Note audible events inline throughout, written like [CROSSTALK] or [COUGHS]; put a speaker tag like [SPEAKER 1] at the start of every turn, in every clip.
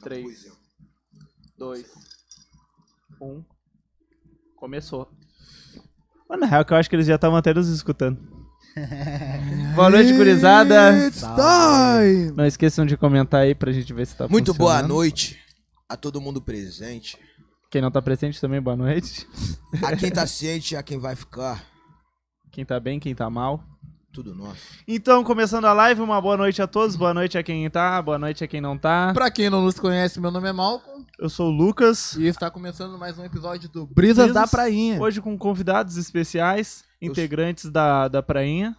[SPEAKER 1] 3, 2, 1. Começou.
[SPEAKER 2] Mas na real que eu acho que eles já estavam até nos [LAUGHS] escutando.
[SPEAKER 1] Boa noite, gurizada.
[SPEAKER 3] It's time!
[SPEAKER 2] Tá. Não esqueçam de comentar aí pra gente ver se tá
[SPEAKER 4] Muito boa
[SPEAKER 2] funcionando.
[SPEAKER 4] noite a todo mundo presente,
[SPEAKER 2] Quem não tá presente também, boa noite.
[SPEAKER 4] a quem tá ciente e a quem vai ficar,
[SPEAKER 2] Quem tá bem, quem tá mal.
[SPEAKER 4] tudo nosso.
[SPEAKER 2] Então, começando a live, uma boa noite a todos, boa noite a quem tá, boa noite a quem não tá.
[SPEAKER 3] Pra quem não nos conhece, meu nome é Malcolm
[SPEAKER 2] Eu sou o Lucas,
[SPEAKER 3] e está começando mais um episódio do Brisas,
[SPEAKER 2] Brisas.
[SPEAKER 3] da Prainha.
[SPEAKER 2] hoje com convidados especiais,
[SPEAKER 4] Eu
[SPEAKER 2] integrantes da, da Prainha.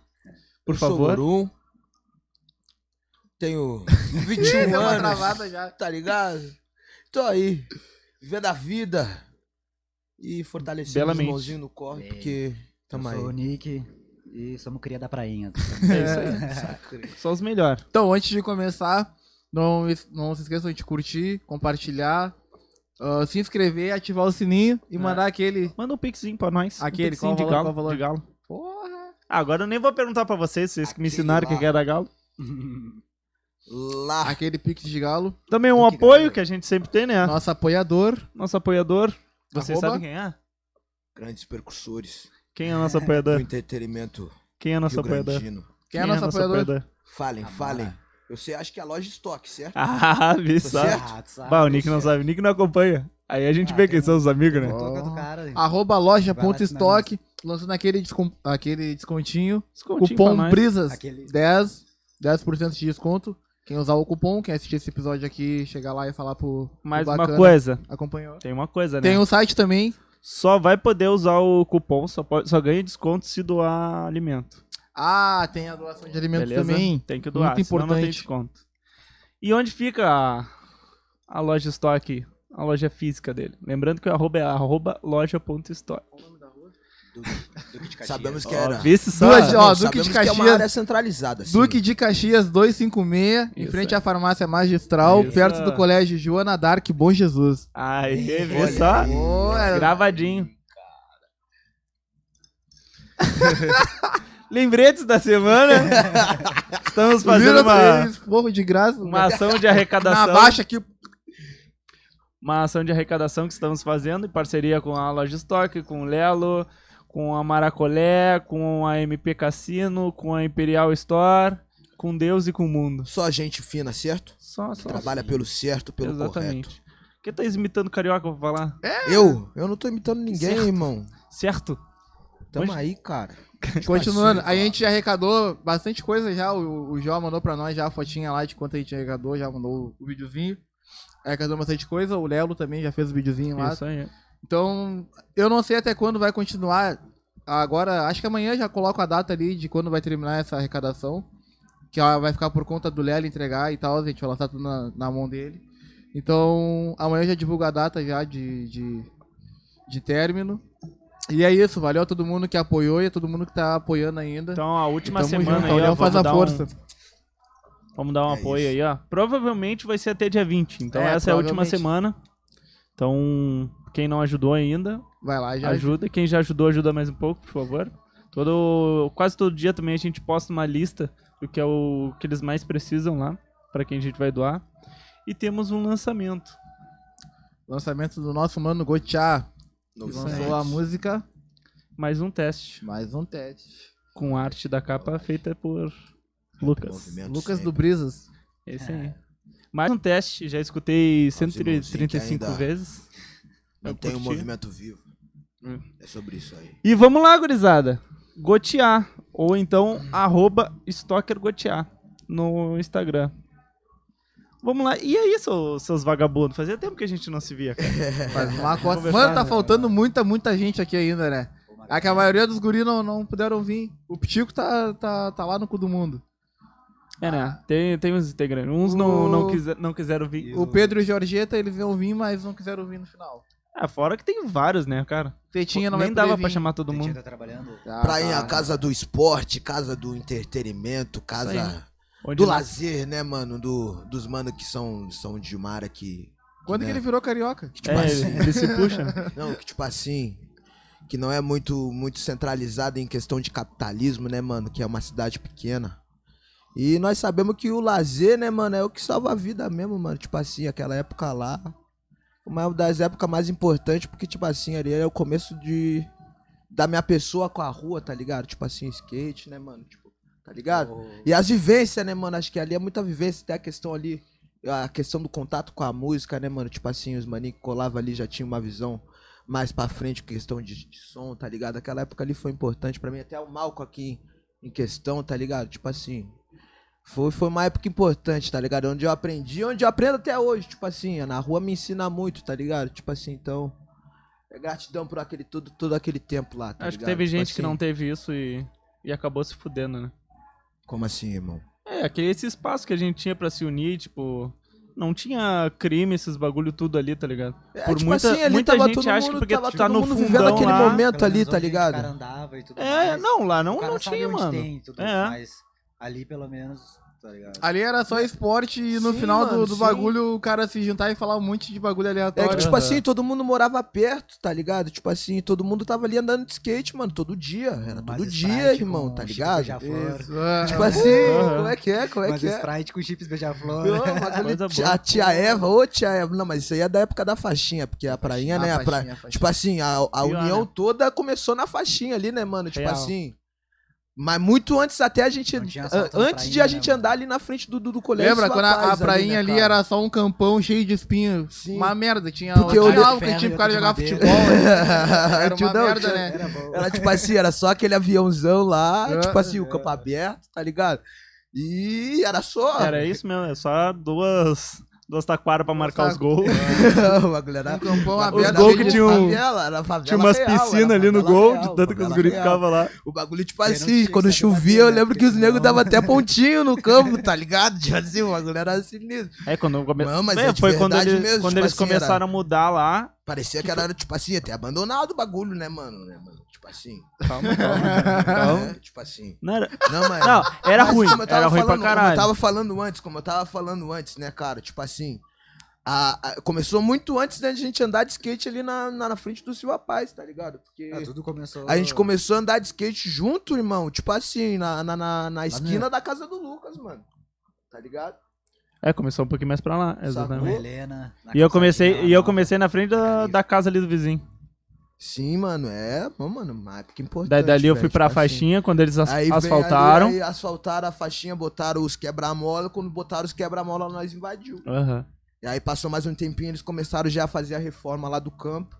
[SPEAKER 2] Por
[SPEAKER 4] Eu
[SPEAKER 2] favor.
[SPEAKER 4] Sou o Lorum,
[SPEAKER 3] [LAUGHS]
[SPEAKER 4] tenho
[SPEAKER 3] Ih,
[SPEAKER 4] 21
[SPEAKER 3] deu uma
[SPEAKER 4] anos,
[SPEAKER 3] travada já.
[SPEAKER 4] tá ligado? Tô aí, vivendo a vida e fortalecendo os
[SPEAKER 2] Belamente.
[SPEAKER 4] irmãozinhos no
[SPEAKER 3] É,
[SPEAKER 4] corre, porque tamo
[SPEAKER 5] eu
[SPEAKER 4] aí.
[SPEAKER 5] sou o Nick e somos cria
[SPEAKER 2] [LAUGHS]
[SPEAKER 5] da prainha.
[SPEAKER 2] É isso aí. Só os melhores.
[SPEAKER 3] Então, antes de começar, não, es- não se esqueçam de curtir, compartilhar, ah, se inscrever, ativar o sininho e
[SPEAKER 2] É.
[SPEAKER 3] mandar aquele...
[SPEAKER 2] Manda um pixinho pra nós.
[SPEAKER 3] Aquele,
[SPEAKER 2] um pixinho
[SPEAKER 3] qual o
[SPEAKER 2] de
[SPEAKER 3] valor,
[SPEAKER 2] galo,
[SPEAKER 3] qual o valor?
[SPEAKER 2] de galo.
[SPEAKER 3] Porra!
[SPEAKER 2] Ah, agora eu nem vou perguntar pra vocês, vocês que me
[SPEAKER 4] Aquele
[SPEAKER 2] ensinaram o que
[SPEAKER 4] lá.
[SPEAKER 2] que era galo.
[SPEAKER 4] Lá,
[SPEAKER 3] Aquele pix de galo,
[SPEAKER 2] Também um
[SPEAKER 4] Do que
[SPEAKER 2] apoio
[SPEAKER 4] galo.
[SPEAKER 2] que a gente sempre tem, né?
[SPEAKER 3] nosso apoiador.
[SPEAKER 2] Nosso apoiador. Vocês
[SPEAKER 3] Arroba.
[SPEAKER 2] sabem quem é?
[SPEAKER 4] grandes percursores
[SPEAKER 2] Quem é nosso
[SPEAKER 4] do
[SPEAKER 2] apoiador?
[SPEAKER 4] entretenimento
[SPEAKER 2] Quem é nosso apoiador?
[SPEAKER 4] rio-grandino.
[SPEAKER 3] Quem é, nosso apoiador? [LAUGHS]
[SPEAKER 4] Falem,
[SPEAKER 5] Amara.
[SPEAKER 4] falem. Eu sei, acho que é a loja estoque, [LAUGHS] certo?
[SPEAKER 2] Ah,
[SPEAKER 4] Tá
[SPEAKER 2] missão.
[SPEAKER 4] certo?
[SPEAKER 3] é
[SPEAKER 2] Bah, o Nick não sabe, o Nick não acompanha. Aí a gente
[SPEAKER 5] Ah,
[SPEAKER 2] vê quem
[SPEAKER 5] tem
[SPEAKER 3] um
[SPEAKER 2] são os amigos, né?
[SPEAKER 5] Toca do cara.
[SPEAKER 3] Arroba
[SPEAKER 5] Vai lá,
[SPEAKER 3] loja.estoque, lançando aquele, descon- aquele descontinho.
[SPEAKER 2] Descontinho pra
[SPEAKER 3] Cupom
[SPEAKER 2] nós.
[SPEAKER 3] Brisas,
[SPEAKER 5] Aquele-
[SPEAKER 3] 10, 10% de desconto. Quem usar o cupom, quem assistir esse episódio aqui, chegar lá e falar pro, pro
[SPEAKER 2] Mais
[SPEAKER 3] bacana,
[SPEAKER 2] uma coisa.
[SPEAKER 3] acompanhou.
[SPEAKER 2] Tem uma coisa, né?
[SPEAKER 3] Tem um- o site também.
[SPEAKER 2] Só vai poder usar o cupom, só, pode- só ganha desconto se doar alimento.
[SPEAKER 3] Ah, tem a doação de alimentos
[SPEAKER 2] beleza?
[SPEAKER 3] também.
[SPEAKER 2] Tem que doar,
[SPEAKER 3] Muito
[SPEAKER 2] senão não tem
[SPEAKER 3] importante.
[SPEAKER 2] desconto. E onde fica a, a loja estoque? A loja física dele. Lembrando que o arroba é arroba loja.estoque.
[SPEAKER 4] Sabemos que era.
[SPEAKER 2] Visse só.
[SPEAKER 3] Duas de- ó,
[SPEAKER 4] Não,
[SPEAKER 3] Duque de
[SPEAKER 4] sabemos que é uma
[SPEAKER 3] Caxias.
[SPEAKER 4] área centralizada, assim.
[SPEAKER 3] Duque de Caxias 256, em
[SPEAKER 2] Isso
[SPEAKER 3] frente
[SPEAKER 2] aí.
[SPEAKER 3] à farmácia magistral,
[SPEAKER 2] Isso.
[SPEAKER 3] perto do colégio Joana Dark Bom Jesus.
[SPEAKER 2] Aí, vê
[SPEAKER 4] [LAUGHS] Olha
[SPEAKER 2] só.
[SPEAKER 4] aí.
[SPEAKER 2] Gravadinho. [LAUGHS] Lembretes da semana. [LAUGHS] Estamos fazendo
[SPEAKER 3] Viram
[SPEAKER 2] uma,
[SPEAKER 3] eles, porra, de graça.
[SPEAKER 2] uma ação de
[SPEAKER 3] na
[SPEAKER 2] arrecadação. [LAUGHS]
[SPEAKER 3] baixa aqui.
[SPEAKER 2] Uma ação de arrecadação que estamos fazendo em parceria com a Loja Stock, com o Lelo, com a Maracolé, com a MP Cassino, com a Imperial Store, com Deus e com o mundo.
[SPEAKER 4] Só gente fina, certo?
[SPEAKER 2] Só, só.
[SPEAKER 4] Trabalha pelo certo, pelo
[SPEAKER 2] Exatamente. Por que tá imitando carioca pra falar?
[SPEAKER 4] correto.
[SPEAKER 3] É.
[SPEAKER 4] Eu? Eu não tô imitando ninguém,
[SPEAKER 2] Certo.
[SPEAKER 4] irmão.
[SPEAKER 2] Certo?
[SPEAKER 4] Tamo
[SPEAKER 2] Hoje-
[SPEAKER 4] aí, cara.
[SPEAKER 3] Continuando, a gente já arrecadou bastante coisa já. O, o Jó mandou pra nós já a fotinha lá de quanto a gente arrecadou, já mandou o videozinho. Arrecadou bastante coisa. O Lelo também já fez o videozinho lá.
[SPEAKER 2] Isso aí.
[SPEAKER 3] Então, eu não sei até quando vai continuar. Agora, acho que amanhã já coloco a data ali de quando vai terminar essa arrecadação. Que ela vai ficar por conta do Lelo entregar e tal. A gente vai lançar tudo na, na mão dele. Então, amanhã eu já divulgo a data já de, de, de término. E é isso, valeu a todo mundo que apoiou e a todo mundo que tá apoiando ainda.
[SPEAKER 2] Então, a última
[SPEAKER 3] Tamo
[SPEAKER 2] semana
[SPEAKER 3] junto,
[SPEAKER 2] aí,
[SPEAKER 3] o
[SPEAKER 2] ó,
[SPEAKER 3] Leão faz
[SPEAKER 2] vamos
[SPEAKER 3] a
[SPEAKER 2] dar um-
[SPEAKER 3] força.
[SPEAKER 2] Vamos dar um
[SPEAKER 4] É
[SPEAKER 2] apoio
[SPEAKER 4] isso.
[SPEAKER 2] aí, ó. Provavelmente vai ser até dia 20. Então
[SPEAKER 3] É,
[SPEAKER 2] essa é a última
[SPEAKER 3] provavelmente.
[SPEAKER 2] semana. Então, quem não ajudou ainda,
[SPEAKER 3] Vai lá, já. é
[SPEAKER 2] ajuda. Quem já ajudou, ajuda mais um pouco, por favor. Todo, quase todo dia também a gente posta uma lista do que é o que eles mais precisam lá, pra quem a gente vai doar. E temos um lançamento.
[SPEAKER 3] Lançamento do nosso mano Gotcha, que lançou a
[SPEAKER 4] Novidades.
[SPEAKER 3] música.
[SPEAKER 2] Mais um teste
[SPEAKER 3] Mais um teste.
[SPEAKER 2] com arte da capa feita por Lucas.
[SPEAKER 4] Movimento
[SPEAKER 3] Lucas do
[SPEAKER 4] sempre.
[SPEAKER 3] Brisas.
[SPEAKER 2] Esse aí. Mais um teste, já escutei
[SPEAKER 4] irmãozinhos que
[SPEAKER 2] 135
[SPEAKER 4] ainda-
[SPEAKER 2] vezes. Eu
[SPEAKER 4] Mantém o
[SPEAKER 2] curti.
[SPEAKER 4] um movimento vivo.
[SPEAKER 2] Hum.
[SPEAKER 4] É sobre isso aí.
[SPEAKER 2] E vamos lá, gurizada. Gotear. Ou então, arroba stalkergotear no Instagram. Vamos lá. E aí, seu- seus vagabundos? Fazia tempo que a gente não se via, cara.
[SPEAKER 3] Faz uma costa.
[SPEAKER 2] Conversar,
[SPEAKER 3] Mano, tá
[SPEAKER 2] né?
[SPEAKER 3] faltando muita, muita gente aqui ainda, né? É que a maioria dos guris não, não puderam vir. O Ptico tá, tá, tá lá no cu do mundo.
[SPEAKER 2] É, né? Tem, tem uns integrantes. Uns não,
[SPEAKER 3] O-
[SPEAKER 2] não, quiser- não quiseram vir.
[SPEAKER 3] O Pedro e o Georgeta, eles iam vir, mas não quiseram vir no final.
[SPEAKER 2] Ah, fora que tem vários, né, cara?
[SPEAKER 3] Tetinha não
[SPEAKER 2] Nem
[SPEAKER 3] vai poder
[SPEAKER 2] dava
[SPEAKER 3] vir.
[SPEAKER 2] pra chamar todo mundo.
[SPEAKER 5] Tá trabalhando.
[SPEAKER 3] Ah,
[SPEAKER 4] Pra ir a
[SPEAKER 3] tá.
[SPEAKER 4] casa do esporte, casa do entretenimento, casa
[SPEAKER 2] Onde
[SPEAKER 4] do
[SPEAKER 2] não-
[SPEAKER 4] lazer, né, mano? Do, dos manos que são, são de uma área que.
[SPEAKER 3] Quando
[SPEAKER 4] né?
[SPEAKER 3] que ele virou carioca?
[SPEAKER 4] que, tipo
[SPEAKER 2] É,
[SPEAKER 4] assim,
[SPEAKER 2] ele se puxa.
[SPEAKER 4] [LAUGHS] Não, que tipo assim, que não é muito muito centralizado em questão de capitalismo, né, mano? Que é uma cidade pequena. E nós sabemos que o lazer, né, mano, é o que salva a vida mesmo, mano. Tipo assim, aquela época lá. Uma das épocas mais importantes, porque, tipo assim, ali é o começo de. Da minha pessoa com a rua, tá ligado? Tipo assim, skate, né, mano? Tipo, tá ligado? E as vivências, né, mano? Acho que ali é muita vivência, tem a questão ali, a questão do contato com a música, né, mano? Tipo assim, os maninhos que colavam ali já tinham uma visão mais pra frente, questão de, de som, tá ligado? Aquela época ali foi importante pra mim, até o Malco aqui em, em questão, tá ligado? Tipo assim, foi, foi uma época importante, tá ligado? Onde eu aprendi, onde eu aprendo até hoje, tipo assim, na rua me ensina muito, tá ligado? Tipo assim, então, é gratidão por aquele, todo, todo aquele tempo lá, tá
[SPEAKER 2] Acho que
[SPEAKER 4] ligado?
[SPEAKER 2] teve
[SPEAKER 4] Tipo
[SPEAKER 2] gente que
[SPEAKER 4] assim,
[SPEAKER 2] não teve isso e, e acabou se fudendo, né?
[SPEAKER 4] Como assim, irmão?
[SPEAKER 2] É, aquele esse espaço que a gente tinha pra se unir, tipo. Não tinha crime, esses bagulho tudo ali, tá ligado?
[SPEAKER 4] É,
[SPEAKER 2] Por muita- muita gente acha que porque
[SPEAKER 4] tava
[SPEAKER 2] tu tá no
[SPEAKER 4] vivendo
[SPEAKER 2] fundão
[SPEAKER 4] aquele
[SPEAKER 2] lá,
[SPEAKER 4] momento
[SPEAKER 5] Pelo
[SPEAKER 4] ali,
[SPEAKER 5] menos
[SPEAKER 4] tá
[SPEAKER 5] onde
[SPEAKER 4] ligado?
[SPEAKER 5] O cara andava e tudo
[SPEAKER 2] É,
[SPEAKER 5] mais.
[SPEAKER 2] não, lá
[SPEAKER 5] O
[SPEAKER 2] não,
[SPEAKER 5] cara
[SPEAKER 2] não
[SPEAKER 5] sabe
[SPEAKER 2] tinha,
[SPEAKER 5] onde
[SPEAKER 2] mano.
[SPEAKER 5] Tem, e tudo
[SPEAKER 2] É.
[SPEAKER 5] mais, mas ali pelo menos, tá ligado?
[SPEAKER 4] Ah,
[SPEAKER 3] Ali era só esporte e no
[SPEAKER 4] Sim,
[SPEAKER 3] final
[SPEAKER 4] mano,
[SPEAKER 3] do, do
[SPEAKER 4] sim.
[SPEAKER 3] bagulho o cara se juntar e falar um monte de bagulho
[SPEAKER 4] É
[SPEAKER 3] aleatório.
[SPEAKER 4] que, tipo assim, todo mundo morava perto, tá ligado? Tipo assim, todo mundo tava ali andando de skate, mano, todo dia. Era
[SPEAKER 5] Mas
[SPEAKER 4] todo
[SPEAKER 5] Sprite
[SPEAKER 4] dia, irmão,
[SPEAKER 5] com
[SPEAKER 4] tá
[SPEAKER 5] Chips
[SPEAKER 4] ligado?
[SPEAKER 5] Beija-flor.
[SPEAKER 3] Isso, é.
[SPEAKER 4] Tipo assim,
[SPEAKER 2] Aham.
[SPEAKER 4] como é que é? Como é
[SPEAKER 5] Mas
[SPEAKER 4] que é?
[SPEAKER 5] Sprite com chips
[SPEAKER 4] Não,
[SPEAKER 5] beija-flor. né?
[SPEAKER 4] mas aquele
[SPEAKER 2] Coisa
[SPEAKER 4] ti-
[SPEAKER 2] boa.
[SPEAKER 4] a tia Eva, ô tia Eva. Não, mas isso aí é da época da faixinha, porque a prainha, né?
[SPEAKER 3] Ah,
[SPEAKER 4] a pra-
[SPEAKER 3] faixinha, faixinha.
[SPEAKER 4] Tipo assim, a, a
[SPEAKER 2] Pior,
[SPEAKER 4] união
[SPEAKER 2] né?
[SPEAKER 4] toda começou na faixinha ali, né, mano? Tipo
[SPEAKER 2] Real.
[SPEAKER 4] assim. Mas muito antes, até a gente.
[SPEAKER 5] Não tinha
[SPEAKER 4] an-
[SPEAKER 5] asfalto na
[SPEAKER 4] antes de
[SPEAKER 5] prainha,
[SPEAKER 4] a
[SPEAKER 5] né,
[SPEAKER 4] gente
[SPEAKER 5] mano?
[SPEAKER 4] andar ali na frente do, do, do colégio.
[SPEAKER 3] Lembra
[SPEAKER 4] os
[SPEAKER 3] quando a, a
[SPEAKER 4] rapaz
[SPEAKER 3] prainha ali,
[SPEAKER 4] né, cara?
[SPEAKER 3] era só um campão cheio de espinho?
[SPEAKER 4] Sim.
[SPEAKER 3] Uma merda, tinha
[SPEAKER 4] Porque é
[SPEAKER 3] tinha
[SPEAKER 4] eu-
[SPEAKER 3] lá o que
[SPEAKER 5] Ferro
[SPEAKER 3] tinha
[SPEAKER 4] né,
[SPEAKER 5] e
[SPEAKER 3] pro cara
[SPEAKER 5] outra de
[SPEAKER 3] jogar
[SPEAKER 5] madeira.
[SPEAKER 3] futebol.
[SPEAKER 4] [LAUGHS]
[SPEAKER 3] Era uma
[SPEAKER 4] Tildão,
[SPEAKER 3] merda,
[SPEAKER 4] tildão.
[SPEAKER 3] né?
[SPEAKER 5] Era bom.
[SPEAKER 4] Era tipo assim, era só aquele aviãozão lá,
[SPEAKER 3] É,
[SPEAKER 4] tipo assim, o
[SPEAKER 5] é.
[SPEAKER 4] campo aberto, tá ligado? E era só. [LAUGHS]
[SPEAKER 2] Era isso mesmo, é só duas, duas taquaras pra marcar os
[SPEAKER 4] [LAUGHS]
[SPEAKER 2] gols.
[SPEAKER 4] a galera.
[SPEAKER 3] Um campão
[SPEAKER 4] a
[SPEAKER 3] aberto.
[SPEAKER 4] galera
[SPEAKER 2] gols
[SPEAKER 3] cheio
[SPEAKER 2] que
[SPEAKER 3] de
[SPEAKER 4] era
[SPEAKER 2] tinham-
[SPEAKER 4] favela, era favela
[SPEAKER 2] Tinha umas
[SPEAKER 4] real, era
[SPEAKER 2] piscinas ali no
[SPEAKER 4] favela
[SPEAKER 2] gol,
[SPEAKER 4] real,
[SPEAKER 2] de tanto que os
[SPEAKER 4] favela
[SPEAKER 2] guris
[SPEAKER 4] real.
[SPEAKER 2] ficavam lá.
[SPEAKER 4] O bagulho, tipo
[SPEAKER 5] Aí não tinha
[SPEAKER 4] assim,
[SPEAKER 5] que
[SPEAKER 4] quando
[SPEAKER 5] saber
[SPEAKER 4] chovia, eu
[SPEAKER 5] bater, né?
[SPEAKER 4] lembro que os
[SPEAKER 5] Porque
[SPEAKER 4] negros
[SPEAKER 5] senão-
[SPEAKER 4] davam até pontinho no campo, tá ligado? [LAUGHS] Tipo assim, o bagulho era sinistro.
[SPEAKER 2] É, quando come...
[SPEAKER 4] Não, mas
[SPEAKER 2] é,
[SPEAKER 4] é de
[SPEAKER 2] foi quando,
[SPEAKER 4] verdade
[SPEAKER 2] ele-
[SPEAKER 4] mesmo,
[SPEAKER 2] quando
[SPEAKER 4] tipo
[SPEAKER 2] eles
[SPEAKER 4] assim,
[SPEAKER 2] começaram a mudar lá.
[SPEAKER 4] Parecia que era, tipo assim, até abandonado o bagulho, né, mano? Né, mano? Tipo assim.
[SPEAKER 2] Calma, calma. calma.
[SPEAKER 4] [LAUGHS] né? Tipo assim.
[SPEAKER 2] Não, era,
[SPEAKER 4] Não, mas.
[SPEAKER 2] não, era
[SPEAKER 4] Mas
[SPEAKER 2] ruim,
[SPEAKER 4] como eu tava
[SPEAKER 2] era ruim pra
[SPEAKER 4] falando- Como eu
[SPEAKER 2] caralho.
[SPEAKER 4] tava falando antes, como eu tava falando antes, né, cara? Tipo assim, a- a- começou muito antes da gente andar de skate ali na, na, na frente do Silva Paz, tá ligado? Porque
[SPEAKER 5] Ah, tudo começou.
[SPEAKER 4] a gente começou a andar de skate junto, irmão. Tipo assim, na, na, na, na esquina da casa do Lucas, mano. Tá ligado?
[SPEAKER 2] É, começou um pouquinho mais pra lá,
[SPEAKER 5] com
[SPEAKER 2] exatamente.
[SPEAKER 5] a
[SPEAKER 4] Sacou?
[SPEAKER 5] Helena. na
[SPEAKER 2] E eu
[SPEAKER 5] calçadinha
[SPEAKER 2] comecei,
[SPEAKER 5] lá,
[SPEAKER 2] e eu
[SPEAKER 5] nova.
[SPEAKER 2] comecei na frente da, da casa ali do vizinho.
[SPEAKER 4] Sim, mano, é, bom, mano, uma época importante.
[SPEAKER 2] Daí dali eu
[SPEAKER 4] velho,
[SPEAKER 2] fui pra
[SPEAKER 4] tipo assim.
[SPEAKER 2] faixinha, quando eles as-
[SPEAKER 4] Aí vem
[SPEAKER 2] asfaltaram.
[SPEAKER 4] ali, aí asfaltaram a faixinha, botaram os quebra-mola. Quando botaram os quebra-mola, nós invadiu.
[SPEAKER 2] Aham.
[SPEAKER 4] E aí passou mais um tempinho, eles começaram já a fazer a reforma lá do campo.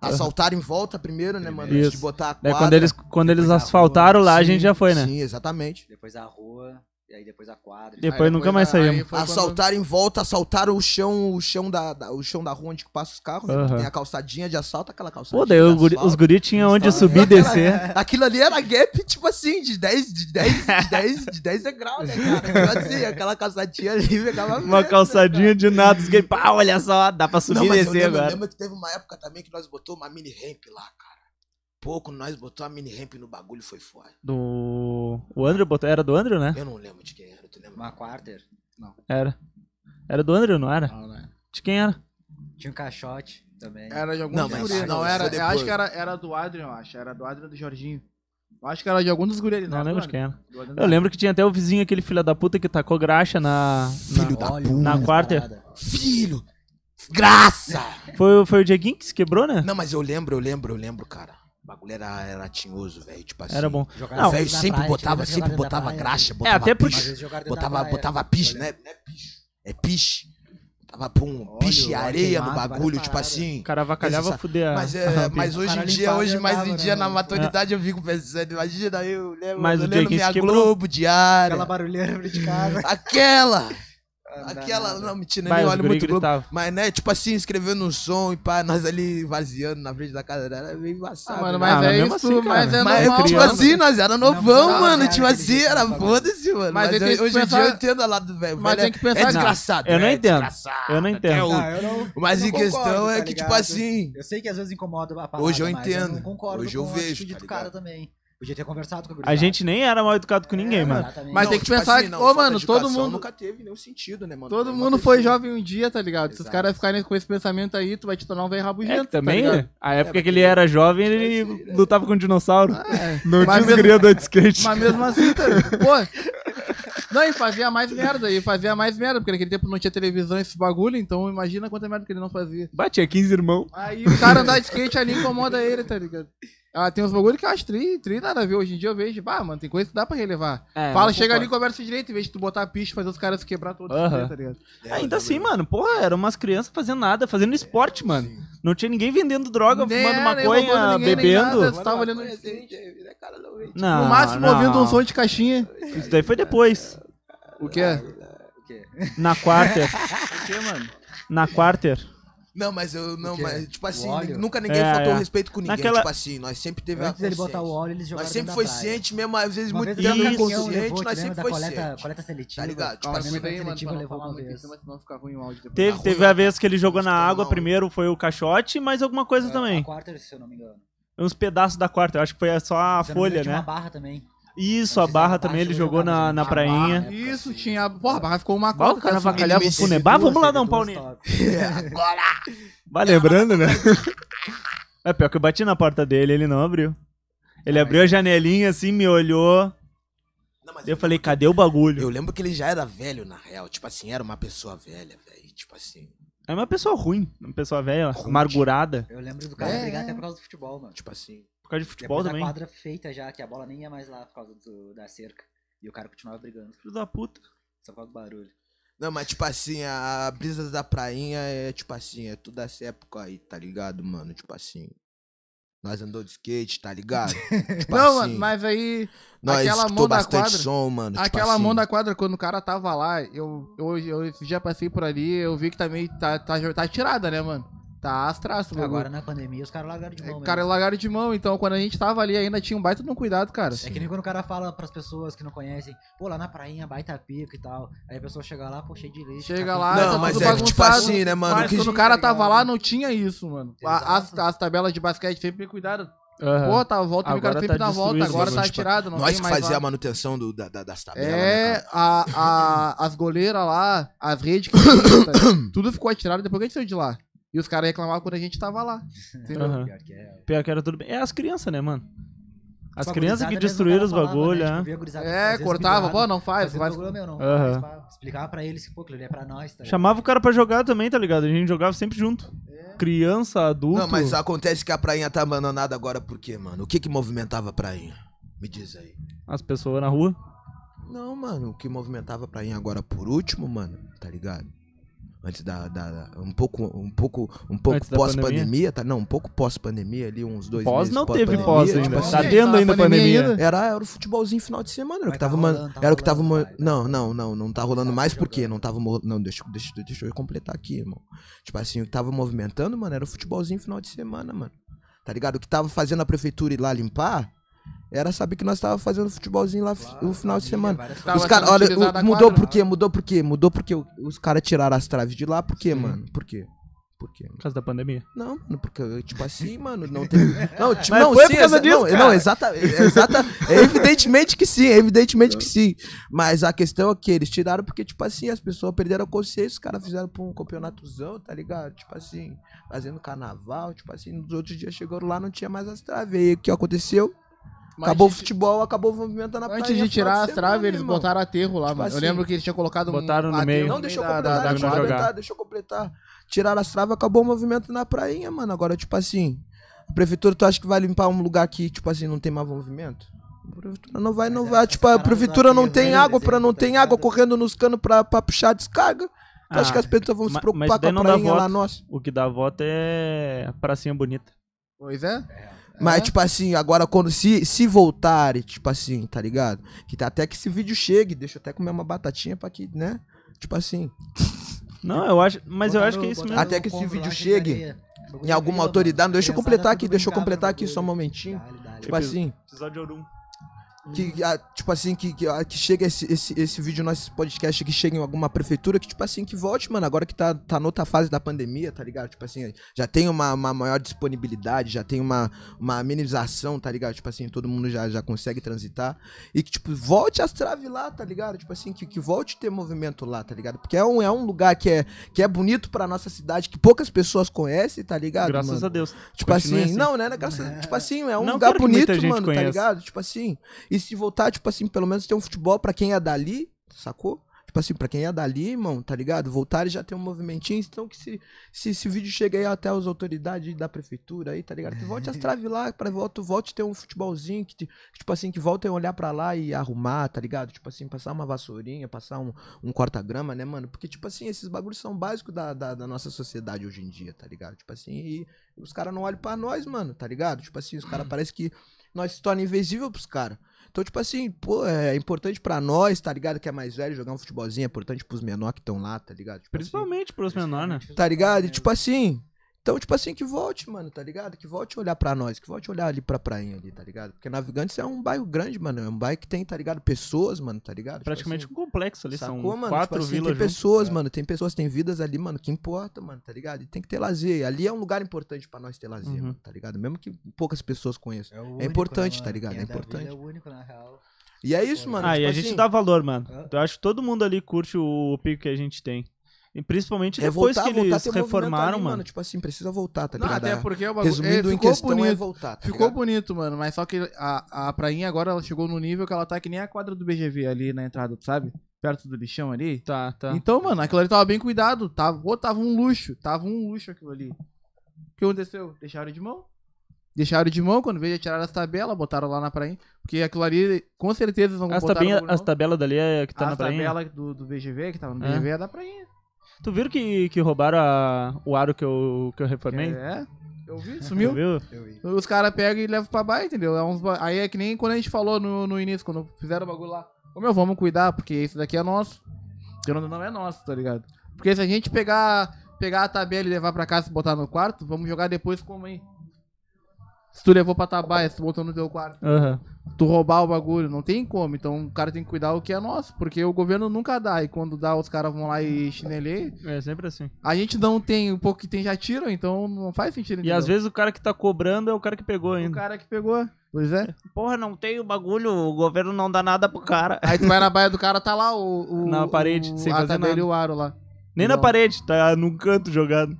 [SPEAKER 4] Assaltaram em volta primeiro, né, mano? Antes de
[SPEAKER 2] Isso.
[SPEAKER 4] botar a quadra.
[SPEAKER 2] Daí quando eles, quando eles
[SPEAKER 5] depois da
[SPEAKER 2] asfaltaram lá, a
[SPEAKER 4] Sim,
[SPEAKER 2] gente já foi, né?
[SPEAKER 4] Sim, exatamente.
[SPEAKER 5] Depois a rua, e aí depois a quadra.
[SPEAKER 2] Depois nunca mais
[SPEAKER 3] aí
[SPEAKER 2] saímos.
[SPEAKER 3] foi quando-
[SPEAKER 4] assaltaram em volta, assaltaram o chão, o chão da, da- o chão da rua onde que passa os carros, né?
[SPEAKER 2] Aham.
[SPEAKER 4] Tem a calçadinha de assalto, aquela calçadinha.
[SPEAKER 2] Pô, daí
[SPEAKER 4] de
[SPEAKER 2] o guri- os
[SPEAKER 4] asfalto.
[SPEAKER 2] guris tinham onde
[SPEAKER 4] Instalar.
[SPEAKER 2] subir e descer.
[SPEAKER 4] Aquilo ali era gap, tipo assim, de 10, de 10, de 10, de
[SPEAKER 2] [LAUGHS]
[SPEAKER 4] 10 degraus, né, cara? Tipo assim, aquela calçadinha ali pegava
[SPEAKER 2] Uma
[SPEAKER 4] mesmo, né, cara?
[SPEAKER 2] calçadinha de nada, os gays, pá, olha só, dá pra subir
[SPEAKER 4] Não,
[SPEAKER 2] e
[SPEAKER 4] mas eu
[SPEAKER 2] descer
[SPEAKER 4] lembro, eu
[SPEAKER 2] agora.
[SPEAKER 4] lembro que teve uma época também que nós botou uma mini ramp lá, cara. Pouco nós botou uma mini ramp no bagulho foi foda.
[SPEAKER 2] Do. O Andrew botou. Era do Andrew, né?
[SPEAKER 4] Eu não lembro de quem era, tu lembra?
[SPEAKER 5] Uma quarter.
[SPEAKER 2] Era. Era do Andrew, não era?
[SPEAKER 3] Não, né?
[SPEAKER 2] De quem era?
[SPEAKER 5] Tinha um caixote também.
[SPEAKER 3] Era de algum
[SPEAKER 4] Não,
[SPEAKER 3] dos
[SPEAKER 4] mas
[SPEAKER 3] guri. né?
[SPEAKER 4] isso
[SPEAKER 3] Não,
[SPEAKER 4] foi
[SPEAKER 3] era. Eu
[SPEAKER 4] depois.
[SPEAKER 3] acho que era, era do Adrian, eu acho. Era do Adrian do Jorginho. Eu acho que era de algum dos guri ali. né,
[SPEAKER 2] Não, lembro de quem era.
[SPEAKER 3] Do Adrian do
[SPEAKER 2] Eu lembro que tinha até o vizinho, aquele filho da puta que tacou graxa na.
[SPEAKER 4] Filho da
[SPEAKER 5] Olha,
[SPEAKER 4] puta.
[SPEAKER 2] Na
[SPEAKER 5] umas
[SPEAKER 2] quarter.
[SPEAKER 5] paradas.
[SPEAKER 4] Filho! Graça!
[SPEAKER 2] na- Foi, o- foi o Dieguinho que se quebrou, né?
[SPEAKER 4] não, mas eu lembro, eu lembro, eu lembro, cara. O bagulho era, era tinhoso, velho. Tipo assim.
[SPEAKER 2] Era bom. É,
[SPEAKER 5] Jogava
[SPEAKER 4] O
[SPEAKER 5] às
[SPEAKER 4] velho
[SPEAKER 5] vezes na
[SPEAKER 4] sempre
[SPEAKER 5] praia,
[SPEAKER 4] botava,
[SPEAKER 5] jogava
[SPEAKER 4] sempre
[SPEAKER 5] dentro da
[SPEAKER 4] botava
[SPEAKER 5] praia.
[SPEAKER 4] graxa, botava
[SPEAKER 2] até por-
[SPEAKER 5] Às
[SPEAKER 4] piche,
[SPEAKER 5] vezes jogava dentro da
[SPEAKER 4] botava,
[SPEAKER 5] praia.
[SPEAKER 4] botava piche, né? Não é piche. É piche. Botava um
[SPEAKER 5] Óleo,
[SPEAKER 4] piche e
[SPEAKER 5] óleo
[SPEAKER 4] areia no
[SPEAKER 5] queimado,
[SPEAKER 4] bagulho,
[SPEAKER 5] várias
[SPEAKER 4] tipo
[SPEAKER 5] paradas.
[SPEAKER 4] assim.
[SPEAKER 2] O cara avacalhava
[SPEAKER 4] Essa-
[SPEAKER 2] a fuder a.
[SPEAKER 4] Mas,
[SPEAKER 2] a
[SPEAKER 4] é,
[SPEAKER 2] rampa.
[SPEAKER 4] mas hoje em
[SPEAKER 5] cara
[SPEAKER 4] dia,
[SPEAKER 5] limpava
[SPEAKER 4] hoje
[SPEAKER 5] e
[SPEAKER 4] mais
[SPEAKER 5] andava,
[SPEAKER 4] em
[SPEAKER 5] né,
[SPEAKER 4] dia na
[SPEAKER 5] mano?
[SPEAKER 4] maturidade eu fico pensando, imagina eu lembro,
[SPEAKER 2] Mas
[SPEAKER 4] eu
[SPEAKER 2] o
[SPEAKER 4] lembro
[SPEAKER 2] Jenkins
[SPEAKER 4] minha
[SPEAKER 2] quebrou.
[SPEAKER 4] Globo diária,
[SPEAKER 5] Aquela barulheira pra de casa.
[SPEAKER 4] aquela,
[SPEAKER 5] Ah, [LAUGHS] não dá
[SPEAKER 4] aquela,
[SPEAKER 5] nada.
[SPEAKER 4] não, mentira,
[SPEAKER 2] Vai,
[SPEAKER 4] nem
[SPEAKER 2] os
[SPEAKER 4] olho
[SPEAKER 2] guri
[SPEAKER 4] muito Globo,
[SPEAKER 2] gritavam.
[SPEAKER 4] mas né, tipo assim, escrevendo um som e pá, nós ali vaziando na frente da casa dela, era meio
[SPEAKER 3] Ah,
[SPEAKER 4] embaçado. né?
[SPEAKER 3] mano, mas
[SPEAKER 2] mas
[SPEAKER 3] é
[SPEAKER 2] mesmo
[SPEAKER 3] isso,
[SPEAKER 2] assim, cara.
[SPEAKER 3] mas é
[SPEAKER 4] Mas,
[SPEAKER 3] normal.
[SPEAKER 4] tipo
[SPEAKER 3] mano.
[SPEAKER 4] assim, nós era novão,
[SPEAKER 5] Não,
[SPEAKER 4] mano,
[SPEAKER 5] não,
[SPEAKER 4] tipo
[SPEAKER 5] era
[SPEAKER 4] assim,
[SPEAKER 5] aquele
[SPEAKER 4] era
[SPEAKER 5] jeito,
[SPEAKER 4] foda-se, mano,
[SPEAKER 3] Mas
[SPEAKER 4] mas,
[SPEAKER 3] eu tenho
[SPEAKER 4] eu-
[SPEAKER 3] que
[SPEAKER 4] hoje em dia
[SPEAKER 3] pensar-
[SPEAKER 4] eu entendo a lado do velho,
[SPEAKER 3] Mas
[SPEAKER 4] velho,
[SPEAKER 3] tem que
[SPEAKER 4] é
[SPEAKER 3] pensar que.
[SPEAKER 4] desgraçado,
[SPEAKER 2] Eu não
[SPEAKER 4] velho, é
[SPEAKER 2] entendo.
[SPEAKER 4] desgraçado.
[SPEAKER 2] Eu não
[SPEAKER 3] é
[SPEAKER 2] entendo.
[SPEAKER 5] Ah, eu não-
[SPEAKER 4] Mas
[SPEAKER 5] eu
[SPEAKER 4] em
[SPEAKER 5] não
[SPEAKER 4] questão
[SPEAKER 5] concordo,
[SPEAKER 4] é
[SPEAKER 5] tá
[SPEAKER 4] que, tipo
[SPEAKER 5] ligado?
[SPEAKER 4] assim,
[SPEAKER 5] Eu sei que às vezes incomoda a parada,
[SPEAKER 4] Hoje eu
[SPEAKER 5] mas eu
[SPEAKER 4] entendo.
[SPEAKER 5] não concordo
[SPEAKER 4] Hoje eu
[SPEAKER 5] com a
[SPEAKER 4] vejo,
[SPEAKER 5] atitude
[SPEAKER 4] tá
[SPEAKER 5] do cara
[SPEAKER 4] ligado?
[SPEAKER 5] também. Podia ter conversado com o
[SPEAKER 2] A gente nem era mal educado com ninguém, mano.
[SPEAKER 3] Mas tem que
[SPEAKER 4] tipo
[SPEAKER 3] pensar que- ô,
[SPEAKER 4] falta
[SPEAKER 3] mano,
[SPEAKER 4] de
[SPEAKER 3] todo
[SPEAKER 4] assim, educação
[SPEAKER 3] mundo-
[SPEAKER 4] nunca teve nenhum sentido, né, mano?
[SPEAKER 3] Todo
[SPEAKER 4] Não
[SPEAKER 3] mundo foi
[SPEAKER 4] teve.
[SPEAKER 3] jovem um dia, tá ligado? Se os
[SPEAKER 5] Exato.
[SPEAKER 3] caras ficarem com esse pensamento aí, tu vai te tornar um velho
[SPEAKER 2] É,
[SPEAKER 3] rabugento.
[SPEAKER 2] que também,
[SPEAKER 3] tá ligado?
[SPEAKER 2] a época
[SPEAKER 4] É,
[SPEAKER 2] que ele
[SPEAKER 4] porque-
[SPEAKER 2] era jovem,
[SPEAKER 4] É isso aí,
[SPEAKER 2] ele
[SPEAKER 4] né?
[SPEAKER 2] lutava com um dinossauro.
[SPEAKER 3] É.
[SPEAKER 2] Não
[SPEAKER 3] Mas [LAUGHS]
[SPEAKER 2] tinha os
[SPEAKER 3] mesmo-
[SPEAKER 2] guria do skate.
[SPEAKER 3] Mas mesmo assim, tá ligado? Pô, Não, e fazia mais merda, e fazia mais merda, porque naquele tempo não tinha televisão esse bagulho, então imagina quanta merda que ele não fazia.
[SPEAKER 2] Batia 15 irmãos.
[SPEAKER 3] Aí o cara andar de skate ali incomoda ele, tá ligado? Ah, tem uns bagulho que eu acho tri, tri nada a ver. Hoje em dia eu vejo, bah, mano, tem coisa que dá pra relevar.
[SPEAKER 2] É,
[SPEAKER 3] Fala, chega ali e conversa direito, em vez de tu botar a pista e fazer os caras se quebrar todos,
[SPEAKER 2] Aham.
[SPEAKER 3] fuder, tá ligado?
[SPEAKER 2] Ainda assim, mano, porra, eram umas crianças fazendo nada, fazendo esporte, mano. Não tinha ninguém vendendo droga,
[SPEAKER 3] Né, Nem
[SPEAKER 2] fumando
[SPEAKER 3] era, nem
[SPEAKER 2] maconha,
[SPEAKER 3] roubando ninguém, nem
[SPEAKER 2] bebendo.
[SPEAKER 3] nada. Você tava olhando- assim.
[SPEAKER 4] é, né,
[SPEAKER 2] Não,
[SPEAKER 3] no máximo
[SPEAKER 2] não.
[SPEAKER 3] ouvindo um som de caixinha.
[SPEAKER 2] Isso daí foi depois.
[SPEAKER 3] O que é? [LAUGHS]
[SPEAKER 2] Na quarter. Na quarter.
[SPEAKER 4] Não, mas eu não,
[SPEAKER 5] O quê?
[SPEAKER 4] mas tipo assim,
[SPEAKER 5] óleo?
[SPEAKER 4] nunca ninguém
[SPEAKER 2] É,
[SPEAKER 4] faltou
[SPEAKER 2] é.
[SPEAKER 4] respeito com ninguém,
[SPEAKER 2] Naquela-
[SPEAKER 4] tipo assim, nós sempre teve
[SPEAKER 5] Antes
[SPEAKER 4] a
[SPEAKER 5] dele botar o
[SPEAKER 4] consciência.
[SPEAKER 5] óleo, eles jogaram
[SPEAKER 4] Nós
[SPEAKER 5] dentro
[SPEAKER 4] sempre
[SPEAKER 5] da
[SPEAKER 4] foi
[SPEAKER 5] praia.
[SPEAKER 4] ciente mesmo, às vezes
[SPEAKER 5] Uma
[SPEAKER 4] muito
[SPEAKER 5] vez
[SPEAKER 4] tempo
[SPEAKER 5] até o caminhão
[SPEAKER 4] inconsciente,
[SPEAKER 5] levou,
[SPEAKER 4] nós
[SPEAKER 5] te
[SPEAKER 4] sempre
[SPEAKER 5] lembra
[SPEAKER 4] foi
[SPEAKER 5] da coleta,
[SPEAKER 4] ciente.
[SPEAKER 5] coleta seletiva.
[SPEAKER 4] Tá ligado? Tipo
[SPEAKER 5] Tipo, a
[SPEAKER 4] assim,
[SPEAKER 5] coleta
[SPEAKER 3] Calma é aí, mano,
[SPEAKER 5] seletiva
[SPEAKER 3] pra não
[SPEAKER 5] levou
[SPEAKER 3] falar
[SPEAKER 5] uma
[SPEAKER 3] muito em
[SPEAKER 5] vez.
[SPEAKER 3] cima, senão fica ruim o áudio depois.
[SPEAKER 2] Teve,
[SPEAKER 4] Tá
[SPEAKER 2] teve
[SPEAKER 4] ruim,
[SPEAKER 2] a vez que ele jogou
[SPEAKER 4] Tá
[SPEAKER 2] na água
[SPEAKER 4] mal.
[SPEAKER 2] primeiro, foi o caixote, mas alguma coisa
[SPEAKER 3] É.
[SPEAKER 5] A
[SPEAKER 2] também.
[SPEAKER 5] quarta, se eu não me engano.
[SPEAKER 2] Uns pedaços da quarta, eu acho que foi só a
[SPEAKER 5] Se eu não me engano,
[SPEAKER 2] folha,
[SPEAKER 5] tinha uma
[SPEAKER 2] né?
[SPEAKER 5] barra também.
[SPEAKER 2] Isso,
[SPEAKER 5] Não
[SPEAKER 2] a
[SPEAKER 5] sei se
[SPEAKER 2] barra
[SPEAKER 5] era
[SPEAKER 2] também
[SPEAKER 5] baixo
[SPEAKER 2] ele
[SPEAKER 5] ou
[SPEAKER 2] jogou
[SPEAKER 5] jogava,
[SPEAKER 2] na,
[SPEAKER 5] mas
[SPEAKER 2] na
[SPEAKER 5] era uma
[SPEAKER 2] prainha.
[SPEAKER 5] barra. época,
[SPEAKER 3] Isso,
[SPEAKER 5] assim.
[SPEAKER 3] tinha. Porra, a barra ficou uma assim,
[SPEAKER 2] Bah,
[SPEAKER 3] cota.
[SPEAKER 2] o cara
[SPEAKER 3] cara,
[SPEAKER 2] avacalhava o
[SPEAKER 4] Teve
[SPEAKER 2] Funebá,
[SPEAKER 5] Duas,
[SPEAKER 2] vamos lá
[SPEAKER 5] teve
[SPEAKER 2] dar um pau
[SPEAKER 5] duas
[SPEAKER 2] nele.
[SPEAKER 5] top.
[SPEAKER 2] [LAUGHS]
[SPEAKER 4] [LAUGHS]
[SPEAKER 2] Vai lembrando, né? É pior que eu bati na porta dele, ele não abriu. Ele
[SPEAKER 5] Ah,
[SPEAKER 2] abriu a janelinha assim, me olhou.
[SPEAKER 4] Não, mas
[SPEAKER 2] Eu falei, cadê o bagulho?
[SPEAKER 4] Eu lembro que ele já era velho, na real. Tipo assim, era uma pessoa velha, velho. Tipo assim.
[SPEAKER 2] É uma pessoa ruim, uma pessoa velha,
[SPEAKER 4] Rude.
[SPEAKER 2] amargurada.
[SPEAKER 5] Eu lembro do cara
[SPEAKER 4] É,
[SPEAKER 5] brigar
[SPEAKER 4] é.
[SPEAKER 5] até por causa do futebol, mano.
[SPEAKER 4] Tipo assim.
[SPEAKER 2] Por causa de futebol
[SPEAKER 5] Depois a
[SPEAKER 2] também.
[SPEAKER 5] quadra feita já, que a bola nem ia mais lá por causa do- da cerca. E o cara continuava brigando,
[SPEAKER 2] Filho da puta.
[SPEAKER 5] só por causa do barulho.
[SPEAKER 4] Não, mas tipo assim, a a brisa da prainha é tipo assim, é tudo essa época aí, tá ligado, mano? Tipo assim. Nós andou de skate, tá
[SPEAKER 3] [LAUGHS]
[SPEAKER 4] ligado? Tipo
[SPEAKER 3] Não,
[SPEAKER 4] assim,
[SPEAKER 3] mano, mas aí.
[SPEAKER 5] Tipo
[SPEAKER 4] nós
[SPEAKER 3] aquela mão
[SPEAKER 4] escutou
[SPEAKER 3] da
[SPEAKER 4] bastante
[SPEAKER 3] quadra-
[SPEAKER 4] som, mano. tipo
[SPEAKER 3] Aquela
[SPEAKER 4] assim.
[SPEAKER 3] mão da quadra, quando o cara tava lá, eu, eu, eu esse dia passei por ali, eu vi que tá meio. Tá, tá, tá tirada, né, mano? Tá as traças, mano.
[SPEAKER 5] Agora na pandemia os caras largaram de mão.
[SPEAKER 3] É,
[SPEAKER 5] mesmo.
[SPEAKER 3] cara, largaram de mão, então quando a gente tava ali ainda tinha um baita de um cuidado, cara.
[SPEAKER 5] É que nem quando o cara fala pras pessoas que não conhecem, pô, lá na prainha, baita pico e tal. Aí a pessoa chega lá, pô, cheio de lixo.
[SPEAKER 3] Chega
[SPEAKER 5] tá tudo
[SPEAKER 3] lá,
[SPEAKER 4] Não,
[SPEAKER 3] tá
[SPEAKER 4] mas
[SPEAKER 3] tudo
[SPEAKER 4] é que, tipo
[SPEAKER 3] bagunçado,
[SPEAKER 4] assim, né, mano?
[SPEAKER 3] Mas
[SPEAKER 4] que-
[SPEAKER 3] quando o cara
[SPEAKER 5] tá ligado?
[SPEAKER 3] tava lá, não tinha isso, mano. A- As,
[SPEAKER 5] Exato.
[SPEAKER 3] as tabelas de basquete sempre cuidaram. Pô, tá, volta, o
[SPEAKER 2] Agora
[SPEAKER 3] cara sempre
[SPEAKER 2] tá
[SPEAKER 3] dá volta.
[SPEAKER 2] destruído,
[SPEAKER 3] Agora tá
[SPEAKER 2] mano, tipo,
[SPEAKER 3] atirado, não
[SPEAKER 4] Nós
[SPEAKER 3] tem
[SPEAKER 4] que
[SPEAKER 3] mais
[SPEAKER 4] fazia
[SPEAKER 3] lá.
[SPEAKER 4] a manutenção do- da- da- das tabelas. né,
[SPEAKER 3] É,
[SPEAKER 4] cara?
[SPEAKER 3] a, [COUGHS] a- as goleiras lá, as redes que tinha, [COUGHS] tá? tudo ficou atirado depois que a gente saiu de lá. E os caras reclamavam quando a gente tava lá. Entendeu?
[SPEAKER 2] Aham.
[SPEAKER 5] tá Pior que é.
[SPEAKER 2] Pior que era tudo bem. É as crianças, né, mano? As
[SPEAKER 5] Tipo,
[SPEAKER 2] crianças
[SPEAKER 5] a gurizada
[SPEAKER 2] que
[SPEAKER 5] mesmo,
[SPEAKER 2] destruíram
[SPEAKER 5] o
[SPEAKER 2] os
[SPEAKER 5] cara falava,
[SPEAKER 2] bagulho,
[SPEAKER 5] né? Tipo,
[SPEAKER 2] né?
[SPEAKER 5] via a gurizada
[SPEAKER 3] É,
[SPEAKER 5] fazendo
[SPEAKER 3] cortava,
[SPEAKER 5] piada,
[SPEAKER 3] pô, não faz,
[SPEAKER 4] Ah,
[SPEAKER 5] fazendo
[SPEAKER 3] vai.
[SPEAKER 5] bagulho, meu, não
[SPEAKER 2] Aham.
[SPEAKER 5] faz, pá. Explicava pra eles que, pô, aquilo ali é pra nós, tá ligado?
[SPEAKER 2] Chamava o cara pra jogar também, tá ligado? A gente jogava sempre junto.
[SPEAKER 5] É.
[SPEAKER 2] Criança, adulto.
[SPEAKER 4] Não, mas acontece que a prainha tá abandonada agora por quê, mano? O que que movimentava a prainha? Me diz aí.
[SPEAKER 2] As pessoas na rua.
[SPEAKER 4] Não, mano, o que movimentava pra mim agora por último, mano, tá ligado? Antes da, da- da- um pouco um pouco um pouco
[SPEAKER 2] Antes da
[SPEAKER 4] pós pandemia, tá? Não, um pouco pós pandemia ali uns dois
[SPEAKER 2] Pós
[SPEAKER 4] meses
[SPEAKER 2] não teve
[SPEAKER 4] pós-pandemia,
[SPEAKER 2] pós
[SPEAKER 4] tipo
[SPEAKER 2] ainda.
[SPEAKER 4] assim,
[SPEAKER 2] tá
[SPEAKER 3] Sim,
[SPEAKER 2] dentro
[SPEAKER 3] tá
[SPEAKER 2] ainda a
[SPEAKER 3] na pandemia
[SPEAKER 2] pandemia.
[SPEAKER 3] ainda.
[SPEAKER 4] Era, era o futebolzinho final de semana, era o que
[SPEAKER 5] Mas tá
[SPEAKER 4] tava, mano,
[SPEAKER 5] rolando, tá
[SPEAKER 4] era o que tava,
[SPEAKER 5] rolando,
[SPEAKER 4] mo-
[SPEAKER 5] vai, tá
[SPEAKER 4] não, não, não, não tá rolando
[SPEAKER 5] Tá
[SPEAKER 4] mais porque
[SPEAKER 5] jogando.
[SPEAKER 4] não tava, mo- não, deixa, deixa, deixa eu completar aqui, irmão. Tipo assim, o que tava movimentando, mano, era o futebolzinho final de semana, mano. Tá ligado? O que tava fazendo a prefeitura ir lá limpar era saber que nós tava fazendo futebolzinho lá
[SPEAKER 5] Claro,
[SPEAKER 4] o final de
[SPEAKER 5] família,
[SPEAKER 4] semana.
[SPEAKER 5] várias
[SPEAKER 3] Tava
[SPEAKER 4] os
[SPEAKER 5] coisas.
[SPEAKER 4] caras,
[SPEAKER 3] sendo
[SPEAKER 4] olha,
[SPEAKER 3] utilizada
[SPEAKER 4] o-
[SPEAKER 3] a
[SPEAKER 4] mudou
[SPEAKER 3] quadra,
[SPEAKER 4] por quê? Mudou por quê? Mudou porque o- os caras tiraram as traves de lá, por quê, mano? Por quê? Por quê?
[SPEAKER 2] Por causa da pandemia.
[SPEAKER 4] Não, mano, porque, tipo [LAUGHS] assim, mano, não tem. Não, tipo,
[SPEAKER 2] Mas
[SPEAKER 4] não,
[SPEAKER 2] foi
[SPEAKER 4] sim,
[SPEAKER 2] por causa
[SPEAKER 4] exa-
[SPEAKER 2] disso,
[SPEAKER 4] não,
[SPEAKER 2] cara.
[SPEAKER 4] não, exata, exata, é evidentemente que sim, é evidentemente que sim. Mas a questão é que eles tiraram porque, tipo assim, as pessoas perderam a consciência, os caras fizeram pra um campeonatozão, tá ligado? Tipo assim, fazendo carnaval, tipo assim, nos outros dias chegaram lá, não tinha mais as traves. E aí, o que aconteceu?
[SPEAKER 3] Mas
[SPEAKER 4] acabou o
[SPEAKER 3] antes-
[SPEAKER 4] futebol, acabou o movimento na
[SPEAKER 3] Antes
[SPEAKER 4] praia,
[SPEAKER 3] de tirar
[SPEAKER 4] final
[SPEAKER 3] as
[SPEAKER 4] de
[SPEAKER 3] traves,
[SPEAKER 4] semana,
[SPEAKER 3] eles
[SPEAKER 4] irmão.
[SPEAKER 3] botaram aterro lá,
[SPEAKER 4] Tipo
[SPEAKER 3] mano.
[SPEAKER 4] assim,
[SPEAKER 3] eu lembro que eles tinham colocado
[SPEAKER 2] botaram
[SPEAKER 3] um
[SPEAKER 2] no
[SPEAKER 3] aterro
[SPEAKER 2] meio.
[SPEAKER 4] Não,
[SPEAKER 3] meio
[SPEAKER 4] deixa eu
[SPEAKER 3] da- da-
[SPEAKER 4] completar,
[SPEAKER 3] da
[SPEAKER 4] deixa eu
[SPEAKER 3] quadra.
[SPEAKER 2] jogar.
[SPEAKER 4] completar, deixa eu completar. Tiraram as travas, acabou o movimento na prainha, mano. Agora, tipo assim, a prefeitura, tu acha que vai limpar um lugar que, tipo assim, não tem mais movimento? A prefeitura não vai, não
[SPEAKER 5] Mas
[SPEAKER 4] vai.
[SPEAKER 5] essas
[SPEAKER 4] Tipo, a
[SPEAKER 5] paradas
[SPEAKER 4] prefeitura não
[SPEAKER 5] aqui,
[SPEAKER 4] tem
[SPEAKER 5] velho,
[SPEAKER 4] água, pra
[SPEAKER 5] desenho,
[SPEAKER 4] não
[SPEAKER 5] tá
[SPEAKER 4] tem
[SPEAKER 5] ligado?
[SPEAKER 4] água correndo nos canos pra, pra puxar a descarga. Tu acha
[SPEAKER 2] Ah,
[SPEAKER 4] que as pessoas vão se
[SPEAKER 2] ma-
[SPEAKER 4] preocupar
[SPEAKER 2] mas
[SPEAKER 4] com
[SPEAKER 2] daí
[SPEAKER 4] a
[SPEAKER 2] não dá
[SPEAKER 4] prainha lá
[SPEAKER 2] voto.
[SPEAKER 4] nossa?
[SPEAKER 2] O que dá voto é a pracinha bonita.
[SPEAKER 3] Pois é.
[SPEAKER 4] Mas, tipo assim, agora quando se, se voltarem, tipo assim, tá ligado? Que tá até que esse vídeo chegue, deixa eu até comer uma batatinha pra que, né? Tipo assim.
[SPEAKER 2] Não, eu acho. Mas eu
[SPEAKER 5] Botaram-
[SPEAKER 2] acho que é isso
[SPEAKER 5] botaram
[SPEAKER 2] mesmo.
[SPEAKER 4] Até que esse
[SPEAKER 5] Congo lá,
[SPEAKER 4] vídeo
[SPEAKER 5] cheio de
[SPEAKER 4] chegue
[SPEAKER 5] areia. Bagulho
[SPEAKER 4] em alguma
[SPEAKER 5] incrível,
[SPEAKER 4] autoridade.
[SPEAKER 5] mano.
[SPEAKER 4] Deixa eu
[SPEAKER 5] Criançada
[SPEAKER 4] completar aqui,
[SPEAKER 5] tudo
[SPEAKER 4] deixa eu
[SPEAKER 5] brincava no
[SPEAKER 4] completar aqui só um
[SPEAKER 5] bagulho.
[SPEAKER 4] momentinho.
[SPEAKER 5] Dá-lhe, dá-lhe.
[SPEAKER 4] Tipo assim,
[SPEAKER 2] Episódio Orum.
[SPEAKER 4] que, ah, tipo assim, que, que, ah, que chega esse, esse, esse vídeo, nosso podcast, que chega em alguma prefeitura, que, tipo assim, que volte, mano, agora que tá, tá noutra fase da pandemia, tá ligado? Tipo assim, já tem uma, uma maior disponibilidade, já tem uma, uma amenização, tá ligado? Tipo assim, todo mundo já, já consegue transitar. E que, tipo, volte as traves lá, tá ligado? Tipo assim, que, que volte a ter movimento lá, tá ligado? Porque é um, é um lugar que é, que é bonito pra nossa cidade, que poucas pessoas conhecem, tá ligado?
[SPEAKER 2] Graças
[SPEAKER 4] mano?
[SPEAKER 2] a Deus.
[SPEAKER 4] Tipo
[SPEAKER 2] Continue
[SPEAKER 4] assim,
[SPEAKER 2] assim.
[SPEAKER 4] não, né? né, graças a- tipo assim, é um
[SPEAKER 2] Não
[SPEAKER 4] lugar
[SPEAKER 2] quero que muita
[SPEAKER 4] bonito,
[SPEAKER 2] gente
[SPEAKER 4] mano,
[SPEAKER 2] conheça.
[SPEAKER 4] tá ligado? Tipo assim, e se voltar, tipo assim, pelo menos ter um futebol pra quem é dali, Sacou? Tipo assim, pra quem é dali, irmão, tá ligado? Voltar e já tem um movimentinho. Então que se, se esse vídeo chega aí até as autoridades da prefeitura aí, tá ligado? Que
[SPEAKER 2] É.
[SPEAKER 4] volte as traves lá, pra volta, volte ter um futebolzinho que, te- que, tipo assim, que voltem a olhar pra lá e arrumar, tá ligado? Tipo assim, passar uma vassourinha, passar um, um corta-grama, né, mano? Porque, tipo assim, esses bagulhos são básicos da, da, da nossa sociedade hoje em dia, tá ligado? Tipo assim, e os caras não olham pra nós, mano, tá ligado? Tipo assim, os
[SPEAKER 2] Uhum.
[SPEAKER 4] caras parece que nós se torna invisível pros caras. Então, tipo assim, pô, é importante pra nós, tá ligado? Que é mais velho jogar um futebolzinho, é importante pros menor que estão lá, tá ligado? Tipo assim,
[SPEAKER 2] Principalmente pros menores, né?
[SPEAKER 4] Tá ligado? E, tipo assim. Então, tipo assim, que volte, mano, tá ligado? Que volte olhar pra nós, que volte olhar ali pra prainha ali, tá ligado? Porque Navegantes é um bairro grande, mano. É um bairro que tem, tá ligado? Pessoas, mano, tá ligado?
[SPEAKER 2] Praticamente um complexo ali, são
[SPEAKER 4] Sacou, mano?
[SPEAKER 2] quatro
[SPEAKER 4] tipo assim,
[SPEAKER 2] vilas
[SPEAKER 4] Tem
[SPEAKER 2] juntas. né?
[SPEAKER 4] pessoas, mano, tem pessoas, tem vidas ali, mano, que importa, mano, tá ligado? E tem que ter lazer. Ali é um lugar importante pra nós ter lazer,
[SPEAKER 2] Uhum.
[SPEAKER 4] mano, tá ligado? Mesmo que poucas pessoas conheçam.
[SPEAKER 5] o
[SPEAKER 4] É importante,
[SPEAKER 5] mano?
[SPEAKER 4] tá ligado?
[SPEAKER 5] Quem
[SPEAKER 4] É
[SPEAKER 5] da vila
[SPEAKER 4] importante.
[SPEAKER 5] É o único, na real.
[SPEAKER 4] E é isso, mano.
[SPEAKER 2] ah,
[SPEAKER 4] tipo
[SPEAKER 2] e a
[SPEAKER 4] assim,
[SPEAKER 2] gente dá valor, mano.
[SPEAKER 5] Ah.
[SPEAKER 2] Eu acho que todo mundo ali curte o pico que a gente tem. E principalmente
[SPEAKER 4] É
[SPEAKER 2] depois
[SPEAKER 4] voltar,
[SPEAKER 2] que
[SPEAKER 4] voltar a
[SPEAKER 2] eles
[SPEAKER 4] ter movimento
[SPEAKER 2] reformaram,
[SPEAKER 4] ali,
[SPEAKER 2] mano.
[SPEAKER 4] Tipo assim, precisa voltar, tá
[SPEAKER 3] Não,
[SPEAKER 4] ligado?
[SPEAKER 3] até porque o bagulho é,
[SPEAKER 4] Resumindo em
[SPEAKER 3] ficou
[SPEAKER 4] questão é
[SPEAKER 3] bonito.
[SPEAKER 4] voltar, tá
[SPEAKER 3] Ficou
[SPEAKER 4] ligado?
[SPEAKER 3] bonito, mano, mas só que a, a prainha agora ela chegou no nível que ela tá que nem a quadra do BGV ali na entrada, sabe? Perto do lixão ali.
[SPEAKER 2] Tá, tá.
[SPEAKER 3] Então, mano, aquilo ali tava bem cuidado. Tava, pô, tava um luxo. Tava um luxo aquilo ali. O que aconteceu? Deixaram de mão. Deixaram de mão quando veio tiraram as tabelas, botaram lá na prainha. Porque aquilo ali, com certeza,
[SPEAKER 4] Então,
[SPEAKER 3] eles não
[SPEAKER 2] As,
[SPEAKER 3] botaram
[SPEAKER 2] tabinha-
[SPEAKER 3] no
[SPEAKER 2] as
[SPEAKER 3] não.
[SPEAKER 2] tabelas dali é que tá
[SPEAKER 3] As
[SPEAKER 2] na prainha.
[SPEAKER 3] tabelas do, do BGV, que tava no
[SPEAKER 2] É.
[SPEAKER 3] BGV, é da prainha.
[SPEAKER 2] Tu viram que, que roubaram a- o aro que eu, que eu reformei?
[SPEAKER 3] É. Eu vi,
[SPEAKER 2] Tu
[SPEAKER 3] sumiu.
[SPEAKER 2] viu?
[SPEAKER 5] Eu vi.
[SPEAKER 3] Os caras pegam e levam pra baixo, entendeu? É uns ba- Aí é que nem quando a gente falou no, no início, quando fizeram o bagulho lá. Ô meu, vamos cuidar, porque isso daqui é nosso. Querendo ou não é nosso, tá ligado? Porque se a gente pegar, pegar a tabela e levar pra casa e botar no quarto, vamos jogar depois como aí. Se tu levou pra tabaia, se tu botou no teu quarto,
[SPEAKER 2] Aham.
[SPEAKER 3] tu roubar o bagulho, não tem como. Então o cara tem que cuidar o que é nosso, porque o governo nunca dá. E quando dá, os caras vão lá e chinelê.
[SPEAKER 2] É sempre assim.
[SPEAKER 3] A gente não tem, o pouco que tem já tiram, então não faz sentido.
[SPEAKER 2] E
[SPEAKER 3] entendeu?
[SPEAKER 2] às vezes o cara que tá cobrando é o cara que pegou
[SPEAKER 3] o
[SPEAKER 2] ainda.
[SPEAKER 3] cara que pegou. Pois é.
[SPEAKER 2] Porra, não tem o bagulho, o governo não dá nada pro cara.
[SPEAKER 3] Aí tu vai na baia do cara, tá lá o.
[SPEAKER 2] [LAUGHS]
[SPEAKER 3] o-
[SPEAKER 2] Na parede,
[SPEAKER 3] o,
[SPEAKER 2] sem
[SPEAKER 3] a
[SPEAKER 2] fazer
[SPEAKER 3] tabela
[SPEAKER 2] nada.
[SPEAKER 3] e o aro lá.
[SPEAKER 2] Nem na
[SPEAKER 3] Não.
[SPEAKER 2] parede, tá num canto jogado.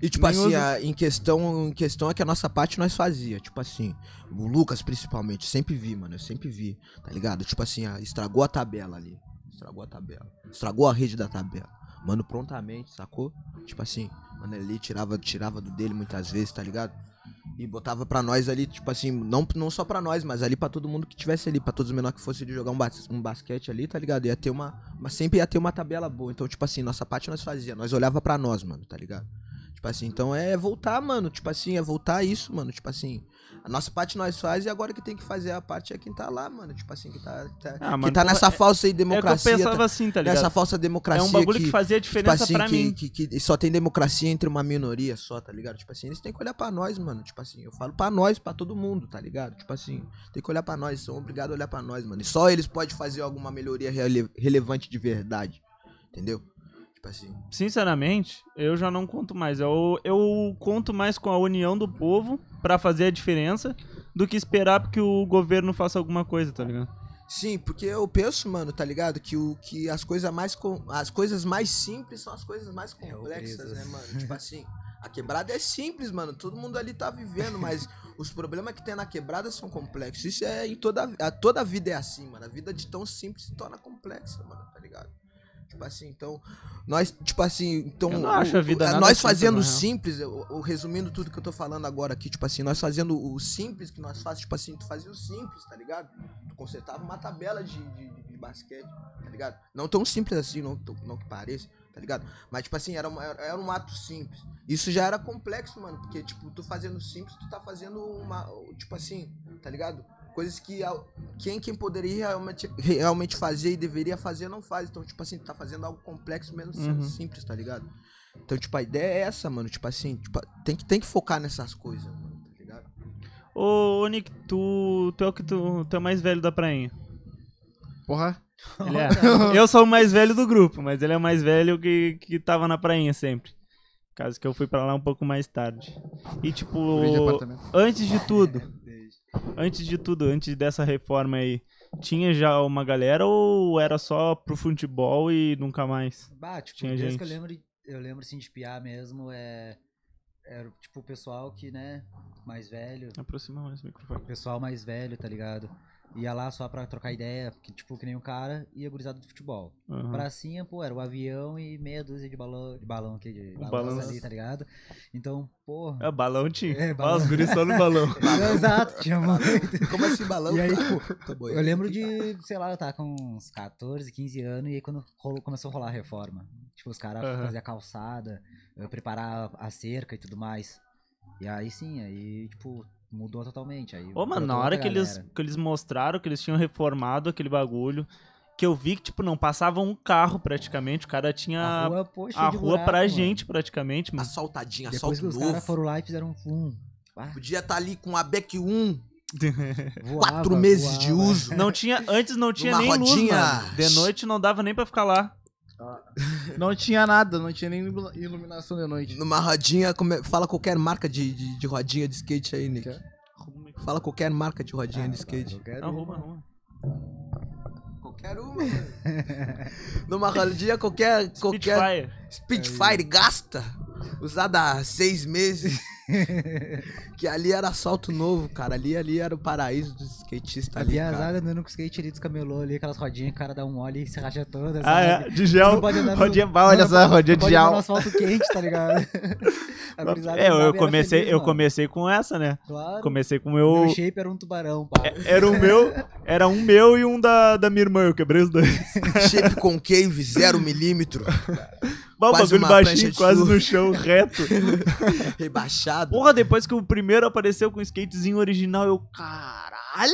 [SPEAKER 4] E tipo
[SPEAKER 3] Nem
[SPEAKER 4] assim,
[SPEAKER 3] usa.
[SPEAKER 4] a- em, questão, em questão é que a nossa parte nós fazia. Tipo assim, o Lucas principalmente, sempre vi, mano, eu sempre vi, tá ligado? Tipo assim, a- estragou a tabela ali. Estragou a tabela. Estragou a rede da tabela. Mano, prontamente, sacou? Tipo assim, mano, ele tirava, tirava do dele muitas vezes, tá ligado? E botava pra nós ali, tipo assim, não, não só pra nós, mas ali pra todo mundo que tivesse ali, pra todos os menores que fosse ali jogar um, bas- um basquete ali, tá ligado? Ia ter uma. Mas sempre ia ter uma tabela boa. Então, tipo assim, nossa parte nós fazia. Nós olhava pra nós, mano, tá ligado? Tipo assim, então é voltar, mano. Tipo assim, é voltar isso, mano. Tipo assim, a nossa parte nós faz e agora que tem que fazer a parte é quem tá lá, mano. Tipo assim, que tá, tá-
[SPEAKER 2] Ah,
[SPEAKER 4] que
[SPEAKER 2] mano,
[SPEAKER 4] tá
[SPEAKER 2] como
[SPEAKER 4] nessa
[SPEAKER 2] é-
[SPEAKER 4] falsa aí
[SPEAKER 2] É que eu
[SPEAKER 4] democracia.
[SPEAKER 2] pensava
[SPEAKER 4] tá-
[SPEAKER 2] assim, tá ligado?
[SPEAKER 4] nessa falsa democracia.
[SPEAKER 2] é um bagulho que,
[SPEAKER 4] que-
[SPEAKER 2] fazia
[SPEAKER 4] Tipo
[SPEAKER 2] diferença
[SPEAKER 4] assim,
[SPEAKER 2] pra
[SPEAKER 4] que,
[SPEAKER 2] mim.
[SPEAKER 4] Que, que só tem democracia entre uma minoria só, tá ligado? Tipo assim, eles têm que olhar pra nós, mano. Tipo assim, eu falo pra nós, pra todo mundo, tá ligado? Tipo assim, tem que olhar pra nós, são obrigados a olhar pra nós, mano. E só eles podem fazer alguma melhoria rele- relevante de verdade, entendeu? Tipo assim,
[SPEAKER 2] Sinceramente, eu já não conto mais. Eu, eu conto mais com a união do povo pra fazer a diferença do que esperar que o governo faça alguma coisa, tá ligado?
[SPEAKER 4] Sim, porque eu penso, mano, tá ligado? Que, o, que as, coisas mais com, as coisas mais simples são as coisas mais
[SPEAKER 5] É, o
[SPEAKER 4] complexas,
[SPEAKER 5] preso.
[SPEAKER 4] né, mano? Tipo assim, a quebrada é simples, mano. Todo mundo ali tá vivendo, mas
[SPEAKER 5] [LAUGHS]
[SPEAKER 4] os problemas que tem na quebrada são complexos. Isso é em toda. A, toda a vida é assim, mano. A vida de tão simples se torna complexa, mano, tá ligado? Tipo assim, então. Nós, tipo assim, então.
[SPEAKER 2] Eu não acho a vida nada
[SPEAKER 4] Nós
[SPEAKER 2] simples,
[SPEAKER 4] fazendo
[SPEAKER 2] na
[SPEAKER 4] o
[SPEAKER 2] real.
[SPEAKER 4] simples, eu, eu resumindo tudo que eu tô falando agora aqui, tipo assim, nós fazendo o simples que nós fazemos, tipo assim, tu fazia o simples, tá ligado? Tu consertava uma tabela de, de, de basquete, tá ligado? Não tão simples assim, não, tão- não que pareça, tá ligado? Mas, tipo assim, era, uma- era um ato simples. Isso já era complexo, mano, porque, tipo, tu fazendo simples, tu tá fazendo uma, tipo assim, tá ligado? Coisas que a- quem, quem poderia realmente, realmente fazer e deveria fazer não faz. Então, tipo assim, tu tá fazendo algo complexo mesmo
[SPEAKER 2] Uhum.
[SPEAKER 4] sendo simples, tá ligado? Então, tipo, a ideia é essa, mano. Tipo assim, tipo, tem, que, tem que focar nessas coisas, mano, tá ligado?
[SPEAKER 5] [LAUGHS]
[SPEAKER 2] Ô, ô, Nick, tu, tu é o que tu, tu é o mais velho da prainha.
[SPEAKER 3] Porra.
[SPEAKER 5] [LAUGHS]
[SPEAKER 2] Ele é. eu sou o mais velho do grupo, mas ele é o mais velho que, que tava na prainha sempre. Caso que eu fui pra lá um pouco mais tarde. E
[SPEAKER 3] Briga
[SPEAKER 5] tá-
[SPEAKER 3] de
[SPEAKER 2] tipo,
[SPEAKER 3] apartamento.
[SPEAKER 2] antes de tudo, antes de tudo, antes dessa reforma aí, tinha já uma galera ou era só pro futebol e nunca mais?
[SPEAKER 5] Bah, tipo,
[SPEAKER 2] Tinha
[SPEAKER 5] desde
[SPEAKER 2] gente.
[SPEAKER 5] que eu lembro, eu lembro assim de piar mesmo, é. Era tipo o pessoal que, né, mais velho.
[SPEAKER 2] Aproxima mais o microfone.
[SPEAKER 5] O pessoal mais velho, tá ligado? Ia lá só pra trocar ideia, que, tipo, que nem um cara, e a gurizada do futebol.
[SPEAKER 2] Aham.
[SPEAKER 5] Pracinha, pô, era o avião e meia dúzia de balão, de balão aqui, de
[SPEAKER 2] Um
[SPEAKER 5] balança
[SPEAKER 2] balanço.
[SPEAKER 5] ali, tá ligado? Então, pô...
[SPEAKER 2] [LAUGHS] É, balão tinha.
[SPEAKER 5] É,
[SPEAKER 2] É,
[SPEAKER 5] balão.
[SPEAKER 2] Os guris só no balão.
[SPEAKER 5] [LAUGHS] Exato, tinha muito.
[SPEAKER 4] Como assim, Tá balão?
[SPEAKER 5] E aí,
[SPEAKER 4] cara? Tô
[SPEAKER 5] Eu
[SPEAKER 4] boiando.
[SPEAKER 5] lembro de, sei lá, eu tava com uns 14, 15 anos, e aí quando rolou- começou a rolar a reforma. Tipo, os caras
[SPEAKER 2] Aham.
[SPEAKER 5] faziam a calçada, eh, preparar a cerca e tudo mais. E aí sim, aí, tipo, mudou totalmente. Aí,
[SPEAKER 2] Ô, mano,
[SPEAKER 5] brotou
[SPEAKER 2] na
[SPEAKER 5] outra
[SPEAKER 2] hora que eles,
[SPEAKER 5] galera.
[SPEAKER 2] que eles mostraram que eles tinham reformado aquele bagulho, que eu vi que, tipo, não passava um carro praticamente, o cara tinha
[SPEAKER 5] A
[SPEAKER 2] a rua,
[SPEAKER 5] rua, pô, cheia de buraco,
[SPEAKER 2] pra
[SPEAKER 5] mano.
[SPEAKER 2] gente praticamente, mas
[SPEAKER 4] Assaltadinha,
[SPEAKER 5] Depois
[SPEAKER 4] assalto
[SPEAKER 5] que os
[SPEAKER 4] novo.
[SPEAKER 5] caras foram lá e fizeram um boom. Ah,
[SPEAKER 4] Podia estar ali com a Beck 1,
[SPEAKER 5] [LAUGHS] voava,
[SPEAKER 4] quatro meses
[SPEAKER 5] voava.
[SPEAKER 4] de uso.
[SPEAKER 2] não tinha, antes [LAUGHS] não tinha
[SPEAKER 4] Numa
[SPEAKER 2] nem luz,
[SPEAKER 4] rodinha.
[SPEAKER 2] mano. De noite não dava nem pra ficar lá.
[SPEAKER 3] Não tinha nada, não tinha nem ilu- iluminação de noite.
[SPEAKER 4] Numa rodinha, como é- fala qualquer marca de, de, de rodinha de skate aí, Nick. Fala qualquer marca de rodinha de skate.
[SPEAKER 5] Ah, Eu quero ir,
[SPEAKER 2] Arruma,
[SPEAKER 5] mano.
[SPEAKER 2] arruma. [LAUGHS]
[SPEAKER 4] Qualquer uma. [LAUGHS] Numa rodinha, qualquer. qualquer
[SPEAKER 2] Spitfire.
[SPEAKER 4] Speedfire gasta. Usada há seis
[SPEAKER 2] [LAUGHS]
[SPEAKER 4] meses. que ali era assalto novo, cara. Ali, ali era o paraíso dos skatistas ali.
[SPEAKER 5] Ali a
[SPEAKER 4] cara.
[SPEAKER 5] azada andando com os skate ali dos camelô ali, aquelas rodinhas, o cara dá um óleo e se racha toda.
[SPEAKER 2] Ah, é, de gel.
[SPEAKER 5] pode andar no-
[SPEAKER 2] [LAUGHS] Rodinha,
[SPEAKER 3] Ah,
[SPEAKER 2] olha
[SPEAKER 5] Mano,
[SPEAKER 2] essa rodinha
[SPEAKER 5] Pode
[SPEAKER 2] de
[SPEAKER 5] andar
[SPEAKER 2] gel.
[SPEAKER 5] no asfalto quente, tá
[SPEAKER 2] [LAUGHS]
[SPEAKER 5] ligado? A gurizada
[SPEAKER 2] É, eu-
[SPEAKER 5] andava e
[SPEAKER 2] eu
[SPEAKER 5] era
[SPEAKER 2] comecei,
[SPEAKER 5] feliz,
[SPEAKER 2] eu
[SPEAKER 5] mano.
[SPEAKER 2] comecei com essa, né?
[SPEAKER 5] Claro.
[SPEAKER 2] Comecei com o
[SPEAKER 5] O
[SPEAKER 2] meu.
[SPEAKER 5] Meu shape era um tubarão, pá.
[SPEAKER 2] Era o meu, era um meu e um da, da minha irmã, eu quebrei
[SPEAKER 5] [LAUGHS]
[SPEAKER 2] os dois.
[SPEAKER 4] Shape
[SPEAKER 2] [LAUGHS]
[SPEAKER 4] concave, 0mm,
[SPEAKER 2] Bah, O bagulho
[SPEAKER 4] Quase uma prancha
[SPEAKER 2] baixinho,
[SPEAKER 4] de
[SPEAKER 2] quase
[SPEAKER 4] surf.
[SPEAKER 2] no chão, reto.
[SPEAKER 4] rebaixado.
[SPEAKER 2] Porra, depois que o primeiro apareceu com o skatezinho original, eu, caralho!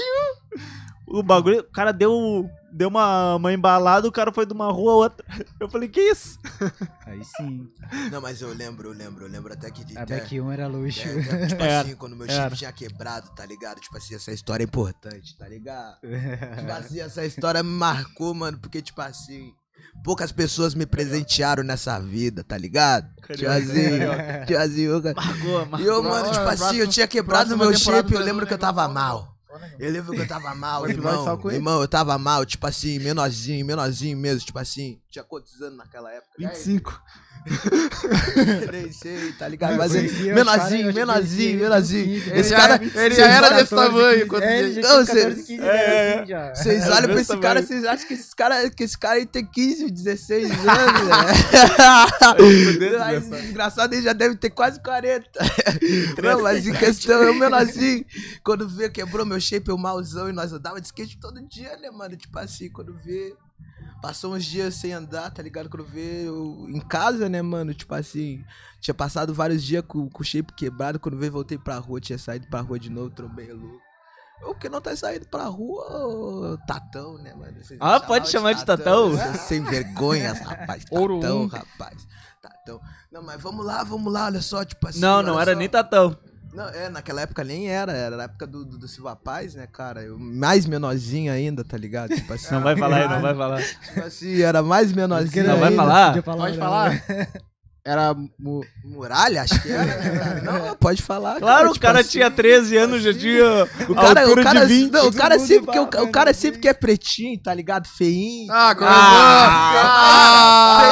[SPEAKER 2] O bagulho, o cara deu, deu uma, uma embalada, o cara foi de uma rua a outra. Eu falei, que isso?
[SPEAKER 5] Aí sim.
[SPEAKER 4] Não, mas eu lembro, eu lembro, eu lembro até que.
[SPEAKER 5] A Back 1 era luxo.
[SPEAKER 4] É, né? tipo
[SPEAKER 2] É, [LAUGHS] Era,
[SPEAKER 4] assim, quando meu chip
[SPEAKER 2] era.
[SPEAKER 4] tinha quebrado, tá ligado? Tipo assim, essa história é importante, tá ligado?
[SPEAKER 2] É.
[SPEAKER 4] Tipo assim, essa história me marcou, mano, porque, tipo assim, poucas pessoas me presentearam nessa vida, tá ligado? assim, tipo
[SPEAKER 2] Carioca,
[SPEAKER 4] Tiozinho, tiozinho. cara.
[SPEAKER 2] Marcou,
[SPEAKER 4] E eu, mano, tipo assim, eu tinha quebrado meu
[SPEAKER 3] próxima temporada
[SPEAKER 4] shape, eu
[SPEAKER 3] nós
[SPEAKER 4] lembro
[SPEAKER 3] vamos
[SPEAKER 4] que eu tava
[SPEAKER 3] levantar um-
[SPEAKER 4] mal. Eu lembro que eu tava mal,
[SPEAKER 3] O episódio só
[SPEAKER 4] irmão.
[SPEAKER 3] com ele.
[SPEAKER 4] Irmão, eu tava mal, tipo assim, menorzinho, menorzinho mesmo, tipo assim. Tinha quantos anos naquela época?
[SPEAKER 2] 25.
[SPEAKER 4] [LAUGHS] Nem sei, tá ligado? Mas
[SPEAKER 5] Conhecia os caras,
[SPEAKER 4] menorzinho,
[SPEAKER 5] eu acho que conhecia
[SPEAKER 4] menorzinho,
[SPEAKER 5] ele
[SPEAKER 4] menorzinho.
[SPEAKER 5] tinha 15,
[SPEAKER 4] Esse
[SPEAKER 5] ele já
[SPEAKER 4] cara, ele já era desse
[SPEAKER 3] 14,
[SPEAKER 4] tamanho.
[SPEAKER 3] 15.
[SPEAKER 4] quando-
[SPEAKER 5] É, ele já
[SPEAKER 4] Não,
[SPEAKER 5] tinha
[SPEAKER 4] cê-
[SPEAKER 5] 14, 15
[SPEAKER 2] é,
[SPEAKER 5] anos assim já.
[SPEAKER 4] Vocês
[SPEAKER 2] Era
[SPEAKER 4] olham pra
[SPEAKER 2] desse
[SPEAKER 4] esse cara,
[SPEAKER 2] tamanho.
[SPEAKER 4] vocês acham que esse cara, que esse cara aí tem 15, 16 anos, né? Mas, engraçado, ele já deve ter quase 40.
[SPEAKER 2] [LAUGHS]
[SPEAKER 4] Não, mas em questão, é eu menorzinho. Quando vê, quebrou meu shape, eu malzão, e nós andava de skate todo dia, né, mano? Tipo assim, quando vê... Passou uns dias sem andar, tá ligado? Quando vê eu em casa, né, mano? Tipo assim, tinha passado vários dias com, com o shape quebrado. Quando veio, voltei pra rua, tinha saído pra rua de novo, trombei o louco. O que não tá saindo pra rua, ô, Tatão, né, mano? Vocês
[SPEAKER 2] Ah,
[SPEAKER 4] me
[SPEAKER 2] pode chamar
[SPEAKER 4] chamavam
[SPEAKER 2] de Tatão?
[SPEAKER 4] Vocês sem vergonhas, rapaz.
[SPEAKER 1] Ouro
[SPEAKER 4] Tatão,
[SPEAKER 1] um.
[SPEAKER 4] rapaz. Tatão. Tá, então, Não, mas vamos lá, vamos lá, olha só, tipo assim.
[SPEAKER 2] Não, não
[SPEAKER 4] olha
[SPEAKER 2] era
[SPEAKER 4] só.
[SPEAKER 2] nem tatão.
[SPEAKER 4] Não, é, naquela época nem era, era na época do, do, do Silva Paz, né, cara? Eu, mais menorzinho ainda, tá ligado? Tipo assim,
[SPEAKER 2] Não
[SPEAKER 4] [LAUGHS]
[SPEAKER 2] vai falar aí, não vai falar.
[SPEAKER 4] tipo assim, era mais menorzinho
[SPEAKER 2] Não vai
[SPEAKER 4] ainda.
[SPEAKER 2] falar?
[SPEAKER 5] Podia
[SPEAKER 3] Pode
[SPEAKER 5] né?
[SPEAKER 3] falar? Era. mu-
[SPEAKER 4] Muralha, acho que era, né, cara? Não, pode falar.
[SPEAKER 2] Claro, o
[SPEAKER 4] tipo
[SPEAKER 2] cara
[SPEAKER 4] assim.
[SPEAKER 2] tinha 13 anos, já tinha
[SPEAKER 4] O cara,
[SPEAKER 2] altura
[SPEAKER 4] o cara,
[SPEAKER 2] de 20.
[SPEAKER 4] não, o cara
[SPEAKER 5] mundo
[SPEAKER 4] sempre que o,
[SPEAKER 5] babando,
[SPEAKER 4] o
[SPEAKER 2] né?
[SPEAKER 4] cara sempre que é pretinho, tá ligado? Feinho.
[SPEAKER 3] Ah, como
[SPEAKER 4] é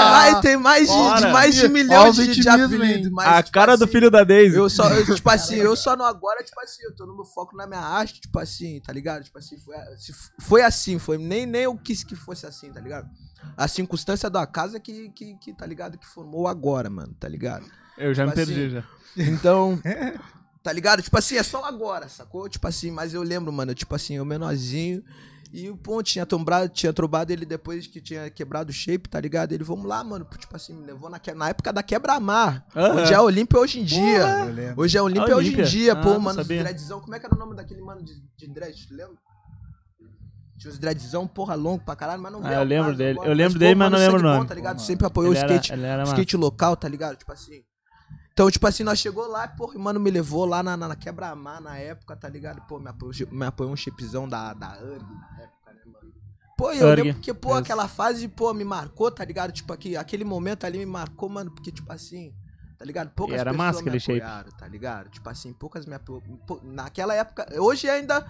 [SPEAKER 4] tem mais, tem mais de, de
[SPEAKER 2] Bora.
[SPEAKER 4] mais de
[SPEAKER 3] Ah, Ó o
[SPEAKER 4] milhões de, de
[SPEAKER 3] vitimismo,
[SPEAKER 4] apelido, mas,
[SPEAKER 2] A
[SPEAKER 4] tipo
[SPEAKER 2] cara do
[SPEAKER 4] assim,
[SPEAKER 2] filho da Daisy.
[SPEAKER 4] Eu só, eu, tipo assim, eu só não agora, tipo assim, eu tô no meu foco na minha arte, tipo assim, tá ligado? Tipo assim, foi, a- se f- foi assim, foi nem, nem eu quis que fosse assim, tá ligado? A circunstância da casa que, que, que, tá ligado, que formou agora, mano, tá ligado?
[SPEAKER 2] Eu já me
[SPEAKER 4] tipo assim,
[SPEAKER 2] perdi, já.
[SPEAKER 5] [LAUGHS]
[SPEAKER 4] Então,
[SPEAKER 5] É.
[SPEAKER 4] tá ligado? Tipo assim, é só agora, sacou? Tipo assim, mas eu lembro, mano, tipo assim, eu menorzinho. E o Pon tinha tombado, tinha trombado ele depois que tinha quebrado o shape, tá ligado? Ele, vamos lá, mano. Tipo assim, me levou na, que- na época da quebra-mar.
[SPEAKER 2] Aham.
[SPEAKER 4] Onde é a Olímpia hoje em dia.
[SPEAKER 5] Eu lembro.
[SPEAKER 4] Hoje é a Olímpia, hoje em
[SPEAKER 2] Olímpia?
[SPEAKER 4] dia,
[SPEAKER 2] Ah,
[SPEAKER 4] pô,
[SPEAKER 2] não
[SPEAKER 4] mano, os
[SPEAKER 2] sabia.
[SPEAKER 4] dreadzão. Como é que era o nome daquele mano de, de dread? Tu lembra? Tinha os dreadzão, porra, longo pra caralho, mas não
[SPEAKER 2] Ah,
[SPEAKER 4] vem
[SPEAKER 2] eu
[SPEAKER 4] ao
[SPEAKER 2] lembro
[SPEAKER 4] caso
[SPEAKER 2] dele.
[SPEAKER 4] agora.
[SPEAKER 2] Eu lembro dele, mas não
[SPEAKER 4] mano,
[SPEAKER 2] lembro o
[SPEAKER 4] sangue bom,
[SPEAKER 2] nome.
[SPEAKER 4] Tá ligado?
[SPEAKER 5] Pô,
[SPEAKER 4] Sempre apoiou
[SPEAKER 2] Ele
[SPEAKER 4] o
[SPEAKER 2] era,
[SPEAKER 4] skate
[SPEAKER 2] ele era massa.
[SPEAKER 4] skate local, tá ligado? Tipo assim. Então, tipo assim, nós chegou lá, porra, e mano, me levou lá na, na, na quebra-mar na época, tá ligado? Pô, me apoiou, me apoiou um chipzão da, da URG na época, né, mano? Pô, e eu
[SPEAKER 2] URG,
[SPEAKER 4] lembro porque, pô,
[SPEAKER 2] isso.
[SPEAKER 4] aquela fase, pô, me marcou, tá ligado? Tipo, aqui, aquele momento ali me marcou, mano, porque, tipo assim, tá ligado? Poucas
[SPEAKER 2] E era
[SPEAKER 4] pessoas
[SPEAKER 2] massa
[SPEAKER 4] me
[SPEAKER 2] aquele shape.
[SPEAKER 4] apoiaram, tá ligado? Tipo assim, poucas me apoiaram. Naquela época, hoje ainda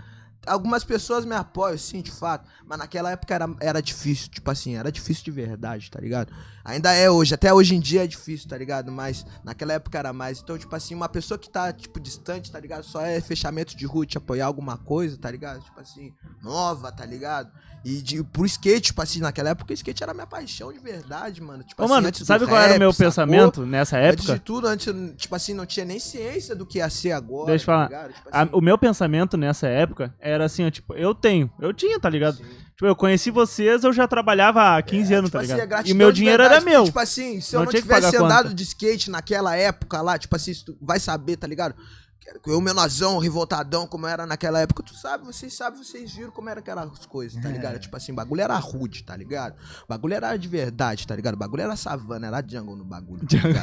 [SPEAKER 4] Algumas pessoas me apoiam, sim, de fato. Mas naquela época era, era difícil, tipo assim, era difícil de verdade, tá ligado? Ainda é hoje, até hoje em dia é difícil, tá ligado? Mas naquela época era mais. Então, tipo assim, uma pessoa que tá, tipo, distante, tá ligado? Só é fechamento de rua, te apoiar alguma coisa, tá ligado? Tipo assim, nova, tá ligado? E de, pro skate, tipo assim, naquela época o skate era minha paixão de verdade, mano. Tipo
[SPEAKER 2] Ô,
[SPEAKER 4] assim,
[SPEAKER 2] mano,
[SPEAKER 4] antes do
[SPEAKER 2] sabe qual era o
[SPEAKER 4] rap,
[SPEAKER 2] meu
[SPEAKER 4] sacou?
[SPEAKER 2] pensamento nessa
[SPEAKER 4] Antes de
[SPEAKER 2] época?
[SPEAKER 4] tudo, antes, eu, tipo assim, não tinha nem ciência do que ia ser agora.
[SPEAKER 2] Deixa eu falar.
[SPEAKER 4] tá ligado? Tipo
[SPEAKER 2] A-
[SPEAKER 4] assim,
[SPEAKER 2] o meu pensamento nessa época era assim, ó, tipo, eu tenho, eu tinha, tá ligado?
[SPEAKER 4] sim.
[SPEAKER 2] Tipo, eu conheci vocês, eu já trabalhava há 15 anos,
[SPEAKER 4] tipo
[SPEAKER 2] tá
[SPEAKER 4] assim, é
[SPEAKER 2] ligado? e
[SPEAKER 4] gratidão
[SPEAKER 2] meu
[SPEAKER 4] de
[SPEAKER 2] dinheiro
[SPEAKER 4] verdade,
[SPEAKER 2] era meu.
[SPEAKER 4] Tipo assim, se
[SPEAKER 2] Não
[SPEAKER 4] eu não
[SPEAKER 2] tinha que pagar
[SPEAKER 4] tivesse
[SPEAKER 2] conta.
[SPEAKER 4] andado de skate naquela época lá, tipo assim, se tu vai saber, tá ligado? Eu, menorzão, revoltadão, como era naquela época, tu sabe, vocês sabem, vocês viram como era aquelas coisas,
[SPEAKER 2] É.
[SPEAKER 4] tá ligado? Tipo assim, bagulho era rude, tá ligado? Bagulho era de verdade, tá ligado? Bagulho era savana, era jungle no bagulho. Tá
[SPEAKER 2] [LAUGHS]
[SPEAKER 4] ligado?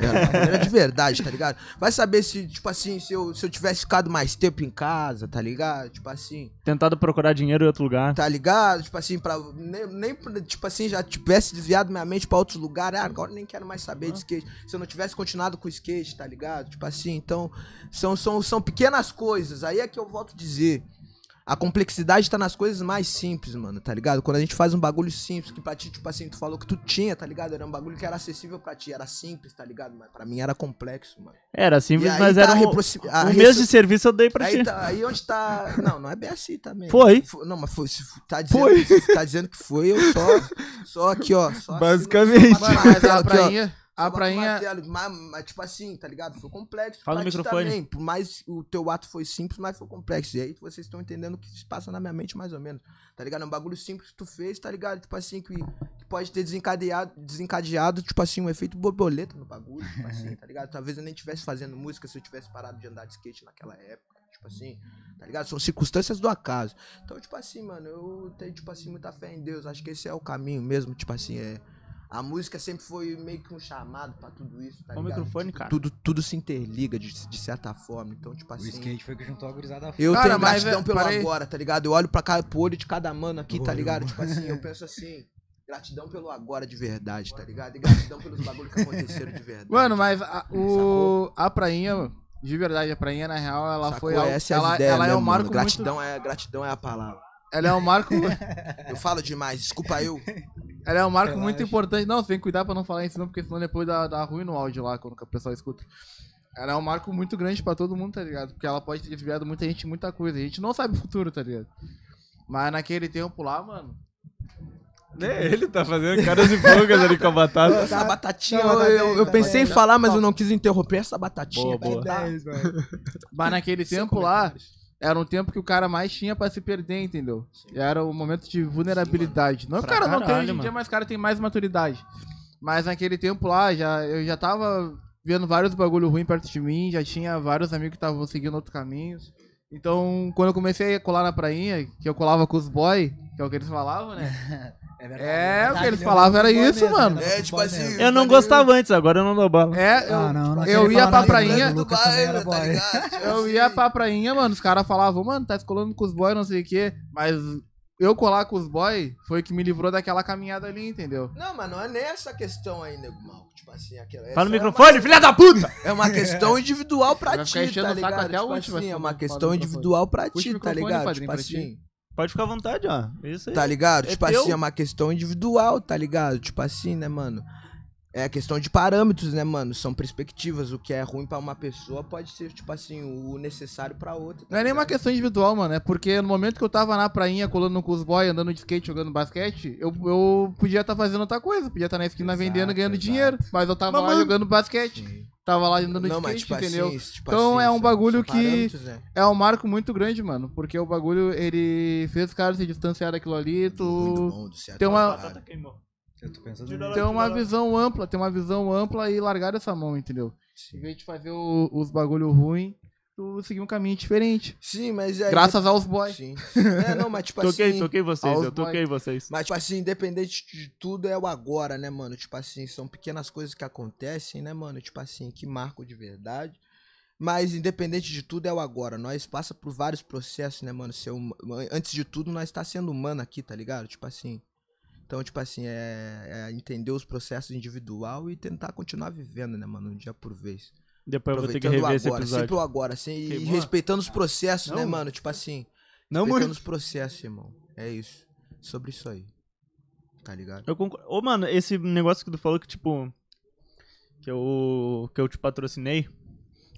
[SPEAKER 4] era, bagulho era de verdade, tá ligado? Vai saber se, tipo assim, se eu, se eu tivesse ficado mais tempo em casa, tá ligado? Tipo assim
[SPEAKER 2] Tentado procurar dinheiro em outro lugar.
[SPEAKER 4] tá ligado? Tipo assim, pra, nem, nem, tipo assim, já tivesse desviado minha mente pra outros lugares, ah, agora nem quero mais saber
[SPEAKER 2] Uhum.
[SPEAKER 4] de skate. Se eu não tivesse continuado com o skate, tá ligado? Tipo assim, então, são, são, são pequenas coisas, aí é que eu volto a dizer. A complexidade tá nas coisas mais simples, mano, tá ligado? Quando a gente faz um bagulho simples, que pra ti, tipo assim, tu falou que tu tinha, tá ligado? Era um bagulho que era acessível pra ti, era simples, tá ligado? Mas pra mim era complexo, mano.
[SPEAKER 2] Era simples,
[SPEAKER 4] E aí
[SPEAKER 2] mas
[SPEAKER 4] tá
[SPEAKER 2] era
[SPEAKER 4] a
[SPEAKER 2] um,
[SPEAKER 4] reproxi- a
[SPEAKER 2] um mês
[SPEAKER 4] resso-
[SPEAKER 2] de serviço eu dei pra ti.
[SPEAKER 1] [LAUGHS]
[SPEAKER 4] Aí, tá- aí onde tá. Não, não é bem assim também.
[SPEAKER 2] Foi.
[SPEAKER 4] Fo- Não, mas foi, se f- tá, dizendo, se tá dizendo que foi, eu só. Só aqui, ó. Só
[SPEAKER 1] Basicamente.
[SPEAKER 4] Aqui,
[SPEAKER 3] Mano,
[SPEAKER 4] no-
[SPEAKER 3] mas
[SPEAKER 4] só
[SPEAKER 3] Tipo, a
[SPEAKER 4] aqui, ó,
[SPEAKER 3] prainha.
[SPEAKER 4] só
[SPEAKER 3] A
[SPEAKER 4] bato o
[SPEAKER 3] prainha.
[SPEAKER 4] martelo, Mas, mas, tipo assim, tá ligado? Foi complexo.
[SPEAKER 2] Fala
[SPEAKER 4] pra
[SPEAKER 2] no
[SPEAKER 4] ti
[SPEAKER 2] microfone.
[SPEAKER 4] Também, por mais o teu ato foi simples, mas foi complexo. E aí vocês estão entendendo o que se passa na minha mente, mais ou menos. Tá ligado? É um bagulho simples que tu fez, tá ligado? Tipo assim, que, que pode ter desencadeado, desencadeado, tipo assim, um efeito borboleta no bagulho,
[SPEAKER 2] [LAUGHS]
[SPEAKER 4] tipo assim, tá ligado? Talvez eu nem estivesse fazendo música se eu tivesse parado de andar de skate naquela época. Tipo assim, tá ligado? São circunstâncias do acaso. Então, tipo assim, mano, eu tenho, tipo assim, muita fé em Deus. Acho que esse é o caminho mesmo, tipo assim, é. A música sempre foi meio que um chamado pra tudo isso, tá
[SPEAKER 2] Ó o
[SPEAKER 4] ligado?
[SPEAKER 2] microfone, cara.
[SPEAKER 4] Tudo, tudo se interliga de, de certa forma. Então, tipo
[SPEAKER 5] O
[SPEAKER 4] assim.
[SPEAKER 5] skate foi o que é juntou a gurizada
[SPEAKER 4] Eu
[SPEAKER 3] Cara,
[SPEAKER 4] tenho
[SPEAKER 3] mas,
[SPEAKER 4] gratidão
[SPEAKER 3] é,
[SPEAKER 4] pelo
[SPEAKER 3] parei.
[SPEAKER 4] agora, tá ligado? Eu olho pra cada, pro olho de cada mano aqui, tá
[SPEAKER 5] Olho.
[SPEAKER 4] ligado? Tipo assim, eu penso assim. Gratidão pelo agora de verdade, tá ligado? E gratidão pelos bagulhos que aconteceram de verdade.
[SPEAKER 3] Mano, mas a, o, a prainha, mano, de verdade, a prainha, na real, ela
[SPEAKER 4] Sacou?
[SPEAKER 3] foi. algo-
[SPEAKER 4] Essa é
[SPEAKER 3] ela,
[SPEAKER 4] a ideia,
[SPEAKER 3] ela é
[SPEAKER 4] mesmo,
[SPEAKER 3] um marco
[SPEAKER 4] mano.
[SPEAKER 3] muito.
[SPEAKER 4] Gratidão, é, gratidão é a palavra.
[SPEAKER 3] Ela é
[SPEAKER 4] [LAUGHS]
[SPEAKER 3] um marco.
[SPEAKER 4] Eu falo demais, desculpa eu. [LAUGHS]
[SPEAKER 3] Ela é um marco
[SPEAKER 5] Relaxa.
[SPEAKER 3] muito importante. Não, você tem que cuidar pra não falar isso, não, porque senão depois dá, dá ruim no áudio lá, quando o pessoal escuta. Ela é um marco muito grande pra todo mundo, tá ligado? Porque ela pode ter desviado muita gente, muita coisa. A gente não sabe o futuro, tá ligado? Mas naquele tempo lá, mano.
[SPEAKER 1] Né, ele tá fazendo caras e bocas ali com a batata.
[SPEAKER 4] Essa batatinha,
[SPEAKER 5] Não,
[SPEAKER 4] eu,
[SPEAKER 5] tá
[SPEAKER 4] eu-
[SPEAKER 5] bem,
[SPEAKER 4] eu
[SPEAKER 5] tá
[SPEAKER 4] pensei
[SPEAKER 5] bem.
[SPEAKER 4] em falar, mas eu não quis interromper essa batatinha.
[SPEAKER 2] Boa, boa.
[SPEAKER 4] Tá, tá.
[SPEAKER 3] Mas naquele
[SPEAKER 5] é
[SPEAKER 3] tempo lá, era um tempo que o cara mais tinha pra se perder, entendeu? E Era o momento de vulnerabilidade. não, o
[SPEAKER 2] Pra
[SPEAKER 3] cara não tem
[SPEAKER 2] caralho,
[SPEAKER 3] hoje em dia,
[SPEAKER 2] mano.
[SPEAKER 3] mas o cara tem mais maturidade. Mas naquele tempo lá, já, eu já tava vendo vários bagulho ruim perto de mim, já tinha vários amigos que estavam seguindo outros caminhos. Então, quando eu comecei a colar na prainha, que eu colava com os boy, que é o que eles falavam,
[SPEAKER 2] [LAUGHS]
[SPEAKER 3] né?
[SPEAKER 5] É,
[SPEAKER 3] É, o que eles falavam era isso, mano.
[SPEAKER 4] É, tipo assim,
[SPEAKER 2] Eu não gostava antes, agora eu não dou bola.
[SPEAKER 3] É, eu,
[SPEAKER 5] Ah, não, não
[SPEAKER 3] eu
[SPEAKER 5] queria
[SPEAKER 3] ia
[SPEAKER 5] falar
[SPEAKER 3] pra
[SPEAKER 5] nada,
[SPEAKER 3] prainha,
[SPEAKER 5] né? Lucas também
[SPEAKER 4] tá
[SPEAKER 5] era boy.
[SPEAKER 4] Tipo
[SPEAKER 3] Eu ia
[SPEAKER 4] assim.
[SPEAKER 3] pra prainha, mano, os caras falavam, mano, tá se colando com os boys, não sei o quê. Mas eu colar com os boys foi o que me livrou daquela caminhada ali, entendeu?
[SPEAKER 4] Não, mas não é nem essa questão aí, nego mal. Tipo assim, aquela. essa
[SPEAKER 2] Fala no
[SPEAKER 4] é
[SPEAKER 2] microfone, filha da puta!
[SPEAKER 4] uma- É uma questão individual pra
[SPEAKER 3] Vai ficar
[SPEAKER 4] ti,
[SPEAKER 3] enchendo
[SPEAKER 4] tá
[SPEAKER 3] o saco
[SPEAKER 4] ligado?
[SPEAKER 3] até a
[SPEAKER 4] Tipo
[SPEAKER 3] última,
[SPEAKER 4] assim, é
[SPEAKER 3] se
[SPEAKER 4] uma
[SPEAKER 3] não falar
[SPEAKER 4] questão
[SPEAKER 3] no microfone.
[SPEAKER 4] individual pra
[SPEAKER 3] Puxa o
[SPEAKER 4] ti, tá
[SPEAKER 3] microfone,
[SPEAKER 4] ligado?
[SPEAKER 3] padrinho,
[SPEAKER 4] Tipo
[SPEAKER 3] pra
[SPEAKER 4] assim.
[SPEAKER 2] Pode ficar à vontade, ó. Isso aí.
[SPEAKER 4] Tá ligado?
[SPEAKER 2] É
[SPEAKER 4] tipo
[SPEAKER 2] teu.
[SPEAKER 4] assim, é uma questão individual, tá ligado? Tipo assim, né, mano? É a questão de parâmetros, né, mano? São perspectivas. O que é ruim pra uma pessoa pode ser, tipo assim, o necessário pra outra.
[SPEAKER 3] Não é nem
[SPEAKER 4] nenhuma
[SPEAKER 3] uma questão individual, mano. É porque no momento que eu tava na prainha colando com os boys, andando de skate, jogando basquete, eu, eu podia estar fazendo outra coisa. Podia estar na esquina
[SPEAKER 5] Exato,
[SPEAKER 3] vendendo, ganhando
[SPEAKER 5] exato.
[SPEAKER 3] dinheiro. Mas eu tava lá
[SPEAKER 2] Mamando.
[SPEAKER 3] jogando basquete. Tava lá andando de
[SPEAKER 4] é Não, mas
[SPEAKER 3] skate,
[SPEAKER 4] tipo
[SPEAKER 3] entendeu?
[SPEAKER 4] assim, isso, tipo
[SPEAKER 3] Então
[SPEAKER 4] assim,
[SPEAKER 3] é um
[SPEAKER 4] são-
[SPEAKER 3] bagulho
[SPEAKER 4] são
[SPEAKER 3] que-
[SPEAKER 4] parâmetros, né?
[SPEAKER 3] É um marco muito grande, mano. Porque o bagulho, ele fez os caras se distanciar daquilo ali.
[SPEAKER 4] Muito
[SPEAKER 3] Tu
[SPEAKER 4] bom, do tá certo
[SPEAKER 3] tem uma-
[SPEAKER 4] lado.
[SPEAKER 2] Batata queimou.
[SPEAKER 5] Eu tô pensando
[SPEAKER 2] Tirou
[SPEAKER 5] nisso.
[SPEAKER 3] tem uma visão ampla, tem uma visão ampla e largar essa mão, entendeu? Em vez de fazer o- os bagulho ruim, tu seguir um caminho diferente.
[SPEAKER 4] Sim, mas aí...
[SPEAKER 3] Graças aos boys.
[SPEAKER 4] Sim. É, não, mas tipo
[SPEAKER 2] Toquei,
[SPEAKER 4] assim...
[SPEAKER 2] toquei vocês,
[SPEAKER 3] aos
[SPEAKER 2] eu toquei vocês.
[SPEAKER 4] Mas, tipo assim, independente de tudo, é o agora, né, mano? Tipo assim, são pequenas coisas que acontecem, né, mano? Tipo assim, que marcam de verdade. Mas, independente de tudo, é o agora. Nós passa por vários processos, né, mano? Ser hum- Antes de tudo, nós tá sendo humano aqui, tá ligado? Tipo assim. Então, tipo assim, é, é entender os processos individual e tentar continuar vivendo, né, mano? Um dia por vez.
[SPEAKER 2] Depois eu vou ter que
[SPEAKER 4] Aproveitando o
[SPEAKER 2] rever esse
[SPEAKER 4] agora, tipo,
[SPEAKER 2] episódio.
[SPEAKER 4] Sempre o agora, assim, e
[SPEAKER 2] Queimou?
[SPEAKER 4] respeitando os processos, né,
[SPEAKER 2] Não.
[SPEAKER 4] mano? Tipo assim,
[SPEAKER 1] Não muito.
[SPEAKER 4] Pequenos processos, irmão. É isso. Sobre isso aí. Tá ligado?
[SPEAKER 2] Eu concordo. Ô, mano, esse negócio que tu falou que, tipo. Que eu, que eu te patrocinei.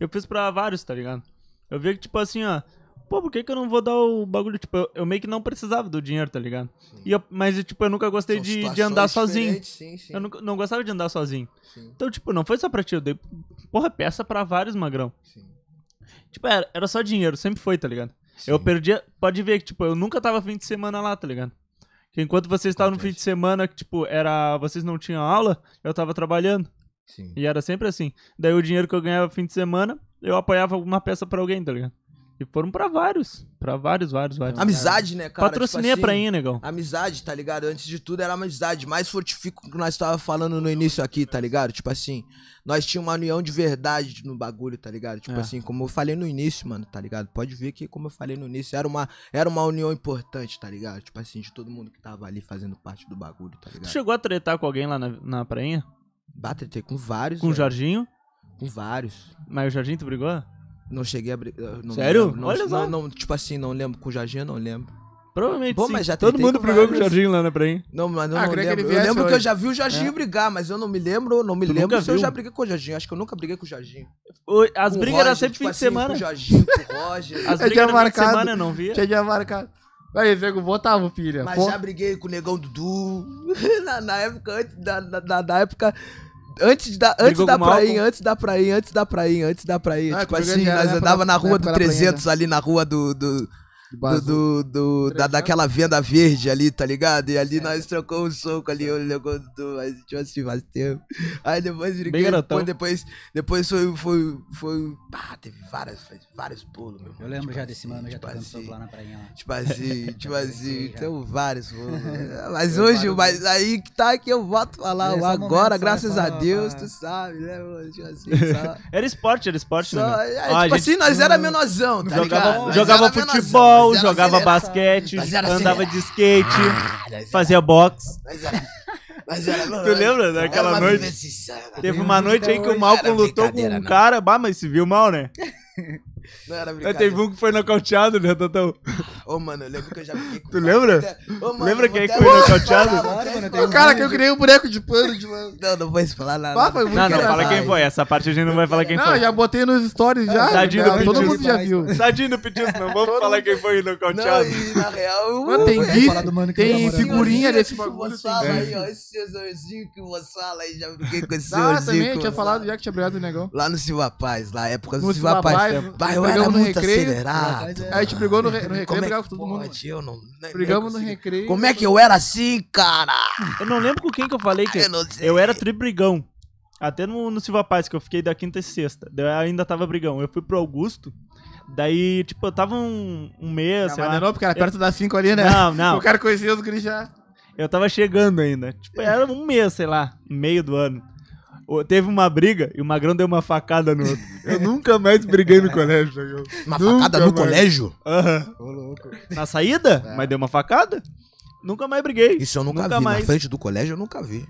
[SPEAKER 2] Eu fiz pra vários, tá ligado? Eu vi que, tipo assim, ó. Pô, por que, que eu não vou dar o bagulho? Tipo, eu, eu meio que não precisava do dinheiro, tá ligado? E eu- mas, tipo, eu nunca gostei
[SPEAKER 4] São
[SPEAKER 2] de, de
[SPEAKER 4] situações
[SPEAKER 2] andar sozinho.
[SPEAKER 4] diferentes, Sim, sim.
[SPEAKER 2] Eu nunca- não, gostava de andar sozinho.
[SPEAKER 4] Sim.
[SPEAKER 2] Então, tipo, não foi só pra ti. Eu dei, porra, peça pra vários, magrão.
[SPEAKER 4] Sim.
[SPEAKER 2] Tipo, era, era só dinheiro, sempre foi, tá ligado? Eu
[SPEAKER 4] Sim.
[SPEAKER 2] perdia. Pode ver que, tipo, eu nunca tava fim de semana lá, tá ligado? Que enquanto vocês estavam no fim
[SPEAKER 4] Acontece.
[SPEAKER 2] de semana, que, tipo, era. Vocês não tinham aula, eu tava trabalhando.
[SPEAKER 4] Sim.
[SPEAKER 2] E era sempre assim. Daí o dinheiro que eu ganhava fim de semana, eu apoiava alguma peça pra alguém, tá ligado? E foram pra vários. Pra vários, vários, vários.
[SPEAKER 4] Amizade, né, cara?
[SPEAKER 2] Patrocinei
[SPEAKER 4] Tipo
[SPEAKER 2] pra
[SPEAKER 4] assim,
[SPEAKER 2] aí, negão.
[SPEAKER 4] Amizade, tá ligado? Antes de tudo era amizade. Mais fortifica o que nós tava falando no início aqui, tá ligado? Tipo assim, nós tínhamos uma união de verdade no bagulho, tá ligado? Tipo
[SPEAKER 2] É.
[SPEAKER 4] assim, como eu falei no início, mano, tá ligado? Pode ver que, como eu falei no início, era uma, era uma união importante, tá ligado? Tipo assim, de todo mundo que tava ali fazendo parte do bagulho, tá
[SPEAKER 2] Tu
[SPEAKER 4] ligado?
[SPEAKER 2] chegou a tretar com alguém lá na, na prainha?
[SPEAKER 4] Batetei com vários.
[SPEAKER 2] Com o
[SPEAKER 4] velho.
[SPEAKER 2] Jorginho?
[SPEAKER 4] Com vários.
[SPEAKER 2] Mas o Jorginho tu brigou?
[SPEAKER 4] Não cheguei a brigar. não
[SPEAKER 2] Sério?
[SPEAKER 4] lembro, não-
[SPEAKER 2] Olha só.
[SPEAKER 4] Não, não, tipo assim, não lembro. Com o Jorginho, não lembro.
[SPEAKER 2] Provavelmente
[SPEAKER 4] Pô,
[SPEAKER 2] sim.
[SPEAKER 4] mas já
[SPEAKER 2] Todo
[SPEAKER 4] tentei
[SPEAKER 2] mundo
[SPEAKER 4] com
[SPEAKER 2] brigou com o
[SPEAKER 4] vários.
[SPEAKER 2] Jorginho lá na prainha.
[SPEAKER 4] Não, mas eu
[SPEAKER 3] Ah,
[SPEAKER 4] não
[SPEAKER 3] queria que
[SPEAKER 4] lembro.
[SPEAKER 3] ele
[SPEAKER 4] eu
[SPEAKER 3] viesse
[SPEAKER 4] lembro que eu
[SPEAKER 3] hoje.
[SPEAKER 4] já vi o Jorginho
[SPEAKER 2] É.
[SPEAKER 4] brigar, mas eu não me lembro, não me
[SPEAKER 2] Tu
[SPEAKER 4] lembro
[SPEAKER 2] nunca
[SPEAKER 4] se eu
[SPEAKER 2] viu?
[SPEAKER 4] já briguei com o Jorginho. Acho que eu nunca briguei com o Jorginho.
[SPEAKER 2] O- As
[SPEAKER 4] Com o
[SPEAKER 2] brigas eram
[SPEAKER 4] Roger,
[SPEAKER 2] sempre
[SPEAKER 4] tipo
[SPEAKER 2] fim de
[SPEAKER 4] assim,
[SPEAKER 2] semana.
[SPEAKER 4] Com o Jorginho, com o Roger.
[SPEAKER 2] As
[SPEAKER 3] Eu
[SPEAKER 2] brigas
[SPEAKER 3] tinha
[SPEAKER 2] eram fim de
[SPEAKER 3] marcado.
[SPEAKER 2] semana, eu não via.
[SPEAKER 3] Tinha dia marcado. Aí, Zego, votava, filha.
[SPEAKER 4] Mas
[SPEAKER 3] Pô,
[SPEAKER 4] já briguei com o Negão Dudu. [LAUGHS] na, na época, antes da, na, na- na época. Antes da, antes
[SPEAKER 2] Brigou
[SPEAKER 4] da
[SPEAKER 2] com o Malcolm?
[SPEAKER 4] prainha, antes da prainha, antes da prainha, antes da prainha.
[SPEAKER 3] Ah,
[SPEAKER 4] tipo
[SPEAKER 3] comigo
[SPEAKER 4] assim,
[SPEAKER 3] já era
[SPEAKER 4] nós
[SPEAKER 3] na época
[SPEAKER 4] andava
[SPEAKER 3] da-
[SPEAKER 4] na rua do
[SPEAKER 3] na época da prainha, né?
[SPEAKER 4] 300, ali na rua do- do,
[SPEAKER 3] do
[SPEAKER 4] do,
[SPEAKER 3] Bazu.
[SPEAKER 4] do,
[SPEAKER 5] um
[SPEAKER 4] do- da, daquela venda verde ali, tá ligado? E
[SPEAKER 5] É.
[SPEAKER 4] ali nós trocamos um soco ali, eu levou do. Aí tipo assim, faz tempo. Aí depois briguei,
[SPEAKER 2] garotão.
[SPEAKER 4] depois, depois, depois foi. foi, foi pá, teve várias, foi vários pulos, meu irmão,
[SPEAKER 5] Eu lembro
[SPEAKER 4] tipo
[SPEAKER 5] já desse
[SPEAKER 4] assim,
[SPEAKER 5] mano, já
[SPEAKER 4] tipo
[SPEAKER 5] tocando
[SPEAKER 4] assim,
[SPEAKER 5] soco lá na prainha lá.
[SPEAKER 4] Tipo
[SPEAKER 5] [LAUGHS]
[SPEAKER 4] assim, tipo assim,
[SPEAKER 5] presenciei já.
[SPEAKER 4] tem vários pulos.
[SPEAKER 5] [LAUGHS]
[SPEAKER 4] né? Mas hoje, mas aí que tá que eu volto a falar
[SPEAKER 5] É, só um
[SPEAKER 4] agora,
[SPEAKER 5] momento, só
[SPEAKER 4] graças
[SPEAKER 5] pra-
[SPEAKER 4] a Deus,
[SPEAKER 5] pra-
[SPEAKER 4] tu sabe, né, mano? Tipo
[SPEAKER 5] [LAUGHS]
[SPEAKER 4] assim, só.
[SPEAKER 2] Era esporte, era esporte.
[SPEAKER 4] Só,
[SPEAKER 2] né?
[SPEAKER 4] é,
[SPEAKER 2] Ah,
[SPEAKER 4] tipo
[SPEAKER 2] a gente-
[SPEAKER 4] assim, nós era menorzão, tá
[SPEAKER 5] um
[SPEAKER 4] ligado?
[SPEAKER 2] Jogava,
[SPEAKER 4] Nós
[SPEAKER 2] jogava
[SPEAKER 4] era menorzão,
[SPEAKER 2] futebol,
[SPEAKER 4] nós era
[SPEAKER 2] jogava
[SPEAKER 4] acelerado.
[SPEAKER 2] basquete,
[SPEAKER 4] Mas era assim, né?
[SPEAKER 2] andava
[SPEAKER 4] acelerado.
[SPEAKER 2] de skate,
[SPEAKER 4] Ah, nós era-
[SPEAKER 2] fazia boxe.
[SPEAKER 4] Mas era. Mas era
[SPEAKER 2] Tu lembra daquela
[SPEAKER 4] Era uma
[SPEAKER 2] noite?
[SPEAKER 4] vivência insana.
[SPEAKER 2] Teve uma noite aí que o
[SPEAKER 4] hoje
[SPEAKER 2] Malcolm
[SPEAKER 4] era
[SPEAKER 2] lutou com
[SPEAKER 4] brincadeira,
[SPEAKER 2] um
[SPEAKER 4] não.
[SPEAKER 2] cara, bah, mas se viu mal, né?
[SPEAKER 4] Não era
[SPEAKER 2] Aí
[SPEAKER 4] brincadeira.
[SPEAKER 2] teve um que foi nocauteado, né, Totão?
[SPEAKER 4] Ô, mano, eu lembro que eu já fiquei com.
[SPEAKER 2] Tu lembra?
[SPEAKER 4] Ô, mano,
[SPEAKER 2] Lembra
[SPEAKER 4] vou
[SPEAKER 2] quem
[SPEAKER 4] até
[SPEAKER 2] foi
[SPEAKER 4] falar,
[SPEAKER 2] nocauteado?
[SPEAKER 4] mano, vou até
[SPEAKER 3] O cara que eu criei um boneco de pano de mano.
[SPEAKER 4] Não, não vou falar nada.
[SPEAKER 3] Ah, foi muito
[SPEAKER 2] Não, não
[SPEAKER 3] engraçado.
[SPEAKER 2] fala quem foi. Essa parte a gente não vai falar quem
[SPEAKER 3] Não,
[SPEAKER 2] foi.
[SPEAKER 3] já botei nos stories
[SPEAKER 4] É,
[SPEAKER 3] já.
[SPEAKER 2] Tadinho
[SPEAKER 3] cara,
[SPEAKER 2] do
[SPEAKER 3] todo
[SPEAKER 2] Pitu.
[SPEAKER 3] mundo já viu.
[SPEAKER 2] Tadinho do Pitis, não vamos falar quem foi
[SPEAKER 4] Não,
[SPEAKER 2] nocauteado.
[SPEAKER 4] e na real.
[SPEAKER 3] Mano, tem
[SPEAKER 5] Vamos falar do mano
[SPEAKER 3] gif,
[SPEAKER 5] que tá
[SPEAKER 3] tem
[SPEAKER 5] namorando.
[SPEAKER 3] figurinha
[SPEAKER 4] esse
[SPEAKER 3] desse bagulho. tem-
[SPEAKER 4] fala aí, ó. Esse sensorzinho que você fala aí, já fiquei com esse sensorzinho.
[SPEAKER 3] Ah, também,
[SPEAKER 4] que
[SPEAKER 3] tinha
[SPEAKER 4] você-
[SPEAKER 3] falado já que tinha brigado o negão.
[SPEAKER 4] Lá no Silva Paz, lá, época do
[SPEAKER 3] No
[SPEAKER 4] Silva
[SPEAKER 3] Silva
[SPEAKER 4] Paz.
[SPEAKER 3] Paz,
[SPEAKER 4] Vai, eu era
[SPEAKER 3] brigamos no
[SPEAKER 4] muito
[SPEAKER 3] recreio,
[SPEAKER 4] acelerado.
[SPEAKER 5] Silva Paz é-
[SPEAKER 3] Aí a gente brigou no, re- no
[SPEAKER 4] Como
[SPEAKER 3] recreio,
[SPEAKER 4] é
[SPEAKER 3] brigava
[SPEAKER 4] que
[SPEAKER 3] com todo mundo.
[SPEAKER 4] pode? Eu não, nem- nem
[SPEAKER 3] Brigamos no
[SPEAKER 4] consegui.
[SPEAKER 3] recreio.
[SPEAKER 4] Como é que eu era assim, cara?
[SPEAKER 2] Eu não lembro com quem que eu falei que.
[SPEAKER 4] Eu não sei.
[SPEAKER 2] Eu era tribrigão. Até no, no Silva Paz, que eu fiquei da quinta e sexta. Daí Eu ainda tava brigão. Eu fui pro Augusto. Daí, tipo, eu tava um, um mês,
[SPEAKER 3] Não,
[SPEAKER 2] sei
[SPEAKER 3] mas não,
[SPEAKER 2] lá.
[SPEAKER 3] é não, porque era perto das 5 ali, né?
[SPEAKER 2] Não, não.
[SPEAKER 3] O cara conhecia os gris já.
[SPEAKER 2] Eu tava chegando ainda. Tipo, era um mês, sei lá. Meio do ano. Ô, Teve uma briga e o Magrão deu uma facada no outro. Eu nunca mais briguei no colégio. eu-
[SPEAKER 4] Uma
[SPEAKER 2] Nunca
[SPEAKER 4] facada no
[SPEAKER 2] mais.
[SPEAKER 4] colégio?
[SPEAKER 2] Aham. Na saída? Mas deu uma facada? Nunca mais briguei.
[SPEAKER 4] Isso eu nunca,
[SPEAKER 2] Nunca
[SPEAKER 4] vi.
[SPEAKER 2] mais.
[SPEAKER 4] Na frente do colégio eu nunca vi.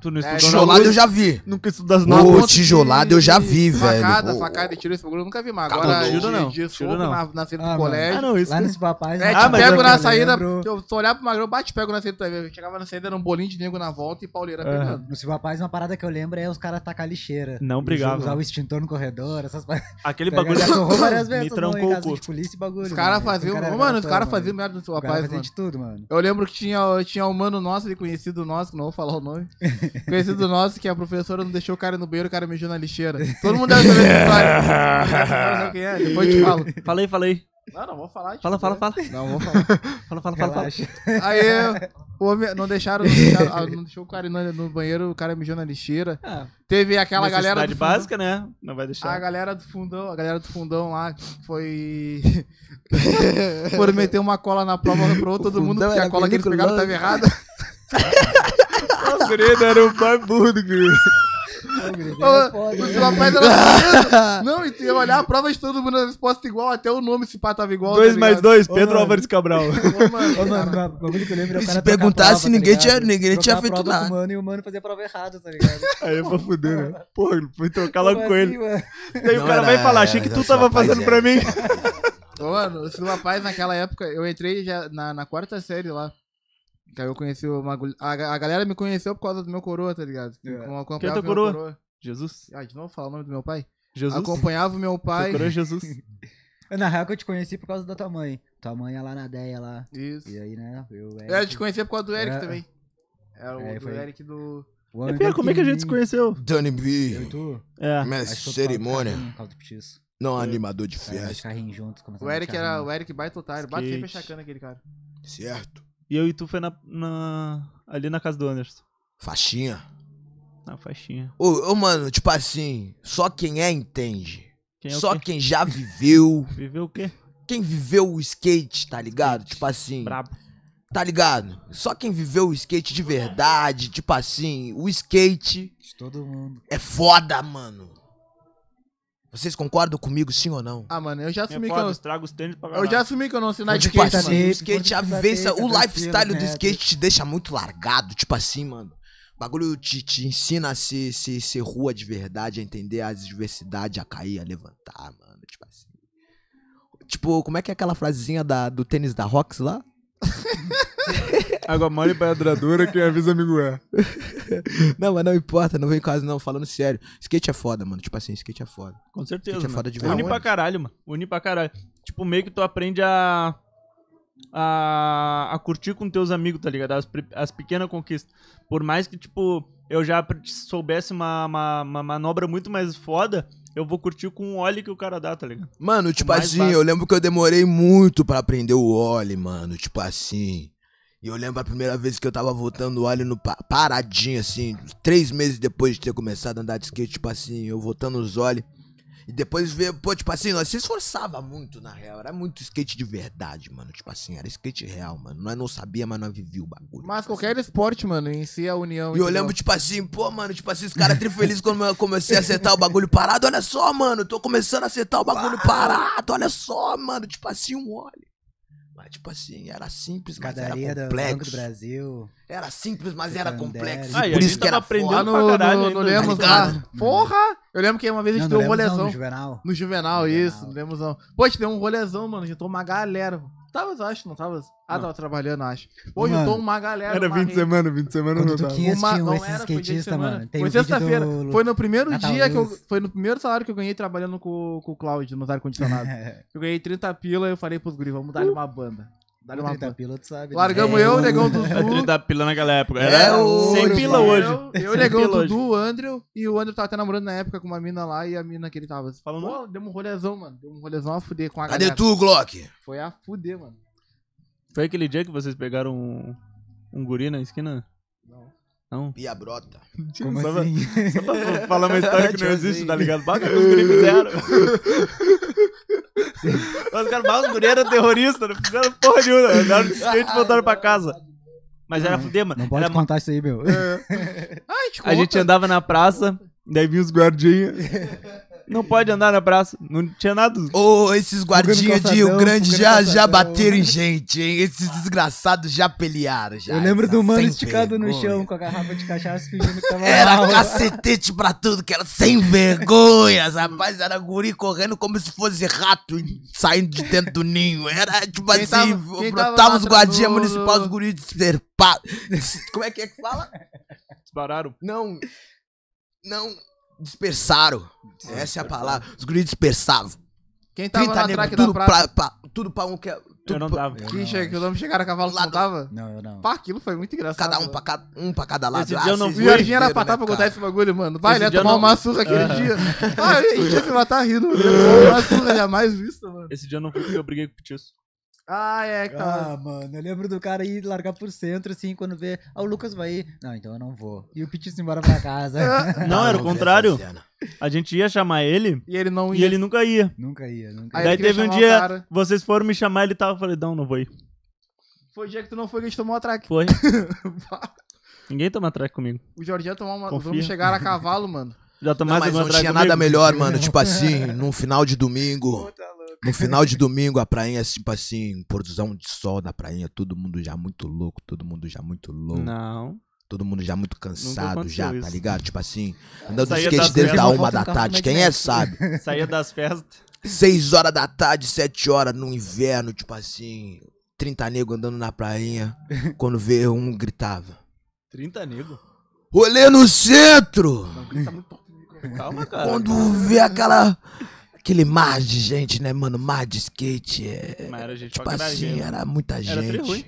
[SPEAKER 2] Tu não estudou
[SPEAKER 3] É,
[SPEAKER 2] na
[SPEAKER 4] Tijolado eu
[SPEAKER 2] luz?
[SPEAKER 4] já vi.
[SPEAKER 2] Nunca estudou as
[SPEAKER 4] Ô,
[SPEAKER 2] notas?
[SPEAKER 4] tijolado eu já vi, velho.
[SPEAKER 3] Facada,
[SPEAKER 4] Ô,
[SPEAKER 3] facada e tiro esse bagulho eu nunca vi, mas
[SPEAKER 4] Calma,
[SPEAKER 3] agora
[SPEAKER 2] tiro
[SPEAKER 3] de-
[SPEAKER 2] não,
[SPEAKER 3] de
[SPEAKER 2] tiro
[SPEAKER 3] soco
[SPEAKER 2] não.
[SPEAKER 3] na, na frente
[SPEAKER 5] Ah,
[SPEAKER 3] do
[SPEAKER 5] mano.
[SPEAKER 2] Ah,
[SPEAKER 3] colégio.
[SPEAKER 2] não, isso.
[SPEAKER 5] Lá nesse papai.
[SPEAKER 3] É,
[SPEAKER 2] Ah,
[SPEAKER 3] te
[SPEAKER 2] mas eu
[SPEAKER 3] pego na
[SPEAKER 2] lembro.
[SPEAKER 3] saída, eu só olhar pro magrão, bate, pego na saída também. Eu chegava na saída, era um bolinho de nego na volta e pauleira
[SPEAKER 2] Aham.
[SPEAKER 3] pegando.
[SPEAKER 5] No Silva Paz, uma parada que eu lembro é os caras tacar lixeira.
[SPEAKER 2] Não brigava.
[SPEAKER 5] Usar o extintor no corredor, essas paradas.
[SPEAKER 2] Aquele
[SPEAKER 5] Tá ligado?
[SPEAKER 2] bagulho [LAUGHS]
[SPEAKER 5] Já torrou várias vezes,
[SPEAKER 2] me
[SPEAKER 5] torrou
[SPEAKER 2] trancou
[SPEAKER 5] em
[SPEAKER 2] o
[SPEAKER 5] casa
[SPEAKER 2] cu.
[SPEAKER 5] de polícia e bagulho.
[SPEAKER 3] Os caras
[SPEAKER 5] mano.
[SPEAKER 3] faziam.
[SPEAKER 5] era
[SPEAKER 3] mano, os
[SPEAKER 5] gatão,
[SPEAKER 3] caras
[SPEAKER 5] mano.
[SPEAKER 3] faziam merda no seu
[SPEAKER 5] Os caras
[SPEAKER 3] rapaz,
[SPEAKER 5] faziam
[SPEAKER 3] mano.
[SPEAKER 5] de tudo, mano.
[SPEAKER 3] Eu lembro que tinha, tinha um mano nosso ali, conhecido nosso, que não vou
[SPEAKER 5] [LAUGHS]
[SPEAKER 3] falar o nome. Conhecido nosso, que a professora não deixou o cara no banheiro, o cara mijou na lixeira. Todo mundo deve saber
[SPEAKER 2] [LAUGHS]
[SPEAKER 3] essa história. Essa história sabe quem é? Depois eu te falo.
[SPEAKER 2] Falei, falei.
[SPEAKER 3] Não, não vou falar. te
[SPEAKER 2] Fala, fala, fala.
[SPEAKER 3] Não, vou falar.
[SPEAKER 2] Fala, fala, fala. fala.
[SPEAKER 5] Relaxa.
[SPEAKER 3] Aí, o homem, não deixaram, não, deixaram- ah, não deixou o cara ir no, no banheiro, o cara mijou na lixeira.
[SPEAKER 2] Ah,
[SPEAKER 3] Teve aquela
[SPEAKER 2] necessidade
[SPEAKER 3] galera do fundão-
[SPEAKER 2] básica, né? Não vai
[SPEAKER 3] A
[SPEAKER 2] deixar.
[SPEAKER 3] galera do fundão, a galera do fundão lá que foi. [LAUGHS] Foram meter uma cola na prova pro todo mundo,
[SPEAKER 4] fundão
[SPEAKER 3] porque a
[SPEAKER 4] era
[SPEAKER 3] cola que eles pegaram
[SPEAKER 4] perigoso.
[SPEAKER 3] tava errada.
[SPEAKER 2] O Grêmio era o mais burro do Grêmio.
[SPEAKER 3] Ô, O seu rapaz era Não, e tu ia olhar a prova de todo mundo, a resposta igual, até o nome se pá tava igual.
[SPEAKER 2] 2
[SPEAKER 3] tá
[SPEAKER 2] mais
[SPEAKER 3] ligado?
[SPEAKER 2] 2,
[SPEAKER 5] Ô,
[SPEAKER 2] Pedro
[SPEAKER 5] mano.
[SPEAKER 2] Álvares Cabral.
[SPEAKER 3] Ô, mano,
[SPEAKER 5] Ô, mano, o bagulho que eu lembro é o
[SPEAKER 4] E se
[SPEAKER 5] cara trocar a
[SPEAKER 4] perguntasse,
[SPEAKER 5] prova,
[SPEAKER 4] ninguém
[SPEAKER 5] tá
[SPEAKER 4] tinha-
[SPEAKER 5] ligado?
[SPEAKER 4] ninguém
[SPEAKER 5] Trocar
[SPEAKER 4] tinha
[SPEAKER 5] a
[SPEAKER 4] feito
[SPEAKER 5] prova com
[SPEAKER 4] nada.
[SPEAKER 5] O mano e o mano fazia a prova errada,
[SPEAKER 2] [LAUGHS]
[SPEAKER 5] tá ligado?
[SPEAKER 2] Aí eu vou fuder, né? Porra, fui trocar lá
[SPEAKER 5] Como
[SPEAKER 2] com ele.
[SPEAKER 5] assim, mano?
[SPEAKER 2] Daí o
[SPEAKER 4] Não
[SPEAKER 2] cara
[SPEAKER 4] era-
[SPEAKER 2] vai falar, achei que
[SPEAKER 4] era
[SPEAKER 2] tu
[SPEAKER 4] sua
[SPEAKER 2] tava fazendo pra
[SPEAKER 4] rapaziada.
[SPEAKER 2] mim.
[SPEAKER 3] Ô, Mano, o Silva Paz naquela época, eu entrei já na, na quarta série lá. Que aí eu conheci uma gul- a, ga- a galera me conheceu por causa do meu coroa, tá ligado?
[SPEAKER 1] É.
[SPEAKER 3] Eu acompanhava
[SPEAKER 2] Quem é teu
[SPEAKER 3] meu
[SPEAKER 2] coroa? Jesus.
[SPEAKER 3] Ah, de novo falar o nome do meu pai?
[SPEAKER 2] Jesus.
[SPEAKER 3] Acompanhava o meu pai.
[SPEAKER 2] Procurou Jesus.
[SPEAKER 5] Na real que eu te conheci por causa da tua mãe. Tua mãe é lá na ideia lá.
[SPEAKER 3] Isso.
[SPEAKER 5] E aí, né? Eu,
[SPEAKER 3] Eu te conhecia por causa do Eric
[SPEAKER 5] É.
[SPEAKER 3] também. Era o
[SPEAKER 5] É,
[SPEAKER 3] do
[SPEAKER 5] foi-
[SPEAKER 3] Eric do.
[SPEAKER 5] o
[SPEAKER 2] É,
[SPEAKER 5] homem
[SPEAKER 2] pera, como é que a gente se
[SPEAKER 5] pequenininho.
[SPEAKER 2] conheceu?
[SPEAKER 4] Danny
[SPEAKER 5] Eu e
[SPEAKER 4] B,
[SPEAKER 5] tu?
[SPEAKER 2] É.
[SPEAKER 5] Acho que
[SPEAKER 4] mestre
[SPEAKER 5] foi por causa do
[SPEAKER 4] cerimônia,
[SPEAKER 5] carrinho, por causa do petiço.
[SPEAKER 4] não animador de
[SPEAKER 5] Saímos de
[SPEAKER 4] festa,
[SPEAKER 5] carrinho juntos.
[SPEAKER 3] O
[SPEAKER 5] começamos a
[SPEAKER 3] Eric
[SPEAKER 5] carrinho.
[SPEAKER 3] era o Eric baita otário. Bate sempre
[SPEAKER 2] Skate.
[SPEAKER 3] achacando aquele cara.
[SPEAKER 4] certo?
[SPEAKER 2] E eu e tu foi na, na- ali na casa do Anderson.
[SPEAKER 4] Faixinha.
[SPEAKER 2] Na faixinha.
[SPEAKER 4] Ô, ô, mano, tipo assim, só quem é entende.
[SPEAKER 2] Quem é o
[SPEAKER 4] só
[SPEAKER 2] quê?
[SPEAKER 4] quem já viveu.
[SPEAKER 2] Viveu o quê?
[SPEAKER 4] Quem viveu o skate, tá ligado? Tipo assim.
[SPEAKER 2] Brabo.
[SPEAKER 4] Tá ligado? Só quem viveu o skate de verdade, tipo assim, o skate
[SPEAKER 5] De todo mundo.
[SPEAKER 4] é foda, mano. Vocês concordam comigo, sim ou não?
[SPEAKER 3] Ah, mano, eu já
[SPEAKER 2] É
[SPEAKER 3] assumi que
[SPEAKER 2] foda,
[SPEAKER 3] eu.
[SPEAKER 2] estraga os tênis pra
[SPEAKER 3] Eu
[SPEAKER 2] caralho.
[SPEAKER 3] já assumi que eu não sei nada de
[SPEAKER 4] tipo
[SPEAKER 3] skate,
[SPEAKER 5] quarta
[SPEAKER 3] mano.
[SPEAKER 4] assim, o
[SPEAKER 5] dele,
[SPEAKER 4] skate, a
[SPEAKER 5] de
[SPEAKER 4] vivência,
[SPEAKER 5] quarta
[SPEAKER 4] o
[SPEAKER 5] dele,
[SPEAKER 4] lifestyle do
[SPEAKER 5] metro.
[SPEAKER 4] skate te deixa muito largado, tipo assim, mano. O bagulho te, te ensina a ser, ser, ser rua de verdade, a entender as diversidades, a cair, a levantar, mano. Tipo assim. Tipo, como é que é aquela frasezinha da, do tênis da Rox lá? [LAUGHS]
[SPEAKER 1] Água mole e pedra dura, quem avisa amigo é.
[SPEAKER 4] Não, mas não importa, não vem caso não, falando sério. Skate é foda, mano. Tipo assim, skate é foda.
[SPEAKER 2] Com certeza.
[SPEAKER 4] Skate é
[SPEAKER 2] mano.
[SPEAKER 4] foda de
[SPEAKER 2] Une
[SPEAKER 4] verdade.
[SPEAKER 2] pra caralho, mano. Une pra caralho. Tipo, meio que tu aprende a. A, a curtir com teus amigos, tá ligado? As, pre- as pequenas conquistas. Por mais que, tipo, eu já apre- soubesse uma, uma, uma manobra muito mais foda, eu vou curtir com o óleo que o cara dá, tá ligado?
[SPEAKER 4] Mano, tipo
[SPEAKER 2] mais
[SPEAKER 4] assim,
[SPEAKER 2] básico.
[SPEAKER 4] eu lembro que eu demorei muito pra aprender o Oli, mano. Tipo assim. E eu lembro a primeira vez que eu tava voltando o Oli no pa- paradinho, assim. Três meses depois de ter começado a andar de skate, tipo assim, eu voltando os Oli. E depois ver, pô, tipo assim, nós se esforçava muito, na real. Era muito skate de verdade, mano. Tipo assim, era skate real, mano. Nós não sabia, mas nós vivia o bagulho. tipo assim.
[SPEAKER 3] Mas qualquer esporte, mano, em si a
[SPEAKER 4] E
[SPEAKER 3] união.
[SPEAKER 4] eu
[SPEAKER 3] entendeu?
[SPEAKER 4] lembro, tipo assim, pô, mano, tipo assim, os caras trifelizes quando eu comecei a acertar o bagulho parado. Olha só, mano, tô começando a acertar o bagulho parado. Olha só, mano, tipo assim, um óleo. Mas, tipo assim, era simples, mas era
[SPEAKER 5] Escadaria do Banco do
[SPEAKER 4] complexo.
[SPEAKER 5] Brasil.
[SPEAKER 4] Era simples, mas era
[SPEAKER 5] Santander.
[SPEAKER 4] complexo.
[SPEAKER 2] Ah, e a
[SPEAKER 4] Por
[SPEAKER 2] gente
[SPEAKER 4] isso que era
[SPEAKER 2] tava aprendendo
[SPEAKER 3] Lá
[SPEAKER 4] foda.
[SPEAKER 3] no,
[SPEAKER 2] pra caralho
[SPEAKER 3] no,
[SPEAKER 2] ainda,
[SPEAKER 3] no Lemos
[SPEAKER 4] tá
[SPEAKER 3] lá.
[SPEAKER 5] ligado?
[SPEAKER 3] Porra! Eu lembro que uma vez a gente
[SPEAKER 5] no
[SPEAKER 3] deu um
[SPEAKER 5] Lemos não,
[SPEAKER 3] rolezão.
[SPEAKER 5] no Juvenal.
[SPEAKER 3] No Juvenal,
[SPEAKER 5] No
[SPEAKER 3] isso,
[SPEAKER 5] Juvenal.
[SPEAKER 3] no Lemosão. Pô, te deu um rolezão, mano. Juntou uma galera. Tava, acho, não tava? Ah,
[SPEAKER 2] Não.
[SPEAKER 3] tava trabalhando, acho. Pô,
[SPEAKER 5] Mano,
[SPEAKER 3] juntou uma galera.
[SPEAKER 1] Era
[SPEAKER 3] uma
[SPEAKER 1] 20
[SPEAKER 3] rede.
[SPEAKER 1] de semana, 20 de semana
[SPEAKER 5] Quando
[SPEAKER 1] não
[SPEAKER 5] tu
[SPEAKER 1] tava.
[SPEAKER 5] tinha,
[SPEAKER 3] Uma-
[SPEAKER 5] tinha um
[SPEAKER 3] não
[SPEAKER 5] esses
[SPEAKER 3] era, foi dia de
[SPEAKER 5] skatistas,
[SPEAKER 3] semana.
[SPEAKER 5] mano. Tem
[SPEAKER 3] Foi
[SPEAKER 5] um vídeo
[SPEAKER 3] sexta-feira,
[SPEAKER 5] do...
[SPEAKER 3] Foi no primeiro
[SPEAKER 5] Natal
[SPEAKER 3] dia que eu.
[SPEAKER 5] News.
[SPEAKER 3] Foi no primeiro salário que eu ganhei trabalhando com, com o Cláudio
[SPEAKER 5] [LAUGHS]
[SPEAKER 3] nos ar-condicionado.
[SPEAKER 5] É,
[SPEAKER 3] eu ganhei 30 pila e eu falei pros guris, vamos dar-lhe uma banda. Dar-lhe uma banda.
[SPEAKER 5] piloto, sabe?
[SPEAKER 3] um Largamos
[SPEAKER 5] É,
[SPEAKER 3] eu,
[SPEAKER 5] o-
[SPEAKER 3] negão do
[SPEAKER 2] Era
[SPEAKER 3] Zu.
[SPEAKER 2] 30 pila naquela tá época.
[SPEAKER 4] É,
[SPEAKER 2] Era
[SPEAKER 4] o-
[SPEAKER 2] 100 pila
[SPEAKER 4] Eu-
[SPEAKER 2] hoje.
[SPEAKER 3] Eu, eu
[SPEAKER 2] Sem
[SPEAKER 3] negão
[SPEAKER 2] pila
[SPEAKER 3] do Du, o Andrew, e o Andrew tava até namorando na época com uma mina lá e a mina que ele tava.
[SPEAKER 2] Falando-
[SPEAKER 3] Pô, deu um rolezão, mano. Deu um rolezão a fuder com a
[SPEAKER 4] Cadê
[SPEAKER 3] galera.
[SPEAKER 4] tu, Glock?
[SPEAKER 3] Foi a fuder, mano.
[SPEAKER 2] Foi aquele dia que vocês pegaram um, um guri na esquina?
[SPEAKER 3] Não.
[SPEAKER 2] Não?
[SPEAKER 4] Bia Brota.
[SPEAKER 5] Como
[SPEAKER 2] Só pra-
[SPEAKER 5] assim?
[SPEAKER 2] Só pra falar uma história que
[SPEAKER 4] Tipo
[SPEAKER 2] não existe,
[SPEAKER 4] assim.
[SPEAKER 2] tá ligado? Baga que os guri [LAUGHS] fizeram. Mas, cara, mas os guri eram terroristas, não fizeram porra nenhuma. Andaram de skate e voltaram pra casa. Mas era fuder, mano.
[SPEAKER 5] Não pode
[SPEAKER 2] Era ma- É,
[SPEAKER 5] contar isso aí, meu.
[SPEAKER 3] Ai, te
[SPEAKER 2] a gente andava na praça, daí vinha os guardinhas. Não pode andar na praça, não tinha nada.
[SPEAKER 4] Ô, esses guardinhas de Rio
[SPEAKER 5] calçadão,
[SPEAKER 4] Grande
[SPEAKER 5] fuga no
[SPEAKER 4] já, já
[SPEAKER 5] calçadão.
[SPEAKER 4] bateram em gente, hein? Esses desgraçados já pelearam, já.
[SPEAKER 5] Eu lembro
[SPEAKER 4] Essa
[SPEAKER 5] do mano
[SPEAKER 4] Tá sem
[SPEAKER 5] esticado no
[SPEAKER 4] vergonha.
[SPEAKER 5] chão com a garrafa de cachaça fingindo que tava
[SPEAKER 4] Era
[SPEAKER 5] mal.
[SPEAKER 4] cacetete pra tudo, que era sem vergonhas, rapaz. Era guri correndo como se fosse rato saindo de dentro do ninho. Era tipo
[SPEAKER 3] Quem
[SPEAKER 4] assim,
[SPEAKER 3] tava- quem tava
[SPEAKER 4] brotava
[SPEAKER 3] lá
[SPEAKER 4] os
[SPEAKER 3] atrás
[SPEAKER 4] guardinhas
[SPEAKER 3] do-
[SPEAKER 4] municipais, os
[SPEAKER 3] do-
[SPEAKER 4] guris desperpados. [LAUGHS] como é que é que fala?
[SPEAKER 2] Dispararam.
[SPEAKER 4] Não. Não. Dispersaram. Essa é a palavra. Os guris dispersavam.
[SPEAKER 3] Quem tava
[SPEAKER 4] 30
[SPEAKER 3] na
[SPEAKER 4] negros,
[SPEAKER 3] track da
[SPEAKER 4] tudo
[SPEAKER 3] praça.
[SPEAKER 4] pra, pra- tudo pra um que é.
[SPEAKER 2] Eu não
[SPEAKER 4] Tudo pra,
[SPEAKER 2] dava.
[SPEAKER 5] Eu
[SPEAKER 3] Que
[SPEAKER 5] não,
[SPEAKER 3] che- que
[SPEAKER 5] acho.
[SPEAKER 3] os homens chegaram a cavalo que
[SPEAKER 4] Lado-
[SPEAKER 3] não tava.
[SPEAKER 5] Não, eu não.
[SPEAKER 3] Pá, aquilo foi muito engraçado.
[SPEAKER 4] cada um
[SPEAKER 3] mano.
[SPEAKER 4] pra cada, um pra cada lado.
[SPEAKER 2] Esse dia eu não
[SPEAKER 4] vocês
[SPEAKER 3] O
[SPEAKER 2] fui.
[SPEAKER 4] entenderam,
[SPEAKER 3] Jorginho era pra
[SPEAKER 4] né,
[SPEAKER 3] tá pra contar
[SPEAKER 4] cara?
[SPEAKER 3] esse bagulho, mano. Vai,
[SPEAKER 2] Esse
[SPEAKER 3] ele ia
[SPEAKER 2] dia
[SPEAKER 3] tomar
[SPEAKER 2] não-
[SPEAKER 3] uma surra aquele
[SPEAKER 2] É.
[SPEAKER 3] dia. Ah, a gente ia se matar rindo, mano. Foi Uma surra jamais vista, mano.
[SPEAKER 2] Esse dia eu não fui porque eu briguei com o Petiço.
[SPEAKER 3] Ah, é, cara.
[SPEAKER 5] Ah, mano, eu lembro do cara ir largar pro centro, assim, quando vê. Ah, o Lucas vai ir. Não, então eu não vou. E o Pitis embora pra
[SPEAKER 4] [LAUGHS]
[SPEAKER 5] casa.
[SPEAKER 4] É.
[SPEAKER 2] Não, era o
[SPEAKER 4] vi essa
[SPEAKER 2] contrário.
[SPEAKER 4] cena.
[SPEAKER 2] A gente ia chamar ele
[SPEAKER 3] E ele não
[SPEAKER 2] e
[SPEAKER 3] ia.
[SPEAKER 2] ele nunca ia.
[SPEAKER 5] [LAUGHS] nunca ia, nunca ia.
[SPEAKER 3] Aí
[SPEAKER 2] Daí
[SPEAKER 3] ele queria
[SPEAKER 2] teve um
[SPEAKER 3] chamar o
[SPEAKER 2] dia-
[SPEAKER 3] cara.
[SPEAKER 2] Vocês foram me chamar, ele tava. Eu falei, não, não vou ir.
[SPEAKER 3] Foi o dia que tu não foi que a gente tomou a track.
[SPEAKER 2] Foi. Ninguém toma track comigo.
[SPEAKER 3] [LAUGHS] O Jorginho tomou uma. Os
[SPEAKER 2] Confia.
[SPEAKER 3] homens chegaram a cavalo, mano.
[SPEAKER 2] Já
[SPEAKER 4] Não,
[SPEAKER 2] tomasse
[SPEAKER 4] mas
[SPEAKER 2] uma
[SPEAKER 4] não
[SPEAKER 2] track
[SPEAKER 4] tinha
[SPEAKER 2] comigo?
[SPEAKER 4] nada
[SPEAKER 2] [LAUGHS]
[SPEAKER 4] melhor, mano. Tipo assim, num final de domingo. No final de domingo, a prainha, tipo assim, produção de sol da prainha, todo mundo já muito louco, todo mundo já muito louco,
[SPEAKER 2] Não.
[SPEAKER 4] todo mundo já muito cansado,
[SPEAKER 2] aconteceu
[SPEAKER 4] já, tá
[SPEAKER 2] isso. é
[SPEAKER 4] ligado? Tipo assim, andando de
[SPEAKER 2] Saía
[SPEAKER 4] skate
[SPEAKER 2] da
[SPEAKER 4] desde
[SPEAKER 2] festa.
[SPEAKER 4] a uma
[SPEAKER 5] Volta
[SPEAKER 4] da
[SPEAKER 5] no carro
[SPEAKER 4] tarde,
[SPEAKER 5] mais
[SPEAKER 4] quem é
[SPEAKER 5] leve.
[SPEAKER 4] sabe.
[SPEAKER 2] Saía das festas.
[SPEAKER 4] Seis horas da tarde, sete horas no inverno, tipo assim, 30 negros andando
[SPEAKER 2] [LAUGHS]
[SPEAKER 4] na prainha. Quando vê um, gritava.
[SPEAKER 1] 30 nego.
[SPEAKER 4] Rolê no centro!
[SPEAKER 3] tá
[SPEAKER 1] Calma, cara.
[SPEAKER 4] Quando vê aquela. Aquele mar de gente, né, mano? Mar de skate. É,
[SPEAKER 2] Mas era gente
[SPEAKER 4] tipo
[SPEAKER 2] pra caralho,
[SPEAKER 4] assim,
[SPEAKER 2] né?
[SPEAKER 4] era muita
[SPEAKER 2] Era tri
[SPEAKER 4] gente.
[SPEAKER 2] ruim.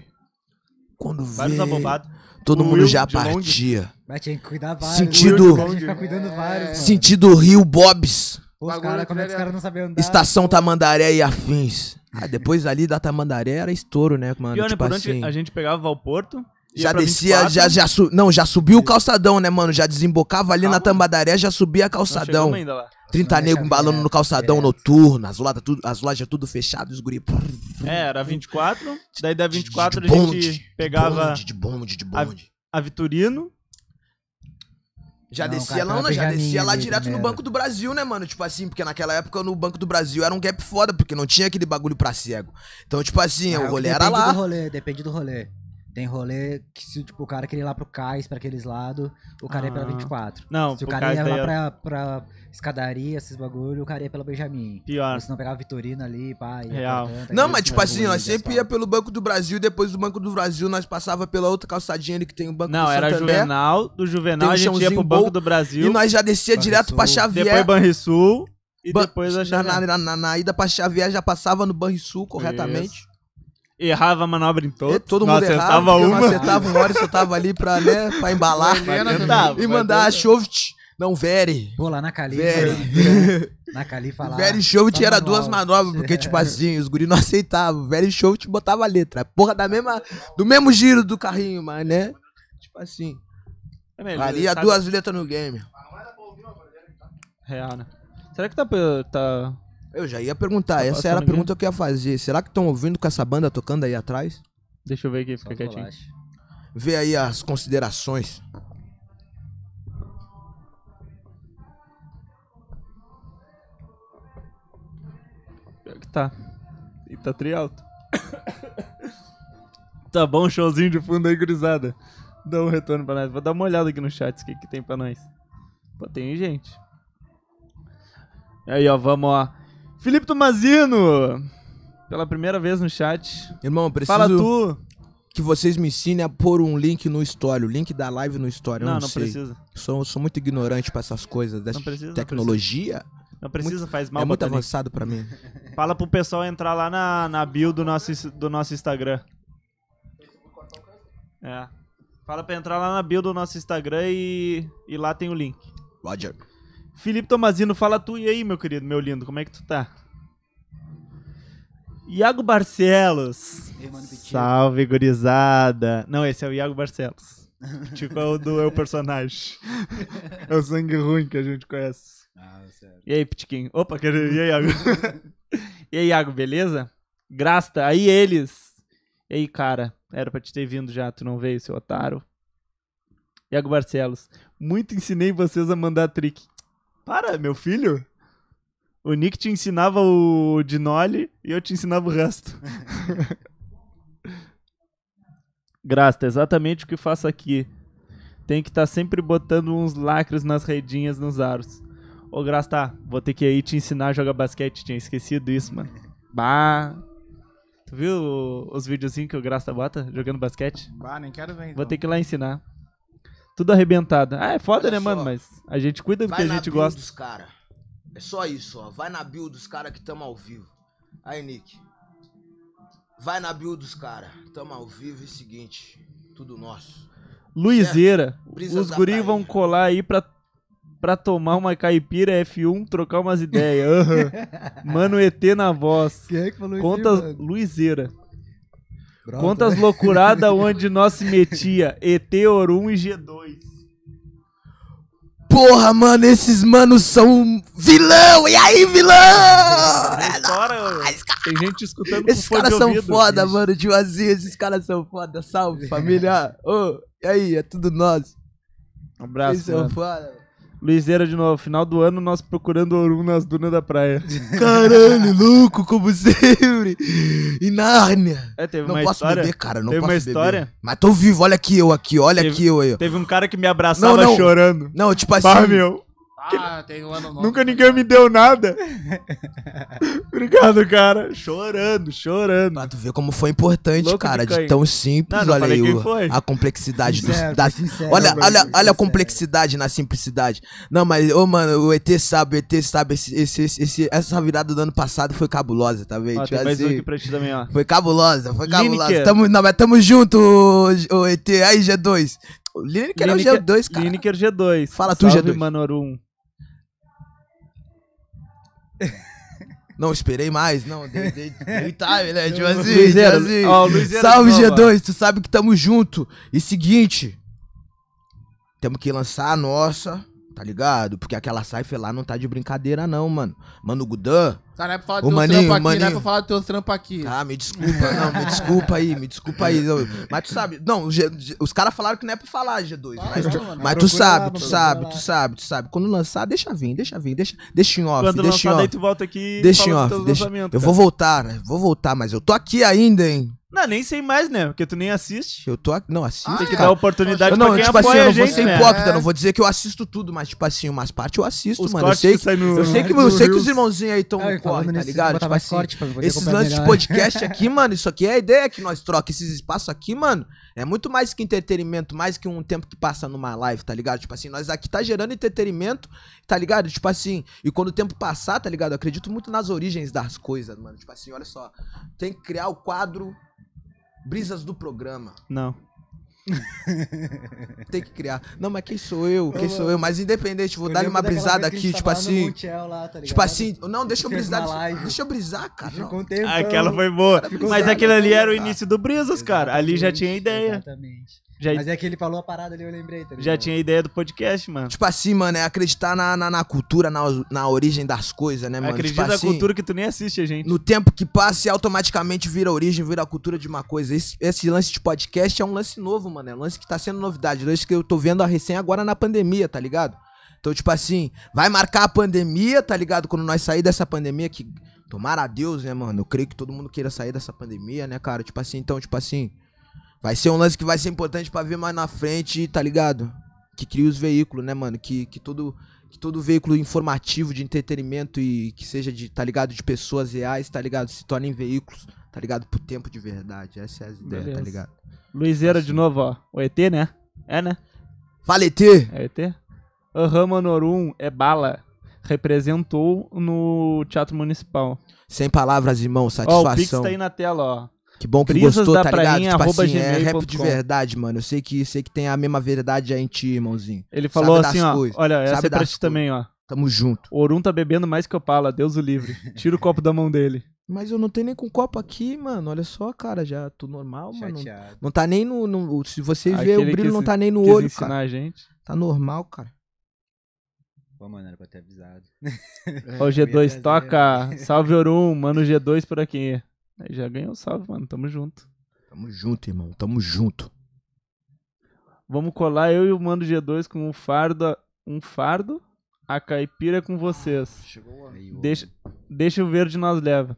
[SPEAKER 4] Quando vê.
[SPEAKER 2] Vários abobados.
[SPEAKER 4] Todo
[SPEAKER 2] O
[SPEAKER 4] mundo
[SPEAKER 2] Will
[SPEAKER 4] já
[SPEAKER 2] de longe.
[SPEAKER 4] partia.
[SPEAKER 5] Mas tinha que cuidar vários.
[SPEAKER 4] Sentido- É.
[SPEAKER 5] Tinha que ficar cuidando vários.
[SPEAKER 2] É.
[SPEAKER 5] mano.
[SPEAKER 4] Sentido Rio Bobs.
[SPEAKER 5] Pô, os
[SPEAKER 3] Bagulho
[SPEAKER 5] caras, como é que os
[SPEAKER 3] era-
[SPEAKER 5] caras não sabem andar?
[SPEAKER 4] Estação Tamandaré e afins. Ah, depois ali da Tamandaré era estouro, né, mano?
[SPEAKER 2] E olha,
[SPEAKER 4] tipo
[SPEAKER 2] por onde
[SPEAKER 4] assim.
[SPEAKER 2] a gente pegava Valporto. ia
[SPEAKER 4] Já
[SPEAKER 2] pra
[SPEAKER 4] descia,
[SPEAKER 2] 24,
[SPEAKER 4] já, já su... Não, já subiu o calçadão, né, mano? Já desembocava ali
[SPEAKER 2] Calma.
[SPEAKER 4] na Tambadaré, já subia
[SPEAKER 2] não chegamos
[SPEAKER 4] calçadão.
[SPEAKER 2] ainda lá.
[SPEAKER 4] 30
[SPEAKER 5] Não,
[SPEAKER 4] nego
[SPEAKER 5] deixa
[SPEAKER 4] embalando no
[SPEAKER 5] quieto,
[SPEAKER 4] calçadão
[SPEAKER 5] quieto.
[SPEAKER 4] noturno, as lojas tudo, as lojas tudo fechado, os guri.
[SPEAKER 2] É, era 24. Daí da 24 a
[SPEAKER 4] de bonde,
[SPEAKER 2] gente
[SPEAKER 4] de
[SPEAKER 2] pegava
[SPEAKER 4] bonde, de bonde, de
[SPEAKER 2] a-
[SPEAKER 4] bonde.
[SPEAKER 2] a Vitorino.
[SPEAKER 4] Já
[SPEAKER 5] Não,
[SPEAKER 4] descia
[SPEAKER 5] cara,
[SPEAKER 4] lá,
[SPEAKER 5] era
[SPEAKER 4] né? já
[SPEAKER 5] Benjamin
[SPEAKER 4] descia lá
[SPEAKER 5] ali
[SPEAKER 4] direto no
[SPEAKER 5] primeiro.
[SPEAKER 4] Banco do Brasil, né, mano? Tipo assim, porque naquela época no Banco do Brasil era um gap foda, porque não tinha aquele bagulho pra cego. Então, tipo assim,
[SPEAKER 5] Ah,
[SPEAKER 4] o rolê
[SPEAKER 5] depende
[SPEAKER 4] era lá.
[SPEAKER 5] Do rolê, depende do rolê. Tem rolê que se tipo, o cara queria ir lá pro cais, pra aqueles lados, o cara ia pela
[SPEAKER 2] Ah.
[SPEAKER 5] 24.
[SPEAKER 2] Não,
[SPEAKER 5] se o
[SPEAKER 2] pro
[SPEAKER 5] cara
[SPEAKER 2] cais
[SPEAKER 5] ia
[SPEAKER 2] daí
[SPEAKER 5] lá
[SPEAKER 2] era
[SPEAKER 5] pra, pra escadaria, esses bagulho, o cara ia pela Benjamin.
[SPEAKER 2] pior.
[SPEAKER 5] Ou senão pegava a Vitorina ali, pá. ia
[SPEAKER 2] Real.
[SPEAKER 5] cortando,
[SPEAKER 4] Não,
[SPEAKER 5] aquele
[SPEAKER 4] mas tipo
[SPEAKER 5] bagulho
[SPEAKER 4] assim, nós
[SPEAKER 5] de
[SPEAKER 4] sempre ia
[SPEAKER 5] asfalto.
[SPEAKER 4] pelo Banco do Brasil, depois do Banco do Brasil nós passava pela outra calçadinha ali que tem o Banco
[SPEAKER 2] Não,
[SPEAKER 4] do
[SPEAKER 2] era
[SPEAKER 4] Santander.
[SPEAKER 2] Juvenal. Do Juvenal
[SPEAKER 4] Tem um
[SPEAKER 2] a gente ia pro
[SPEAKER 4] chãozinho
[SPEAKER 2] Banco
[SPEAKER 4] bom,
[SPEAKER 2] do
[SPEAKER 4] E
[SPEAKER 2] Brasil.
[SPEAKER 4] nós já descia
[SPEAKER 5] Banco
[SPEAKER 4] direto pra
[SPEAKER 5] Sul.
[SPEAKER 4] Xavier.
[SPEAKER 2] Depois Banrisul. E
[SPEAKER 4] Ban-
[SPEAKER 2] depois a
[SPEAKER 4] na,
[SPEAKER 2] Xavier.
[SPEAKER 4] na, na, na, na ida pra Xavier já passava no Banrisul corretamente.
[SPEAKER 2] Errava a manobra em todos.
[SPEAKER 4] E todo
[SPEAKER 2] nós
[SPEAKER 4] mundo errava.
[SPEAKER 2] acertava
[SPEAKER 4] porque
[SPEAKER 2] uma.
[SPEAKER 4] Nós acertava uma hora e você tava ali pra, né, pra embalar. Vai
[SPEAKER 3] Helena também.
[SPEAKER 4] tentar, e mandar a Chauvet. Não, Vere.
[SPEAKER 5] Pô, lá na Califa.
[SPEAKER 4] Very. [LAUGHS]
[SPEAKER 5] lá- Na Califa lá.
[SPEAKER 4] Very Chauvet
[SPEAKER 5] só
[SPEAKER 4] era
[SPEAKER 5] manual.
[SPEAKER 4] duas manobras, porque, tipo assim, os guri não aceitavam. Very Chauvet botava a letra. Porra, da mesma, do mesmo giro do carrinho, mas, né? Tipo assim.
[SPEAKER 2] É melhor,
[SPEAKER 4] Valia
[SPEAKER 2] sabe?
[SPEAKER 4] duas letras no game.
[SPEAKER 2] Real, né? Será que tá. pe- tá...
[SPEAKER 4] Eu já ia perguntar,
[SPEAKER 2] Tá
[SPEAKER 4] essa era a
[SPEAKER 2] passando
[SPEAKER 4] pergunta que eu ia fazer. Será que estão ouvindo com essa banda tocando aí atrás?
[SPEAKER 2] Deixa eu ver aqui,
[SPEAKER 4] [LAUGHS]
[SPEAKER 5] Só
[SPEAKER 2] fica
[SPEAKER 5] os
[SPEAKER 2] quietinho.
[SPEAKER 5] bolachos.
[SPEAKER 4] Vê aí as considerações.
[SPEAKER 2] Pior que tá. E tá tri alto. [COUGHS] tá bom, showzinho de fundo aí, gurizada. Dá um retorno pra nós. Vou dar uma olhada aqui no chat, o que, que tem pra nós. Pô, tem gente. Aí, ó, vamos, ó. Felipe Tomazino! Pela primeira vez no chat.
[SPEAKER 4] Irmão, eu preciso
[SPEAKER 2] Fala tu!
[SPEAKER 4] que vocês me ensinem a pôr um link no story, o link da live no story. Eu
[SPEAKER 2] Não,
[SPEAKER 4] não,
[SPEAKER 2] não,
[SPEAKER 4] sei.
[SPEAKER 2] precisa.
[SPEAKER 4] Sou, sou muito ignorante pra essas coisas. Dessa
[SPEAKER 2] Não precisa, não
[SPEAKER 4] tecnologia
[SPEAKER 2] Não precisa, faz mal
[SPEAKER 4] é muito
[SPEAKER 2] botar link.
[SPEAKER 4] avançado pra mim.
[SPEAKER 2] Fala pro pessoal entrar lá na, na bio do nosso, ins- do nosso Instagram. É. Fala pra entrar lá na bio do nosso Instagram e, e lá tem o link.
[SPEAKER 4] Roger.
[SPEAKER 2] Felipe Tomazino, fala tu e aí, meu querido, meu lindo, como é que tu tá? Iago Barcelos.
[SPEAKER 5] Ei, mano, Pitico.
[SPEAKER 2] Salve, gurizada. Não, esse é o Iago Barcelos. Tipo, é o, do, é o personagem. É o sangue ruim que a gente conhece.
[SPEAKER 5] Ah, sério.
[SPEAKER 2] E aí, Pitiquinho? Opa, quer dizer, e aí, Iago? [LAUGHS] e aí, Iago, beleza? Grasta, aí eles! E aí, cara, era pra te ter vindo já, tu não veio, seu otário. Iago Barcelos, muito ensinei vocês a mandar trick. Para, meu filho! O Nick te ensinava o Dinoli e eu te ensinava o resto. [LAUGHS] Grasta, exatamente o que faço aqui. Tem que estar sempre botando uns lacres nas redinhas, nos aros. Ô, Grasta, vou ter que ir aí te ensinar a jogar basquete. Tinha esquecido isso,
[SPEAKER 4] [LAUGHS]
[SPEAKER 2] mano. Bah. Tu viu o- os videozinhos que o Grasta bota jogando basquete?
[SPEAKER 3] Bah, nem quero ver. então.
[SPEAKER 2] Vou ter que ir lá ensinar. Tudo arrebentado. Ah, é foda,
[SPEAKER 4] Olha
[SPEAKER 2] né, mano?
[SPEAKER 4] só.
[SPEAKER 2] Mas a gente cuida do
[SPEAKER 4] Vai
[SPEAKER 2] que a
[SPEAKER 4] na
[SPEAKER 2] gente
[SPEAKER 4] bio
[SPEAKER 2] gosta.
[SPEAKER 4] dos cara. É só isso, ó. Vai na bio dos cara que tamo ao vivo. Aí, Nick. Vai na bio dos cara. Tamo ao vivo e é seguinte. Tudo nosso.
[SPEAKER 2] Luizeira,
[SPEAKER 4] Brisa
[SPEAKER 2] os
[SPEAKER 4] da
[SPEAKER 2] guri
[SPEAKER 4] praia.
[SPEAKER 2] vão colar aí pra, pra tomar uma caipira F1, trocar umas
[SPEAKER 4] [LAUGHS]
[SPEAKER 2] ideias. Aham. Mano, ET na voz.
[SPEAKER 5] Quem é que
[SPEAKER 2] [LAUGHS]
[SPEAKER 5] falou
[SPEAKER 2] Contas Luizeira.
[SPEAKER 4] né?
[SPEAKER 2] Contas
[SPEAKER 4] [LAUGHS]
[SPEAKER 2] loucurada onde nós se metia. ET Orum e G2.
[SPEAKER 4] Porra, mano, esses manos são um vilão! E aí, vilão?
[SPEAKER 2] [LAUGHS] Fora, tem gente escutando com
[SPEAKER 4] Esses
[SPEAKER 2] fone
[SPEAKER 4] caras
[SPEAKER 2] de
[SPEAKER 4] são
[SPEAKER 2] ouvido.
[SPEAKER 4] foda, mano, de vazio. Esses caras são foda.
[SPEAKER 2] [LAUGHS]
[SPEAKER 4] Salve, família. Ô, e aí, é tudo nosso.
[SPEAKER 2] Um
[SPEAKER 4] Vocês
[SPEAKER 2] abraço,
[SPEAKER 4] são
[SPEAKER 2] mano.
[SPEAKER 4] foda.
[SPEAKER 2] Luizeira de novo. Final do ano, nós procurando Orum nas dunas da praia.
[SPEAKER 4] Caralho, louco, como sempre. E Nárnia.
[SPEAKER 2] É, teve
[SPEAKER 4] Não
[SPEAKER 2] uma
[SPEAKER 4] posso
[SPEAKER 2] história.
[SPEAKER 4] beber, cara, não
[SPEAKER 2] teve
[SPEAKER 4] posso
[SPEAKER 2] uma
[SPEAKER 4] beber.
[SPEAKER 2] história?
[SPEAKER 4] Mas tô vivo, olha aqui eu aqui, olha
[SPEAKER 2] Teve-
[SPEAKER 4] aqui eu aí. ó.
[SPEAKER 2] Teve um cara que me abraçava
[SPEAKER 4] Não, não.
[SPEAKER 2] chorando.
[SPEAKER 4] Não, tipo assim,
[SPEAKER 2] Pá, meu.
[SPEAKER 3] Ah, tem o ano novo.
[SPEAKER 1] Nunca ninguém me deu
[SPEAKER 4] [LAUGHS]
[SPEAKER 1] nada. Obrigado, cara. Chorando, chorando.
[SPEAKER 4] Pra tu ver como foi importante,
[SPEAKER 2] Louco de
[SPEAKER 4] cara, de,
[SPEAKER 2] canho.
[SPEAKER 4] tão simples,
[SPEAKER 1] Não, não
[SPEAKER 4] olha
[SPEAKER 1] falei
[SPEAKER 4] aí
[SPEAKER 1] quem
[SPEAKER 4] o-
[SPEAKER 1] foi.
[SPEAKER 4] a complexidade do,
[SPEAKER 5] Sincero,
[SPEAKER 4] da,
[SPEAKER 5] sincero,
[SPEAKER 4] Olha,
[SPEAKER 5] mano,
[SPEAKER 4] olha, olha a
[SPEAKER 5] sincero.
[SPEAKER 4] complexidade na simplicidade. Não, mas, ô, mano, o ET sabe, o ET sabe. Esse, esse- esse- esse- essa virada do ano passado foi cabulosa, tá vendo?
[SPEAKER 2] Ó,
[SPEAKER 4] Tipo
[SPEAKER 2] tem mais um
[SPEAKER 4] assim,
[SPEAKER 2] aqui pra ti também, ó.
[SPEAKER 4] Foi cabulosa, foi cabulosa.
[SPEAKER 2] Lineker.
[SPEAKER 4] Tamo, não, mas tamo junto, ô, ô, ET. Aí, G2. O Lineker é o
[SPEAKER 2] Lineker-
[SPEAKER 4] G2, cara.
[SPEAKER 2] Lineker G2.
[SPEAKER 4] Fala tu,
[SPEAKER 2] Salve,
[SPEAKER 4] G2.
[SPEAKER 2] Manorum.
[SPEAKER 4] Não, esperei mais. Não, dei, dei,
[SPEAKER 2] [LAUGHS]
[SPEAKER 4] dei time, né? Tipo assim,
[SPEAKER 2] Luizera,
[SPEAKER 4] tipo assim.
[SPEAKER 2] ó, o Luizera
[SPEAKER 4] Salve,
[SPEAKER 2] de novo, ó.
[SPEAKER 4] G2. Tu sabe que tamo junto. E seguinte. Temos que lançar a nossa, tá ligado? Porque aquela cipher lá não tá de brincadeira, não, mano. Mano, o Gudan.
[SPEAKER 3] Tá, não é pra falar
[SPEAKER 4] Ô,
[SPEAKER 3] do teu
[SPEAKER 4] maninho,
[SPEAKER 3] trampo aqui, não é pra
[SPEAKER 4] maninho.
[SPEAKER 3] falar do teu trampo aqui.
[SPEAKER 4] Tá, me desculpa, não, me desculpa aí, me desculpa aí. não. Mas tu sabe, não, o G- G- os caras falaram que não é pra falar, G2.
[SPEAKER 3] Fala,
[SPEAKER 4] mas tu,
[SPEAKER 3] fala, mano.
[SPEAKER 4] mas tu
[SPEAKER 5] Procura lá,
[SPEAKER 4] sabe, tu
[SPEAKER 5] procura
[SPEAKER 4] sabe,
[SPEAKER 5] lá.
[SPEAKER 4] tu sabe, tu sabe. Quando lançar, deixa vir, deixa vir, deixa, deixa em off,
[SPEAKER 2] Quando
[SPEAKER 4] deixa
[SPEAKER 2] lançar,
[SPEAKER 4] em
[SPEAKER 2] daí
[SPEAKER 4] off.
[SPEAKER 2] tu volta aqui e
[SPEAKER 4] Deixa em
[SPEAKER 2] fala dos
[SPEAKER 4] off,
[SPEAKER 2] teus
[SPEAKER 4] deixa.
[SPEAKER 2] lançamentos,
[SPEAKER 4] Eu
[SPEAKER 2] cara.
[SPEAKER 4] vou voltar, né? Vou voltar, mas eu tô aqui ainda, hein?
[SPEAKER 2] Não, nem sei mais, né? Porque tu nem assiste.
[SPEAKER 4] Eu tô aqui. Não, assisto.
[SPEAKER 3] Ah,
[SPEAKER 2] Tem que
[SPEAKER 4] cara.
[SPEAKER 2] dar oportunidade
[SPEAKER 4] Eu não,
[SPEAKER 2] pra quem
[SPEAKER 4] tipo assim,
[SPEAKER 2] apoia
[SPEAKER 4] eu não
[SPEAKER 2] a
[SPEAKER 4] vou
[SPEAKER 2] gente,
[SPEAKER 4] ser
[SPEAKER 2] né?
[SPEAKER 4] hipócrita,
[SPEAKER 3] É.
[SPEAKER 4] não vou dizer que eu assisto tudo, mas, tipo assim, umas partes eu assisto,
[SPEAKER 2] Os
[SPEAKER 4] mano. Eu
[SPEAKER 2] cortes
[SPEAKER 4] sei
[SPEAKER 2] que
[SPEAKER 4] que,
[SPEAKER 2] saem no...
[SPEAKER 4] eu sei que, eu sei que os irmãozinhos aí estão
[SPEAKER 5] Ah, falando
[SPEAKER 4] corre, tá
[SPEAKER 5] nisso,
[SPEAKER 4] ligado?
[SPEAKER 5] botava
[SPEAKER 4] Tipo assim,
[SPEAKER 5] corte pra poder
[SPEAKER 4] esses tipo,
[SPEAKER 5] acompanhar
[SPEAKER 4] lances de
[SPEAKER 5] melhor. [LAUGHS]
[SPEAKER 4] podcast aqui, mano, isso aqui é a ideia que nós troca. Esses espaços aqui, mano, é muito mais que entretenimento, mais que um tempo que passa numa live, tá ligado? Tipo assim, nós aqui tá gerando entretenimento, tá ligado? Tipo assim, e quando o tempo passar, tá ligado? Eu acredito muito nas origens das coisas, mano. Tipo assim, olha só, tem que criar o quadro Brisas do Programa.
[SPEAKER 2] Não.
[SPEAKER 4] Tem que criar. Não, mas quem sou eu? Quem sou eu? Mas independente, vou
[SPEAKER 5] Eu
[SPEAKER 4] dar
[SPEAKER 5] lembro
[SPEAKER 4] uma
[SPEAKER 5] daquela
[SPEAKER 4] brisada
[SPEAKER 5] vez que a
[SPEAKER 4] aqui,
[SPEAKER 5] gente
[SPEAKER 4] tipo
[SPEAKER 5] tava no
[SPEAKER 4] assim.
[SPEAKER 5] Montiel lá, tá
[SPEAKER 4] Tipo
[SPEAKER 5] ligado?
[SPEAKER 4] assim, não, tá deixa eu
[SPEAKER 5] Fez
[SPEAKER 4] brisar.
[SPEAKER 5] uma
[SPEAKER 4] disso-
[SPEAKER 5] live.
[SPEAKER 4] Deixa eu brisar, cara. não.
[SPEAKER 5] Ficou um tempo.
[SPEAKER 2] Aquela foi boa.
[SPEAKER 4] ficou
[SPEAKER 2] Mas
[SPEAKER 4] zero,
[SPEAKER 2] aquele ali
[SPEAKER 4] né?
[SPEAKER 2] era o início do Brisas, cara. Ali já tinha ideia.
[SPEAKER 5] Exatamente.
[SPEAKER 2] Já,
[SPEAKER 5] Mas é que ele falou a parada ali, eu lembrei, tá ligado?
[SPEAKER 2] já tinha ideia do podcast, mano.
[SPEAKER 4] Tipo assim, mano, é acreditar na, na, na cultura, na, na origem das coisas, né, mano?
[SPEAKER 2] Acredita
[SPEAKER 4] tipo
[SPEAKER 2] na
[SPEAKER 4] assim,
[SPEAKER 2] cultura que tu nem assiste a gente.
[SPEAKER 4] No tempo que passa, automaticamente vira a origem, vira a cultura de uma coisa. Esse, esse lance de podcast é um lance novo, mano. É um lance que tá sendo novidade. Lance que eu tô vendo a recém agora na pandemia, tá ligado? Então, tipo assim, vai marcar a pandemia, tá ligado? Quando nós sair dessa pandemia, que tomara a Deus, né, mano? Eu creio que todo mundo queira sair dessa pandemia, né, cara? Tipo assim, então, tipo assim, vai ser um lance que vai ser importante pra ver mais na frente, tá ligado? Que cria os veículos, né, mano? Que, que todo que todo veículo informativo de entretenimento e que seja de, tá ligado, de pessoas reais, tá ligado, se tornem veículos, tá ligado, pro tempo de verdade. Essa é a ideia,
[SPEAKER 2] Beleza.
[SPEAKER 4] tá ligado?
[SPEAKER 2] Luizera
[SPEAKER 4] assim.
[SPEAKER 2] de novo, ó. O ET, né? É, né?
[SPEAKER 4] Fala, ET!
[SPEAKER 2] É o ET? Aham, Manorum é bala. Representou no Teatro Municipal.
[SPEAKER 4] Sem palavras, irmão,
[SPEAKER 2] Ó, o Pix
[SPEAKER 4] satisfação.
[SPEAKER 2] tá aí na tela, ó.
[SPEAKER 4] Que bom que
[SPEAKER 2] Brisas
[SPEAKER 4] gostou,
[SPEAKER 2] da
[SPEAKER 4] tá ligado?
[SPEAKER 2] prainha,
[SPEAKER 4] Tipo
[SPEAKER 2] arroba
[SPEAKER 4] assim, é
[SPEAKER 2] gmail ponto
[SPEAKER 4] rap de
[SPEAKER 2] com.
[SPEAKER 4] verdade, mano. Eu sei que, sei que tem a mesma verdade aí em ti, irmãozinho.
[SPEAKER 2] Ele falou
[SPEAKER 4] das
[SPEAKER 2] assim, ó.
[SPEAKER 4] coisas,
[SPEAKER 2] Olha, essa
[SPEAKER 4] sabe
[SPEAKER 2] é pra
[SPEAKER 4] das
[SPEAKER 2] ti também, ó.
[SPEAKER 4] Tamo junto.
[SPEAKER 2] O Orum tá bebendo mais que o Pala, Deus o
[SPEAKER 4] [LAUGHS]
[SPEAKER 2] livre. Tira o copo da mão dele.
[SPEAKER 4] Mas eu não tenho nem com copo aqui, mano. Olha só, cara, já tô normal, mano.
[SPEAKER 5] Chateado.
[SPEAKER 4] Não tá nem no, no- Se você
[SPEAKER 2] Aquele
[SPEAKER 4] ver, o brilho
[SPEAKER 2] quis-
[SPEAKER 4] não tá nem no
[SPEAKER 2] Quis
[SPEAKER 4] olho,
[SPEAKER 2] ensinar
[SPEAKER 4] cara.
[SPEAKER 2] a gente.
[SPEAKER 4] Tá normal, cara.
[SPEAKER 5] Pô, mano, era pra ter avisado.
[SPEAKER 2] Ó, o
[SPEAKER 5] Eu ia
[SPEAKER 2] G2 [LAUGHS]
[SPEAKER 5] trazer.
[SPEAKER 2] toca. Salve, Orum. Mano, G2 por aqui. Aí já ganhou salve, mano. Tamo junto.
[SPEAKER 4] Tamo junto, irmão. Tamo junto.
[SPEAKER 2] Vamos colar eu e o Mano G2 com um fardo. Um fardo? A caipira com vocês.
[SPEAKER 3] Chegou
[SPEAKER 5] Aí, ô,
[SPEAKER 2] Deixa, deixa o verde nós leva.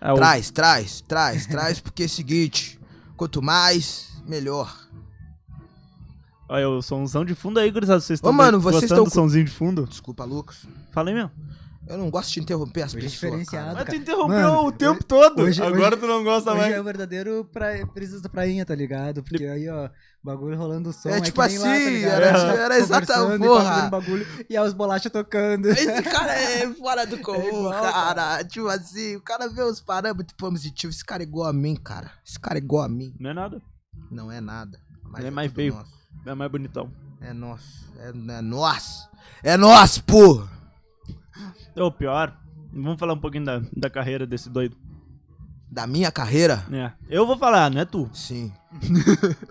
[SPEAKER 2] Ah, o-
[SPEAKER 4] Traz, traz, traz, traz, porque é o seguinte, quanto mais, melhor.
[SPEAKER 2] Olha o somzão de fundo aí, gurizada. Vocês estão
[SPEAKER 4] Ô, mano,
[SPEAKER 2] go-
[SPEAKER 4] vocês
[SPEAKER 2] gostando
[SPEAKER 4] tão
[SPEAKER 2] do
[SPEAKER 4] com-
[SPEAKER 2] somzinho de fundo?
[SPEAKER 4] Desculpa, Lucas.
[SPEAKER 2] Fala aí, meu.
[SPEAKER 4] Eu não gosto de interromper as
[SPEAKER 5] Hoje é
[SPEAKER 4] pessoas,
[SPEAKER 5] diferenciado,
[SPEAKER 4] cara.
[SPEAKER 5] cara.
[SPEAKER 2] interrompeu
[SPEAKER 5] Mano, hoje-
[SPEAKER 2] todo.
[SPEAKER 5] hoje- hoje-
[SPEAKER 2] tu não gosta
[SPEAKER 5] Hoje é o verdadeiro pra... Precisa da prainha, tá ligado? Porque aí, ó, bagulho rolando som.
[SPEAKER 4] É
[SPEAKER 5] que
[SPEAKER 4] tipo
[SPEAKER 5] nem lá, tá
[SPEAKER 4] assim,
[SPEAKER 5] ligado?
[SPEAKER 4] era-
[SPEAKER 5] A gente tá
[SPEAKER 4] era exata-
[SPEAKER 5] conversando e
[SPEAKER 4] porra.
[SPEAKER 5] fazendo bagulho, e aí os bolachas tocando.
[SPEAKER 4] Esse cara é fora do comum,
[SPEAKER 5] [LAUGHS] É igual,
[SPEAKER 4] cara.
[SPEAKER 5] cara.
[SPEAKER 4] Tipo assim, o cara vê os parâmetros positivos. Esse cara é igual a mim, cara. Esse cara é igual a mim.
[SPEAKER 2] Não é nada.
[SPEAKER 4] Não é nada. Mas
[SPEAKER 2] Ele é mais
[SPEAKER 4] tudo
[SPEAKER 2] feio.
[SPEAKER 4] nosso.
[SPEAKER 2] É mais bonitão.
[SPEAKER 4] É nosso. É, é nosso. É nosso, pô.
[SPEAKER 2] É o pior. Vamos falar um pouquinho da, da carreira desse doido.
[SPEAKER 4] Da minha carreira.
[SPEAKER 2] É. Eu vou falar, não é tu.
[SPEAKER 4] Sim.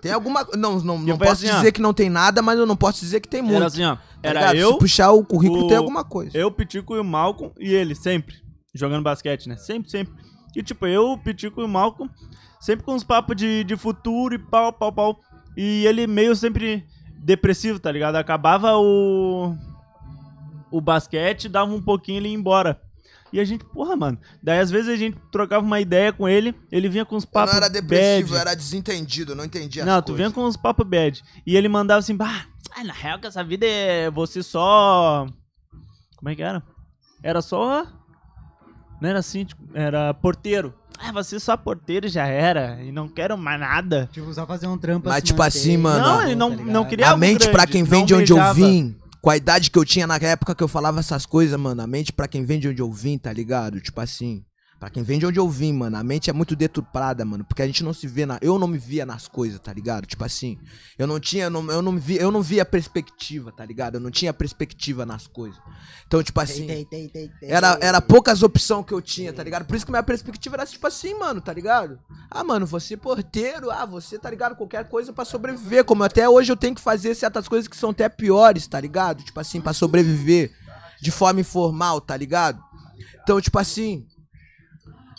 [SPEAKER 4] tem alguma. Não, não,
[SPEAKER 2] Que
[SPEAKER 4] não
[SPEAKER 2] foi
[SPEAKER 4] posso
[SPEAKER 2] assim, ó.
[SPEAKER 4] dizer que não tem nada, mas eu não posso dizer que tem muito.
[SPEAKER 2] Era assim, ó.
[SPEAKER 4] Tá
[SPEAKER 2] Era
[SPEAKER 4] ligado?
[SPEAKER 2] eu,
[SPEAKER 4] Se puxar o currículo,
[SPEAKER 2] o-
[SPEAKER 4] tem alguma coisa.
[SPEAKER 2] eu, Pitico e o Malcolm e ele, sempre. Jogando basquete, né? Sempre, sempre. E tipo, eu, o Pitico e o Malcolm, sempre com uns papos de, de futuro e pau, pau, pau. E ele meio sempre depressivo, tá ligado? Acabava o. O basquete, dava um pouquinho e ele ia embora. E a gente, porra, mano. Daí às vezes a gente trocava uma ideia com ele, ele vinha com uns
[SPEAKER 4] Eu
[SPEAKER 2] papos.
[SPEAKER 4] não era depressivo,
[SPEAKER 2] bad.
[SPEAKER 4] eu era desentendido, eu não entendia
[SPEAKER 2] Não,
[SPEAKER 4] as
[SPEAKER 2] tu
[SPEAKER 4] coisas.
[SPEAKER 2] vinha com uns papo bad. E ele mandava assim, bah, ah, na real que essa vida é você só Como é que era? Era só. Não era assim, tipo, era porteiro. Ah, você só porteiro já era. E não quero mais nada.
[SPEAKER 5] Tipo, só fazer um trampo
[SPEAKER 4] Mas, tipo assim, mano,
[SPEAKER 2] não, ele
[SPEAKER 5] Tá
[SPEAKER 2] não, não queria
[SPEAKER 4] A
[SPEAKER 2] algo
[SPEAKER 4] mente pra
[SPEAKER 2] grande,
[SPEAKER 4] quem vem
[SPEAKER 2] não
[SPEAKER 4] de onde eu
[SPEAKER 2] beijava.
[SPEAKER 4] vim, com a idade que eu tinha na época que eu falava essas coisas, mano, a mente pra quem vem de onde eu vim, tá ligado? Tipo assim, pra quem vem de onde eu vim, mano, a mente é muito deturpada, mano, porque a gente não se vê na, eu não me via nas coisas, tá ligado? Tipo assim, eu não tinha, eu não, eu não via, eu não via perspectiva, tá ligado? Eu não tinha perspectiva nas coisas. Então, tipo
[SPEAKER 2] É,
[SPEAKER 4] assim, era, era poucas opções que eu tinha, tá ligado? Por isso que minha perspectiva era tipo assim, mano, tá ligado? Ah, mano, você porteiro, ah, você, tá ligado? Qualquer coisa pra sobreviver. Como até hoje eu tenho que fazer certas coisas que são até piores, tá ligado? Tipo assim, pra sobreviver de forma informal, tá ligado? Então, tipo assim.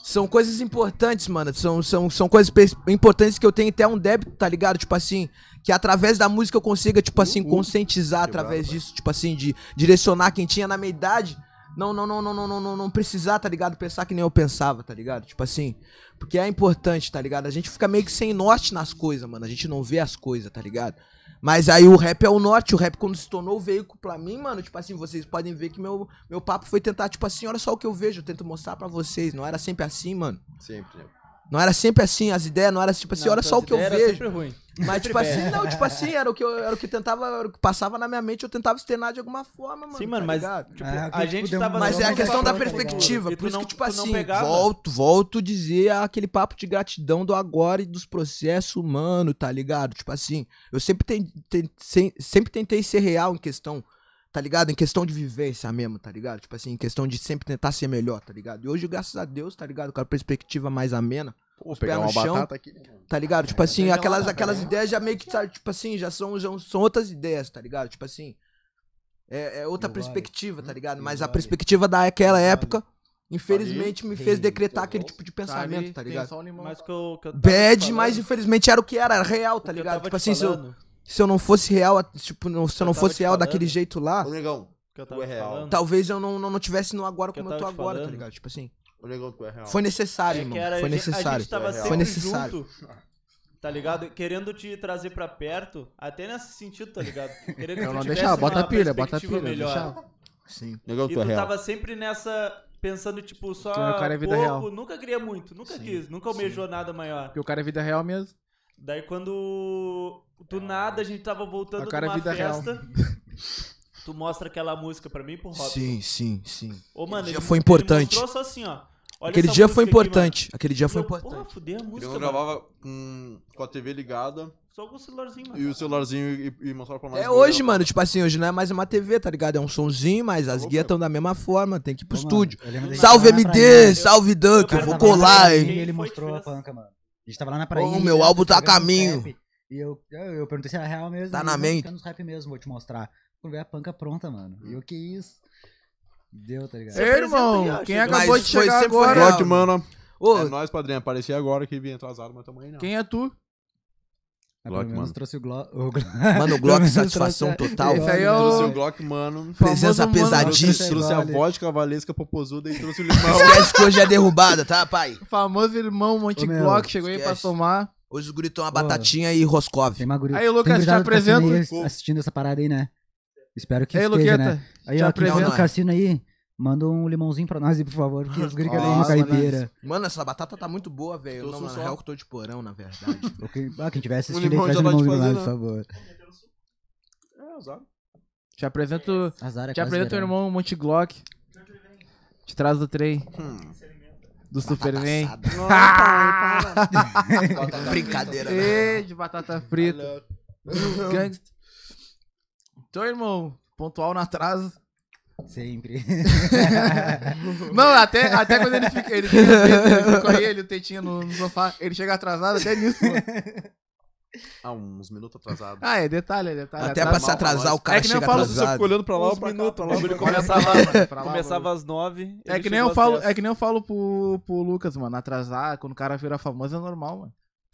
[SPEAKER 4] São coisas importantes, mano. São, são, são coisas pers- importantes que eu tenho até um débito, tá ligado? Tipo assim, que através da música eu consiga, tipo assim, conscientizar através disso, tipo assim, de direcionar quem tinha na minha idade não, não, não, não, não, não, não, não precisar, tá ligado? Pensar que nem eu pensava, tá ligado? Tipo assim, porque é importante, tá ligado? A gente fica meio que sem norte nas coisas, mano. A gente não vê as coisas, tá ligado? Mas aí o rap é o norte, o rap quando se tornou o veículo pra mim, mano, tipo assim, vocês podem ver que meu, meu papo foi tentar, tipo assim, olha só o que eu vejo, eu tento mostrar pra vocês, não era sempre assim, mano.
[SPEAKER 1] Sempre.
[SPEAKER 4] Não era sempre assim, as ideias não era tipo assim, olha só o que eu
[SPEAKER 2] Era
[SPEAKER 4] vejo.
[SPEAKER 2] sempre ruim.
[SPEAKER 4] Mas tipo assim, não, tipo assim, era o que eu, era o que tentava, era o que passava na minha mente, eu tentava externar de alguma forma, mano.
[SPEAKER 2] Sim, mano,
[SPEAKER 4] tá
[SPEAKER 2] mas
[SPEAKER 4] ligado?
[SPEAKER 2] tipo,
[SPEAKER 5] Ah,
[SPEAKER 2] a
[SPEAKER 5] que
[SPEAKER 2] gente
[SPEAKER 5] tipo,
[SPEAKER 2] tava
[SPEAKER 5] demorou
[SPEAKER 4] Mas é a
[SPEAKER 5] não
[SPEAKER 4] questão da
[SPEAKER 5] pegava,
[SPEAKER 4] perspectiva.
[SPEAKER 2] E tu
[SPEAKER 4] Por isso
[SPEAKER 2] não-
[SPEAKER 4] que, tipo
[SPEAKER 2] tu não
[SPEAKER 4] assim,
[SPEAKER 2] pegava.
[SPEAKER 4] volto, volto dizer aquele papo de gratidão do agora e dos processos humanos, tá ligado? Tipo assim, eu sempre, ten- ten- sem- sempre tentei ser real em questão, tá ligado? Em questão de vivência mesmo, tá ligado? Tipo assim, em questão de sempre tentar ser melhor, tá ligado? E hoje, graças a Deus, tá ligado? Com a perspectiva mais amena
[SPEAKER 1] Vou
[SPEAKER 4] pegar
[SPEAKER 1] pegar
[SPEAKER 4] no
[SPEAKER 1] uma
[SPEAKER 4] chão.
[SPEAKER 1] batata aqui.
[SPEAKER 4] tá
[SPEAKER 2] Ah,
[SPEAKER 4] ligado?
[SPEAKER 2] é,
[SPEAKER 4] Tipo assim,
[SPEAKER 1] tem aquela-
[SPEAKER 4] aquelas,
[SPEAKER 2] né?
[SPEAKER 4] aquelas ideias já meio que, tá, tipo assim, já são, já são outras ideias, tá ligado? Tipo assim, é, é outra
[SPEAKER 5] Eu
[SPEAKER 4] perspectiva,
[SPEAKER 2] Hum,
[SPEAKER 4] tá ligado?
[SPEAKER 5] eu
[SPEAKER 4] Mas a
[SPEAKER 5] olho.
[SPEAKER 4] perspectiva daquela
[SPEAKER 5] Eu olho.
[SPEAKER 4] época, infelizmente, me fez
[SPEAKER 5] Tem
[SPEAKER 1] teu
[SPEAKER 4] decretar aquele
[SPEAKER 1] bolso.
[SPEAKER 4] tipo de pensamento, tá ligado?
[SPEAKER 3] Só um limão.
[SPEAKER 2] Mas que eu, que eu tava
[SPEAKER 4] Bad,
[SPEAKER 2] te
[SPEAKER 4] mas
[SPEAKER 2] falando,
[SPEAKER 4] infelizmente era o que era, era real,
[SPEAKER 2] o
[SPEAKER 4] tá
[SPEAKER 2] que eu
[SPEAKER 4] ligado?
[SPEAKER 2] tava
[SPEAKER 4] Tipo
[SPEAKER 2] te
[SPEAKER 4] assim, se eu,
[SPEAKER 2] falando,
[SPEAKER 4] se eu não fosse real, tipo, não- se
[SPEAKER 2] eu
[SPEAKER 4] eu não
[SPEAKER 2] tava
[SPEAKER 4] fosse
[SPEAKER 2] te
[SPEAKER 4] real daquele
[SPEAKER 2] falando.
[SPEAKER 4] jeito lá,
[SPEAKER 6] Ô, negão,
[SPEAKER 2] que eu
[SPEAKER 6] tu
[SPEAKER 2] tava
[SPEAKER 6] é
[SPEAKER 2] te
[SPEAKER 6] real.
[SPEAKER 2] falando.
[SPEAKER 4] talvez eu não, não, não tivesse no agora
[SPEAKER 2] Que eu
[SPEAKER 4] como eu tô
[SPEAKER 2] tava te
[SPEAKER 4] agora, tá
[SPEAKER 2] falando.
[SPEAKER 4] ligado? Tipo assim,
[SPEAKER 6] ô, negão, tu é real.
[SPEAKER 4] foi necessário,
[SPEAKER 2] É que
[SPEAKER 4] mano,
[SPEAKER 2] era-
[SPEAKER 4] foi
[SPEAKER 2] a gente- A
[SPEAKER 4] necessário.
[SPEAKER 2] gente tá tava
[SPEAKER 6] Foi
[SPEAKER 2] sempre
[SPEAKER 4] necessário.
[SPEAKER 2] junto, tá ligado? Querendo te trazer pra perto, até nesse sentido, tá ligado? Querendo que
[SPEAKER 3] Não,
[SPEAKER 2] tu
[SPEAKER 3] não,
[SPEAKER 2] tivesse
[SPEAKER 3] deixa, bota
[SPEAKER 2] uma
[SPEAKER 3] a pilha, bota a
[SPEAKER 2] perspectiva
[SPEAKER 3] pilha, deixa.
[SPEAKER 4] Sim.
[SPEAKER 6] Negão,
[SPEAKER 2] E
[SPEAKER 6] tu é
[SPEAKER 2] tu
[SPEAKER 6] real.
[SPEAKER 2] tava sempre nessa, pensando, tipo, só
[SPEAKER 3] Tu é o cara é vida
[SPEAKER 2] pouco,
[SPEAKER 3] real.
[SPEAKER 2] nunca queria muito, nunca quis, nunca almejou nada maior.
[SPEAKER 3] Porque o cara é vida real mesmo.
[SPEAKER 2] Daí quando do nada a gente tava voltando
[SPEAKER 3] Agora é
[SPEAKER 2] numa
[SPEAKER 3] vida real. [LAUGHS]
[SPEAKER 2] festa, tu mostra aquela música pra mim e pro Robson.
[SPEAKER 4] Sim, sim, sim.
[SPEAKER 2] Ô, mano,
[SPEAKER 4] dia
[SPEAKER 2] ele-
[SPEAKER 4] foi
[SPEAKER 2] ele
[SPEAKER 4] importante.
[SPEAKER 2] mostrou só assim, ó. Olha
[SPEAKER 4] Aquele
[SPEAKER 2] essa
[SPEAKER 4] dia foi
[SPEAKER 2] música aqui,
[SPEAKER 4] importante. Aquele dia
[SPEAKER 2] mano.
[SPEAKER 4] foi
[SPEAKER 2] Eu,
[SPEAKER 4] importante.
[SPEAKER 2] Porra, fudeu a
[SPEAKER 6] Ele
[SPEAKER 2] música,
[SPEAKER 6] não
[SPEAKER 2] mano.
[SPEAKER 6] gravava com, com a TV ligada
[SPEAKER 2] Só com o celularzinho, mano.
[SPEAKER 6] e o celularzinho e, e mostrava pra nós.
[SPEAKER 4] É hoje, mano. Tipo assim, hoje não é mais uma TV, tá ligado? É um sonzinho, mas as
[SPEAKER 6] Opa.
[SPEAKER 4] guias estão da mesma forma. Tem que ir pro
[SPEAKER 5] Ô, mano, é
[SPEAKER 4] estúdio.
[SPEAKER 5] eu lembro da gente
[SPEAKER 4] Salve
[SPEAKER 5] lá na
[SPEAKER 4] MD,
[SPEAKER 5] prainha.
[SPEAKER 4] salve Dunk, eu
[SPEAKER 2] Eu
[SPEAKER 4] vou
[SPEAKER 2] tava
[SPEAKER 4] colar,
[SPEAKER 2] vendo ele.
[SPEAKER 4] hein?
[SPEAKER 5] E tá Ele
[SPEAKER 2] Foi
[SPEAKER 5] mostrou a
[SPEAKER 2] diferença.
[SPEAKER 5] panca, mano. A gente tava lá na praia.
[SPEAKER 4] Ô, meu álbum tá a caminho.
[SPEAKER 5] E eu, eu, eu perguntei se era real mesmo.
[SPEAKER 4] Tá
[SPEAKER 5] e ele,
[SPEAKER 4] na
[SPEAKER 5] "Não,
[SPEAKER 4] mente."
[SPEAKER 5] tá nos rap mesmo, vou te mostrar. Quando veio a panca pronta, mano. E eu, que isso? Deu, tá ligado?
[SPEAKER 3] Ei, irmão,
[SPEAKER 2] apresenta
[SPEAKER 3] quem é
[SPEAKER 2] aí, ó,
[SPEAKER 3] acabou
[SPEAKER 4] Mas
[SPEAKER 3] de
[SPEAKER 4] foi
[SPEAKER 3] chegar
[SPEAKER 4] sempre foi
[SPEAKER 3] agora?
[SPEAKER 4] real.
[SPEAKER 6] Rock, mano.
[SPEAKER 4] Ô,
[SPEAKER 6] É nóis, padrinho. Aparecia agora que vim atrasado, mas né? também não.
[SPEAKER 3] Quem é tu?
[SPEAKER 5] Mas
[SPEAKER 6] Glock,
[SPEAKER 5] pelo menos
[SPEAKER 6] mano.
[SPEAKER 5] trouxe o Glock. O
[SPEAKER 4] [LAUGHS]
[SPEAKER 5] Glock.
[SPEAKER 4] mano, o Glock, satisfação total.
[SPEAKER 3] Esse aí é
[SPEAKER 6] Trouxe o
[SPEAKER 3] o.
[SPEAKER 6] Glock, mano.
[SPEAKER 4] Presença
[SPEAKER 3] famoso mano-
[SPEAKER 6] Trouxe,
[SPEAKER 4] pesadíssima.
[SPEAKER 6] trouxe a
[SPEAKER 5] Vale.
[SPEAKER 6] vodka valesca popozuda e trouxe o limão.
[SPEAKER 4] Esquece que hoje é derrubada, tá, pai?
[SPEAKER 3] Famoso irmão Monte
[SPEAKER 5] Ô, meu,
[SPEAKER 3] Glock chegou aí pra
[SPEAKER 4] esquece.
[SPEAKER 3] somar.
[SPEAKER 4] Hoje os guris tão a batatinha e Roscov.
[SPEAKER 5] Tem uma guria-
[SPEAKER 3] Aí, Lucas,
[SPEAKER 5] tem gurizada
[SPEAKER 3] te
[SPEAKER 5] do cassino aí
[SPEAKER 6] apresento.
[SPEAKER 5] Assistindo essa parada aí, né? Espero que
[SPEAKER 3] Ei,
[SPEAKER 5] esteja,
[SPEAKER 3] Luqueta,
[SPEAKER 5] né? Aí,
[SPEAKER 3] te
[SPEAKER 5] ó, quem tá
[SPEAKER 4] apresento.
[SPEAKER 5] no cassino aí, manda um limãozinho pra nós aí, por favor, que os guri querem ir no
[SPEAKER 4] Nossa,
[SPEAKER 5] caipira.
[SPEAKER 4] Mano, essa batata tá muito boa, velho.
[SPEAKER 6] Tô
[SPEAKER 4] Não,
[SPEAKER 6] só-
[SPEAKER 4] na
[SPEAKER 6] só-
[SPEAKER 4] real que eu tô de porão, na verdade.
[SPEAKER 5] Ou quem- Ah, quem tiver assistindo aí,
[SPEAKER 6] limão
[SPEAKER 5] traz
[SPEAKER 6] já
[SPEAKER 5] um
[SPEAKER 6] vai te
[SPEAKER 5] limãozinho pra
[SPEAKER 6] fazer,
[SPEAKER 5] nós, por
[SPEAKER 6] né?
[SPEAKER 5] favor.
[SPEAKER 6] É, azar.
[SPEAKER 3] Te apresento.
[SPEAKER 5] Azar é
[SPEAKER 3] Te
[SPEAKER 5] quase
[SPEAKER 3] apresento o
[SPEAKER 5] verão.
[SPEAKER 3] irmão Monte Glock. Te traz do trem. Do Superman.
[SPEAKER 4] Hum. Batata assada. Brincadeira, né?
[SPEAKER 3] E de batata frita. Gangsta. Então, irmão, pontual no
[SPEAKER 4] [LAUGHS]
[SPEAKER 3] atraso.
[SPEAKER 5] Sempre.
[SPEAKER 3] Não, até, até quando ele fica. Ele, tem às vezes, ele fica aí, ele o tetinho no, no sofá. Ele chega atrasado até nisso, mano.
[SPEAKER 6] Ah, uns minutos atrasado.
[SPEAKER 3] Ah, é detalhe, é detalhe.
[SPEAKER 4] Até
[SPEAKER 3] atrasa-
[SPEAKER 4] pra se atrasar, o cara
[SPEAKER 3] É que nem eu
[SPEAKER 4] chega
[SPEAKER 3] falo,
[SPEAKER 6] Você só fica
[SPEAKER 4] atrasado.
[SPEAKER 6] olhando pra lá, um
[SPEAKER 2] Uns
[SPEAKER 6] pra cá,
[SPEAKER 2] minutos,
[SPEAKER 6] pra
[SPEAKER 2] o
[SPEAKER 6] lá, pra
[SPEAKER 2] bagulho
[SPEAKER 6] cá.
[SPEAKER 2] começava,
[SPEAKER 3] mano, pra lá,
[SPEAKER 2] começava às nove.
[SPEAKER 3] É
[SPEAKER 2] ele
[SPEAKER 3] que, nem eu
[SPEAKER 2] chegou às
[SPEAKER 3] falo,
[SPEAKER 2] dez.
[SPEAKER 3] é que nem eu falo pro, pro Lucas, mano. Atrasar, quando o cara vira famoso é normal, mano.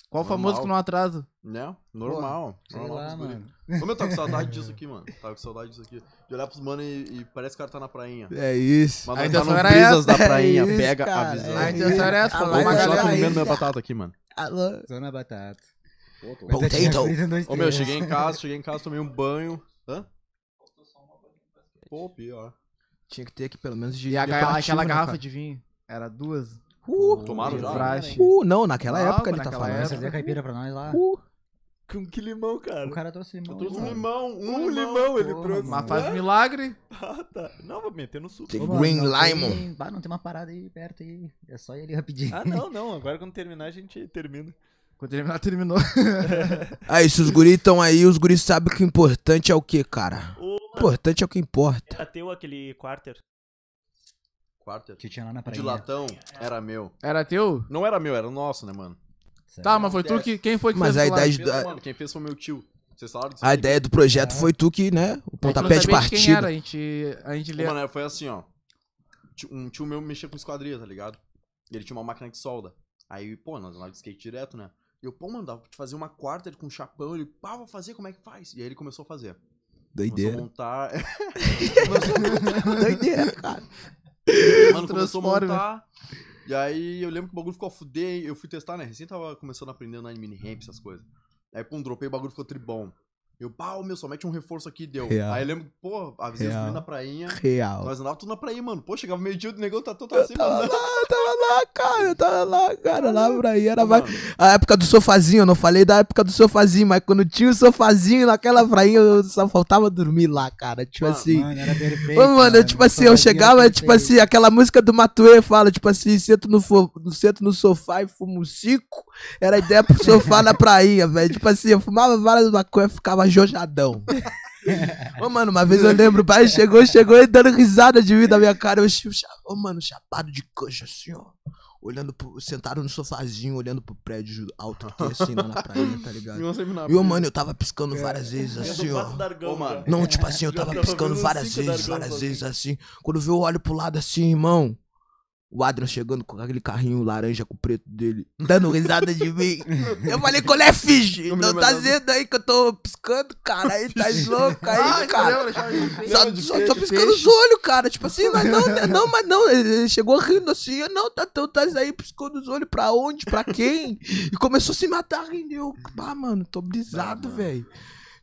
[SPEAKER 3] Qual
[SPEAKER 6] Normal.
[SPEAKER 3] famoso que não atrasa?
[SPEAKER 6] Né? Normal.
[SPEAKER 5] Sei
[SPEAKER 6] normal
[SPEAKER 5] lá,
[SPEAKER 6] pros guri.
[SPEAKER 5] mano.
[SPEAKER 6] Como eu tava com saudade disso aqui, mano. Tava com saudade disso aqui. De olhar pros mano e, e parece que o cara tá na prainha.
[SPEAKER 4] É isso.
[SPEAKER 6] Mas
[SPEAKER 3] A
[SPEAKER 6] nós tá
[SPEAKER 3] intenção
[SPEAKER 6] no
[SPEAKER 3] era
[SPEAKER 6] brisas
[SPEAKER 3] essa.
[SPEAKER 6] da
[SPEAKER 4] É
[SPEAKER 6] prainha.
[SPEAKER 4] isso,
[SPEAKER 6] Pega
[SPEAKER 4] cara,
[SPEAKER 6] a visão.
[SPEAKER 3] A
[SPEAKER 4] é isso.
[SPEAKER 3] intenção era essa,
[SPEAKER 4] Ah,
[SPEAKER 3] pô,
[SPEAKER 6] Vou
[SPEAKER 4] Vai,
[SPEAKER 3] uma
[SPEAKER 4] vai,
[SPEAKER 6] continuar
[SPEAKER 3] galera.
[SPEAKER 4] vai.
[SPEAKER 6] comendo minha batata aqui, mano.
[SPEAKER 4] Alô? então.
[SPEAKER 5] Zona batata.
[SPEAKER 4] Potato.
[SPEAKER 6] Ô meu, cheguei em casa, cheguei em casa, tomei um banho. Hã? Pô, pior.
[SPEAKER 4] Tinha que ter aqui pelo menos de.
[SPEAKER 3] E a ga-
[SPEAKER 4] decorativo
[SPEAKER 3] aquela
[SPEAKER 4] na
[SPEAKER 3] garrafa
[SPEAKER 4] cara.
[SPEAKER 3] de vinho. Era duas.
[SPEAKER 4] Uh,
[SPEAKER 6] Tomaram
[SPEAKER 3] de
[SPEAKER 6] já?
[SPEAKER 3] praxe.
[SPEAKER 4] uh, não, naquela
[SPEAKER 3] Não,
[SPEAKER 4] época ele tá
[SPEAKER 3] naquela
[SPEAKER 4] falando.
[SPEAKER 3] época.
[SPEAKER 5] Você deu caipira pra nós lá.
[SPEAKER 4] Uh,
[SPEAKER 1] Com que limão, cara?
[SPEAKER 5] O cara trouxe limão.
[SPEAKER 6] Eu trouxe um
[SPEAKER 5] cara.
[SPEAKER 6] limão, um,
[SPEAKER 1] Um limão ele
[SPEAKER 5] porra,
[SPEAKER 1] trouxe.
[SPEAKER 3] Mas faz milagre.
[SPEAKER 1] Ah, tá. Não, vou meter no suco.
[SPEAKER 4] Tem
[SPEAKER 5] Ô, mano,
[SPEAKER 4] Green
[SPEAKER 5] não tem- um-
[SPEAKER 4] Lemon.
[SPEAKER 5] Bah, não tem uma parada aí perto aí. É só ir ali rapidinho. [LAUGHS]
[SPEAKER 1] Ah, não, não. Agora quando terminar, a gente [LAUGHS] termina.
[SPEAKER 3] Quando terminar, [LAUGHS] terminou.
[SPEAKER 4] Aí, se os guris estão aí, os guris sabem que o importante é o que, cara?
[SPEAKER 7] Ô,
[SPEAKER 4] O importante é o que importa.
[SPEAKER 7] Era teu aquele quarter.
[SPEAKER 6] Quarter.
[SPEAKER 5] Que tinha lá na praia.
[SPEAKER 6] é De latão, era meu.
[SPEAKER 3] Era teu?
[SPEAKER 6] Não era meu, era nosso, né, mano?
[SPEAKER 3] Tá, mas foi tu que. Quem foi que
[SPEAKER 4] Mas
[SPEAKER 3] fez
[SPEAKER 4] a
[SPEAKER 3] o milagre?
[SPEAKER 4] idade do, a,
[SPEAKER 6] Mano, quem fez foi meu tio. Vocês falaram
[SPEAKER 3] Ah,
[SPEAKER 6] disso?
[SPEAKER 4] a
[SPEAKER 6] aí?
[SPEAKER 4] ideia do projeto foi tu que, né? O
[SPEAKER 3] A gente não
[SPEAKER 4] pontapé de
[SPEAKER 3] sabia Quem era,
[SPEAKER 4] partida.
[SPEAKER 3] a gente, a gente
[SPEAKER 6] Ô,
[SPEAKER 3] lê.
[SPEAKER 6] mano, foi assim, ó. Ti- Um tio meu mexia com esquadria, tá ligado? Ele tinha uma máquina de solda. Aí, pô, nós andávamos de skate direto, né? E eu, pô, mano, dá pra te fazer uma quarter com um chapéu. Ele, pá, vou fazer, como é que faz? E aí ele começou a fazer. Começou a
[SPEAKER 4] Doideira.
[SPEAKER 6] montar. [LAUGHS]
[SPEAKER 4] [LAUGHS] Doideira, cara.
[SPEAKER 6] mano, começou a
[SPEAKER 4] né?
[SPEAKER 3] Transforma.
[SPEAKER 6] montar. E aí eu lembro que o bagulho ficou a fuder. Eu fui testar, né? Recém tava começando a aprender na mini ramp, essas coisas. Aí, pum, dropei, o bagulho ficou tribom. Eu, pau, meu, só mete um reforço aqui deu.
[SPEAKER 4] Real.
[SPEAKER 6] Aí eu lembro, que, pô, avisei os
[SPEAKER 4] Real.
[SPEAKER 6] meninos na prainha.
[SPEAKER 4] Real.
[SPEAKER 6] Nós andávamos tudo na praia, mano. Pô, chegava meio dia, o negão tá todo
[SPEAKER 4] Eu
[SPEAKER 6] assim,
[SPEAKER 4] tava lá,
[SPEAKER 6] mano.
[SPEAKER 4] eu tava lá, Ah, cara. Eu tava lá, cara. Lá pra aí era mais.
[SPEAKER 6] Mano,
[SPEAKER 4] A época do sofazinho, eu não falei da época do sofazinho, mas quando tinha o sofazinho naquela prainha, eu só faltava dormir lá, cara. Tipo
[SPEAKER 6] Mano,
[SPEAKER 4] assim.
[SPEAKER 5] Mano, era perfeito.
[SPEAKER 4] Ô, mano, eu, tipo assim, eu chegava, tipo assim, aquela música do Matuê fala, tipo assim, sento no, fo- sento no sofá e fumo um cico, era a ideia pro sofá na prainha, velho. Tipo assim, eu fumava várias maconhas e ficava jojadão. Ô, mano, uma vez eu lembro, o pai chegou, chegou e dando risada de mim na minha cara. Eu, tipo, cha- ô, mano, chapado de coxa, assim, ó. Olhando pro, sentado no sofazinho, olhando pro prédio alto que tem assim lá na praia, tá ligado?
[SPEAKER 6] eu sempre na
[SPEAKER 4] E, ô, mano, eu tava piscando várias vezes, assim, ó.
[SPEAKER 7] Dargão,
[SPEAKER 6] Ô, mano.
[SPEAKER 4] Não, tipo assim, eu
[SPEAKER 7] Já
[SPEAKER 4] tava
[SPEAKER 7] tava
[SPEAKER 4] piscando
[SPEAKER 7] vendo
[SPEAKER 4] várias
[SPEAKER 7] cinco
[SPEAKER 4] vezes,
[SPEAKER 7] dragão
[SPEAKER 4] várias
[SPEAKER 7] sozinho.
[SPEAKER 4] vezes assim. Quando eu vi, eu olho pro lado assim, irmão. O Adrian chegando com aquele carrinho laranja com o preto dele, dando risada de mim. Eu falei, qual é, Fiji?
[SPEAKER 6] Eu me
[SPEAKER 4] Não
[SPEAKER 6] lembro
[SPEAKER 4] tá
[SPEAKER 6] dela.
[SPEAKER 4] dizendo aí que eu tô piscando, cara? Aí tá louco
[SPEAKER 3] Ah,
[SPEAKER 4] aí, cara. Só,
[SPEAKER 6] lembra de
[SPEAKER 4] só,
[SPEAKER 6] peixe,
[SPEAKER 4] só piscando os olhos, cara. Tipo assim, mas não, né, não, mas não. Ele ele chegou rindo assim, eu, não, tá, tu tá aí piscando os olhos pra onde, pra quem? E começou a se matar rindo. Eu, pá, mano, tô brisado, velho.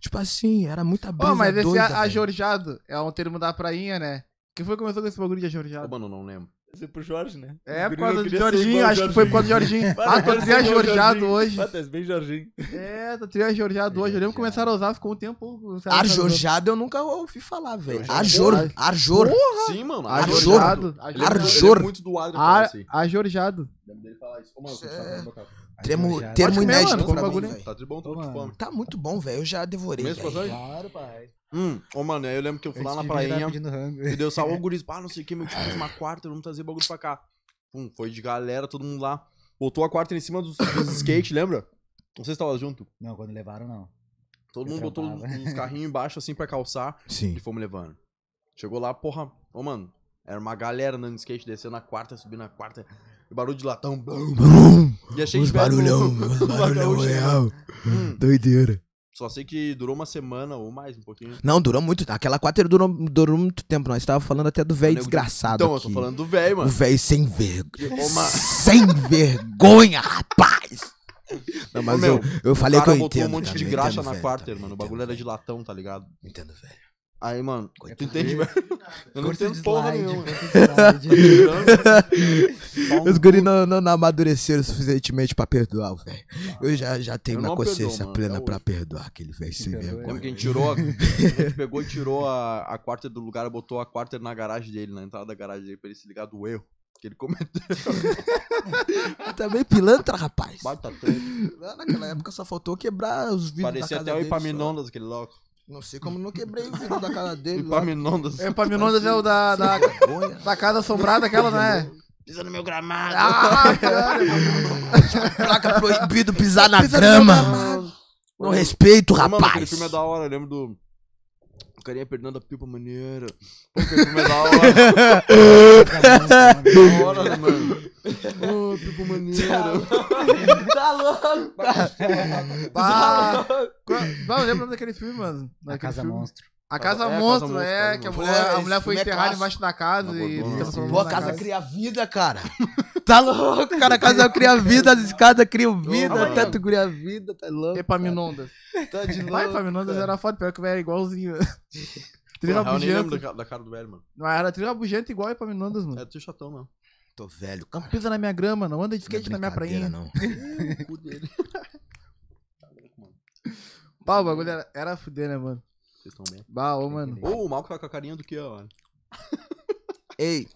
[SPEAKER 4] Tipo assim, era muita brisa
[SPEAKER 3] Ô, mas esse
[SPEAKER 4] doida,
[SPEAKER 3] a-
[SPEAKER 4] velho.
[SPEAKER 3] ajorjado é um termo da prainha, né? Quem foi que começou com esse bagulho de
[SPEAKER 6] Ô,
[SPEAKER 3] ajorjado?
[SPEAKER 6] mano, não lembro.
[SPEAKER 1] Você pro Jorge, né?
[SPEAKER 3] É,
[SPEAKER 1] Os
[SPEAKER 3] por
[SPEAKER 1] guri não
[SPEAKER 3] causa do
[SPEAKER 1] queria ser igual
[SPEAKER 3] Jorginho,
[SPEAKER 1] ao
[SPEAKER 3] acho que foi por causa do Jorginho. [LAUGHS] Ah, tô
[SPEAKER 1] agora você é igual ao
[SPEAKER 3] triajorjado
[SPEAKER 1] Jorginho.
[SPEAKER 3] hoje.
[SPEAKER 1] Ah, tá bem Jorginho.
[SPEAKER 3] É, tô triajorjado hoje. Eu lembro que começaram a usar, ficou um tempo. os caras usando.
[SPEAKER 4] Arjorjado eu nunca ouvi falar, velho.
[SPEAKER 6] Arjorjado.
[SPEAKER 4] Arjor,
[SPEAKER 3] Porra. é
[SPEAKER 4] arjor.
[SPEAKER 6] Sim, mano.
[SPEAKER 4] Arjorado.
[SPEAKER 6] Eu lembro- eu
[SPEAKER 4] Arjor.
[SPEAKER 6] lembro é muito do
[SPEAKER 4] Ah,
[SPEAKER 6] Adrian falar
[SPEAKER 3] Ar-
[SPEAKER 6] isso aí.
[SPEAKER 3] Ajorjado.
[SPEAKER 6] Lembro dele falar isso. Ô, mano,
[SPEAKER 4] Isso
[SPEAKER 6] eu tô te
[SPEAKER 4] é-
[SPEAKER 6] chamando pra cá.
[SPEAKER 4] Termo,
[SPEAKER 5] Arjorjado.
[SPEAKER 4] termo
[SPEAKER 3] Pode comer,
[SPEAKER 4] inédito
[SPEAKER 3] mano, come
[SPEAKER 4] pra mim,
[SPEAKER 3] bagulho aí.
[SPEAKER 4] é velho.
[SPEAKER 6] Tá de bom, tô
[SPEAKER 5] Ô,
[SPEAKER 6] com
[SPEAKER 5] mano.
[SPEAKER 6] fome.
[SPEAKER 4] Tá muito bom, velho. Eu já devorei,
[SPEAKER 6] Mesmo
[SPEAKER 4] velho.
[SPEAKER 6] passagem?
[SPEAKER 5] Claro, pai.
[SPEAKER 6] Hum. Ô, mano, aí eu lembro que eu fui lá na prainha. E deu só, ô guris, pá, não sei o que, meu tio fez uma quarta, vamos trazer bagulho pra cá. Pum, foi de galera, todo mundo lá. Botou a quarta em cima dos,
[SPEAKER 4] [COUGHS]
[SPEAKER 6] dos skate, lembra? Não sei se tava junto.
[SPEAKER 5] Não, quando levaram, não.
[SPEAKER 6] Todo
[SPEAKER 5] Eu
[SPEAKER 6] mundo botou uns,
[SPEAKER 5] trampava.
[SPEAKER 6] uns carrinhos embaixo, assim, pra calçar.
[SPEAKER 4] Sim.
[SPEAKER 6] E fomos levando. Chegou lá, porra. Ô, mano, era uma galera andando de skate, descendo na quarta, subindo na quarta. E barulho de latão. Blum,
[SPEAKER 4] Brum,
[SPEAKER 6] e achei Um
[SPEAKER 4] os
[SPEAKER 6] [LAUGHS]
[SPEAKER 4] barulhão, os barulhão
[SPEAKER 6] né?
[SPEAKER 4] real. Doideira.
[SPEAKER 6] Hum, Só sei que durou uma semana ou mais, um pouquinho.
[SPEAKER 4] Não, durou muito. Aquela quadra durou, durou muito tempo. Nós tava falando até do velho
[SPEAKER 6] Nego de-
[SPEAKER 4] desgraçado.
[SPEAKER 6] Então, eu
[SPEAKER 4] aqui.
[SPEAKER 6] tô falando do velho,
[SPEAKER 4] O
[SPEAKER 6] mano.
[SPEAKER 4] velho sem vergonha.
[SPEAKER 6] Ô, mano.
[SPEAKER 4] Sem vergonha, rapaz. Não, mas
[SPEAKER 6] Ô, meu,
[SPEAKER 4] eu, eu falei
[SPEAKER 6] o
[SPEAKER 4] que eu
[SPEAKER 6] cara
[SPEAKER 4] entendo.
[SPEAKER 6] botou um monte
[SPEAKER 4] cara,
[SPEAKER 6] de
[SPEAKER 4] eu
[SPEAKER 6] graxa
[SPEAKER 4] entendo,
[SPEAKER 6] na
[SPEAKER 4] velho,
[SPEAKER 6] quarter,
[SPEAKER 4] também,
[SPEAKER 6] mano. O
[SPEAKER 4] entendo,
[SPEAKER 6] bagulho era de
[SPEAKER 4] velho.
[SPEAKER 6] latão, tá ligado?
[SPEAKER 4] Entendo, velho.
[SPEAKER 6] Aí, mano, tu
[SPEAKER 4] Coitado. [LAUGHS]
[SPEAKER 6] entende, velho? Eu não entendo porra nenhuma. Tá [LAUGHS] um
[SPEAKER 4] Os guris não, não, não amadureceram suficientemente pra perdoar, velho. Eu já, já tenho
[SPEAKER 6] Eu
[SPEAKER 4] uma
[SPEAKER 6] não
[SPEAKER 4] consciência
[SPEAKER 6] perdoo, mano,
[SPEAKER 4] plena
[SPEAKER 6] até
[SPEAKER 4] pra
[SPEAKER 6] hoje.
[SPEAKER 4] perdoar aquele velho sem
[SPEAKER 5] Perdoa.
[SPEAKER 6] Lembra
[SPEAKER 4] vergonha.
[SPEAKER 6] que a
[SPEAKER 4] [LAUGHS]
[SPEAKER 6] gente tirou, a, a gente pegou e tirou a, a quarter do lugar, botou a quarter na garagem dele, na entrada da garagem dele, pra ele se ligar do erro. Que ele cometeu.
[SPEAKER 4] Eu também pilantra, rapaz.
[SPEAKER 6] Bata tanto.
[SPEAKER 4] Lá Naquela época só faltou quebrar os vidros da
[SPEAKER 6] Parecia
[SPEAKER 4] casa
[SPEAKER 6] até o
[SPEAKER 4] dele. só.
[SPEAKER 6] Ipaminondas, aquele louco.
[SPEAKER 4] Não sei como não quebrei o vidro da
[SPEAKER 6] [LAUGHS]
[SPEAKER 4] casa dele. lá.
[SPEAKER 6] Ipaminondas. [LAUGHS]
[SPEAKER 3] É, Paminondas é o
[SPEAKER 6] Ah,
[SPEAKER 3] da, da,
[SPEAKER 4] Vergonha.
[SPEAKER 3] da casa assombrada, aquela, né?
[SPEAKER 6] Pisa no meu
[SPEAKER 3] [LAUGHS]
[SPEAKER 6] gramado.
[SPEAKER 3] Ah, cara.
[SPEAKER 4] Placa proibido pisar na
[SPEAKER 3] Pisa
[SPEAKER 4] grama. Não respeito,
[SPEAKER 6] Ô, Mano, aquele
[SPEAKER 4] rapaz.
[SPEAKER 6] filme é da hora, eu lembro do. O carinha perdendo a pipa maneira. Pô, aquele filme é da hora.
[SPEAKER 4] [LAUGHS]
[SPEAKER 6] da hora, né, mano. Ô, pipa maneira.
[SPEAKER 4] Tá louco.
[SPEAKER 3] [LAUGHS] Bah, qual- bah, eu lembro daquele filme, mano.
[SPEAKER 5] Na
[SPEAKER 3] Daquele
[SPEAKER 5] Casa
[SPEAKER 3] filme.
[SPEAKER 5] Monstro.
[SPEAKER 3] A Casa
[SPEAKER 6] É, a Casa
[SPEAKER 3] Monstro,
[SPEAKER 6] Monstro,
[SPEAKER 3] é,
[SPEAKER 6] Casa
[SPEAKER 3] que a
[SPEAKER 4] Monstro.
[SPEAKER 3] mulher,
[SPEAKER 4] Pô,
[SPEAKER 3] a mulher
[SPEAKER 4] esse
[SPEAKER 3] foi
[SPEAKER 4] filme é clássico.
[SPEAKER 3] enterrada embaixo da casa
[SPEAKER 6] Uma
[SPEAKER 3] e...
[SPEAKER 6] gordona.
[SPEAKER 3] se
[SPEAKER 6] Esse
[SPEAKER 3] transformou
[SPEAKER 4] Pô, a
[SPEAKER 3] na
[SPEAKER 4] casa cria vida, cara. Tá louco, cara. A
[SPEAKER 3] [LAUGHS]
[SPEAKER 4] casa cria vida, as escadas criam vida,
[SPEAKER 6] mano.
[SPEAKER 4] tanto cria vida, tá louco.
[SPEAKER 3] Epaminondas.
[SPEAKER 4] Tá de
[SPEAKER 3] Vai, Epaminondas era foda, pior que o velho é igualzinho. Três
[SPEAKER 6] Porra, eu nem
[SPEAKER 4] um.
[SPEAKER 6] lembro
[SPEAKER 3] rabugento.
[SPEAKER 6] da, ca- da cara do velho, mano.
[SPEAKER 3] Não, era três rabugento igual é pra Menandas, mano.
[SPEAKER 6] É tu chatão, não.
[SPEAKER 4] Tô velho,
[SPEAKER 3] Não
[SPEAKER 4] cara.
[SPEAKER 3] pisa na minha grama, não anda de skate
[SPEAKER 4] tá
[SPEAKER 3] na minha prainha.
[SPEAKER 4] Não.
[SPEAKER 6] O cu dele. Tá louco, mano.
[SPEAKER 3] Pá, o bagulho era, era fuder, né, mano?
[SPEAKER 6] [LAUGHS] Vocês estão bem?
[SPEAKER 3] Bah, ô, mano.
[SPEAKER 6] Ô, o Malco tá com a carinha do que, ó.
[SPEAKER 4] Ei,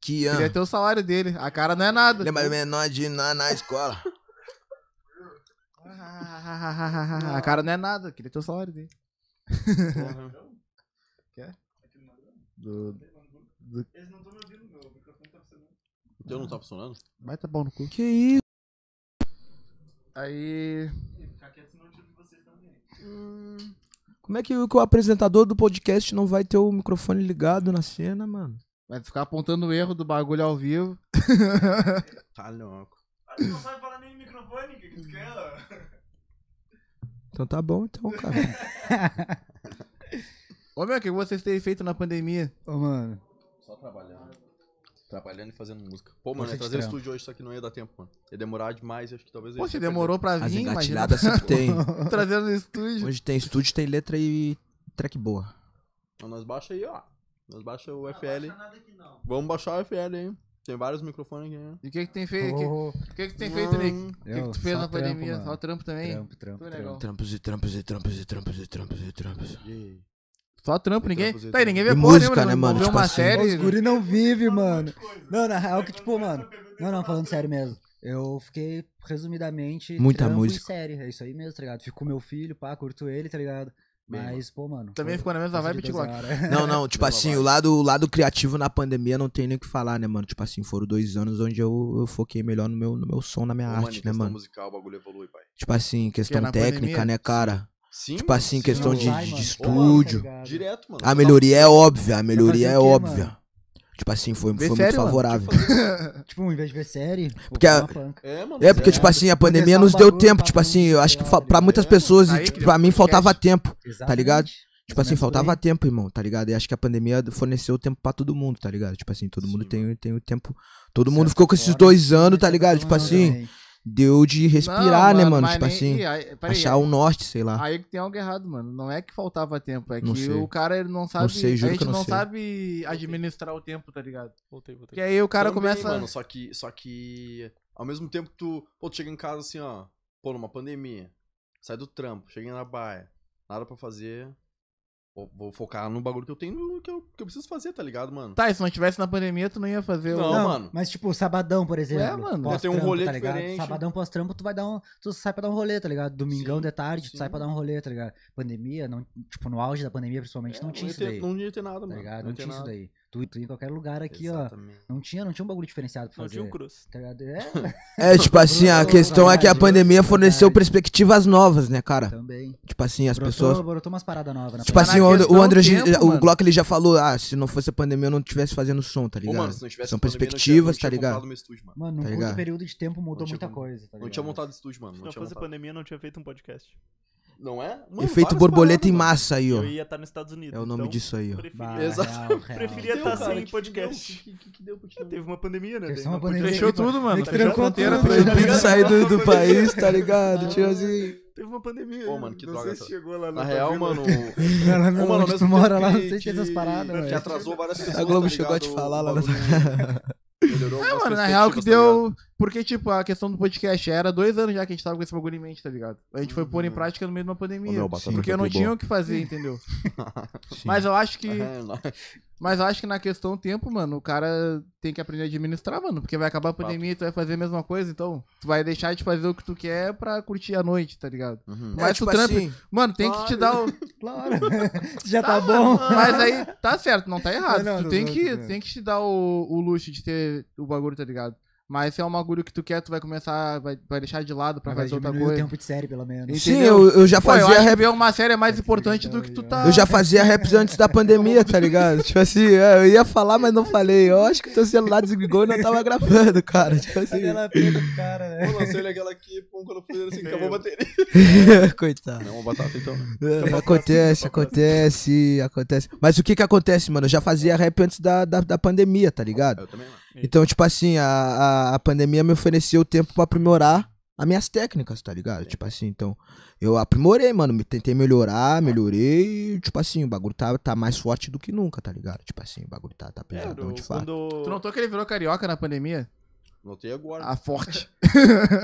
[SPEAKER 4] Kian.
[SPEAKER 3] Queria ter o salário dele. A cara não é nada.
[SPEAKER 4] Lembra menor de na, na escola?
[SPEAKER 3] Ah, A cara não é nada. Queria ter o salário dele.
[SPEAKER 6] Porra.
[SPEAKER 3] Do...
[SPEAKER 6] O teu não tá funcionando?
[SPEAKER 3] Vai tá bom no cu.
[SPEAKER 4] Que isso?
[SPEAKER 3] Aí.
[SPEAKER 4] Como é que o, que o apresentador do podcast não vai ter o microfone ligado na cena, mano?
[SPEAKER 3] Vai ficar apontando o erro do bagulho ao vivo.
[SPEAKER 6] Tá louco.
[SPEAKER 2] Tu não sabe falar nem microfone, o que tu quer?
[SPEAKER 4] Então tá bom, então, cara.
[SPEAKER 3] Ô, meu, o que vocês têm feito na pandemia?
[SPEAKER 5] Ô, mano.
[SPEAKER 6] Só trabalhando. Trabalhando e fazendo música. Pô, mano,
[SPEAKER 5] Você
[SPEAKER 6] ia trazer
[SPEAKER 5] estranha.
[SPEAKER 6] estúdio hoje, só que não ia dar tempo, mano. Ia demorar demais, acho que talvez... eu ia
[SPEAKER 3] Poxa,
[SPEAKER 6] até
[SPEAKER 3] demorou pra
[SPEAKER 4] [LAUGHS] As
[SPEAKER 3] vir, mas
[SPEAKER 4] engatilhadas [LAUGHS] sempre tem.
[SPEAKER 3] [LAUGHS] trazendo no estúdio.
[SPEAKER 4] Hoje tem estúdio, tem letra e track boa.
[SPEAKER 6] perder. Então nós baixa aí, ó. Nós baixa o FL. Vamos baixar o FL, hein. Tem vários microfones aqui, né? Hum.
[SPEAKER 3] E o que é que tem feito? O que, que, que tem feito, Nick? O que, que tu fez na pandemia? Só trampo também?
[SPEAKER 5] Trampo, trampo,
[SPEAKER 4] é
[SPEAKER 3] Foi
[SPEAKER 5] trampo.
[SPEAKER 3] legal.
[SPEAKER 4] Trampos e trampos e trampos e trampos e trampos e trampos.
[SPEAKER 3] Só trampo, ninguém.
[SPEAKER 6] Trampos e
[SPEAKER 3] Tá aí, ninguém vê
[SPEAKER 4] E
[SPEAKER 3] porra
[SPEAKER 4] música,
[SPEAKER 3] nenhuma,
[SPEAKER 4] né, mano?
[SPEAKER 3] Vê
[SPEAKER 4] Tipo
[SPEAKER 3] uma
[SPEAKER 4] assim,
[SPEAKER 3] série.
[SPEAKER 5] Os guri não vive, mano. Não, na real que, tipo, mano. Não, não, falando sério mesmo. Eu fiquei, resumidamente,
[SPEAKER 4] Muita
[SPEAKER 5] trampo e
[SPEAKER 4] música.
[SPEAKER 5] série. É isso aí mesmo, tá ligado? Fico com meu filho, pá, curto ele, tá ligado?
[SPEAKER 6] Bem,
[SPEAKER 5] Mas, pô, mano.
[SPEAKER 3] Também
[SPEAKER 5] foi
[SPEAKER 3] ficou na mesma
[SPEAKER 5] coisa de
[SPEAKER 3] vibe,
[SPEAKER 5] doze
[SPEAKER 3] Tico.
[SPEAKER 5] horas.
[SPEAKER 4] Não, não, tipo assim, o lado, o lado criativo na pandemia não tem nem o que falar, né, mano? Tipo assim, foram dois anos onde eu, eu foquei melhor no meu, no meu som, na minha
[SPEAKER 6] Ô, mano, em
[SPEAKER 4] arte, né,
[SPEAKER 6] questão
[SPEAKER 4] mano?
[SPEAKER 6] musical, o bagulho evolui, pai.
[SPEAKER 4] Tipo assim, questão
[SPEAKER 3] na
[SPEAKER 4] técnica,
[SPEAKER 3] pandemia?
[SPEAKER 4] né, cara?
[SPEAKER 6] Sim,
[SPEAKER 4] Tipo assim,
[SPEAKER 6] sim,
[SPEAKER 4] questão
[SPEAKER 6] mano.
[SPEAKER 4] de-
[SPEAKER 5] Vai,
[SPEAKER 4] de
[SPEAKER 5] mano.
[SPEAKER 4] estúdio.
[SPEAKER 5] Tá ligado?
[SPEAKER 6] Direto, mano.
[SPEAKER 4] A melhoria é óbvia, a
[SPEAKER 5] fazer
[SPEAKER 4] melhoria
[SPEAKER 5] o
[SPEAKER 4] é
[SPEAKER 5] quê,
[SPEAKER 4] óbvia.
[SPEAKER 5] mano?
[SPEAKER 4] Tipo assim, foi,
[SPEAKER 3] Vê
[SPEAKER 4] foi muito
[SPEAKER 3] sério, mano?
[SPEAKER 4] favorável.
[SPEAKER 5] [LAUGHS] Tipo, em vez de ver série, vou
[SPEAKER 4] Porque a-
[SPEAKER 5] botar uma panca.
[SPEAKER 6] É, mano.
[SPEAKER 4] É, porque,
[SPEAKER 6] zero.
[SPEAKER 4] tipo assim, a pandemia
[SPEAKER 5] Começar
[SPEAKER 4] nos
[SPEAKER 5] um
[SPEAKER 4] deu
[SPEAKER 5] bagulho
[SPEAKER 4] tempo.
[SPEAKER 5] pra
[SPEAKER 4] Tipo
[SPEAKER 5] todo
[SPEAKER 4] assim,
[SPEAKER 5] mundo
[SPEAKER 4] eu acho que
[SPEAKER 5] chegar,
[SPEAKER 4] fa-
[SPEAKER 5] tá
[SPEAKER 4] pra
[SPEAKER 5] ligado?
[SPEAKER 4] muitas pessoas,
[SPEAKER 3] Aí
[SPEAKER 4] e, tipo,
[SPEAKER 3] criou
[SPEAKER 4] pra mim
[SPEAKER 3] podcast.
[SPEAKER 4] faltava tempo.
[SPEAKER 5] Exatamente.
[SPEAKER 4] ligado?
[SPEAKER 5] Mais
[SPEAKER 4] Tipo
[SPEAKER 5] ou
[SPEAKER 4] assim,
[SPEAKER 5] menos por
[SPEAKER 4] faltava
[SPEAKER 5] aí.
[SPEAKER 4] tempo, irmão, tá ligado? E acho que a pandemia forneceu tempo pra todo mundo, tá ligado? Tipo assim, todo
[SPEAKER 6] Sim,
[SPEAKER 4] mundo tem,
[SPEAKER 6] mano.
[SPEAKER 4] tem o tempo. Todo mundo
[SPEAKER 5] Certa
[SPEAKER 4] ficou com esses
[SPEAKER 5] forma,
[SPEAKER 4] dois anos, tá
[SPEAKER 5] Mas
[SPEAKER 4] ligado?
[SPEAKER 5] tá
[SPEAKER 4] Tipo
[SPEAKER 5] falando
[SPEAKER 4] assim,
[SPEAKER 5] também.
[SPEAKER 4] deu de respirar,
[SPEAKER 3] Não,
[SPEAKER 4] né, mano?
[SPEAKER 3] mas
[SPEAKER 4] Tipo
[SPEAKER 3] nem-
[SPEAKER 4] assim,
[SPEAKER 3] Ih, aí- peraí,
[SPEAKER 4] achar o norte, sei lá.
[SPEAKER 3] Aí que tem algo errado, mano. Não é que faltava tempo, é
[SPEAKER 4] Não
[SPEAKER 3] que
[SPEAKER 4] sei.
[SPEAKER 3] o cara ele não sabe.
[SPEAKER 4] sei, juro
[SPEAKER 3] a
[SPEAKER 4] que
[SPEAKER 3] gente
[SPEAKER 4] eu não
[SPEAKER 3] não
[SPEAKER 4] sei.
[SPEAKER 3] sabe administrar o tempo, tá ligado?
[SPEAKER 1] Voltei, voltei.
[SPEAKER 3] E aí o cara
[SPEAKER 6] Também,
[SPEAKER 3] começa.
[SPEAKER 6] Mano, só que, só que ao mesmo tempo que tu, pô, tu chega em casa assim, ó, pô, numa pandemia, sai do trampo, cheguei na baia, nada pra fazer, vou, vou focar no bagulho que eu tenho, que eu, que eu preciso fazer, tá ligado, mano?
[SPEAKER 3] Tá, e se não tivesse na pandemia, tu não ia fazer
[SPEAKER 6] Não,
[SPEAKER 3] o.
[SPEAKER 5] Não,
[SPEAKER 6] mano.
[SPEAKER 5] Mas, tipo, sabadão, por exemplo.
[SPEAKER 3] É, mano.
[SPEAKER 6] Vai ter um
[SPEAKER 5] pós-trampo,
[SPEAKER 6] rolê
[SPEAKER 5] tá ligado?
[SPEAKER 6] diferente.
[SPEAKER 5] Sabadão pós-trampo, tu vai dar um. Tu sai pra dar um rolê, tá ligado? Domingão
[SPEAKER 6] Sim,
[SPEAKER 5] de tarde, tu
[SPEAKER 6] sim.
[SPEAKER 5] sai pra dar um rolê, tá ligado? Pandemia, não, tipo, no auge da pandemia, principalmente,
[SPEAKER 6] É,
[SPEAKER 5] não tinha
[SPEAKER 6] ia
[SPEAKER 5] isso
[SPEAKER 6] ter-
[SPEAKER 5] daí.
[SPEAKER 6] Não ia ter nada,
[SPEAKER 5] Tá
[SPEAKER 6] mano.
[SPEAKER 5] ligado?
[SPEAKER 6] ia
[SPEAKER 5] Não
[SPEAKER 6] ter
[SPEAKER 5] tinha isso
[SPEAKER 6] nada.
[SPEAKER 5] daí. Tu, tu ia em qualquer lugar aqui, ó.
[SPEAKER 6] Exatamente.
[SPEAKER 5] Não tinha, não tinha um bagulho diferenciado pra
[SPEAKER 1] Não
[SPEAKER 5] fazer.
[SPEAKER 1] tinha o Cruz.
[SPEAKER 5] Tá ligado? É,
[SPEAKER 6] [LAUGHS]
[SPEAKER 4] É, tipo assim, a
[SPEAKER 5] Bruno,
[SPEAKER 4] questão é que a
[SPEAKER 5] verdade,
[SPEAKER 4] pandemia forneceu
[SPEAKER 5] verdade.
[SPEAKER 4] perspectivas novas, né, cara?
[SPEAKER 5] [LAUGHS] também.
[SPEAKER 4] Tipo assim, as
[SPEAKER 5] brotou,
[SPEAKER 4] pessoas
[SPEAKER 5] brotou umas paradas novas né? na
[SPEAKER 4] Tipo
[SPEAKER 3] Então, Mas
[SPEAKER 4] assim,
[SPEAKER 3] na
[SPEAKER 4] o, And-
[SPEAKER 3] questão
[SPEAKER 4] o André,
[SPEAKER 3] do tempo,
[SPEAKER 4] já- o
[SPEAKER 3] mano.
[SPEAKER 4] Glock ele já falou, ah, se não fosse a pandemia eu não tivesse fazendo som, tá
[SPEAKER 6] Ô,
[SPEAKER 4] ligado?
[SPEAKER 6] mano, se não tivesse
[SPEAKER 4] São
[SPEAKER 6] a pandemia, não tinha-
[SPEAKER 4] perspectivas,
[SPEAKER 6] não tinha
[SPEAKER 4] tá ligado?
[SPEAKER 6] comprado meu estúdio, mano.
[SPEAKER 5] Mano, num
[SPEAKER 4] Tá
[SPEAKER 5] curto
[SPEAKER 4] ligado?
[SPEAKER 5] período de tempo mudou
[SPEAKER 6] Não tinha
[SPEAKER 5] muita
[SPEAKER 6] como-
[SPEAKER 5] coisa. Tá
[SPEAKER 6] Não
[SPEAKER 5] ligado?
[SPEAKER 6] tinha montado estúdio, mano.
[SPEAKER 1] Se
[SPEAKER 6] Não
[SPEAKER 1] não
[SPEAKER 6] tinha
[SPEAKER 1] fosse
[SPEAKER 6] montado.
[SPEAKER 1] pandemia, não tinha feito um podcast.
[SPEAKER 6] Não é? Mano,
[SPEAKER 4] Efeito
[SPEAKER 6] várias
[SPEAKER 4] borboleta
[SPEAKER 6] paradas,
[SPEAKER 4] em
[SPEAKER 6] mano.
[SPEAKER 4] massa aí, ó.
[SPEAKER 1] Eu ia estar nos Estados Unidos.
[SPEAKER 4] É o nome
[SPEAKER 1] então,
[SPEAKER 4] disso aí, ó.
[SPEAKER 5] Bah,
[SPEAKER 1] Preferia.
[SPEAKER 6] Exato.
[SPEAKER 5] real,
[SPEAKER 6] [LAUGHS]
[SPEAKER 5] real.
[SPEAKER 1] Preferia
[SPEAKER 6] Deu,
[SPEAKER 1] estar
[SPEAKER 6] cara,
[SPEAKER 1] tá sem
[SPEAKER 6] que
[SPEAKER 1] podcast.
[SPEAKER 6] Que, que, que deu pra te dar?
[SPEAKER 1] Teve uma pandemia, Tá né?
[SPEAKER 5] Teve
[SPEAKER 1] Daí
[SPEAKER 5] uma
[SPEAKER 1] não podia-
[SPEAKER 5] pandemia.
[SPEAKER 3] Fechou tudo, mano.
[SPEAKER 5] Meio que
[SPEAKER 6] tá
[SPEAKER 3] Fechou a
[SPEAKER 5] trancou
[SPEAKER 3] fronteira.
[SPEAKER 4] [LAUGHS]
[SPEAKER 5] tudo,
[SPEAKER 3] fechou-
[SPEAKER 5] né?
[SPEAKER 4] Proibido sair do, do país, tá ligado? Tipo assim.
[SPEAKER 1] Teve uma pandemia.
[SPEAKER 6] Pô, mano, que
[SPEAKER 1] não
[SPEAKER 6] droga
[SPEAKER 1] sei se
[SPEAKER 6] essa-
[SPEAKER 1] chegou lá
[SPEAKER 6] Na
[SPEAKER 1] tá
[SPEAKER 6] real,
[SPEAKER 1] vendo?
[SPEAKER 6] mano.
[SPEAKER 1] [LAUGHS]
[SPEAKER 5] [LAUGHS] Ela
[SPEAKER 6] Ô,
[SPEAKER 5] não,
[SPEAKER 6] mano, ao
[SPEAKER 5] onde
[SPEAKER 6] mesmo
[SPEAKER 5] tu
[SPEAKER 6] tempo
[SPEAKER 5] mora lá,
[SPEAKER 6] que-
[SPEAKER 5] não sei se tem essas
[SPEAKER 6] que-
[SPEAKER 5] paradas,
[SPEAKER 6] Que
[SPEAKER 5] velho.
[SPEAKER 6] atrasou várias pessoas.
[SPEAKER 4] A Globo
[SPEAKER 6] tá
[SPEAKER 4] chegou a te
[SPEAKER 6] ligado?
[SPEAKER 4] falar
[SPEAKER 6] O
[SPEAKER 4] lá
[SPEAKER 6] bagulho [LAUGHS] Melhorou
[SPEAKER 3] É,
[SPEAKER 6] algumas
[SPEAKER 3] mano, na real que
[SPEAKER 6] perspectivas, tá ligado?
[SPEAKER 3] deu. Porque, tipo, a questão do podcast era dois anos já que a gente tava com esse bagulho em mente, tá ligado? A gente foi pôr em
[SPEAKER 6] Uhum.
[SPEAKER 3] prática no meio de uma
[SPEAKER 6] Ô,
[SPEAKER 3] pandemia.
[SPEAKER 6] meu, batata
[SPEAKER 3] porque eu
[SPEAKER 6] tá
[SPEAKER 3] não
[SPEAKER 6] aqui,
[SPEAKER 3] tinha
[SPEAKER 6] boa.
[SPEAKER 3] o que fazer, entendeu?
[SPEAKER 4] Sim.
[SPEAKER 3] Mas eu acho que.
[SPEAKER 6] É, não.
[SPEAKER 3] Mas eu acho que na questão tempo, mano, o cara tem que aprender a administrar, mano. Porque vai acabar a pandemia e tu vai fazer a mesma coisa, então. Tu vai deixar de fazer o que tu quer pra curtir a noite, tá ligado?
[SPEAKER 6] Uhum.
[SPEAKER 3] mas o Trump-
[SPEAKER 4] assim,
[SPEAKER 3] Mano, tem que te dar o.
[SPEAKER 5] Claro. [LAUGHS] Já tá bom.
[SPEAKER 3] Mas aí, tá certo, não tá errado.
[SPEAKER 5] Não, não,
[SPEAKER 3] tu tem,
[SPEAKER 5] não,
[SPEAKER 3] que,
[SPEAKER 5] tudo bem.
[SPEAKER 3] tem que te dar o, o luxo de ter o bagulho, tá ligado? Mas se é um bagulho que tu quer, tu vai começar, vai, vai deixar de lado pra
[SPEAKER 5] Mas vai
[SPEAKER 3] fazer outra
[SPEAKER 5] diminuir
[SPEAKER 3] coisa.
[SPEAKER 5] o tempo de série, pelo menos.
[SPEAKER 4] sim,
[SPEAKER 3] entendeu?
[SPEAKER 4] eu, eu já
[SPEAKER 3] Pô, eu
[SPEAKER 4] fazia
[SPEAKER 3] acho que
[SPEAKER 4] rap.
[SPEAKER 3] ver uma série é mais
[SPEAKER 5] Esse
[SPEAKER 3] importante
[SPEAKER 5] legal
[SPEAKER 3] do que
[SPEAKER 5] aí,
[SPEAKER 3] tu
[SPEAKER 5] ó.
[SPEAKER 3] tá.
[SPEAKER 4] Eu já fazia raps antes da pandemia, tá ligado? Tipo assim, é, eu ia falar, mas não falei. Eu acho que teu celular desligou e não tava gravando, cara. Tipo assim, [LAUGHS]
[SPEAKER 5] Ela pega o cara, né?
[SPEAKER 6] Eu lancei ele aquela aqui, pô, quando eu fui assim, acabou a bateria.
[SPEAKER 4] coitado.
[SPEAKER 6] Não, uma batata então. né?
[SPEAKER 4] É, Acontece, acontece, acontece. Mas o que que acontece, mano? Eu já fazia rap antes da, da, da pandemia, tá ligado?
[SPEAKER 6] É, Eu também, mano.
[SPEAKER 4] Então, tipo assim, a, a, a pandemia me ofereceu tempo pra aprimorar as minhas técnicas, tá ligado? Tipo assim, então, eu aprimorei, mano, me tentei melhorar, melhorei, e, tipo assim, o bagulho tá, tá mais forte do que nunca, tá ligado? Tipo assim, o bagulho tá, tá
[SPEAKER 2] É,
[SPEAKER 4] pesadão
[SPEAKER 2] eu-
[SPEAKER 4] de fato.
[SPEAKER 2] quando...
[SPEAKER 3] Tu notou que ele virou carioca na pandemia?
[SPEAKER 6] Notei agora.
[SPEAKER 3] A forte.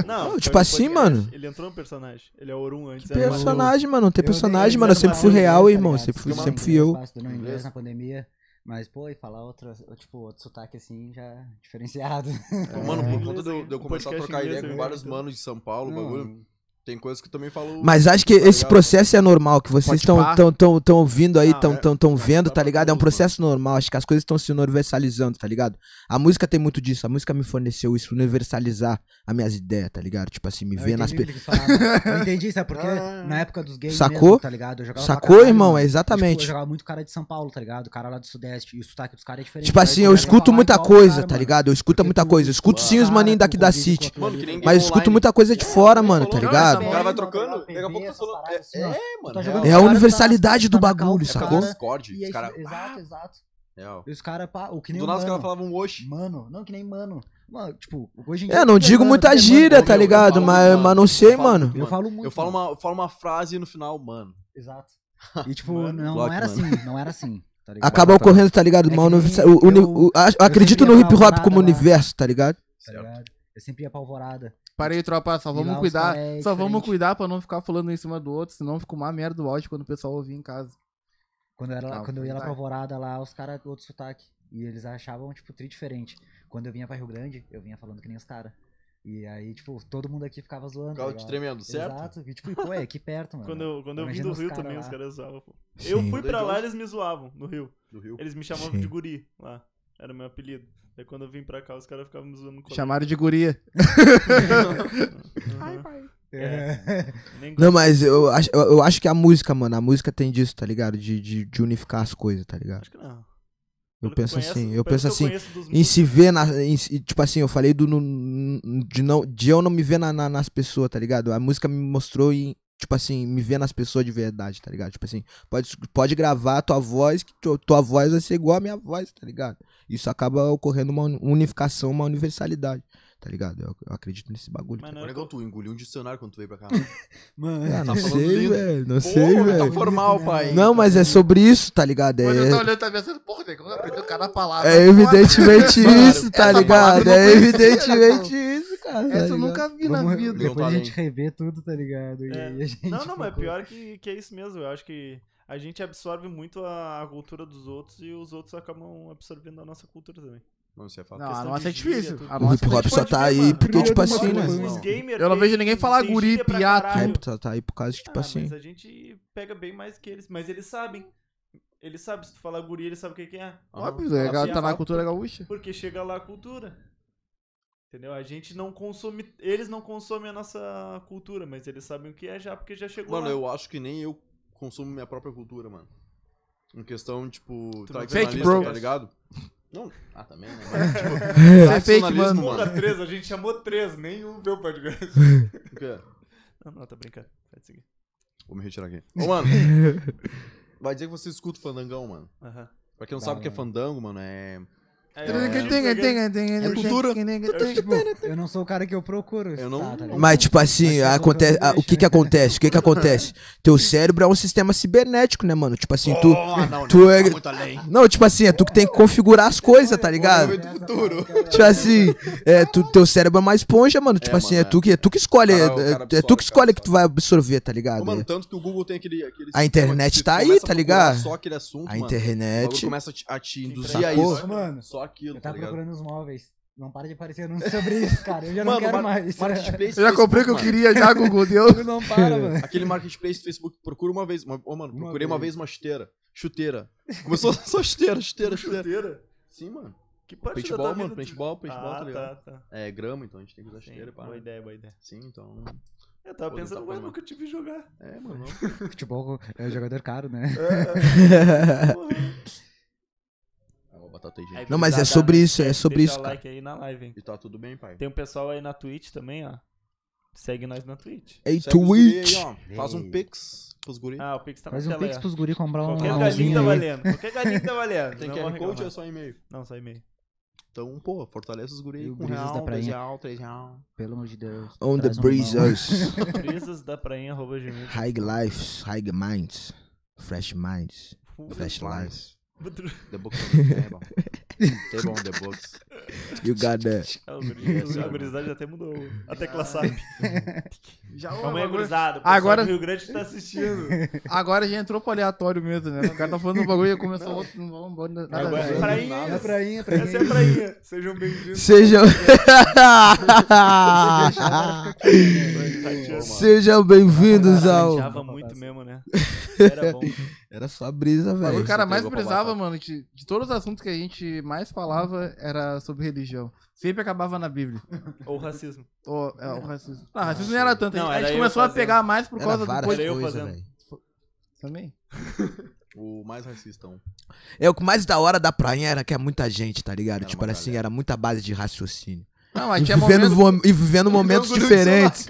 [SPEAKER 4] Não,
[SPEAKER 2] foi
[SPEAKER 4] tipo
[SPEAKER 1] um
[SPEAKER 2] no
[SPEAKER 4] assim, mano.
[SPEAKER 2] Ele entrou no personagem. Ele é Orun antes.
[SPEAKER 4] Que
[SPEAKER 2] era Orun.
[SPEAKER 4] personagem, mano, não tem
[SPEAKER 5] Eu dei-
[SPEAKER 4] personagem,
[SPEAKER 5] eu
[SPEAKER 4] mano, eu
[SPEAKER 5] dei
[SPEAKER 4] sempre
[SPEAKER 5] uma
[SPEAKER 4] fui
[SPEAKER 5] aula em
[SPEAKER 4] real,
[SPEAKER 5] inglês, tá
[SPEAKER 4] irmão,
[SPEAKER 5] ligado?
[SPEAKER 4] sempre fui,
[SPEAKER 5] Estudei
[SPEAKER 4] sempre
[SPEAKER 5] um
[SPEAKER 4] fui
[SPEAKER 5] inglês
[SPEAKER 4] eu.
[SPEAKER 5] básico, estudei um inglês na pandemia. Mas, pô, e falar outro, tipo, outro sotaque assim já diferenciado.
[SPEAKER 6] Pô, Mano, por
[SPEAKER 2] É.
[SPEAKER 6] conta de eu-
[SPEAKER 5] Um
[SPEAKER 6] de eu
[SPEAKER 2] O
[SPEAKER 6] começar a
[SPEAKER 2] podcast
[SPEAKER 6] trocar
[SPEAKER 2] inglês,
[SPEAKER 6] ideia
[SPEAKER 2] eu
[SPEAKER 6] com
[SPEAKER 2] vi
[SPEAKER 6] vários
[SPEAKER 5] então.
[SPEAKER 2] tudo.
[SPEAKER 6] manos de São Paulo,
[SPEAKER 5] Não,
[SPEAKER 6] bagulho, tem coisas que eu também falo.
[SPEAKER 4] Mas é acho que esse
[SPEAKER 6] ligado?
[SPEAKER 4] processo é normal, que vocês
[SPEAKER 3] Pode
[SPEAKER 4] estão
[SPEAKER 3] pá.
[SPEAKER 4] tão, tão, tão ouvindo aí,
[SPEAKER 2] Não,
[SPEAKER 4] estão
[SPEAKER 6] é-
[SPEAKER 4] tão, tão
[SPEAKER 6] acho que
[SPEAKER 4] vendo,
[SPEAKER 6] dá
[SPEAKER 4] tá
[SPEAKER 6] pra
[SPEAKER 4] ligado? É um
[SPEAKER 6] todos, mano.
[SPEAKER 4] processo normal, acho que as coisas estão se universalizando, tá ligado? A música tem muito disso, a música me forneceu isso, universalizar as minhas ideias, tá ligado? Tipo assim, me
[SPEAKER 5] Eu
[SPEAKER 4] ver nas...
[SPEAKER 5] entendi
[SPEAKER 4] pe-
[SPEAKER 5] o que eles falavam.
[SPEAKER 4] [LAUGHS]
[SPEAKER 5] Eu entendi, sabe? Porque
[SPEAKER 6] Ah.
[SPEAKER 5] na época dos games
[SPEAKER 4] Sacou?
[SPEAKER 5] mesmo, tá ligado? Eu jogava pra
[SPEAKER 4] Sacou,
[SPEAKER 5] caralho,
[SPEAKER 4] irmão?
[SPEAKER 5] mano.
[SPEAKER 4] É
[SPEAKER 5] Tipo,
[SPEAKER 4] exatamente.
[SPEAKER 5] eu jogava muito cara de São Paulo, tá ligado? O cara lá do Sudeste. E o sotaque dos caras é diferente.
[SPEAKER 4] Tipo
[SPEAKER 5] Aí
[SPEAKER 4] assim, eu
[SPEAKER 5] começa a
[SPEAKER 4] escuto
[SPEAKER 5] falar
[SPEAKER 4] muita
[SPEAKER 5] igual o
[SPEAKER 4] coisa,
[SPEAKER 5] cara,
[SPEAKER 4] tá
[SPEAKER 5] mano.
[SPEAKER 4] ligado? Eu escuto
[SPEAKER 5] Porque
[SPEAKER 4] muita
[SPEAKER 5] tu-
[SPEAKER 4] coisa, eu escuto
[SPEAKER 5] tu
[SPEAKER 4] sim os
[SPEAKER 5] cara,
[SPEAKER 4] maninhos
[SPEAKER 5] tu
[SPEAKER 4] daqui da
[SPEAKER 5] convive com
[SPEAKER 4] City,
[SPEAKER 5] aquilo
[SPEAKER 6] Mano,
[SPEAKER 5] ali,
[SPEAKER 6] que nem
[SPEAKER 5] tá
[SPEAKER 4] mas eu
[SPEAKER 6] online.
[SPEAKER 4] escuto muita coisa de fora, mano, tá
[SPEAKER 6] Não,
[SPEAKER 4] ligado?
[SPEAKER 6] O cara vai
[SPEAKER 5] Mano,
[SPEAKER 6] trocando,
[SPEAKER 5] tá
[SPEAKER 6] daqui a pouco tá
[SPEAKER 5] essas
[SPEAKER 6] falando.
[SPEAKER 5] paradas assim, ó.
[SPEAKER 6] É, mano.
[SPEAKER 5] Tá
[SPEAKER 6] real. É,
[SPEAKER 5] jogando
[SPEAKER 4] É a
[SPEAKER 5] Os caras
[SPEAKER 4] universalidade
[SPEAKER 5] tá-
[SPEAKER 4] do
[SPEAKER 5] tá na
[SPEAKER 4] bagulho,
[SPEAKER 5] calça,
[SPEAKER 4] sacou?
[SPEAKER 5] cara.
[SPEAKER 6] Discord,
[SPEAKER 5] E
[SPEAKER 6] os
[SPEAKER 5] aí,
[SPEAKER 6] caras.
[SPEAKER 5] Exato, exato.
[SPEAKER 6] Real.
[SPEAKER 5] E os caras, pá, o que nem
[SPEAKER 6] Do
[SPEAKER 5] o
[SPEAKER 6] nada os
[SPEAKER 5] mano.
[SPEAKER 6] caras falavam um oxi.
[SPEAKER 5] Mano, não, que nem mano. Mano, tipo, hoje em dia.
[SPEAKER 4] É, não
[SPEAKER 5] tu é
[SPEAKER 4] digo
[SPEAKER 5] mano, tu
[SPEAKER 4] muita
[SPEAKER 5] é mano,
[SPEAKER 4] gíria,
[SPEAKER 5] eu-
[SPEAKER 4] tá
[SPEAKER 6] eu- eu
[SPEAKER 4] ligado?
[SPEAKER 6] falo,
[SPEAKER 4] Mas
[SPEAKER 6] mano,
[SPEAKER 4] mas não sei,
[SPEAKER 6] eu falo
[SPEAKER 4] mano.
[SPEAKER 5] Eu falo muito.
[SPEAKER 6] Eu falo uma, falo uma frase e no final, mano.
[SPEAKER 5] Exato. E tipo, não,
[SPEAKER 6] Bloco,
[SPEAKER 5] não era
[SPEAKER 6] mano.
[SPEAKER 5] assim, não era assim. Tá ligado?
[SPEAKER 4] Acaba
[SPEAKER 6] Batata.
[SPEAKER 4] ocorrendo, tá ligado?
[SPEAKER 5] É
[SPEAKER 4] Uma
[SPEAKER 5] que nem
[SPEAKER 4] universa- o- uni-
[SPEAKER 5] eu-
[SPEAKER 4] o- a-
[SPEAKER 5] eu
[SPEAKER 4] acredito
[SPEAKER 5] sempre
[SPEAKER 4] no
[SPEAKER 5] ia
[SPEAKER 4] hip hop
[SPEAKER 5] pra
[SPEAKER 4] como
[SPEAKER 5] parada lá.
[SPEAKER 4] universo, tá ligado?
[SPEAKER 5] Tá ligado? Eu sempre ia apalvorada.
[SPEAKER 3] Parei, tropa, só
[SPEAKER 5] E
[SPEAKER 3] vamos
[SPEAKER 5] lá os
[SPEAKER 3] cuidar.
[SPEAKER 5] cara é
[SPEAKER 3] só vamos
[SPEAKER 5] diferente.
[SPEAKER 3] cuidar pra não ficar falando um em cima do outro, senão fica uma merda o áudio quando o pessoal ouvir em casa.
[SPEAKER 5] Quando eu, era, lá-
[SPEAKER 3] Ah,
[SPEAKER 5] quando eu ia lá pra
[SPEAKER 3] verdade.
[SPEAKER 5] Alvorada, lá, os caras outro sotaque. E eles achavam, tipo, tri diferente. Quando eu vinha pra Rio Grande, eu vinha falando que nem os caras. E aí, tipo, todo mundo aqui ficava zoando. tá
[SPEAKER 6] Ficava te
[SPEAKER 5] ligado?
[SPEAKER 6] tremendo, certo?
[SPEAKER 5] Exato. E tipo, e, pô, é aqui perto, mano.
[SPEAKER 2] Quando eu, quando eu vim
[SPEAKER 5] Imagina
[SPEAKER 2] do
[SPEAKER 5] os
[SPEAKER 2] Rio
[SPEAKER 5] cara
[SPEAKER 2] também, os
[SPEAKER 5] lá.
[SPEAKER 2] caras zoavam. pô. Eu
[SPEAKER 4] Sim.
[SPEAKER 2] fui pra lá
[SPEAKER 6] Doidão.
[SPEAKER 2] eles me zoavam, no Rio.
[SPEAKER 6] Do Rio.
[SPEAKER 2] Eles me chamavam
[SPEAKER 4] Sim.
[SPEAKER 2] de guri lá. Era meu apelido. Daí quando eu vim pra cá, os caras ficavam me zoando no colégio.
[SPEAKER 3] Chamaram de guria.
[SPEAKER 2] Uhum. É. Nem
[SPEAKER 4] Não, mas eu acho, eu eu acho que a música, mano, a música tem disso, tá ligado? De, de, de unificar as coisas, tá ligado?
[SPEAKER 2] Acho que não.
[SPEAKER 4] Eu
[SPEAKER 2] Pelo que
[SPEAKER 4] penso
[SPEAKER 2] conheço-
[SPEAKER 4] assim,
[SPEAKER 2] pelo
[SPEAKER 4] eu
[SPEAKER 2] que
[SPEAKER 4] penso assim,
[SPEAKER 2] conheço dos
[SPEAKER 4] em
[SPEAKER 2] músicos,
[SPEAKER 4] se ver na. em se- tipo assim, eu falei do. nu- nu- de, não, de eu não me ver na- na- nas pessoas, tá ligado? A música me mostrou em. Tipo assim, me ver nas pessoas de verdade, tá ligado? Tipo assim, pode, pode gravar a tua voz, que tu- tua voz vai ser igual à minha voz, tá ligado? Isso acaba ocorrendo uma uni- unificação, uma universalidade, tá ligado? Eu, eu acredito nesse bagulho.
[SPEAKER 2] Mas
[SPEAKER 4] tá
[SPEAKER 2] não é
[SPEAKER 6] Olha igual
[SPEAKER 2] co-
[SPEAKER 6] tu, engoliu um dicionário quando tu veio pra cá.
[SPEAKER 5] [LAUGHS] Mano,
[SPEAKER 4] ligado? Ah, não
[SPEAKER 3] [LAUGHS]
[SPEAKER 6] tá falando
[SPEAKER 4] sei,
[SPEAKER 6] lindo.
[SPEAKER 4] velho. Não
[SPEAKER 6] Pô,
[SPEAKER 4] sei,
[SPEAKER 6] tá
[SPEAKER 4] velho.
[SPEAKER 6] formal, pai.
[SPEAKER 4] Não, mas é sobre isso, tá ligado?
[SPEAKER 3] Quando eu
[SPEAKER 4] É,
[SPEAKER 3] tô olhando, tá pensando, porra, Diego, eu aprendi cada palavra.
[SPEAKER 4] é evidentemente
[SPEAKER 6] Claro,
[SPEAKER 4] isso, tá
[SPEAKER 3] essa palavra eu
[SPEAKER 4] ligado?
[SPEAKER 3] não
[SPEAKER 4] É
[SPEAKER 3] conhecia,
[SPEAKER 4] evidentemente isso, cara. tá
[SPEAKER 3] Essa eu
[SPEAKER 4] ligado?
[SPEAKER 3] nunca vi na
[SPEAKER 5] vamos-
[SPEAKER 3] vida.
[SPEAKER 6] Meu
[SPEAKER 5] Depois a
[SPEAKER 6] talento.
[SPEAKER 5] gente rever tudo, tá ligado? E
[SPEAKER 2] É.
[SPEAKER 5] aí a gente
[SPEAKER 2] Não, não, mas pior
[SPEAKER 5] procura.
[SPEAKER 2] que, que é isso mesmo. Eu acho que a gente absorve muito a, a cultura dos outros e os outros acabam absorvendo a nossa cultura também.
[SPEAKER 6] Não, isso é fato.
[SPEAKER 3] Não, a
[SPEAKER 2] questão
[SPEAKER 3] nossa é
[SPEAKER 2] de gíria,
[SPEAKER 3] difícil.
[SPEAKER 2] tudo.
[SPEAKER 3] A
[SPEAKER 4] O
[SPEAKER 3] nossa
[SPEAKER 4] hip hop
[SPEAKER 3] é
[SPEAKER 4] só
[SPEAKER 3] difícil.
[SPEAKER 4] tá aí porque,
[SPEAKER 2] Não,
[SPEAKER 4] tipo
[SPEAKER 2] não,
[SPEAKER 4] assim,
[SPEAKER 2] não,
[SPEAKER 4] né?
[SPEAKER 2] os
[SPEAKER 6] Não.
[SPEAKER 2] gamer
[SPEAKER 3] Eu não
[SPEAKER 2] tem-
[SPEAKER 3] vejo ninguém falar
[SPEAKER 2] tem
[SPEAKER 3] guri,
[SPEAKER 2] gíria pra
[SPEAKER 3] piá,
[SPEAKER 2] caralho.
[SPEAKER 4] Hype tá, tá aí por causa, tipo
[SPEAKER 2] Ah,
[SPEAKER 4] assim.
[SPEAKER 2] Mas a gente pega bem mais que eles. Mas eles sabem. Eles sabem, se tu falar guri, eles sabem o que, que é.
[SPEAKER 3] Óbvio, é,
[SPEAKER 2] Fala
[SPEAKER 3] tá na
[SPEAKER 2] piá,
[SPEAKER 3] cultura gaúcha.
[SPEAKER 2] Porque chega lá a cultura. Entendeu? A gente não consome. Eles não consomem a nossa cultura, mas eles sabem o que é já, porque já chegou
[SPEAKER 6] Mano,
[SPEAKER 2] lá.
[SPEAKER 6] eu acho que nem eu consumo minha própria cultura, mano. Em questão, tipo,
[SPEAKER 2] Tu não vê
[SPEAKER 3] Fake,
[SPEAKER 6] tradicionalista,
[SPEAKER 3] bro.
[SPEAKER 6] tá ligado? Não. Ah, também, né? Mas, tipo,
[SPEAKER 3] Isso é fake,
[SPEAKER 6] tradicionalismo,
[SPEAKER 3] mano.
[SPEAKER 2] Porra, três, a gente chamou três, nenhum veio pra jogar.
[SPEAKER 6] O quê?
[SPEAKER 2] [LAUGHS] Não, não, tá brincando. Pode seguir.
[SPEAKER 6] Vou me retirar aqui. Ô, mano. Vai dizer que você escuta o fandangão, mano.
[SPEAKER 2] Aham.
[SPEAKER 6] Pra quem não
[SPEAKER 5] Dá,
[SPEAKER 6] sabe o que é
[SPEAKER 5] né?
[SPEAKER 6] fandango, mano, é.
[SPEAKER 2] Aí, ó, eu peguei-
[SPEAKER 3] É
[SPEAKER 6] cultura.
[SPEAKER 5] Tipo, eu não sou o cara que eu procuro.
[SPEAKER 6] Eu não-
[SPEAKER 5] tá, tá ligado?
[SPEAKER 4] Mas, tipo assim,
[SPEAKER 5] Mas tá
[SPEAKER 4] acontece,
[SPEAKER 5] bom,
[SPEAKER 4] ah, o que que
[SPEAKER 5] deixa, né?
[SPEAKER 4] acontece? O que que acontece? Teu cérebro é um sistema cibernético, né, mano? Tipo assim, tu.
[SPEAKER 6] Oh, não,
[SPEAKER 4] tu
[SPEAKER 6] não,
[SPEAKER 4] é-
[SPEAKER 6] tá muito além.
[SPEAKER 4] Não, tipo assim, é tu que tem que configurar as coisas, tá ligado?
[SPEAKER 6] do futuro.
[SPEAKER 4] Tipo assim, é, tu, teu cérebro é uma esponja, mano. Tipo assim,
[SPEAKER 6] mano,
[SPEAKER 4] é tu que, é tu que escolhe,
[SPEAKER 6] Cara,
[SPEAKER 4] é,
[SPEAKER 6] o cara
[SPEAKER 4] é tu
[SPEAKER 6] absorve,
[SPEAKER 4] que escolhe
[SPEAKER 6] cara,
[SPEAKER 4] que tu vai absorver, tá ligado?
[SPEAKER 6] Ô, mano, tanto que o Google tem aquele. aquele
[SPEAKER 4] A
[SPEAKER 6] sistema
[SPEAKER 4] internet
[SPEAKER 6] que se tu
[SPEAKER 4] tá aí,
[SPEAKER 6] começa a
[SPEAKER 4] tá
[SPEAKER 6] procurar
[SPEAKER 4] ligado?
[SPEAKER 6] Só aquele assunto,
[SPEAKER 4] A
[SPEAKER 6] mano. O bagulho
[SPEAKER 4] internet.
[SPEAKER 6] começa a te, a te induzir
[SPEAKER 4] Sacou?
[SPEAKER 6] a isso.
[SPEAKER 5] Mano,
[SPEAKER 6] Só aquilo,
[SPEAKER 5] Eu
[SPEAKER 6] tá
[SPEAKER 5] tava
[SPEAKER 6] ligado?
[SPEAKER 5] procurando os móveis. Não para de aparecer anúncio sobre isso, cara. Eu já não
[SPEAKER 6] Mano,
[SPEAKER 5] quero
[SPEAKER 6] mar-
[SPEAKER 5] mais. é
[SPEAKER 4] [LAUGHS]
[SPEAKER 5] [LAUGHS]
[SPEAKER 6] Marketplace.
[SPEAKER 3] Eu já comprei o que eu
[SPEAKER 6] mano.
[SPEAKER 3] queria já, Google, deu.
[SPEAKER 5] Tu não
[SPEAKER 3] [LAUGHS]
[SPEAKER 5] para, mano.
[SPEAKER 6] Aquele marketplace do Facebook, procura uma vez. Uma, ô, mano,
[SPEAKER 5] Uma
[SPEAKER 6] procurei uma
[SPEAKER 5] vez.
[SPEAKER 6] vez uma chuteira. Chuteira. Começou [LAUGHS] só chuteira, chuteira, chuteira.
[SPEAKER 2] Chuteira?
[SPEAKER 6] Sim, mano.
[SPEAKER 2] Que parte da tua
[SPEAKER 5] tá
[SPEAKER 6] Paintball,
[SPEAKER 2] vida
[SPEAKER 6] mano.
[SPEAKER 2] tu-
[SPEAKER 6] Paintball, paintball,
[SPEAKER 2] ah,
[SPEAKER 6] tá ligado?
[SPEAKER 2] tá, tá.
[SPEAKER 6] É grama, então a gente tem que usar
[SPEAKER 2] Sim,
[SPEAKER 6] chuteira, pá.
[SPEAKER 2] boa ideia, boa ideia.
[SPEAKER 6] Sim, então.
[SPEAKER 2] Eu tava
[SPEAKER 6] Pô,
[SPEAKER 2] pensando,
[SPEAKER 6] não tá
[SPEAKER 2] ué,
[SPEAKER 6] bom,
[SPEAKER 2] nunca te vi jogar.
[SPEAKER 5] [LAUGHS]
[SPEAKER 6] É, mano.
[SPEAKER 5] [LAUGHS] Futebol é jogador caro, né?
[SPEAKER 2] Porra.
[SPEAKER 6] Não. É uma batata aí,
[SPEAKER 2] Aí,
[SPEAKER 6] gente.
[SPEAKER 4] Não, mas é
[SPEAKER 2] gurizada,
[SPEAKER 4] sobre isso, é sobre
[SPEAKER 2] né? Deixa
[SPEAKER 4] isso,
[SPEAKER 2] o
[SPEAKER 4] cara.
[SPEAKER 2] like aí na live, hein.
[SPEAKER 6] E tá tudo bem, pai.
[SPEAKER 2] Tem um pessoal aí na Twitch também, ó. Segue nós na Twitch.
[SPEAKER 4] Ei,
[SPEAKER 6] Segue os guri
[SPEAKER 4] Twitch.
[SPEAKER 6] aí, ó. Faz um
[SPEAKER 5] Ei.
[SPEAKER 6] pix pros guri.
[SPEAKER 2] Ah, o Pix tá na
[SPEAKER 5] Faz um
[SPEAKER 2] tela aí,
[SPEAKER 5] pix
[SPEAKER 2] ó.
[SPEAKER 5] pros guri comprar um
[SPEAKER 2] Qualquer galinho
[SPEAKER 5] anãozinho
[SPEAKER 2] tá
[SPEAKER 5] aí.
[SPEAKER 2] valendo. Qualquer galinho tá valendo.
[SPEAKER 6] [LAUGHS] Tem
[SPEAKER 2] não
[SPEAKER 6] QR
[SPEAKER 2] vão
[SPEAKER 6] Code ou é
[SPEAKER 2] reclamar.
[SPEAKER 6] só e-mail?
[SPEAKER 2] Não, só e-mail.
[SPEAKER 6] Então, pô, fortalece os guris
[SPEAKER 5] E
[SPEAKER 6] aí
[SPEAKER 5] o
[SPEAKER 6] com um
[SPEAKER 5] Brisas da
[SPEAKER 6] real, dois
[SPEAKER 5] Prainha.
[SPEAKER 6] real, três real.
[SPEAKER 5] Pelo amor de Deus.
[SPEAKER 4] On the
[SPEAKER 5] traz um limão.
[SPEAKER 4] breezes.
[SPEAKER 2] Brisas da prainha, arroba gmail.
[SPEAKER 4] [LAUGHS] High lives, high minds. Fresh minds.
[SPEAKER 7] [LAUGHS]
[SPEAKER 4] Fresh lives.
[SPEAKER 6] The Box é
[SPEAKER 4] [LAUGHS]
[SPEAKER 6] bom. É bom, The Box.
[SPEAKER 4] You got that.
[SPEAKER 7] A gurizada- a gurizada já até mudou. A tecla sabe.
[SPEAKER 6] Já
[SPEAKER 7] Calma aí, gurizada. o pessoal
[SPEAKER 3] Agora-
[SPEAKER 7] do Rio Grande que tá assistindo.
[SPEAKER 3] Agora já entrou pro aleatório mesmo, né? O cara tá falando um bagulho e começou outro. Não vamos embora. Nada a
[SPEAKER 7] Agora,
[SPEAKER 3] ver.
[SPEAKER 7] prainha é
[SPEAKER 5] É
[SPEAKER 7] isso.
[SPEAKER 5] prainha, prainha.
[SPEAKER 7] Essa é a prainha. Sejam bem-vindos.
[SPEAKER 4] Sejam. [LAUGHS]
[SPEAKER 7] Tatiana.
[SPEAKER 4] Sejam bem-vindos ao.
[SPEAKER 7] Chateava muito mesmo, né? Era bom.
[SPEAKER 4] Era só brisa,
[SPEAKER 3] O bagulho
[SPEAKER 4] velho.
[SPEAKER 3] que o cara
[SPEAKER 6] isso
[SPEAKER 3] mais
[SPEAKER 6] entregou pra
[SPEAKER 3] precisava,
[SPEAKER 6] batata.
[SPEAKER 3] mano, de, de todos os assuntos que a gente mais falava era sobre religião. Sempre acabava na Bíblia.
[SPEAKER 7] Ou racismo.
[SPEAKER 3] Ou, é, o racismo. Ah, racismo não era tanto.
[SPEAKER 7] Não,
[SPEAKER 3] a gente
[SPEAKER 7] era eu
[SPEAKER 3] começou a
[SPEAKER 7] fazendo.
[SPEAKER 3] pegar mais por
[SPEAKER 4] Era
[SPEAKER 3] causa do
[SPEAKER 4] várias
[SPEAKER 7] Era eu
[SPEAKER 4] coisas,
[SPEAKER 7] fazendo.
[SPEAKER 4] velho.
[SPEAKER 3] Também.
[SPEAKER 6] O mais racista. um.
[SPEAKER 4] É, o que mais da hora da prainha era que é muita gente, tá ligado?
[SPEAKER 6] Era
[SPEAKER 4] tipo,
[SPEAKER 6] uma
[SPEAKER 4] era assim,
[SPEAKER 6] galera.
[SPEAKER 4] era muita base de raciocínio.
[SPEAKER 3] Não, a
[SPEAKER 4] E
[SPEAKER 3] gente é
[SPEAKER 4] vivendo,
[SPEAKER 3] momento...
[SPEAKER 4] vo- e vivendo momentos diferentes.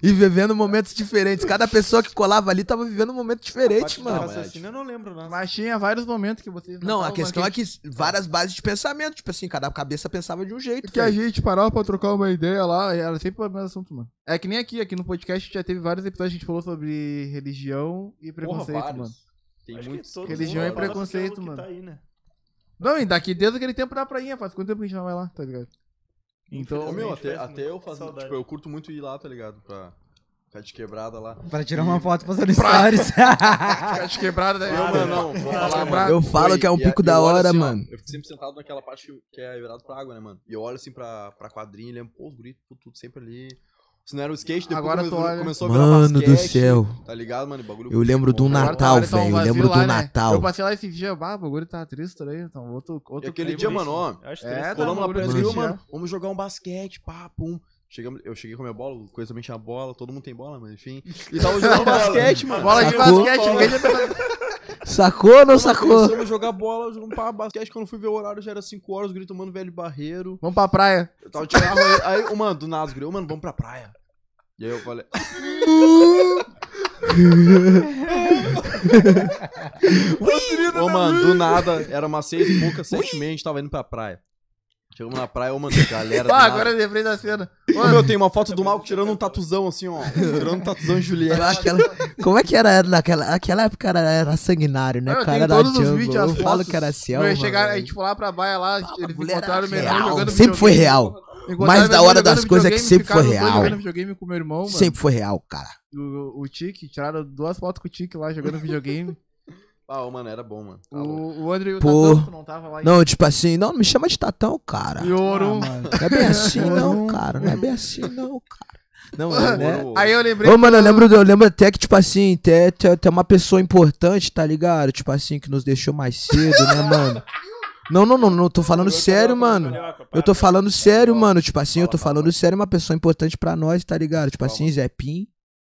[SPEAKER 4] E vivendo momentos diferentes. Cada pessoa que colava ali tava vivendo um momento diferente,
[SPEAKER 7] Não,
[SPEAKER 6] Não,
[SPEAKER 4] mano.
[SPEAKER 6] mas é
[SPEAKER 7] Tá, raciocínio eu não lembro, nossa.
[SPEAKER 3] Mas tinha vários momentos que vocês.
[SPEAKER 4] Não, a
[SPEAKER 3] estavam
[SPEAKER 4] questão é
[SPEAKER 3] aqui,
[SPEAKER 4] que várias bases de pensamento, tipo assim, cada cabeça pensava de um jeito.
[SPEAKER 3] Que a
[SPEAKER 4] velho.
[SPEAKER 3] gente parava pra trocar uma ideia lá, e era sempre o mesmo assunto, mano. É que nem aqui, aqui no podcast já teve vários episódios que a gente falou sobre religião e preconceito, mano.
[SPEAKER 6] Tem
[SPEAKER 7] Acho que
[SPEAKER 6] muitos.
[SPEAKER 7] todo mundo
[SPEAKER 3] Religião é
[SPEAKER 7] fala que
[SPEAKER 3] preconceito,
[SPEAKER 7] que
[SPEAKER 3] mano.
[SPEAKER 7] Tá aí, né?
[SPEAKER 3] Não, e daqui desde aquele tempo da prainha, faz quanto tempo que a gente não vai lá, tá ligado?
[SPEAKER 6] Ô,
[SPEAKER 3] Então,
[SPEAKER 6] meu,
[SPEAKER 7] Realmente
[SPEAKER 6] até,
[SPEAKER 7] faz
[SPEAKER 6] até eu
[SPEAKER 7] muito.
[SPEAKER 6] faço.
[SPEAKER 7] Saudade.
[SPEAKER 6] Tipo, eu curto muito ir lá, tá ligado? Pra ficar de quebrada lá.
[SPEAKER 5] Pra tirar uma foto fazendo stories. [LAUGHS]
[SPEAKER 3] Cate quebrada daí.
[SPEAKER 7] Claro,
[SPEAKER 6] Eu, mano, não, vou
[SPEAKER 7] claro.
[SPEAKER 6] falar, mano.
[SPEAKER 4] Eu falo
[SPEAKER 6] Oi,
[SPEAKER 4] que é um
[SPEAKER 6] e a-
[SPEAKER 4] pico
[SPEAKER 6] eu
[SPEAKER 4] da
[SPEAKER 6] olho
[SPEAKER 4] hora,
[SPEAKER 6] assim, ó,
[SPEAKER 4] mano.
[SPEAKER 6] eu fico sempre sentado naquela parte que é virado pra água, né, mano? E eu olho assim pra, pra quadrinha e lembro, pô, os guris, tudo, tudo sempre ali. Se não era o skate, depois
[SPEAKER 3] Agora
[SPEAKER 6] come-
[SPEAKER 3] tu olha.
[SPEAKER 6] começou a virar
[SPEAKER 4] Mano do
[SPEAKER 6] basquete,
[SPEAKER 4] céu.
[SPEAKER 6] Tá ligado, mano? O bagulho
[SPEAKER 4] Eu lembro de um
[SPEAKER 6] Agora tá
[SPEAKER 4] Natal,
[SPEAKER 3] Agora tá um
[SPEAKER 4] velho. Eu
[SPEAKER 3] vazio
[SPEAKER 4] lembro
[SPEAKER 3] lá,
[SPEAKER 4] do
[SPEAKER 3] né? Eu
[SPEAKER 4] Natal.
[SPEAKER 3] passei lá esse dia, bah, o bagulho tá triste aí, então outro...
[SPEAKER 6] E
[SPEAKER 3] outro
[SPEAKER 6] aquele
[SPEAKER 3] clima.
[SPEAKER 6] dia,
[SPEAKER 7] triste,
[SPEAKER 6] mano, ó,
[SPEAKER 7] Eu acho
[SPEAKER 3] É,
[SPEAKER 7] triste.
[SPEAKER 3] tá
[SPEAKER 6] colamos lá
[SPEAKER 3] bagulho
[SPEAKER 6] pra
[SPEAKER 4] triste,
[SPEAKER 6] Brasil,
[SPEAKER 3] né?
[SPEAKER 6] mano, vamos jogar um basquete, pá, pum. Chegamos, eu cheguei com a minha bola, o coisa também tinha bola, todo mundo tem bola, mas enfim. [LAUGHS] E tava jogando basquete, mano.
[SPEAKER 3] Bola de
[SPEAKER 4] Sacou?
[SPEAKER 3] basquete, ninguém já pegou.
[SPEAKER 4] Sacou ou não sacou?
[SPEAKER 6] Começamos a jogar bola, jogamos pra basquete, quando eu fui ver o horário já era 5 horas, os guris tomando velho barreiro.
[SPEAKER 3] Vamos pra praia.
[SPEAKER 6] Eu tava tirando aí, aí, ô, mano, do nada, os guri, ô, mano, vamos pra praia. E aí eu
[SPEAKER 4] [LAUGHS]
[SPEAKER 6] falei, ô, mano, do nada, era umas seis e pouca, sete e meia, a gente tava indo pra praia. Chegamos na praia, ô, mano, galera, do
[SPEAKER 4] Tá,
[SPEAKER 3] Ah,
[SPEAKER 6] nada.
[SPEAKER 3] agora eu lembrei da cena.
[SPEAKER 4] é
[SPEAKER 6] Ô, meu, tem uma foto do Malco tirando um tatuzão, assim, ó, tirando um tatuzão Juliette.
[SPEAKER 4] Eu acho que ela- Como é que era naquela aquela época? Era, era sanguinário, né?
[SPEAKER 3] Cara,
[SPEAKER 4] cara
[SPEAKER 3] tem
[SPEAKER 4] era
[SPEAKER 3] todos os
[SPEAKER 4] jungle.
[SPEAKER 3] vídeos,
[SPEAKER 4] Eu
[SPEAKER 3] as
[SPEAKER 4] falo
[SPEAKER 3] fotos.
[SPEAKER 4] que era assim,
[SPEAKER 3] Meu,
[SPEAKER 4] selva.
[SPEAKER 3] chegaram, a
[SPEAKER 4] velho.
[SPEAKER 3] gente foi lá pra baia lá, eles
[SPEAKER 4] A mulher era
[SPEAKER 3] encontraram o meu irmão
[SPEAKER 4] real,
[SPEAKER 3] jogando
[SPEAKER 4] Sempre foi
[SPEAKER 3] videogame.
[SPEAKER 4] real.
[SPEAKER 3] Encontraram
[SPEAKER 4] Mais
[SPEAKER 3] meu
[SPEAKER 4] da
[SPEAKER 3] irmão
[SPEAKER 4] hora das
[SPEAKER 3] jogando
[SPEAKER 4] coisas é que
[SPEAKER 3] videogame,
[SPEAKER 4] sempre foi
[SPEAKER 3] ficaram os dois
[SPEAKER 4] real.
[SPEAKER 3] jogando videogame com o meu irmão, mano.
[SPEAKER 4] Sempre foi real, cara.
[SPEAKER 3] O, o Tique, tiraram duas fotos com o Tique lá jogando
[SPEAKER 6] [LAUGHS]
[SPEAKER 3] videogame.
[SPEAKER 6] Ah, ô, mano, era bom, mano. Tá louco.
[SPEAKER 3] o, o André e o
[SPEAKER 4] Pô.
[SPEAKER 3] Tatão, tu não tava lá.
[SPEAKER 4] Não, tipo assim, não, não me chama de tatão, cara.
[SPEAKER 3] E o
[SPEAKER 5] Ah,
[SPEAKER 6] Ah,
[SPEAKER 3] Orum.
[SPEAKER 4] [LAUGHS] Não é bem
[SPEAKER 3] [LAUGHS]
[SPEAKER 4] assim, não, cara. Não é bem assim, não, cara. Não é, né?
[SPEAKER 6] Mano,
[SPEAKER 3] Aí eu lembrei.
[SPEAKER 4] Ô, mano, eu lembro, eu lembro até que, tipo assim, até, até, até uma pessoa importante, tá ligado? Tipo assim, que nos deixou mais cedo, né,
[SPEAKER 3] [LAUGHS]
[SPEAKER 4] mano? Não, não, não, não, tô falando sério, mano. Eu tô falando sério, mano. Tipo assim, eu tô falando sério, uma pessoa importante pra nós, tá ligado? Tipo assim, Zé Pim.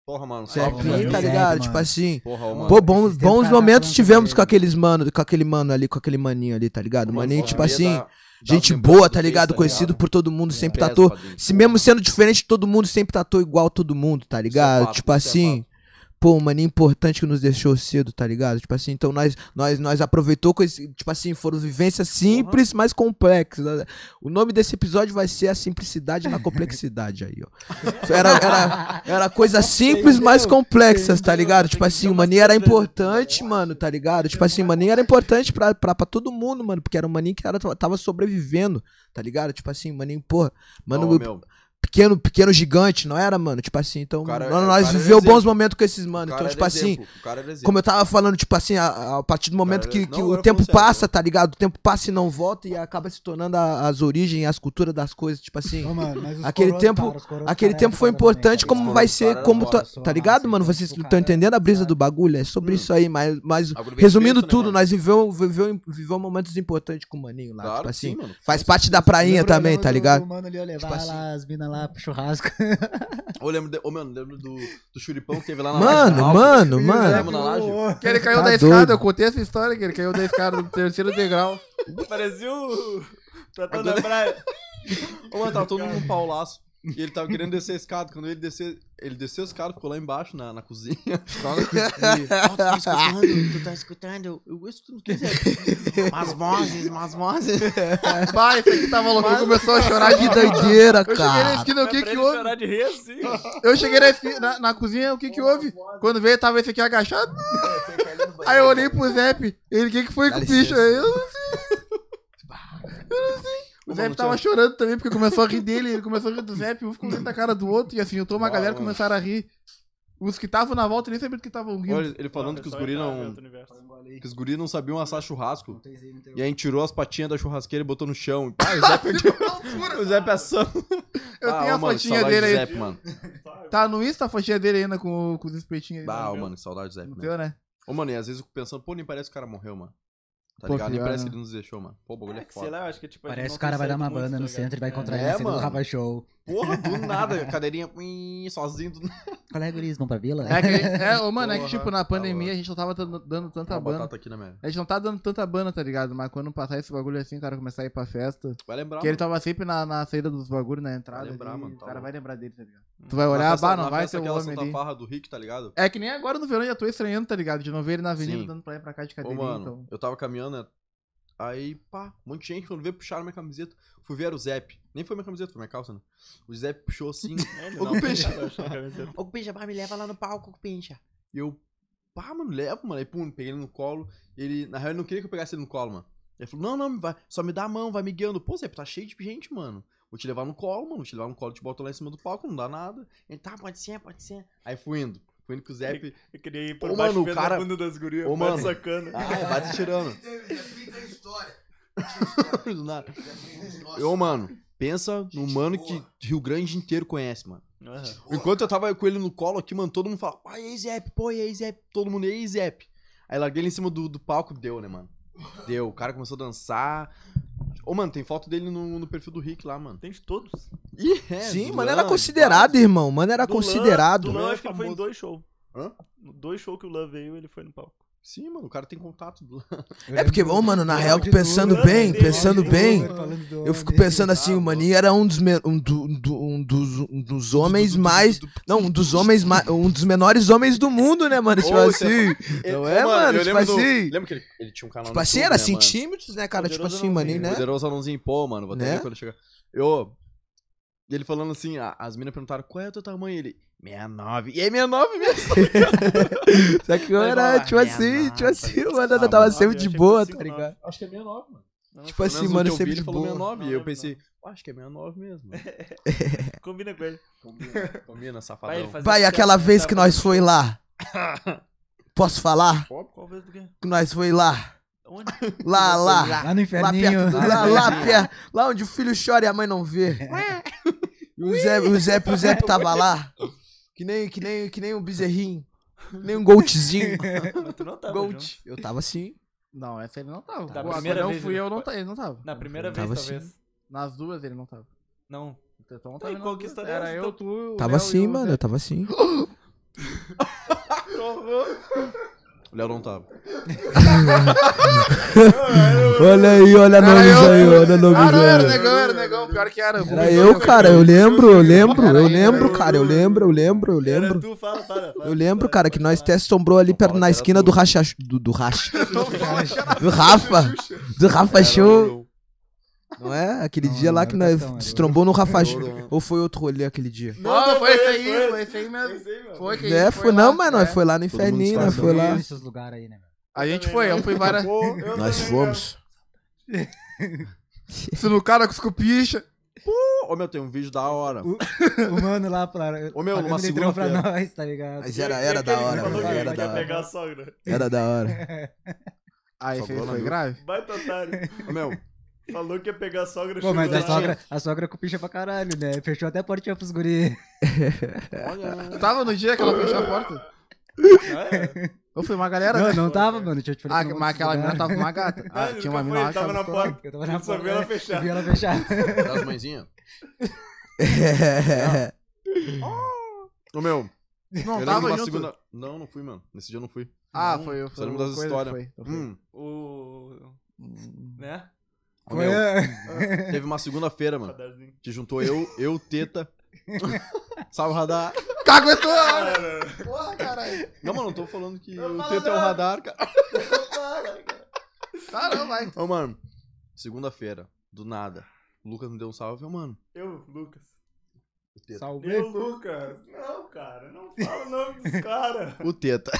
[SPEAKER 6] Porra, mano,
[SPEAKER 4] Zé
[SPEAKER 6] salve,
[SPEAKER 4] Pim,
[SPEAKER 6] mano.
[SPEAKER 4] tá
[SPEAKER 5] Zé,
[SPEAKER 4] ligado?
[SPEAKER 5] mano.
[SPEAKER 4] Tipo assim.
[SPEAKER 6] Porra, ô, mano.
[SPEAKER 4] Pô, bom-
[SPEAKER 5] Esses tempos
[SPEAKER 4] bons
[SPEAKER 5] pra
[SPEAKER 4] momentos
[SPEAKER 5] trás,
[SPEAKER 4] tivemos
[SPEAKER 5] né?
[SPEAKER 4] com aqueles mano, com aquele mano ali, com aquele maninho ali, tá ligado? O
[SPEAKER 6] Mano, é
[SPEAKER 4] maninho,
[SPEAKER 6] volta
[SPEAKER 4] tipo
[SPEAKER 6] e meia
[SPEAKER 4] assim,
[SPEAKER 6] dá- dá
[SPEAKER 4] gente
[SPEAKER 6] lembrança
[SPEAKER 4] boa,
[SPEAKER 6] do
[SPEAKER 4] tá
[SPEAKER 6] Face,
[SPEAKER 4] ligado? Conhecido por todo mundo, sempre
[SPEAKER 6] Peso,
[SPEAKER 4] tatou.
[SPEAKER 6] padrinho.
[SPEAKER 4] Se mesmo sendo diferente de todo mundo, sempre tatou igual todo mundo, tá ligado?
[SPEAKER 6] fato,
[SPEAKER 4] tipo
[SPEAKER 6] isso é
[SPEAKER 4] assim. Pô, um maninho importante que nos deixou cedo, tá ligado? Tipo assim, então nós nós nós aproveitou com esse, tipo assim, foram vivências simples, mas complexas. né? O nome desse episódio vai ser a simplicidade na complexidade aí,
[SPEAKER 6] [LAUGHS]
[SPEAKER 4] ó. Era, era, era coisa simples, mas complexas, tá ligado? Tipo assim, o maninho era importante, mano, tá ligado? Tipo assim, o maninho era importante pra, pra, pra todo mundo, mano, porque era um maninho que era, tava sobrevivendo, tá ligado? Tipo assim, maninho, porra, mano,
[SPEAKER 6] Ô, meu,
[SPEAKER 4] pequeno, pequeno gigante, não era, mano? Tipo assim, então,
[SPEAKER 6] O cara-
[SPEAKER 4] nós,
[SPEAKER 6] o
[SPEAKER 4] nós
[SPEAKER 6] cara é
[SPEAKER 4] viveu bons
[SPEAKER 6] exemplo.
[SPEAKER 4] momentos com esses,
[SPEAKER 6] o
[SPEAKER 4] mano.
[SPEAKER 6] cara
[SPEAKER 4] Então,
[SPEAKER 6] era
[SPEAKER 4] tipo assim,
[SPEAKER 6] exemplo, o cara era exemplo.
[SPEAKER 4] como eu tava falando, tipo assim, a, a partir do momento
[SPEAKER 6] Cara, é-
[SPEAKER 4] que, que
[SPEAKER 6] não,
[SPEAKER 4] o
[SPEAKER 6] eu
[SPEAKER 4] tempo
[SPEAKER 6] falo sério,
[SPEAKER 4] passa,
[SPEAKER 6] eu-
[SPEAKER 4] tá ligado? O tempo passa e não volta e acaba se tornando a- as origens, as culturas das coisas, tipo assim.
[SPEAKER 5] Ô, mano, mas os
[SPEAKER 4] Aquele
[SPEAKER 5] coroas,
[SPEAKER 4] tempo-
[SPEAKER 5] cara, os coroas
[SPEAKER 4] Aquele
[SPEAKER 5] cara
[SPEAKER 4] tempo
[SPEAKER 5] é
[SPEAKER 4] foi
[SPEAKER 5] foda também,
[SPEAKER 4] importante,
[SPEAKER 5] cara.
[SPEAKER 4] como
[SPEAKER 6] Os
[SPEAKER 4] vai
[SPEAKER 6] caras
[SPEAKER 4] ser,
[SPEAKER 6] eram
[SPEAKER 4] como tá,
[SPEAKER 6] foda,
[SPEAKER 5] sou
[SPEAKER 4] tá
[SPEAKER 5] massa,
[SPEAKER 4] ligado, mano?
[SPEAKER 5] então,
[SPEAKER 4] Vocês
[SPEAKER 5] o
[SPEAKER 4] estão
[SPEAKER 5] cara-
[SPEAKER 4] entendendo a brisa do bagulho, é sobre
[SPEAKER 6] Hum.
[SPEAKER 4] isso aí, mas, mas
[SPEAKER 6] Agora vem
[SPEAKER 4] resumindo
[SPEAKER 6] pensa, né,
[SPEAKER 4] tudo,
[SPEAKER 6] mano?
[SPEAKER 4] nós viveu, viveu, viveu momentos importantes com o maninho lá,
[SPEAKER 6] Claro
[SPEAKER 4] tipo
[SPEAKER 6] que
[SPEAKER 4] assim.
[SPEAKER 6] sim, mano.
[SPEAKER 4] Faz parte da prainha
[SPEAKER 5] Lembra-
[SPEAKER 4] também,
[SPEAKER 5] lembra
[SPEAKER 4] tá
[SPEAKER 5] do-
[SPEAKER 4] ligado?
[SPEAKER 5] do mano ali, ó, levar
[SPEAKER 4] Tipo assim.
[SPEAKER 5] lá as minas lá pro churrasco. [LAUGHS]
[SPEAKER 6] Eu lembro, de, ô, mano, lembro do, do né? churipão que teve lá na Laje da
[SPEAKER 4] Mano,
[SPEAKER 6] Alfa.
[SPEAKER 4] mano,
[SPEAKER 6] Eu
[SPEAKER 5] né?
[SPEAKER 4] mano.
[SPEAKER 6] lembro na laje.
[SPEAKER 4] [LAUGHS]
[SPEAKER 3] Que ele caiu
[SPEAKER 4] Tá
[SPEAKER 3] da escada,
[SPEAKER 4] doido.
[SPEAKER 3] eu contei essa história que ele caiu da escada do terceiro degrau.
[SPEAKER 7] Parecia o. Tratando da praia.
[SPEAKER 6] Ô, mano, tava todo mundo num paulaço. E ele tava querendo descer a escada. Quando ele desceu, ele desceu a escada, ficou lá embaixo na, na cozinha. Ah, tu tá escutando, tu tá escutando. Eu ouço tudo que tu quiser. Umas vozes, umas vozes.
[SPEAKER 3] Pai, esse aqui tava louco, tá começou a chorar de
[SPEAKER 4] Que
[SPEAKER 3] doido.
[SPEAKER 4] doideira,
[SPEAKER 3] Eu cheguei na
[SPEAKER 4] cara.
[SPEAKER 3] esquina, o que que houve?
[SPEAKER 7] de rir assim.
[SPEAKER 3] Eu cheguei na, esqui- na, na cozinha, o que que houve? Quando veio, tava esse aqui agachado. Aí eu olhei pro Zep, ele, o que que foi
[SPEAKER 4] Dá
[SPEAKER 3] com o
[SPEAKER 4] licença.
[SPEAKER 3] bicho? Aí Eu não sei. Eu não sei. O
[SPEAKER 6] Ô,
[SPEAKER 3] Zep
[SPEAKER 6] mano,
[SPEAKER 3] tava
[SPEAKER 6] tinha-
[SPEAKER 3] chorando também, porque começou a rir dele, ele começou a rir do Zep, um ficou rindo da cara do outro, e assim, juntou uma
[SPEAKER 6] Ah,
[SPEAKER 3] galera e
[SPEAKER 6] mano.
[SPEAKER 3] começaram a rir. Os que estavam na volta nem sabiam do que estavam rindo.
[SPEAKER 6] Olha, ele falando que os guri não... Que os guri não sabiam assar churrasco.
[SPEAKER 5] Não tem Z, não tem
[SPEAKER 6] E aí tirou as patinhas da churrasqueira e botou no chão. E, pá, o Zé perdeu. o Zé Ah, passando.
[SPEAKER 3] Eu tenho a fotinha dele aí. Tá no Insta a fotinha dele ainda com, o- com os espetinhos ali.
[SPEAKER 6] Ah, mano, que saudade do Zé.
[SPEAKER 3] Não
[SPEAKER 6] mano.
[SPEAKER 3] deu, né?
[SPEAKER 6] Ô, mano, e às vezes eu fico pensando, pô, nem parece que o cara morreu, mano. Tá
[SPEAKER 3] Pô,
[SPEAKER 6] ligado? Nem
[SPEAKER 3] pior,
[SPEAKER 6] parece
[SPEAKER 3] né?
[SPEAKER 6] que ele nos deixou, mano. Pô, o bagulho é
[SPEAKER 7] Sei
[SPEAKER 6] foda.
[SPEAKER 7] lá, eu acho que tipo. a gente
[SPEAKER 5] Parece
[SPEAKER 7] não
[SPEAKER 5] que o cara
[SPEAKER 7] tem
[SPEAKER 5] vai dar uma
[SPEAKER 7] saído muito,
[SPEAKER 5] banda no
[SPEAKER 7] tá ligado?
[SPEAKER 5] centro e vai encontrar
[SPEAKER 6] É,
[SPEAKER 5] ele na cena do
[SPEAKER 6] mano.
[SPEAKER 5] Rafa Show.
[SPEAKER 6] Porra, do nada, cadeirinha uim, sozinho. Do... nada.
[SPEAKER 5] Qual é, guris? Vamos pra vila?
[SPEAKER 3] É, que, é, ô, mano, é que
[SPEAKER 6] [LAUGHS] Porra, tá
[SPEAKER 3] tipo, na pandemia
[SPEAKER 6] louco.
[SPEAKER 3] a gente não tava dando- dando tanta
[SPEAKER 6] Uma
[SPEAKER 3] banda.
[SPEAKER 6] batata aqui né, na minha.
[SPEAKER 3] A gente não tá dando tanta banda, tá ligado? Mas quando passar esse bagulho assim, o cara começar a ir pra festa.
[SPEAKER 6] Vai lembrar,
[SPEAKER 3] Porque ele
[SPEAKER 6] mano.
[SPEAKER 3] tava sempre na, na saída dos bagulhos, na entrada.
[SPEAKER 6] Vai lembrar,
[SPEAKER 3] ali,
[SPEAKER 6] mano,
[SPEAKER 3] o
[SPEAKER 6] tá
[SPEAKER 3] cara
[SPEAKER 6] louco. Hum.
[SPEAKER 3] vai lembrar dele, tá ligado? Tu vai
[SPEAKER 6] Na
[SPEAKER 3] olhar,
[SPEAKER 6] festa-
[SPEAKER 3] bah, não
[SPEAKER 6] na
[SPEAKER 3] vai
[SPEAKER 6] festa
[SPEAKER 3] ter o
[SPEAKER 6] aquela
[SPEAKER 3] homem
[SPEAKER 6] Santa
[SPEAKER 3] ali.
[SPEAKER 6] farra do Rick, tá ligado?
[SPEAKER 3] É que nem agora no verão já tô estranhando, tá ligado? De não ver ele na avenida
[SPEAKER 6] Sim.
[SPEAKER 3] dando pra ir pra cá de
[SPEAKER 6] Ô,
[SPEAKER 3] cadeirinha,
[SPEAKER 6] mano,
[SPEAKER 3] então.
[SPEAKER 6] eu tava caminhando, né? Aí, pá, um monte de gente, quando veio, puxaram minha camiseta. Fui ver, era o Zep. Nem foi minha camiseta, foi minha calça, né? O Zep puxou assim.
[SPEAKER 7] É, ele
[SPEAKER 6] Ô,
[SPEAKER 7] [LAUGHS] não-
[SPEAKER 6] Cupincha.
[SPEAKER 7] camiseta.
[SPEAKER 6] tipo, Ô, Cupincha, pá, me leva lá no palco, Cupincha. E eu, pá, mano, levo, mano. Aí, pum, peguei ele no colo. Ele, na real, ele não queria que eu pegasse ele no colo, mano. Ele falou, não, não, vai, só me dá a mão, vai me guiando. Pô, Zé, tá cheio de gente, mano. Vou te levar no colo, mano. Vou te levar no colo, te boto lá em cima do palco, não dá nada. Ele, tá, pode ser, pode ser. Aí fui indo. Fui indo com o Zep.
[SPEAKER 7] Eu queria ir por
[SPEAKER 6] Ô,
[SPEAKER 7] baixo
[SPEAKER 6] mano, o
[SPEAKER 7] ver
[SPEAKER 6] cara-
[SPEAKER 7] na bunda das gurias,
[SPEAKER 6] Ô,
[SPEAKER 7] Ô,
[SPEAKER 6] mano.
[SPEAKER 7] mano. sacana.
[SPEAKER 6] Ah, vai te tirando. [LAUGHS] Do nada. Ô, mano, pensa no mano que Rio Grande inteiro conhece, mano.
[SPEAKER 7] Aham.
[SPEAKER 6] Enquanto eu tava com ele no colo aqui, mano, todo mundo fala, pô, e aí, Zep, pô, e aí, Zep, todo mundo, e aí, Zep. Aí larguei ele em cima do, do palco, deu, né, mano? Deu, o cara começou a dançar. Ô, mano, tem foto dele no, no perfil do Rick lá, mano.
[SPEAKER 7] Tem de todos.
[SPEAKER 6] Ih, é,
[SPEAKER 4] Sim,
[SPEAKER 6] do
[SPEAKER 4] mano,
[SPEAKER 6] Lan,
[SPEAKER 4] era
[SPEAKER 6] do
[SPEAKER 4] considerado, irmão. Mano, era
[SPEAKER 7] Do Lan-
[SPEAKER 4] considerado.
[SPEAKER 7] Do Lan,
[SPEAKER 6] Lan é
[SPEAKER 7] acho que ele foi em
[SPEAKER 6] famoso.
[SPEAKER 7] dois shows.
[SPEAKER 6] Hã?
[SPEAKER 7] Dois shows que o Lan veio, ele foi no palco.
[SPEAKER 6] Sim, mano, o cara tem contato do Lan.
[SPEAKER 4] É porque, bom, mano, na
[SPEAKER 5] Eu
[SPEAKER 4] real,
[SPEAKER 5] lembro de
[SPEAKER 4] pensando
[SPEAKER 5] tudo,
[SPEAKER 4] bem,
[SPEAKER 5] eu lembro de
[SPEAKER 4] pensando
[SPEAKER 5] tudo,
[SPEAKER 4] bem,
[SPEAKER 5] falando do
[SPEAKER 4] eu fico
[SPEAKER 5] homem.
[SPEAKER 4] pensando assim, o Maninho era um dos, me- um do- um do- um dos, um dos homens mais. Não, um dos homens mais. Um dos menores homens do mundo, né, mano? [LAUGHS] Tipo
[SPEAKER 6] Ô, é
[SPEAKER 4] assim. Não é, mano?
[SPEAKER 6] eu
[SPEAKER 4] Tipo
[SPEAKER 6] lembro do-
[SPEAKER 4] assim.
[SPEAKER 6] Lembra que ele, ele tinha um canal
[SPEAKER 4] Tipo
[SPEAKER 6] no
[SPEAKER 4] assim,
[SPEAKER 6] YouTube,
[SPEAKER 4] era
[SPEAKER 6] né,
[SPEAKER 4] assim,
[SPEAKER 6] mano?
[SPEAKER 4] tímidos, né, cara? Tipo
[SPEAKER 7] Poderoso
[SPEAKER 4] assim,
[SPEAKER 7] não,
[SPEAKER 4] maninho,
[SPEAKER 7] filho.
[SPEAKER 4] né?
[SPEAKER 6] Poderoso anãozinho, pô, mano, vou até
[SPEAKER 4] Né?
[SPEAKER 6] ver quando chegar. Eu. E ele falando assim, a- as meninas perguntaram qual é o teu tamanho? Ele, 69. E aí, 69 mesmo?
[SPEAKER 4] Só que eu
[SPEAKER 6] Aí
[SPEAKER 4] era,
[SPEAKER 6] fala,
[SPEAKER 4] tipo
[SPEAKER 6] "Ah,
[SPEAKER 4] assim,
[SPEAKER 6] minha
[SPEAKER 4] tipo assim, mano,
[SPEAKER 6] Ah,
[SPEAKER 4] eu tava
[SPEAKER 7] mano,
[SPEAKER 4] sempre
[SPEAKER 7] eu
[SPEAKER 4] de
[SPEAKER 7] achei que
[SPEAKER 4] boa,
[SPEAKER 7] era
[SPEAKER 4] tá
[SPEAKER 7] cinco, não.
[SPEAKER 4] ligado?
[SPEAKER 6] Acho que é 69, mano.
[SPEAKER 4] Tipo assim, mano, sempre de boa.
[SPEAKER 6] 69. E eu
[SPEAKER 7] Não,
[SPEAKER 6] pensei, acho que é 69 mesmo. mano."
[SPEAKER 7] Combina com ele.
[SPEAKER 6] [LAUGHS] Combina, combina, safadão.
[SPEAKER 7] Vai, ele fazia
[SPEAKER 4] Pai,
[SPEAKER 7] sucesso,
[SPEAKER 4] aquela
[SPEAKER 7] né,
[SPEAKER 4] vez
[SPEAKER 7] tá?
[SPEAKER 4] que nós foi lá. Posso falar?
[SPEAKER 7] Qual vez do quê?
[SPEAKER 4] Que nós foi lá.
[SPEAKER 7] Onde?
[SPEAKER 4] Lá, lá.
[SPEAKER 5] [LAUGHS] Lá no
[SPEAKER 4] Lá perto,
[SPEAKER 5] inferninho.
[SPEAKER 4] do- lá, [LAUGHS] lá, perto, lá onde o filho chora e a mãe não vê. E o Zé, o Zé, o Zé tava lá. Que nem, que nem, que nem um bezerrinho. Que nem um [LAUGHS] goltzinho.
[SPEAKER 7] Mas tu não tava junto.
[SPEAKER 4] Gold. Eu tava assim.
[SPEAKER 3] Não, essa ele não tava.
[SPEAKER 7] Da
[SPEAKER 3] Pô,
[SPEAKER 7] primeira
[SPEAKER 3] quando eu
[SPEAKER 7] vez
[SPEAKER 3] fui
[SPEAKER 7] ele-
[SPEAKER 3] eu, não ta- ele não tava.
[SPEAKER 7] Na primeira
[SPEAKER 4] Tava assim.
[SPEAKER 7] vez,
[SPEAKER 4] sim.
[SPEAKER 7] talvez.
[SPEAKER 3] Nas duas ele não tava.
[SPEAKER 7] Não.
[SPEAKER 3] Então,
[SPEAKER 7] Tá,
[SPEAKER 3] tava
[SPEAKER 7] e
[SPEAKER 3] nas
[SPEAKER 7] qual que
[SPEAKER 3] duas.
[SPEAKER 7] história é
[SPEAKER 3] Era
[SPEAKER 7] essa,
[SPEAKER 3] eu,
[SPEAKER 7] então?
[SPEAKER 3] tu, o
[SPEAKER 4] Tava
[SPEAKER 3] Léo e
[SPEAKER 4] assim,
[SPEAKER 3] o
[SPEAKER 4] mano. Eu
[SPEAKER 3] Zé.
[SPEAKER 4] tava assim.
[SPEAKER 6] O Léo não tá. tava.
[SPEAKER 4] Olha aí, olha
[SPEAKER 3] Era
[SPEAKER 4] nomes aí,
[SPEAKER 3] eu.
[SPEAKER 4] olha
[SPEAKER 3] Ah,
[SPEAKER 4] nomes
[SPEAKER 3] não, era o
[SPEAKER 4] aí.
[SPEAKER 3] negão, era o negão. Pior que era.
[SPEAKER 4] Era eu, cara, eu lembro, eu lembro, eu lembro, cara, eu lembro, eu lembro, eu
[SPEAKER 7] Era
[SPEAKER 4] lembro.
[SPEAKER 7] tu, fala, fala. fala.
[SPEAKER 4] Eu lembro,
[SPEAKER 7] Fala,
[SPEAKER 4] cara, que
[SPEAKER 7] pode
[SPEAKER 4] nós
[SPEAKER 7] falar.
[SPEAKER 4] até sombrou ali
[SPEAKER 6] Não
[SPEAKER 4] perto
[SPEAKER 6] fala
[SPEAKER 4] na
[SPEAKER 6] que era
[SPEAKER 4] esquina
[SPEAKER 6] tu.
[SPEAKER 4] do Racha. Do, do Racha. Do Rafa. Do Rafa Show. Não é? Aquele
[SPEAKER 5] Não,
[SPEAKER 4] dia
[SPEAKER 5] não
[SPEAKER 4] lá
[SPEAKER 5] era
[SPEAKER 4] que nós
[SPEAKER 5] questão, era
[SPEAKER 4] se trombou no Rafa
[SPEAKER 6] Era
[SPEAKER 4] Show.
[SPEAKER 6] outro.
[SPEAKER 4] Ou foi outro rolê aquele dia?
[SPEAKER 3] Não, não, foi esse aí,
[SPEAKER 7] foi
[SPEAKER 3] foi esse aí mesmo.
[SPEAKER 7] Pensei, mano.
[SPEAKER 3] Foi que a gente
[SPEAKER 4] É, foi,
[SPEAKER 3] lá,
[SPEAKER 4] não, mano.
[SPEAKER 3] é.
[SPEAKER 4] nós Foi lá no
[SPEAKER 6] Todo mundo
[SPEAKER 4] inferninho, nós
[SPEAKER 6] disfarçado.
[SPEAKER 4] foi lá.
[SPEAKER 5] Esses lugares aí, né, meu?
[SPEAKER 3] A gente foi, eu fui [LAUGHS] várias.
[SPEAKER 7] Pô, eu também,
[SPEAKER 3] Se no cara com os cupicha.
[SPEAKER 6] Ô, meu, tem um vídeo da hora.
[SPEAKER 5] O- O mano lá pra.
[SPEAKER 6] Ô, meu,
[SPEAKER 5] pagando
[SPEAKER 6] numa
[SPEAKER 5] litrão pra
[SPEAKER 6] segunda-feira.
[SPEAKER 5] nós, tá ligado?
[SPEAKER 4] Mas
[SPEAKER 7] cara.
[SPEAKER 4] era, era da
[SPEAKER 7] Aquele é que
[SPEAKER 4] hora,
[SPEAKER 7] falou
[SPEAKER 4] mano.
[SPEAKER 7] que
[SPEAKER 4] Era
[SPEAKER 7] ele
[SPEAKER 4] da
[SPEAKER 7] quer pegar
[SPEAKER 4] hora.
[SPEAKER 7] a sogra.
[SPEAKER 4] Era da [LAUGHS] hora.
[SPEAKER 3] Ah, esse aí
[SPEAKER 4] né?
[SPEAKER 6] Sobrou na
[SPEAKER 3] foi
[SPEAKER 6] minha.
[SPEAKER 3] grave.
[SPEAKER 7] Baita otário.
[SPEAKER 4] [LAUGHS]
[SPEAKER 6] Ô, meu,
[SPEAKER 7] Falou que ia pegar a sogra.
[SPEAKER 5] Pô,
[SPEAKER 7] chegou
[SPEAKER 5] mas a
[SPEAKER 7] lá.
[SPEAKER 5] sogra, a sogra cupicha pra caralho, né? Fechou até a portinha pros guri.
[SPEAKER 4] É.
[SPEAKER 6] olha. né?
[SPEAKER 3] Tu tava no dia que ela fechou a porta?
[SPEAKER 7] Ah, é?
[SPEAKER 3] Eu fui uma galera,
[SPEAKER 5] Não,
[SPEAKER 3] né?
[SPEAKER 5] não tava, mano. Tinha te falado
[SPEAKER 3] Ah,
[SPEAKER 5] que eu vou
[SPEAKER 3] mas aquela
[SPEAKER 5] desligar.
[SPEAKER 3] menina tava uma
[SPEAKER 7] [LAUGHS]
[SPEAKER 3] gata. Ah,
[SPEAKER 7] Ele
[SPEAKER 3] tinha uma
[SPEAKER 7] nunca
[SPEAKER 3] menina
[SPEAKER 7] foi,
[SPEAKER 3] lá que
[SPEAKER 7] tava
[SPEAKER 3] tava
[SPEAKER 7] na
[SPEAKER 3] ficando-
[SPEAKER 7] porta.
[SPEAKER 5] [LAUGHS] Eu tava na
[SPEAKER 7] Ele só
[SPEAKER 5] porta,
[SPEAKER 7] viu ela
[SPEAKER 5] né?
[SPEAKER 7] fechar.
[SPEAKER 5] Eu vi ela fechar.
[SPEAKER 6] Das mãezinhas. Ô,
[SPEAKER 3] Não,
[SPEAKER 6] meu, eu lembro
[SPEAKER 3] tava
[SPEAKER 6] uma
[SPEAKER 3] junto.
[SPEAKER 6] segunda... Não, não fui, mano. Nesse dia eu não fui.
[SPEAKER 3] Ah, foi, foi.
[SPEAKER 6] lembra
[SPEAKER 3] uma
[SPEAKER 6] das
[SPEAKER 3] coisa
[SPEAKER 6] histórias?
[SPEAKER 3] que foi.
[SPEAKER 6] Hum,
[SPEAKER 7] O... Né?
[SPEAKER 6] ô,
[SPEAKER 5] Foi
[SPEAKER 6] meu,
[SPEAKER 5] a-
[SPEAKER 4] é?
[SPEAKER 6] teve uma segunda-feira, mano.
[SPEAKER 7] Radarzinho.
[SPEAKER 6] Que juntou eu, eu, Teta [LAUGHS] Salve o radar.
[SPEAKER 3] Caguetou! Porra, caralho.
[SPEAKER 6] Não, mano, não tô falando que
[SPEAKER 7] Não
[SPEAKER 6] o
[SPEAKER 7] fala
[SPEAKER 6] teto é o
[SPEAKER 7] nada.
[SPEAKER 6] radar, cara.
[SPEAKER 3] Caramba, vai.
[SPEAKER 6] Ô, mano, segunda-feira, do nada. O Lucas me deu um salve, ô, mano.
[SPEAKER 7] Eu, Lucas.
[SPEAKER 6] O teta.
[SPEAKER 7] Eu, Lucas. Não, cara, não fala o nome desse
[SPEAKER 6] [LAUGHS]
[SPEAKER 7] cara.
[SPEAKER 6] O teta.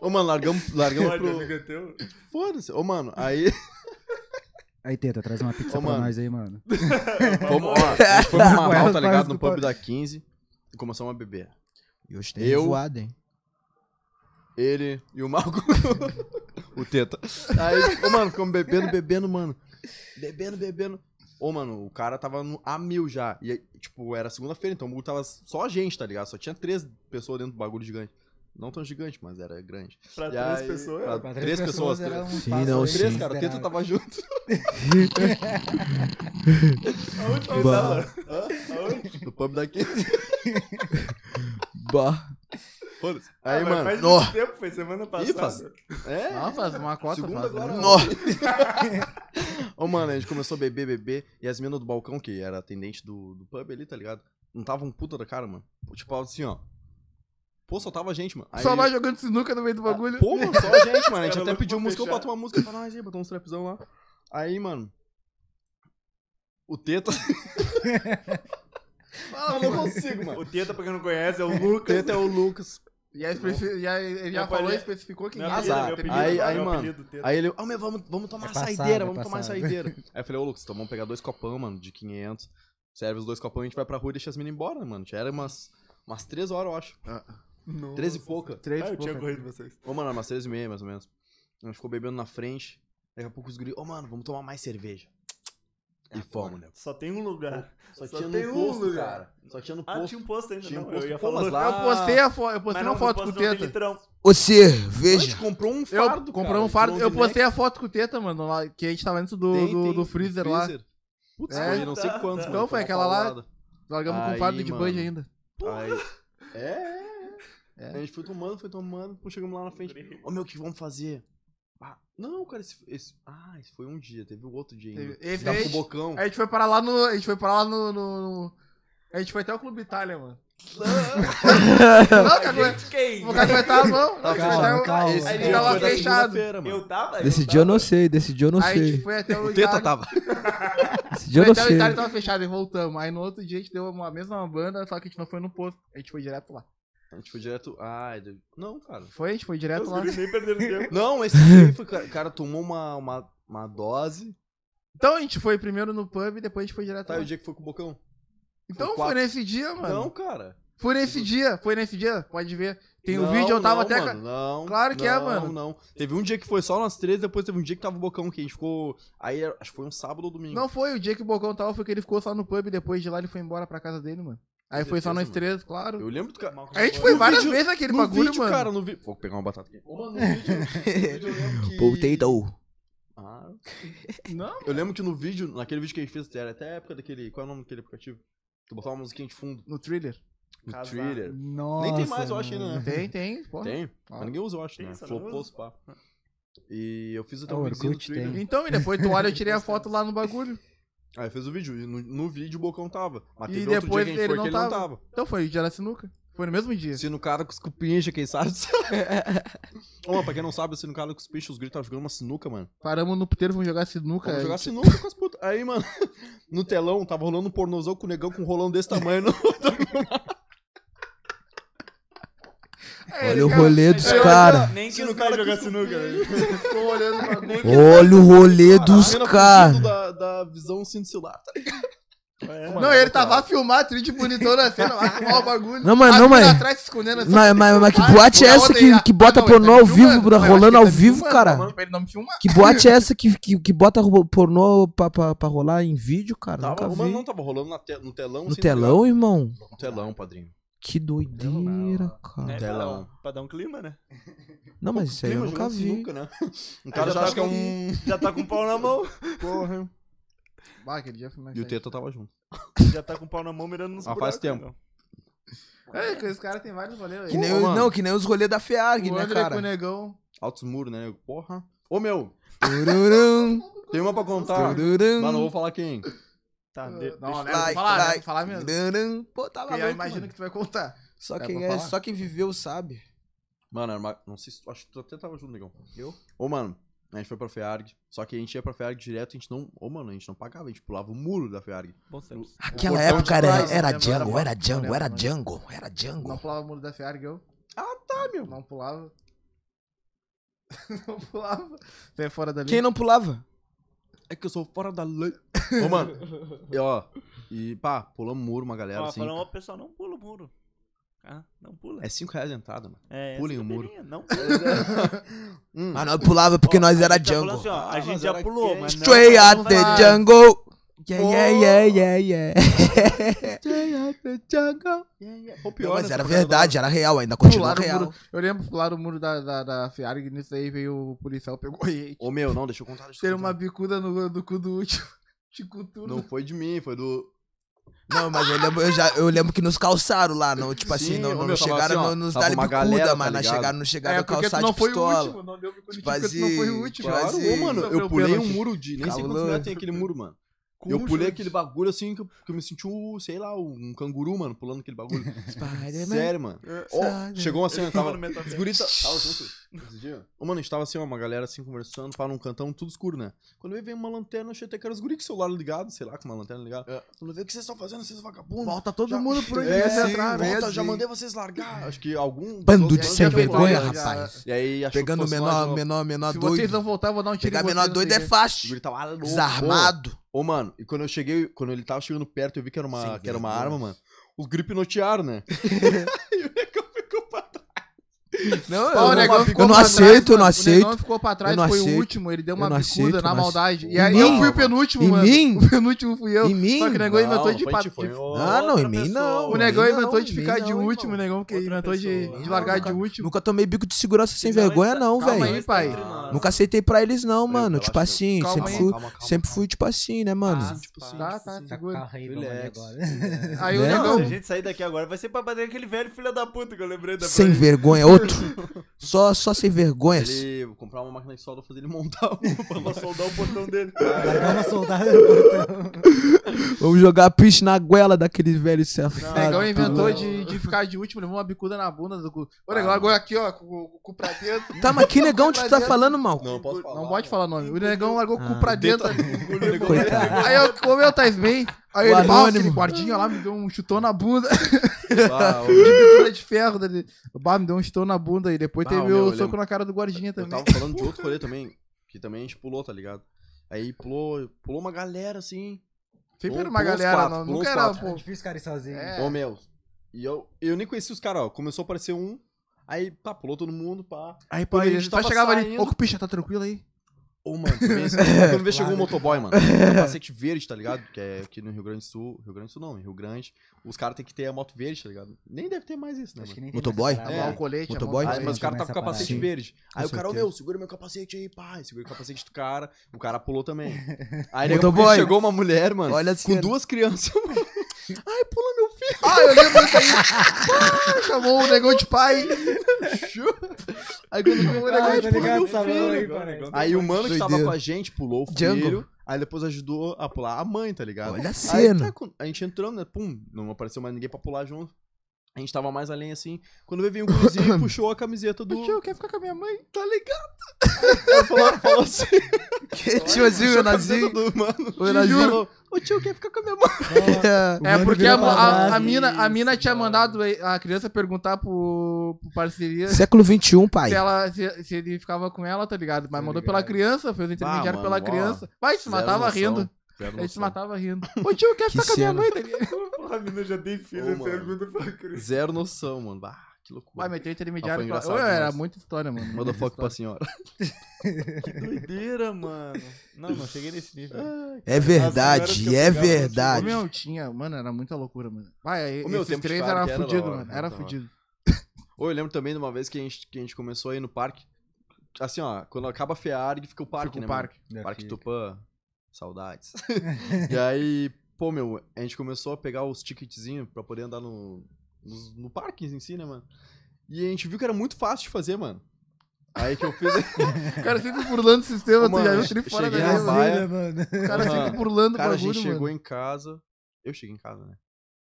[SPEAKER 6] ô, mano, largamos, largamos
[SPEAKER 7] Pode,
[SPEAKER 6] pro.
[SPEAKER 7] amigo é teu.
[SPEAKER 6] Foda-se. Ô, mano, aí.
[SPEAKER 7] [LAUGHS]
[SPEAKER 5] Aí, Teta, traz uma pizza
[SPEAKER 6] Ô,
[SPEAKER 5] pra
[SPEAKER 6] mano.
[SPEAKER 5] nós aí, mano.
[SPEAKER 6] Vamos, ó, a gente foi pro Marral, tá ligado? No
[SPEAKER 3] desculpa.
[SPEAKER 6] pub da 15. E começamos a beber.
[SPEAKER 4] E hoje tem
[SPEAKER 6] Eu-
[SPEAKER 4] voado, hein?
[SPEAKER 6] Ele e o Marco. o Teta. Aí, ô, mano, ficamos bebendo, bebendo, mano. Bebendo, bebendo. Ô, mano, o cara tava no, a mil já. E, aí, tipo, era segunda-feira, então o bagulho tava só a gente, tá ligado? Só tinha três pessoas dentro do bagulho gigante. Não tão gigante, mas era grande.
[SPEAKER 7] Pra
[SPEAKER 6] E
[SPEAKER 7] três
[SPEAKER 6] aí-
[SPEAKER 7] pessoas.
[SPEAKER 6] pra
[SPEAKER 5] Pra
[SPEAKER 6] três pessoas.
[SPEAKER 5] era um
[SPEAKER 4] Sim,
[SPEAKER 5] passo
[SPEAKER 4] não,
[SPEAKER 5] aí
[SPEAKER 4] sim.
[SPEAKER 6] Três, cara, o Teta tá-
[SPEAKER 5] considerável.
[SPEAKER 6] tava junto. [LAUGHS]
[SPEAKER 7] Aonde que eu
[SPEAKER 4] Bah.
[SPEAKER 7] tava? Hã? Aonde?
[SPEAKER 6] No pub daqui.
[SPEAKER 4] Bah.
[SPEAKER 6] Foda-se.
[SPEAKER 7] Ah,
[SPEAKER 6] Aí,
[SPEAKER 7] mas
[SPEAKER 6] mano.
[SPEAKER 7] Faz
[SPEAKER 6] nó.
[SPEAKER 7] muito tempo, foi semana passada. Ah.
[SPEAKER 6] faz- É,
[SPEAKER 3] Não, faz uma cota,
[SPEAKER 6] Segunda
[SPEAKER 3] faz.
[SPEAKER 6] agora.
[SPEAKER 3] né?
[SPEAKER 6] Nossa. Ô, mano, a gente começou a beber, beber. E as meninas do balcão, que era atendente do, do pub ali, tá ligado? Não tava um puta da cara, mano. Tipo assim, ó. Pô, só tava a gente, mano. Aí-
[SPEAKER 3] Só nós jogando sinuca no meio do bagulho.
[SPEAKER 6] Pô, mano, só a gente, mano. A
[SPEAKER 7] Os cara
[SPEAKER 6] gente até
[SPEAKER 7] louco
[SPEAKER 6] pediu
[SPEAKER 7] pra
[SPEAKER 6] música. Eu
[SPEAKER 7] fechar.
[SPEAKER 6] botou uma música pra nós aí, botou uns trapzão lá. Aí, mano. O Teta. [LAUGHS]
[SPEAKER 3] Fala,
[SPEAKER 6] Eu não consigo, mano.
[SPEAKER 7] O Teta, pra quem não conhece, é o
[SPEAKER 6] O
[SPEAKER 7] Lucas.
[SPEAKER 6] Teta é o Lucas.
[SPEAKER 3] E aí, especi- e aí ele já
[SPEAKER 7] Não,
[SPEAKER 3] falou
[SPEAKER 7] pode-
[SPEAKER 3] e especificou que
[SPEAKER 7] Meu
[SPEAKER 6] Azar.
[SPEAKER 7] apelido, meu apelido,
[SPEAKER 6] Aí-
[SPEAKER 3] né?
[SPEAKER 7] meu
[SPEAKER 6] aí, mano,
[SPEAKER 7] apelido, Teta.
[SPEAKER 6] Aí ele, ah, meu, vamos, vamos
[SPEAKER 5] É
[SPEAKER 6] tomar
[SPEAKER 5] passado,
[SPEAKER 6] saideira,
[SPEAKER 5] é
[SPEAKER 6] vamos tomar
[SPEAKER 5] passado.
[SPEAKER 6] saideira.
[SPEAKER 3] [LAUGHS]
[SPEAKER 6] Aí eu falei, ô, Lucas, então vamos pegar dois copão, mano, de 500. Serve os dois copão e a gente vai pra rua e deixa as meninas embora, né, mano. Já era umas, umas três horas, eu acho.
[SPEAKER 7] Nossa.
[SPEAKER 6] Três e pouca.
[SPEAKER 3] Três,
[SPEAKER 7] Ah, eu
[SPEAKER 3] pô,
[SPEAKER 7] tinha
[SPEAKER 3] cara.
[SPEAKER 7] corrido vocês.
[SPEAKER 6] Ô, mano, era umas três e meia, mais ou menos. A gente ficou bebendo na frente. Daqui a pouco os guris, ô, mano, vamos tomar mais cerveja. E
[SPEAKER 3] Ah,
[SPEAKER 6] fomos, né?
[SPEAKER 7] Só tem um lugar.
[SPEAKER 6] Só,
[SPEAKER 7] Só
[SPEAKER 6] tinha
[SPEAKER 7] tem
[SPEAKER 6] no
[SPEAKER 7] um
[SPEAKER 6] posto,
[SPEAKER 7] lugar.
[SPEAKER 6] cara. Só tinha no
[SPEAKER 7] Ah,
[SPEAKER 6] posto.
[SPEAKER 7] tinha um posto ainda,
[SPEAKER 6] Tinha um
[SPEAKER 7] não.
[SPEAKER 6] posto,
[SPEAKER 7] Eu ia
[SPEAKER 6] pô, mas
[SPEAKER 7] falar
[SPEAKER 6] lá-
[SPEAKER 3] Eu postei, a fo... eu postei
[SPEAKER 7] Mas
[SPEAKER 3] uma
[SPEAKER 7] não,
[SPEAKER 3] foto
[SPEAKER 7] no
[SPEAKER 3] com o
[SPEAKER 7] posto não tem
[SPEAKER 3] Teta.
[SPEAKER 7] litrão.
[SPEAKER 4] Ô,
[SPEAKER 6] A
[SPEAKER 4] cerveja.
[SPEAKER 6] gente comprou um
[SPEAKER 3] Eu
[SPEAKER 6] fardo,
[SPEAKER 3] comprei
[SPEAKER 6] cara,
[SPEAKER 3] um
[SPEAKER 6] de
[SPEAKER 3] fardo.
[SPEAKER 6] long
[SPEAKER 3] Eu
[SPEAKER 6] neck.
[SPEAKER 3] postei a foto com o Teta, mano, lá, que a gente tava dentro do,
[SPEAKER 6] Tem,
[SPEAKER 3] do,
[SPEAKER 6] tem,
[SPEAKER 3] do freezer lá.
[SPEAKER 6] Putz,
[SPEAKER 3] É.
[SPEAKER 6] foi não sei quantos,
[SPEAKER 3] Então
[SPEAKER 6] mano.
[SPEAKER 3] foi
[SPEAKER 6] uma
[SPEAKER 3] aquela lá-
[SPEAKER 6] paulada.
[SPEAKER 3] Largamos com
[SPEAKER 6] Aí,
[SPEAKER 3] o fardo de
[SPEAKER 6] mano.
[SPEAKER 3] banho ainda.
[SPEAKER 6] Aí. É, é, é. A gente foi tomando, foi tomando, quando chegamos lá na frente. Ô meu, o que vamos fazer? Ah, não, cara, esse, esse- Ah, esse foi um dia, teve o outro dia ainda.
[SPEAKER 3] Esse
[SPEAKER 6] Tava
[SPEAKER 3] aí,
[SPEAKER 6] com o bocão.
[SPEAKER 3] a gente foi parar lá no. A gente foi parar lá no. no- no- A gente foi até o Clube Itália, [LAUGHS] mano.
[SPEAKER 6] [LAUGHS]
[SPEAKER 3] Não,
[SPEAKER 7] A
[SPEAKER 3] cagou.
[SPEAKER 7] gente quem?
[SPEAKER 3] Vou caguetar, não. Não,
[SPEAKER 5] Calma,
[SPEAKER 3] caguetar,
[SPEAKER 5] calma.
[SPEAKER 3] Esse
[SPEAKER 6] Esse
[SPEAKER 3] aí
[SPEAKER 7] Aí
[SPEAKER 3] ele
[SPEAKER 6] dia
[SPEAKER 3] tava
[SPEAKER 6] foi da
[SPEAKER 3] fechado.
[SPEAKER 6] segunda-feira, mano.
[SPEAKER 7] Eu tava.
[SPEAKER 4] Desse
[SPEAKER 7] eu
[SPEAKER 2] tá?
[SPEAKER 4] dia eu não
[SPEAKER 7] tava.
[SPEAKER 4] sei, desse dia eu não
[SPEAKER 3] Aí a gente
[SPEAKER 4] sei.
[SPEAKER 3] foi até o
[SPEAKER 6] O Teta tá
[SPEAKER 3] Itália.
[SPEAKER 6] tava.
[SPEAKER 4] Desse dia eu
[SPEAKER 3] Foi
[SPEAKER 4] não
[SPEAKER 3] até o
[SPEAKER 4] sei.
[SPEAKER 3] Itália tava fechado e voltamos. Aí no outro dia a gente deu uma mesma banda, só que a gente não foi no posto. A gente foi direto lá.
[SPEAKER 6] A gente foi direto. Ai, Deus. não, cara.
[SPEAKER 3] Foi, a gente foi direto
[SPEAKER 7] Os
[SPEAKER 3] lá.
[SPEAKER 7] guris nem perderam tempo.
[SPEAKER 6] Não, esse dia aí foi, cara, cara tomou uma, uma, uma dose.
[SPEAKER 3] Então a gente foi primeiro no pub e depois a gente foi direto
[SPEAKER 6] Tá, e
[SPEAKER 3] lá.
[SPEAKER 6] o dia que foi com o bocão?
[SPEAKER 3] Então foi
[SPEAKER 6] quatro.
[SPEAKER 3] nesse dia, mano.
[SPEAKER 6] Não, cara.
[SPEAKER 3] Foi nesse dia, foi nesse dia, pode ver. Tem um
[SPEAKER 6] Não,
[SPEAKER 3] vídeo, eu tava
[SPEAKER 6] não,
[SPEAKER 3] até.
[SPEAKER 6] Mano,
[SPEAKER 3] ca-
[SPEAKER 6] não.
[SPEAKER 3] Claro que é,
[SPEAKER 6] não,
[SPEAKER 3] mano.
[SPEAKER 6] Não, Teve um dia que foi só nós três, depois teve um dia que tava o bocão, que a gente ficou. Aí acho que foi um sábado ou domingo.
[SPEAKER 3] Não foi o dia que o Bocão tava, foi que ele ficou só no pub e depois de lá ele foi embora pra casa dele, mano. Aí
[SPEAKER 6] Com
[SPEAKER 3] foi só
[SPEAKER 6] certeza,
[SPEAKER 3] nós
[SPEAKER 6] mano.
[SPEAKER 3] três, claro.
[SPEAKER 6] Eu lembro do cara.
[SPEAKER 3] A gente foi
[SPEAKER 6] No
[SPEAKER 3] várias
[SPEAKER 6] vídeo-
[SPEAKER 3] vezes naquele
[SPEAKER 6] no
[SPEAKER 3] bagulho,
[SPEAKER 6] vídeo,
[SPEAKER 3] mano.
[SPEAKER 6] cara, no vídeo. Vou pegar uma batata aqui. Ô, mano, no vídeo, no vídeo eu [LAUGHS] lembro
[SPEAKER 3] [LAUGHS]
[SPEAKER 6] que...
[SPEAKER 4] Voltei da U.
[SPEAKER 6] Ah,
[SPEAKER 3] Não,
[SPEAKER 6] eu lembro que no vídeo, naquele vídeo que a gente fez, era até a época daquele... Qual é o nome daquele aplicativo? Tu botava uma musiquinha de fundo.
[SPEAKER 3] no thriller.
[SPEAKER 6] No
[SPEAKER 7] Casar.
[SPEAKER 6] thriller.
[SPEAKER 5] Nossa,
[SPEAKER 6] Nem tem mais, eu acho,
[SPEAKER 5] mano.
[SPEAKER 4] Uhum.
[SPEAKER 6] ainda, né?
[SPEAKER 3] Tem, tem, porra.
[SPEAKER 6] Tem?
[SPEAKER 3] Claro.
[SPEAKER 6] Mas ninguém usa, eu acho,
[SPEAKER 7] Tem,
[SPEAKER 6] né?
[SPEAKER 7] só não
[SPEAKER 6] Flopou,
[SPEAKER 7] usa.
[SPEAKER 6] pá. E eu fiz até
[SPEAKER 5] Ah,
[SPEAKER 6] um
[SPEAKER 5] o
[SPEAKER 6] videozinho no
[SPEAKER 5] Orkut
[SPEAKER 6] thriller.
[SPEAKER 5] tem.
[SPEAKER 3] Então, e depois tu olha, eu tirei a foto lá no bagulho.
[SPEAKER 6] Aí fez o vídeo. E no, no vídeo o Bocão tava. Mas
[SPEAKER 3] E
[SPEAKER 6] teve outro dia
[SPEAKER 3] depois
[SPEAKER 6] que a gente
[SPEAKER 3] ele
[SPEAKER 6] foi
[SPEAKER 3] não
[SPEAKER 6] que ele não tava.
[SPEAKER 3] Então foi o dia da sinuca. Foi no mesmo dia.
[SPEAKER 6] Sinucada com os cupincha, quem sabe? [LAUGHS] Ô, mano, pra quem não sabe, sinucada com os peixes, os gritos tava jogando uma sinuca, mano.
[SPEAKER 3] Paramos no puteiro, vamos jogar sinuca.
[SPEAKER 6] Vamos jogar
[SPEAKER 3] aí.
[SPEAKER 6] sinuca com as putas. Aí, mano, [LAUGHS] no telão tava rolando um pornozão com o negão com um rolão desse tamanho.
[SPEAKER 3] [LAUGHS]
[SPEAKER 6] No...
[SPEAKER 3] Aí ele,
[SPEAKER 4] Olha o
[SPEAKER 3] cara,
[SPEAKER 4] rolê
[SPEAKER 1] É,
[SPEAKER 4] dos caras.
[SPEAKER 7] Nem quis
[SPEAKER 6] Sinuca
[SPEAKER 7] mais
[SPEAKER 6] era
[SPEAKER 7] jogar
[SPEAKER 6] que-
[SPEAKER 7] sinuca, velho.
[SPEAKER 6] [LAUGHS]
[SPEAKER 3] Ficou olhando pra mim.
[SPEAKER 4] Olha o rolê dos
[SPEAKER 6] Imagina
[SPEAKER 4] caras.
[SPEAKER 6] fugindo Da, da visão tá cincelar.
[SPEAKER 3] Não, ele tava a filmar, a trilha de bonitão na cena, vai filmar o bagulho.
[SPEAKER 4] Não, mas
[SPEAKER 3] A
[SPEAKER 4] não,
[SPEAKER 3] mina
[SPEAKER 4] mas-
[SPEAKER 3] atrás se escondendo assim.
[SPEAKER 4] Mas, mas, mas que
[SPEAKER 3] Ah,
[SPEAKER 4] boate é
[SPEAKER 3] por
[SPEAKER 4] essa
[SPEAKER 3] ordem,
[SPEAKER 4] que,
[SPEAKER 3] ah,
[SPEAKER 4] que bota
[SPEAKER 3] não, ele tá
[SPEAKER 4] pornô
[SPEAKER 3] me
[SPEAKER 4] ao vivo,
[SPEAKER 3] filmando,
[SPEAKER 4] bro,
[SPEAKER 3] mas eu acho
[SPEAKER 4] rolando
[SPEAKER 3] que ele
[SPEAKER 4] ao
[SPEAKER 3] tá me
[SPEAKER 4] vivo,
[SPEAKER 3] filmando,
[SPEAKER 4] cara?
[SPEAKER 3] falando pra ele não me filmar.
[SPEAKER 4] Que boate é essa que, que, que bota ro- pornô pra, pra, pra rolar em vídeo, cara? Nunca
[SPEAKER 6] Tava, um mano, não
[SPEAKER 4] vi.
[SPEAKER 6] tava rolando na te- no telão.
[SPEAKER 4] No
[SPEAKER 6] assim, tá ligado?
[SPEAKER 4] telão, irmão?
[SPEAKER 6] No telão, padrinho.
[SPEAKER 4] Que doideira, cara.
[SPEAKER 7] É,
[SPEAKER 6] Telão.
[SPEAKER 7] pra- Pra dar um clima, né?
[SPEAKER 4] Não, mas isso aí eu
[SPEAKER 6] Clima
[SPEAKER 4] nunca
[SPEAKER 6] jogando
[SPEAKER 4] vi.
[SPEAKER 6] Sinuca, né? O cara
[SPEAKER 7] já
[SPEAKER 6] já
[SPEAKER 7] tá
[SPEAKER 6] acha que é
[SPEAKER 7] com-
[SPEAKER 6] um...
[SPEAKER 7] Já tá com o pau na mão.
[SPEAKER 6] Porra.
[SPEAKER 3] Bah, aquele dia foi mais
[SPEAKER 6] E o
[SPEAKER 3] sério.
[SPEAKER 6] Teta tava junto.
[SPEAKER 7] Já tá com o pau na mão mirando nos
[SPEAKER 6] Ah, faz tempo.
[SPEAKER 7] né?
[SPEAKER 3] É, que esse cara tem vários rolês aí.
[SPEAKER 4] Que nem
[SPEAKER 6] Ô,
[SPEAKER 4] os-
[SPEAKER 6] mano.
[SPEAKER 4] não, que nem os rolês da FEARG,
[SPEAKER 3] o
[SPEAKER 4] né,
[SPEAKER 3] André com o
[SPEAKER 4] cara?
[SPEAKER 3] negão.
[SPEAKER 6] Altos muros, né? Porra. Ô, meu,
[SPEAKER 4] Tururum,
[SPEAKER 6] tem uma pra contar. Mas não
[SPEAKER 4] tururum.
[SPEAKER 6] vou falar quem.
[SPEAKER 2] Tá, de-
[SPEAKER 3] Não,
[SPEAKER 2] deixa-
[SPEAKER 3] né? eu vou falar, né? Eu vou falar mesmo. é
[SPEAKER 4] Danan. Pô, tá
[SPEAKER 3] Porque
[SPEAKER 4] maluco.
[SPEAKER 3] eu imagino
[SPEAKER 4] mano.
[SPEAKER 3] que tu vai contar.
[SPEAKER 4] Só,
[SPEAKER 3] Dá
[SPEAKER 4] quem
[SPEAKER 3] pra
[SPEAKER 4] é,
[SPEAKER 3] falar?
[SPEAKER 4] só quem viveu sabe.
[SPEAKER 6] Mano, era uma... não sei se tu... Acho que tu até tava junto, negão.
[SPEAKER 4] Eu?
[SPEAKER 6] Ô, mano, a gente foi pra FEARG. Só que a gente ia pra FEARG direto, a gente não... Ô, mano, a gente não pagava, a gente pulava o muro da FEARG.
[SPEAKER 1] Bons tempos.
[SPEAKER 6] Aquela época era-
[SPEAKER 3] era Django, era Django, era
[SPEAKER 4] Django, era Django.
[SPEAKER 3] Não pulava o muro da Fiarg, eu.
[SPEAKER 6] Ah, tá, meu.
[SPEAKER 3] Não pulava. [LAUGHS] não pulava. Você é fora da linha.
[SPEAKER 4] Quem não pulava?
[SPEAKER 6] É que eu sou fora da lei. Ô, mano. E, ó, e pá, pulamos muro, uma galera,
[SPEAKER 1] Ó,
[SPEAKER 6] assim.
[SPEAKER 1] falando, ó, pessoal, não pula o muro. Ah, não
[SPEAKER 2] um-
[SPEAKER 1] pula.
[SPEAKER 6] É 5 reais a entrada, mano.
[SPEAKER 1] É,
[SPEAKER 6] pulem
[SPEAKER 1] essa
[SPEAKER 6] o muro.
[SPEAKER 1] bobeirinha,
[SPEAKER 6] É, [LAUGHS]
[SPEAKER 1] Não pula.
[SPEAKER 6] Hum.
[SPEAKER 4] Ah, não pulava porque
[SPEAKER 1] Ó,
[SPEAKER 4] nós
[SPEAKER 1] a
[SPEAKER 4] era
[SPEAKER 1] gente tá falando
[SPEAKER 4] Django.
[SPEAKER 1] assim, ó, a
[SPEAKER 6] Ah,
[SPEAKER 1] gente
[SPEAKER 6] mas
[SPEAKER 1] já
[SPEAKER 6] era
[SPEAKER 1] pulou,
[SPEAKER 6] quente.
[SPEAKER 1] mas não-
[SPEAKER 4] Straight
[SPEAKER 1] não
[SPEAKER 4] out
[SPEAKER 1] vai-
[SPEAKER 4] the jungle. Yeah, yeah, yeah, yeah, yeah.
[SPEAKER 6] Pô,
[SPEAKER 4] Não, mas
[SPEAKER 6] essa
[SPEAKER 4] era
[SPEAKER 6] propaganda
[SPEAKER 4] verdade, era real ainda, continua
[SPEAKER 3] Pularam o
[SPEAKER 4] real.
[SPEAKER 3] muro. Eu lembro, pularam o muro da, da, da Fiarg, nisso aí veio o policial, pegou e
[SPEAKER 6] Ô meu, não, deixa eu contar. Deixa
[SPEAKER 3] ter
[SPEAKER 6] eu
[SPEAKER 3] uma
[SPEAKER 6] contar.
[SPEAKER 3] bicuda no, no cu do último. Tico tudo.
[SPEAKER 6] Não foi de mim, foi do.
[SPEAKER 4] Não, mas eu lembro, eu, já, eu lembro que nos calçaram lá, não, tipo assim,
[SPEAKER 6] Sim,
[SPEAKER 4] não,
[SPEAKER 6] ô,
[SPEAKER 4] não
[SPEAKER 6] meu, tava
[SPEAKER 4] chegaram
[SPEAKER 6] assim, ó,
[SPEAKER 4] no- nos
[SPEAKER 6] tava
[SPEAKER 4] dar
[SPEAKER 6] uma
[SPEAKER 4] bicuda,
[SPEAKER 6] galera, tá
[SPEAKER 4] mas não
[SPEAKER 6] ligado?
[SPEAKER 4] chegaram, não chegaram
[SPEAKER 3] é,
[SPEAKER 4] a
[SPEAKER 3] porque tu
[SPEAKER 4] calçar
[SPEAKER 3] não
[SPEAKER 4] de
[SPEAKER 3] foi o
[SPEAKER 4] pistola.
[SPEAKER 3] último, não deu bicuda de
[SPEAKER 4] Quase-
[SPEAKER 3] porque tu não foi o
[SPEAKER 6] Tipo,
[SPEAKER 3] último.
[SPEAKER 4] quase-
[SPEAKER 3] Claro,
[SPEAKER 6] Ô, mano,
[SPEAKER 3] sofreu
[SPEAKER 6] eu pulei um
[SPEAKER 3] pênalti.
[SPEAKER 6] muro de. Nem sei quantos
[SPEAKER 4] Cabuloso.
[SPEAKER 6] metros tem aquele muro, mano. eu pulei aquele bagulho assim que eu, que eu me senti um, sei lá, um canguru, mano, pulando aquele bagulho. Sério, mano. Ó, chegou assim, eu
[SPEAKER 3] [LAUGHS]
[SPEAKER 6] tava. Os guris ta- tava junto esse dia. Ô, mano, a gente tava assim, ó, uma galera assim conversando, para num cantão, tudo escuro, né? Quando eu veio uma lanterna, eu achei até que era os guris com o celular ligado, sei lá, com uma lanterna ligada. Quando eu veio, o que vocês estão fazendo, vocês vagabundos?
[SPEAKER 3] Volta todo
[SPEAKER 6] Já-
[SPEAKER 3] mundo
[SPEAKER 6] [LAUGHS]
[SPEAKER 3] por onde
[SPEAKER 6] É,
[SPEAKER 3] eles
[SPEAKER 6] sim,
[SPEAKER 3] entraram.
[SPEAKER 6] volta, já
[SPEAKER 3] Sim.
[SPEAKER 6] mandei vocês largar. Acho que é algum.
[SPEAKER 4] Bando de
[SPEAKER 6] pessoal-
[SPEAKER 4] sem
[SPEAKER 3] já foi
[SPEAKER 4] vergonha,
[SPEAKER 3] embora, já.
[SPEAKER 4] rapaz.
[SPEAKER 6] E aí achou
[SPEAKER 4] Pegando
[SPEAKER 6] que
[SPEAKER 4] o
[SPEAKER 6] fosse
[SPEAKER 4] menor,
[SPEAKER 6] nós,
[SPEAKER 4] menor, menor
[SPEAKER 3] Se vocês
[SPEAKER 4] doido.
[SPEAKER 3] não voltar, eu vou dar um tiro
[SPEAKER 4] Pegar
[SPEAKER 3] em vocês,
[SPEAKER 4] menor
[SPEAKER 3] não
[SPEAKER 4] doido
[SPEAKER 3] sei
[SPEAKER 4] é
[SPEAKER 3] quê.
[SPEAKER 6] O
[SPEAKER 4] fácil.
[SPEAKER 6] guri tava "Ah, louco.
[SPEAKER 4] Desarmado.
[SPEAKER 6] Ô, mano, e quando eu cheguei, quando ele tava chegando perto, eu vi que era uma,
[SPEAKER 4] Sem
[SPEAKER 6] que era uma
[SPEAKER 4] vergonha.
[SPEAKER 6] arma, mano. Os grip notearam, né? e o negão ficou pra trás.
[SPEAKER 4] Não,
[SPEAKER 3] Pá, o
[SPEAKER 4] eu,
[SPEAKER 3] negão
[SPEAKER 4] não,
[SPEAKER 3] ficou
[SPEAKER 4] eu não
[SPEAKER 3] pra
[SPEAKER 4] aceito, eu não
[SPEAKER 3] trás, mano. O negão
[SPEAKER 4] aceito.
[SPEAKER 3] ficou pra trás,
[SPEAKER 4] Eu não
[SPEAKER 3] foi o
[SPEAKER 4] aceito.
[SPEAKER 3] último. Ele deu
[SPEAKER 4] Eu
[SPEAKER 3] uma
[SPEAKER 4] não
[SPEAKER 3] bicuda
[SPEAKER 4] aceito, eu
[SPEAKER 3] na
[SPEAKER 4] não
[SPEAKER 3] maldade.
[SPEAKER 4] aceito.
[SPEAKER 3] E aí
[SPEAKER 4] Em
[SPEAKER 3] eu
[SPEAKER 4] mim?
[SPEAKER 3] fui o penúltimo,
[SPEAKER 4] Em
[SPEAKER 3] mano.
[SPEAKER 4] mim?
[SPEAKER 3] O penúltimo fui eu.
[SPEAKER 4] Em mim?
[SPEAKER 3] Só que o negão inventou
[SPEAKER 6] Não,
[SPEAKER 3] de,
[SPEAKER 6] foi
[SPEAKER 3] pa-
[SPEAKER 6] ti,
[SPEAKER 3] de-
[SPEAKER 6] foi o-
[SPEAKER 4] Ah, não, em
[SPEAKER 1] Outra
[SPEAKER 4] mim
[SPEAKER 1] pessoa.
[SPEAKER 4] não.
[SPEAKER 3] O
[SPEAKER 1] Em
[SPEAKER 3] negão
[SPEAKER 4] mim não,
[SPEAKER 3] inventou
[SPEAKER 4] em
[SPEAKER 3] de
[SPEAKER 4] mim
[SPEAKER 3] ficar de
[SPEAKER 4] não,
[SPEAKER 3] último, né? o negão que
[SPEAKER 1] Outra
[SPEAKER 3] inventou de,
[SPEAKER 1] pessoa.
[SPEAKER 3] de largar de
[SPEAKER 4] Não,
[SPEAKER 3] último.
[SPEAKER 4] Nunca tomei bico de segurança sem vergonha, não,
[SPEAKER 3] calma
[SPEAKER 4] velho.
[SPEAKER 3] aí, pai.
[SPEAKER 4] Nunca aceitei pra eles, não,
[SPEAKER 6] Relaxa,
[SPEAKER 4] mano.
[SPEAKER 6] relaxa,
[SPEAKER 4] Tipo assim,
[SPEAKER 3] calma
[SPEAKER 4] sempre
[SPEAKER 3] aí.
[SPEAKER 4] fui,
[SPEAKER 6] calma, calma,
[SPEAKER 4] sempre
[SPEAKER 6] calma.
[SPEAKER 4] fui, tipo assim, né, mano?
[SPEAKER 3] Ah,
[SPEAKER 6] Tipo assim,
[SPEAKER 3] Tá,
[SPEAKER 6] tipo
[SPEAKER 3] tá,
[SPEAKER 6] assim.
[SPEAKER 5] Tá com
[SPEAKER 3] segura.
[SPEAKER 5] a raiva mano,
[SPEAKER 6] Relax.
[SPEAKER 5] agora.
[SPEAKER 3] Aí o
[SPEAKER 4] Né?
[SPEAKER 3] negão.
[SPEAKER 1] Se a gente sair daqui agora, vai ser pra bater aquele velho filho da puta que eu lembrei da
[SPEAKER 4] Sem vergonha, é outro.
[SPEAKER 3] [LAUGHS]
[SPEAKER 4] Só, só sem vergonhas.
[SPEAKER 6] Ele vou comprar uma máquina de solda, fazer ele montar uma.
[SPEAKER 1] pra soldar o botão
[SPEAKER 6] [LAUGHS]
[SPEAKER 1] dele.
[SPEAKER 6] Ah,
[SPEAKER 5] Largar uma
[SPEAKER 3] [LAUGHS]
[SPEAKER 5] soldada no portão.
[SPEAKER 4] Vamos jogar piche na goela daquele velho safado.
[SPEAKER 3] O negão inventou
[SPEAKER 4] Não.
[SPEAKER 3] de, de ficar de último, levou uma bicuda na bunda do cu. Ô, negão,
[SPEAKER 6] Ah,
[SPEAKER 3] agora aqui, ó, com o cu pra dentro.
[SPEAKER 4] Tá,
[SPEAKER 3] [LAUGHS]
[SPEAKER 4] mas que negão tu tá
[SPEAKER 3] Baseado-
[SPEAKER 4] falando, mal?
[SPEAKER 6] Não posso falar. Ah,
[SPEAKER 3] Não pode falar nome. O
[SPEAKER 6] [LAUGHS]
[SPEAKER 3] negão largou o cu pra dentro.
[SPEAKER 4] Coitado.
[SPEAKER 3] Aí eu comeu o Tais bem. Aí
[SPEAKER 4] O
[SPEAKER 3] ele, "Bah,
[SPEAKER 4] anônimo."
[SPEAKER 3] aquele guardinha lá me deu um chutão na bunda. [LAUGHS]
[SPEAKER 6] Ah, ô,
[SPEAKER 3] de bicuda de ferro dele. Bah, me deu um chutão na bunda. E depois
[SPEAKER 6] Ah,
[SPEAKER 3] teve
[SPEAKER 6] o meu,
[SPEAKER 3] o
[SPEAKER 6] eu
[SPEAKER 3] soco
[SPEAKER 6] lembro.
[SPEAKER 3] na cara do guardinha [LAUGHS]
[SPEAKER 6] Eu
[SPEAKER 3] também.
[SPEAKER 6] tava falando de outro rolê também, que também a gente pulou, tá ligado? Aí pulou, pulou uma galera assim.
[SPEAKER 3] Sempre
[SPEAKER 6] Pulou-
[SPEAKER 3] era uma
[SPEAKER 6] pulou uns
[SPEAKER 3] galera,
[SPEAKER 6] um quatro,
[SPEAKER 3] não,
[SPEAKER 6] pulou
[SPEAKER 3] nunca
[SPEAKER 6] uns
[SPEAKER 3] era,
[SPEAKER 6] quatro.
[SPEAKER 5] É
[SPEAKER 3] pô.
[SPEAKER 5] difícil cara ir sozinho.
[SPEAKER 3] É.
[SPEAKER 6] Ô, meu. E eu, eu nem conhecia os caras, ó. Começou a aparecer um. Aí, pá, pulou todo mundo, pá.
[SPEAKER 3] Aí,
[SPEAKER 6] Quando
[SPEAKER 3] pô,
[SPEAKER 6] a
[SPEAKER 3] ele
[SPEAKER 6] gente
[SPEAKER 3] só
[SPEAKER 6] tava
[SPEAKER 3] chegava ali,
[SPEAKER 6] saindo-
[SPEAKER 3] ô, Cupicha, tá tranquilo aí?
[SPEAKER 6] Ô, mano, [LAUGHS] também, quando vê chegou um motoboy, mano. [LAUGHS] Um capacete verde, tá ligado? Que é aqui no Rio Grande do Sul. Rio Grande do Sul não, em Rio Grande. Os caras têm que ter a moto verde, tá ligado? Nem deve ter mais isso, né,
[SPEAKER 5] Acho que
[SPEAKER 6] mano?
[SPEAKER 5] nem tem
[SPEAKER 4] Motoboy?
[SPEAKER 5] mais essa
[SPEAKER 6] É.
[SPEAKER 3] Amarrar o
[SPEAKER 5] parada.
[SPEAKER 3] colete, amarrar o
[SPEAKER 4] Motoboy?
[SPEAKER 6] Aí,
[SPEAKER 3] colete.
[SPEAKER 6] mas os caras
[SPEAKER 5] Também
[SPEAKER 6] tava com o
[SPEAKER 5] essa
[SPEAKER 6] capacete
[SPEAKER 4] parada.
[SPEAKER 6] verde. Aí
[SPEAKER 4] com
[SPEAKER 6] o cara, ô
[SPEAKER 4] certeza.
[SPEAKER 6] meu, segura meu capacete aí, pai. Segura o capacete do cara. O cara
[SPEAKER 3] [LAUGHS]
[SPEAKER 6] pulou também. Aí daqui a
[SPEAKER 4] Motoboy.
[SPEAKER 6] pouco chegou uma mulher, mano.
[SPEAKER 4] Olha assim.
[SPEAKER 6] Com duas crianças, mano.
[SPEAKER 3] [LAUGHS]
[SPEAKER 6] Ai, pula meu filho.
[SPEAKER 3] Ah, eu lembro
[SPEAKER 6] [LAUGHS]
[SPEAKER 3] disso aí. Ah, chamou o negão de pai.
[SPEAKER 6] Aí quando
[SPEAKER 3] Chamou o
[SPEAKER 5] Ah,
[SPEAKER 3] negão
[SPEAKER 5] tá
[SPEAKER 3] de
[SPEAKER 5] ligado,
[SPEAKER 3] pai.
[SPEAKER 5] sabe?
[SPEAKER 6] Aí o mano que tava
[SPEAKER 4] Doideira.
[SPEAKER 6] com a gente pulou o filho.
[SPEAKER 4] Django.
[SPEAKER 6] Aí depois ajudou a pular a mãe, tá ligado?
[SPEAKER 4] Olha a
[SPEAKER 6] Aí,
[SPEAKER 4] cena.
[SPEAKER 6] tá, quando a gente entrando, né? Pum, não apareceu mais ninguém pra pular junto. A gente tava mais além assim. Quando veio
[SPEAKER 3] [LAUGHS]
[SPEAKER 6] um cruzinho, puxou a camiseta do. [LAUGHS]
[SPEAKER 3] Tio, quer ficar com a minha mãe?
[SPEAKER 6] Tá ligado? Aí falou, falou assim.
[SPEAKER 4] Que tiozinho,
[SPEAKER 6] puxou a
[SPEAKER 4] Renazinho.
[SPEAKER 6] camiseta do mano.
[SPEAKER 4] O Renazinho
[SPEAKER 6] falou, Ô tio, quer ficar com a minha mãe?
[SPEAKER 4] [LAUGHS]
[SPEAKER 3] É,
[SPEAKER 5] Mano,
[SPEAKER 3] porque a,
[SPEAKER 4] um
[SPEAKER 5] virou pra
[SPEAKER 3] a, a
[SPEAKER 5] trás.
[SPEAKER 3] mina, a mina
[SPEAKER 1] Isso,
[SPEAKER 3] tinha
[SPEAKER 1] mano.
[SPEAKER 3] mandado a criança perguntar pro, pro parceria
[SPEAKER 4] Século XXI, pai.
[SPEAKER 3] se, ela, se, se ele ficava com ela, tá ligado? Mas
[SPEAKER 5] Tá
[SPEAKER 3] mandou
[SPEAKER 5] ligado.
[SPEAKER 3] pela criança, fez o intermediário
[SPEAKER 6] mano,
[SPEAKER 3] pela
[SPEAKER 6] ó.
[SPEAKER 3] criança. Vai, se matava rindo. Ele se matava
[SPEAKER 6] [LAUGHS]
[SPEAKER 3] rindo. Ô tio, quer
[SPEAKER 4] Que
[SPEAKER 3] ficar com a minha
[SPEAKER 4] cena.
[SPEAKER 3] mãe? Tá ligado?
[SPEAKER 1] Porra, a mina já tem filho,
[SPEAKER 6] Ô,
[SPEAKER 1] eu
[SPEAKER 6] mano.
[SPEAKER 1] pergunto pra criança.
[SPEAKER 6] Zero noção, mano. Bah, que
[SPEAKER 3] Vai,
[SPEAKER 6] loucura.
[SPEAKER 3] meteu o intermediário
[SPEAKER 6] Ah, foi
[SPEAKER 3] pra...
[SPEAKER 6] engraçado
[SPEAKER 3] Ô, era
[SPEAKER 6] demais.
[SPEAKER 3] muita história, mano.
[SPEAKER 6] Manda foco pra senhora.
[SPEAKER 1] Que doideira, mano. Não, não cheguei nesse nível.
[SPEAKER 6] [LAUGHS]
[SPEAKER 4] É
[SPEAKER 1] Nossa,
[SPEAKER 4] verdade,
[SPEAKER 1] agora
[SPEAKER 4] é
[SPEAKER 1] que eu pegava,
[SPEAKER 3] Ô,
[SPEAKER 4] verdade.
[SPEAKER 3] meu, tinha... Mano, era muita loucura, mano. Vai,
[SPEAKER 6] Ô, meu,
[SPEAKER 3] esses
[SPEAKER 6] tempo de
[SPEAKER 3] três
[SPEAKER 6] farda
[SPEAKER 3] eram
[SPEAKER 6] era da
[SPEAKER 3] fudidos,
[SPEAKER 6] hora, então.
[SPEAKER 3] mano.
[SPEAKER 6] era
[SPEAKER 3] Era
[SPEAKER 6] da hora.
[SPEAKER 3] fudido.
[SPEAKER 6] Ou eu lembro também de uma vez que a gente, que a gente começou aí no parque. Assim, ó, quando acaba a FEARG, fica o parque,
[SPEAKER 3] Fica o
[SPEAKER 6] né?
[SPEAKER 3] parque.
[SPEAKER 6] Mano? Parque Tupã.
[SPEAKER 3] [LAUGHS]
[SPEAKER 6] Saudades. e aí, pô, meu, a gente começou a pegar os ticketzinhos pra poder andar no, nos- no, parque em si, né, mano? E a gente viu que era muito fácil de fazer, mano. Aí que eu fiz.
[SPEAKER 3] [LAUGHS] O cara sempre burlando o sistema, tá
[SPEAKER 6] Mano,
[SPEAKER 3] tu já viu tri fora da
[SPEAKER 6] cheguei na
[SPEAKER 3] mesa.
[SPEAKER 6] Bahia.
[SPEAKER 5] Brasília, Tá mano.
[SPEAKER 6] Tá
[SPEAKER 3] O cara
[SPEAKER 6] Aham.
[SPEAKER 3] sempre burlando o
[SPEAKER 6] Cara, a
[SPEAKER 3] bagulho,
[SPEAKER 6] gente chegou
[SPEAKER 3] mano.
[SPEAKER 6] em casa. Eu cheguei em casa, né?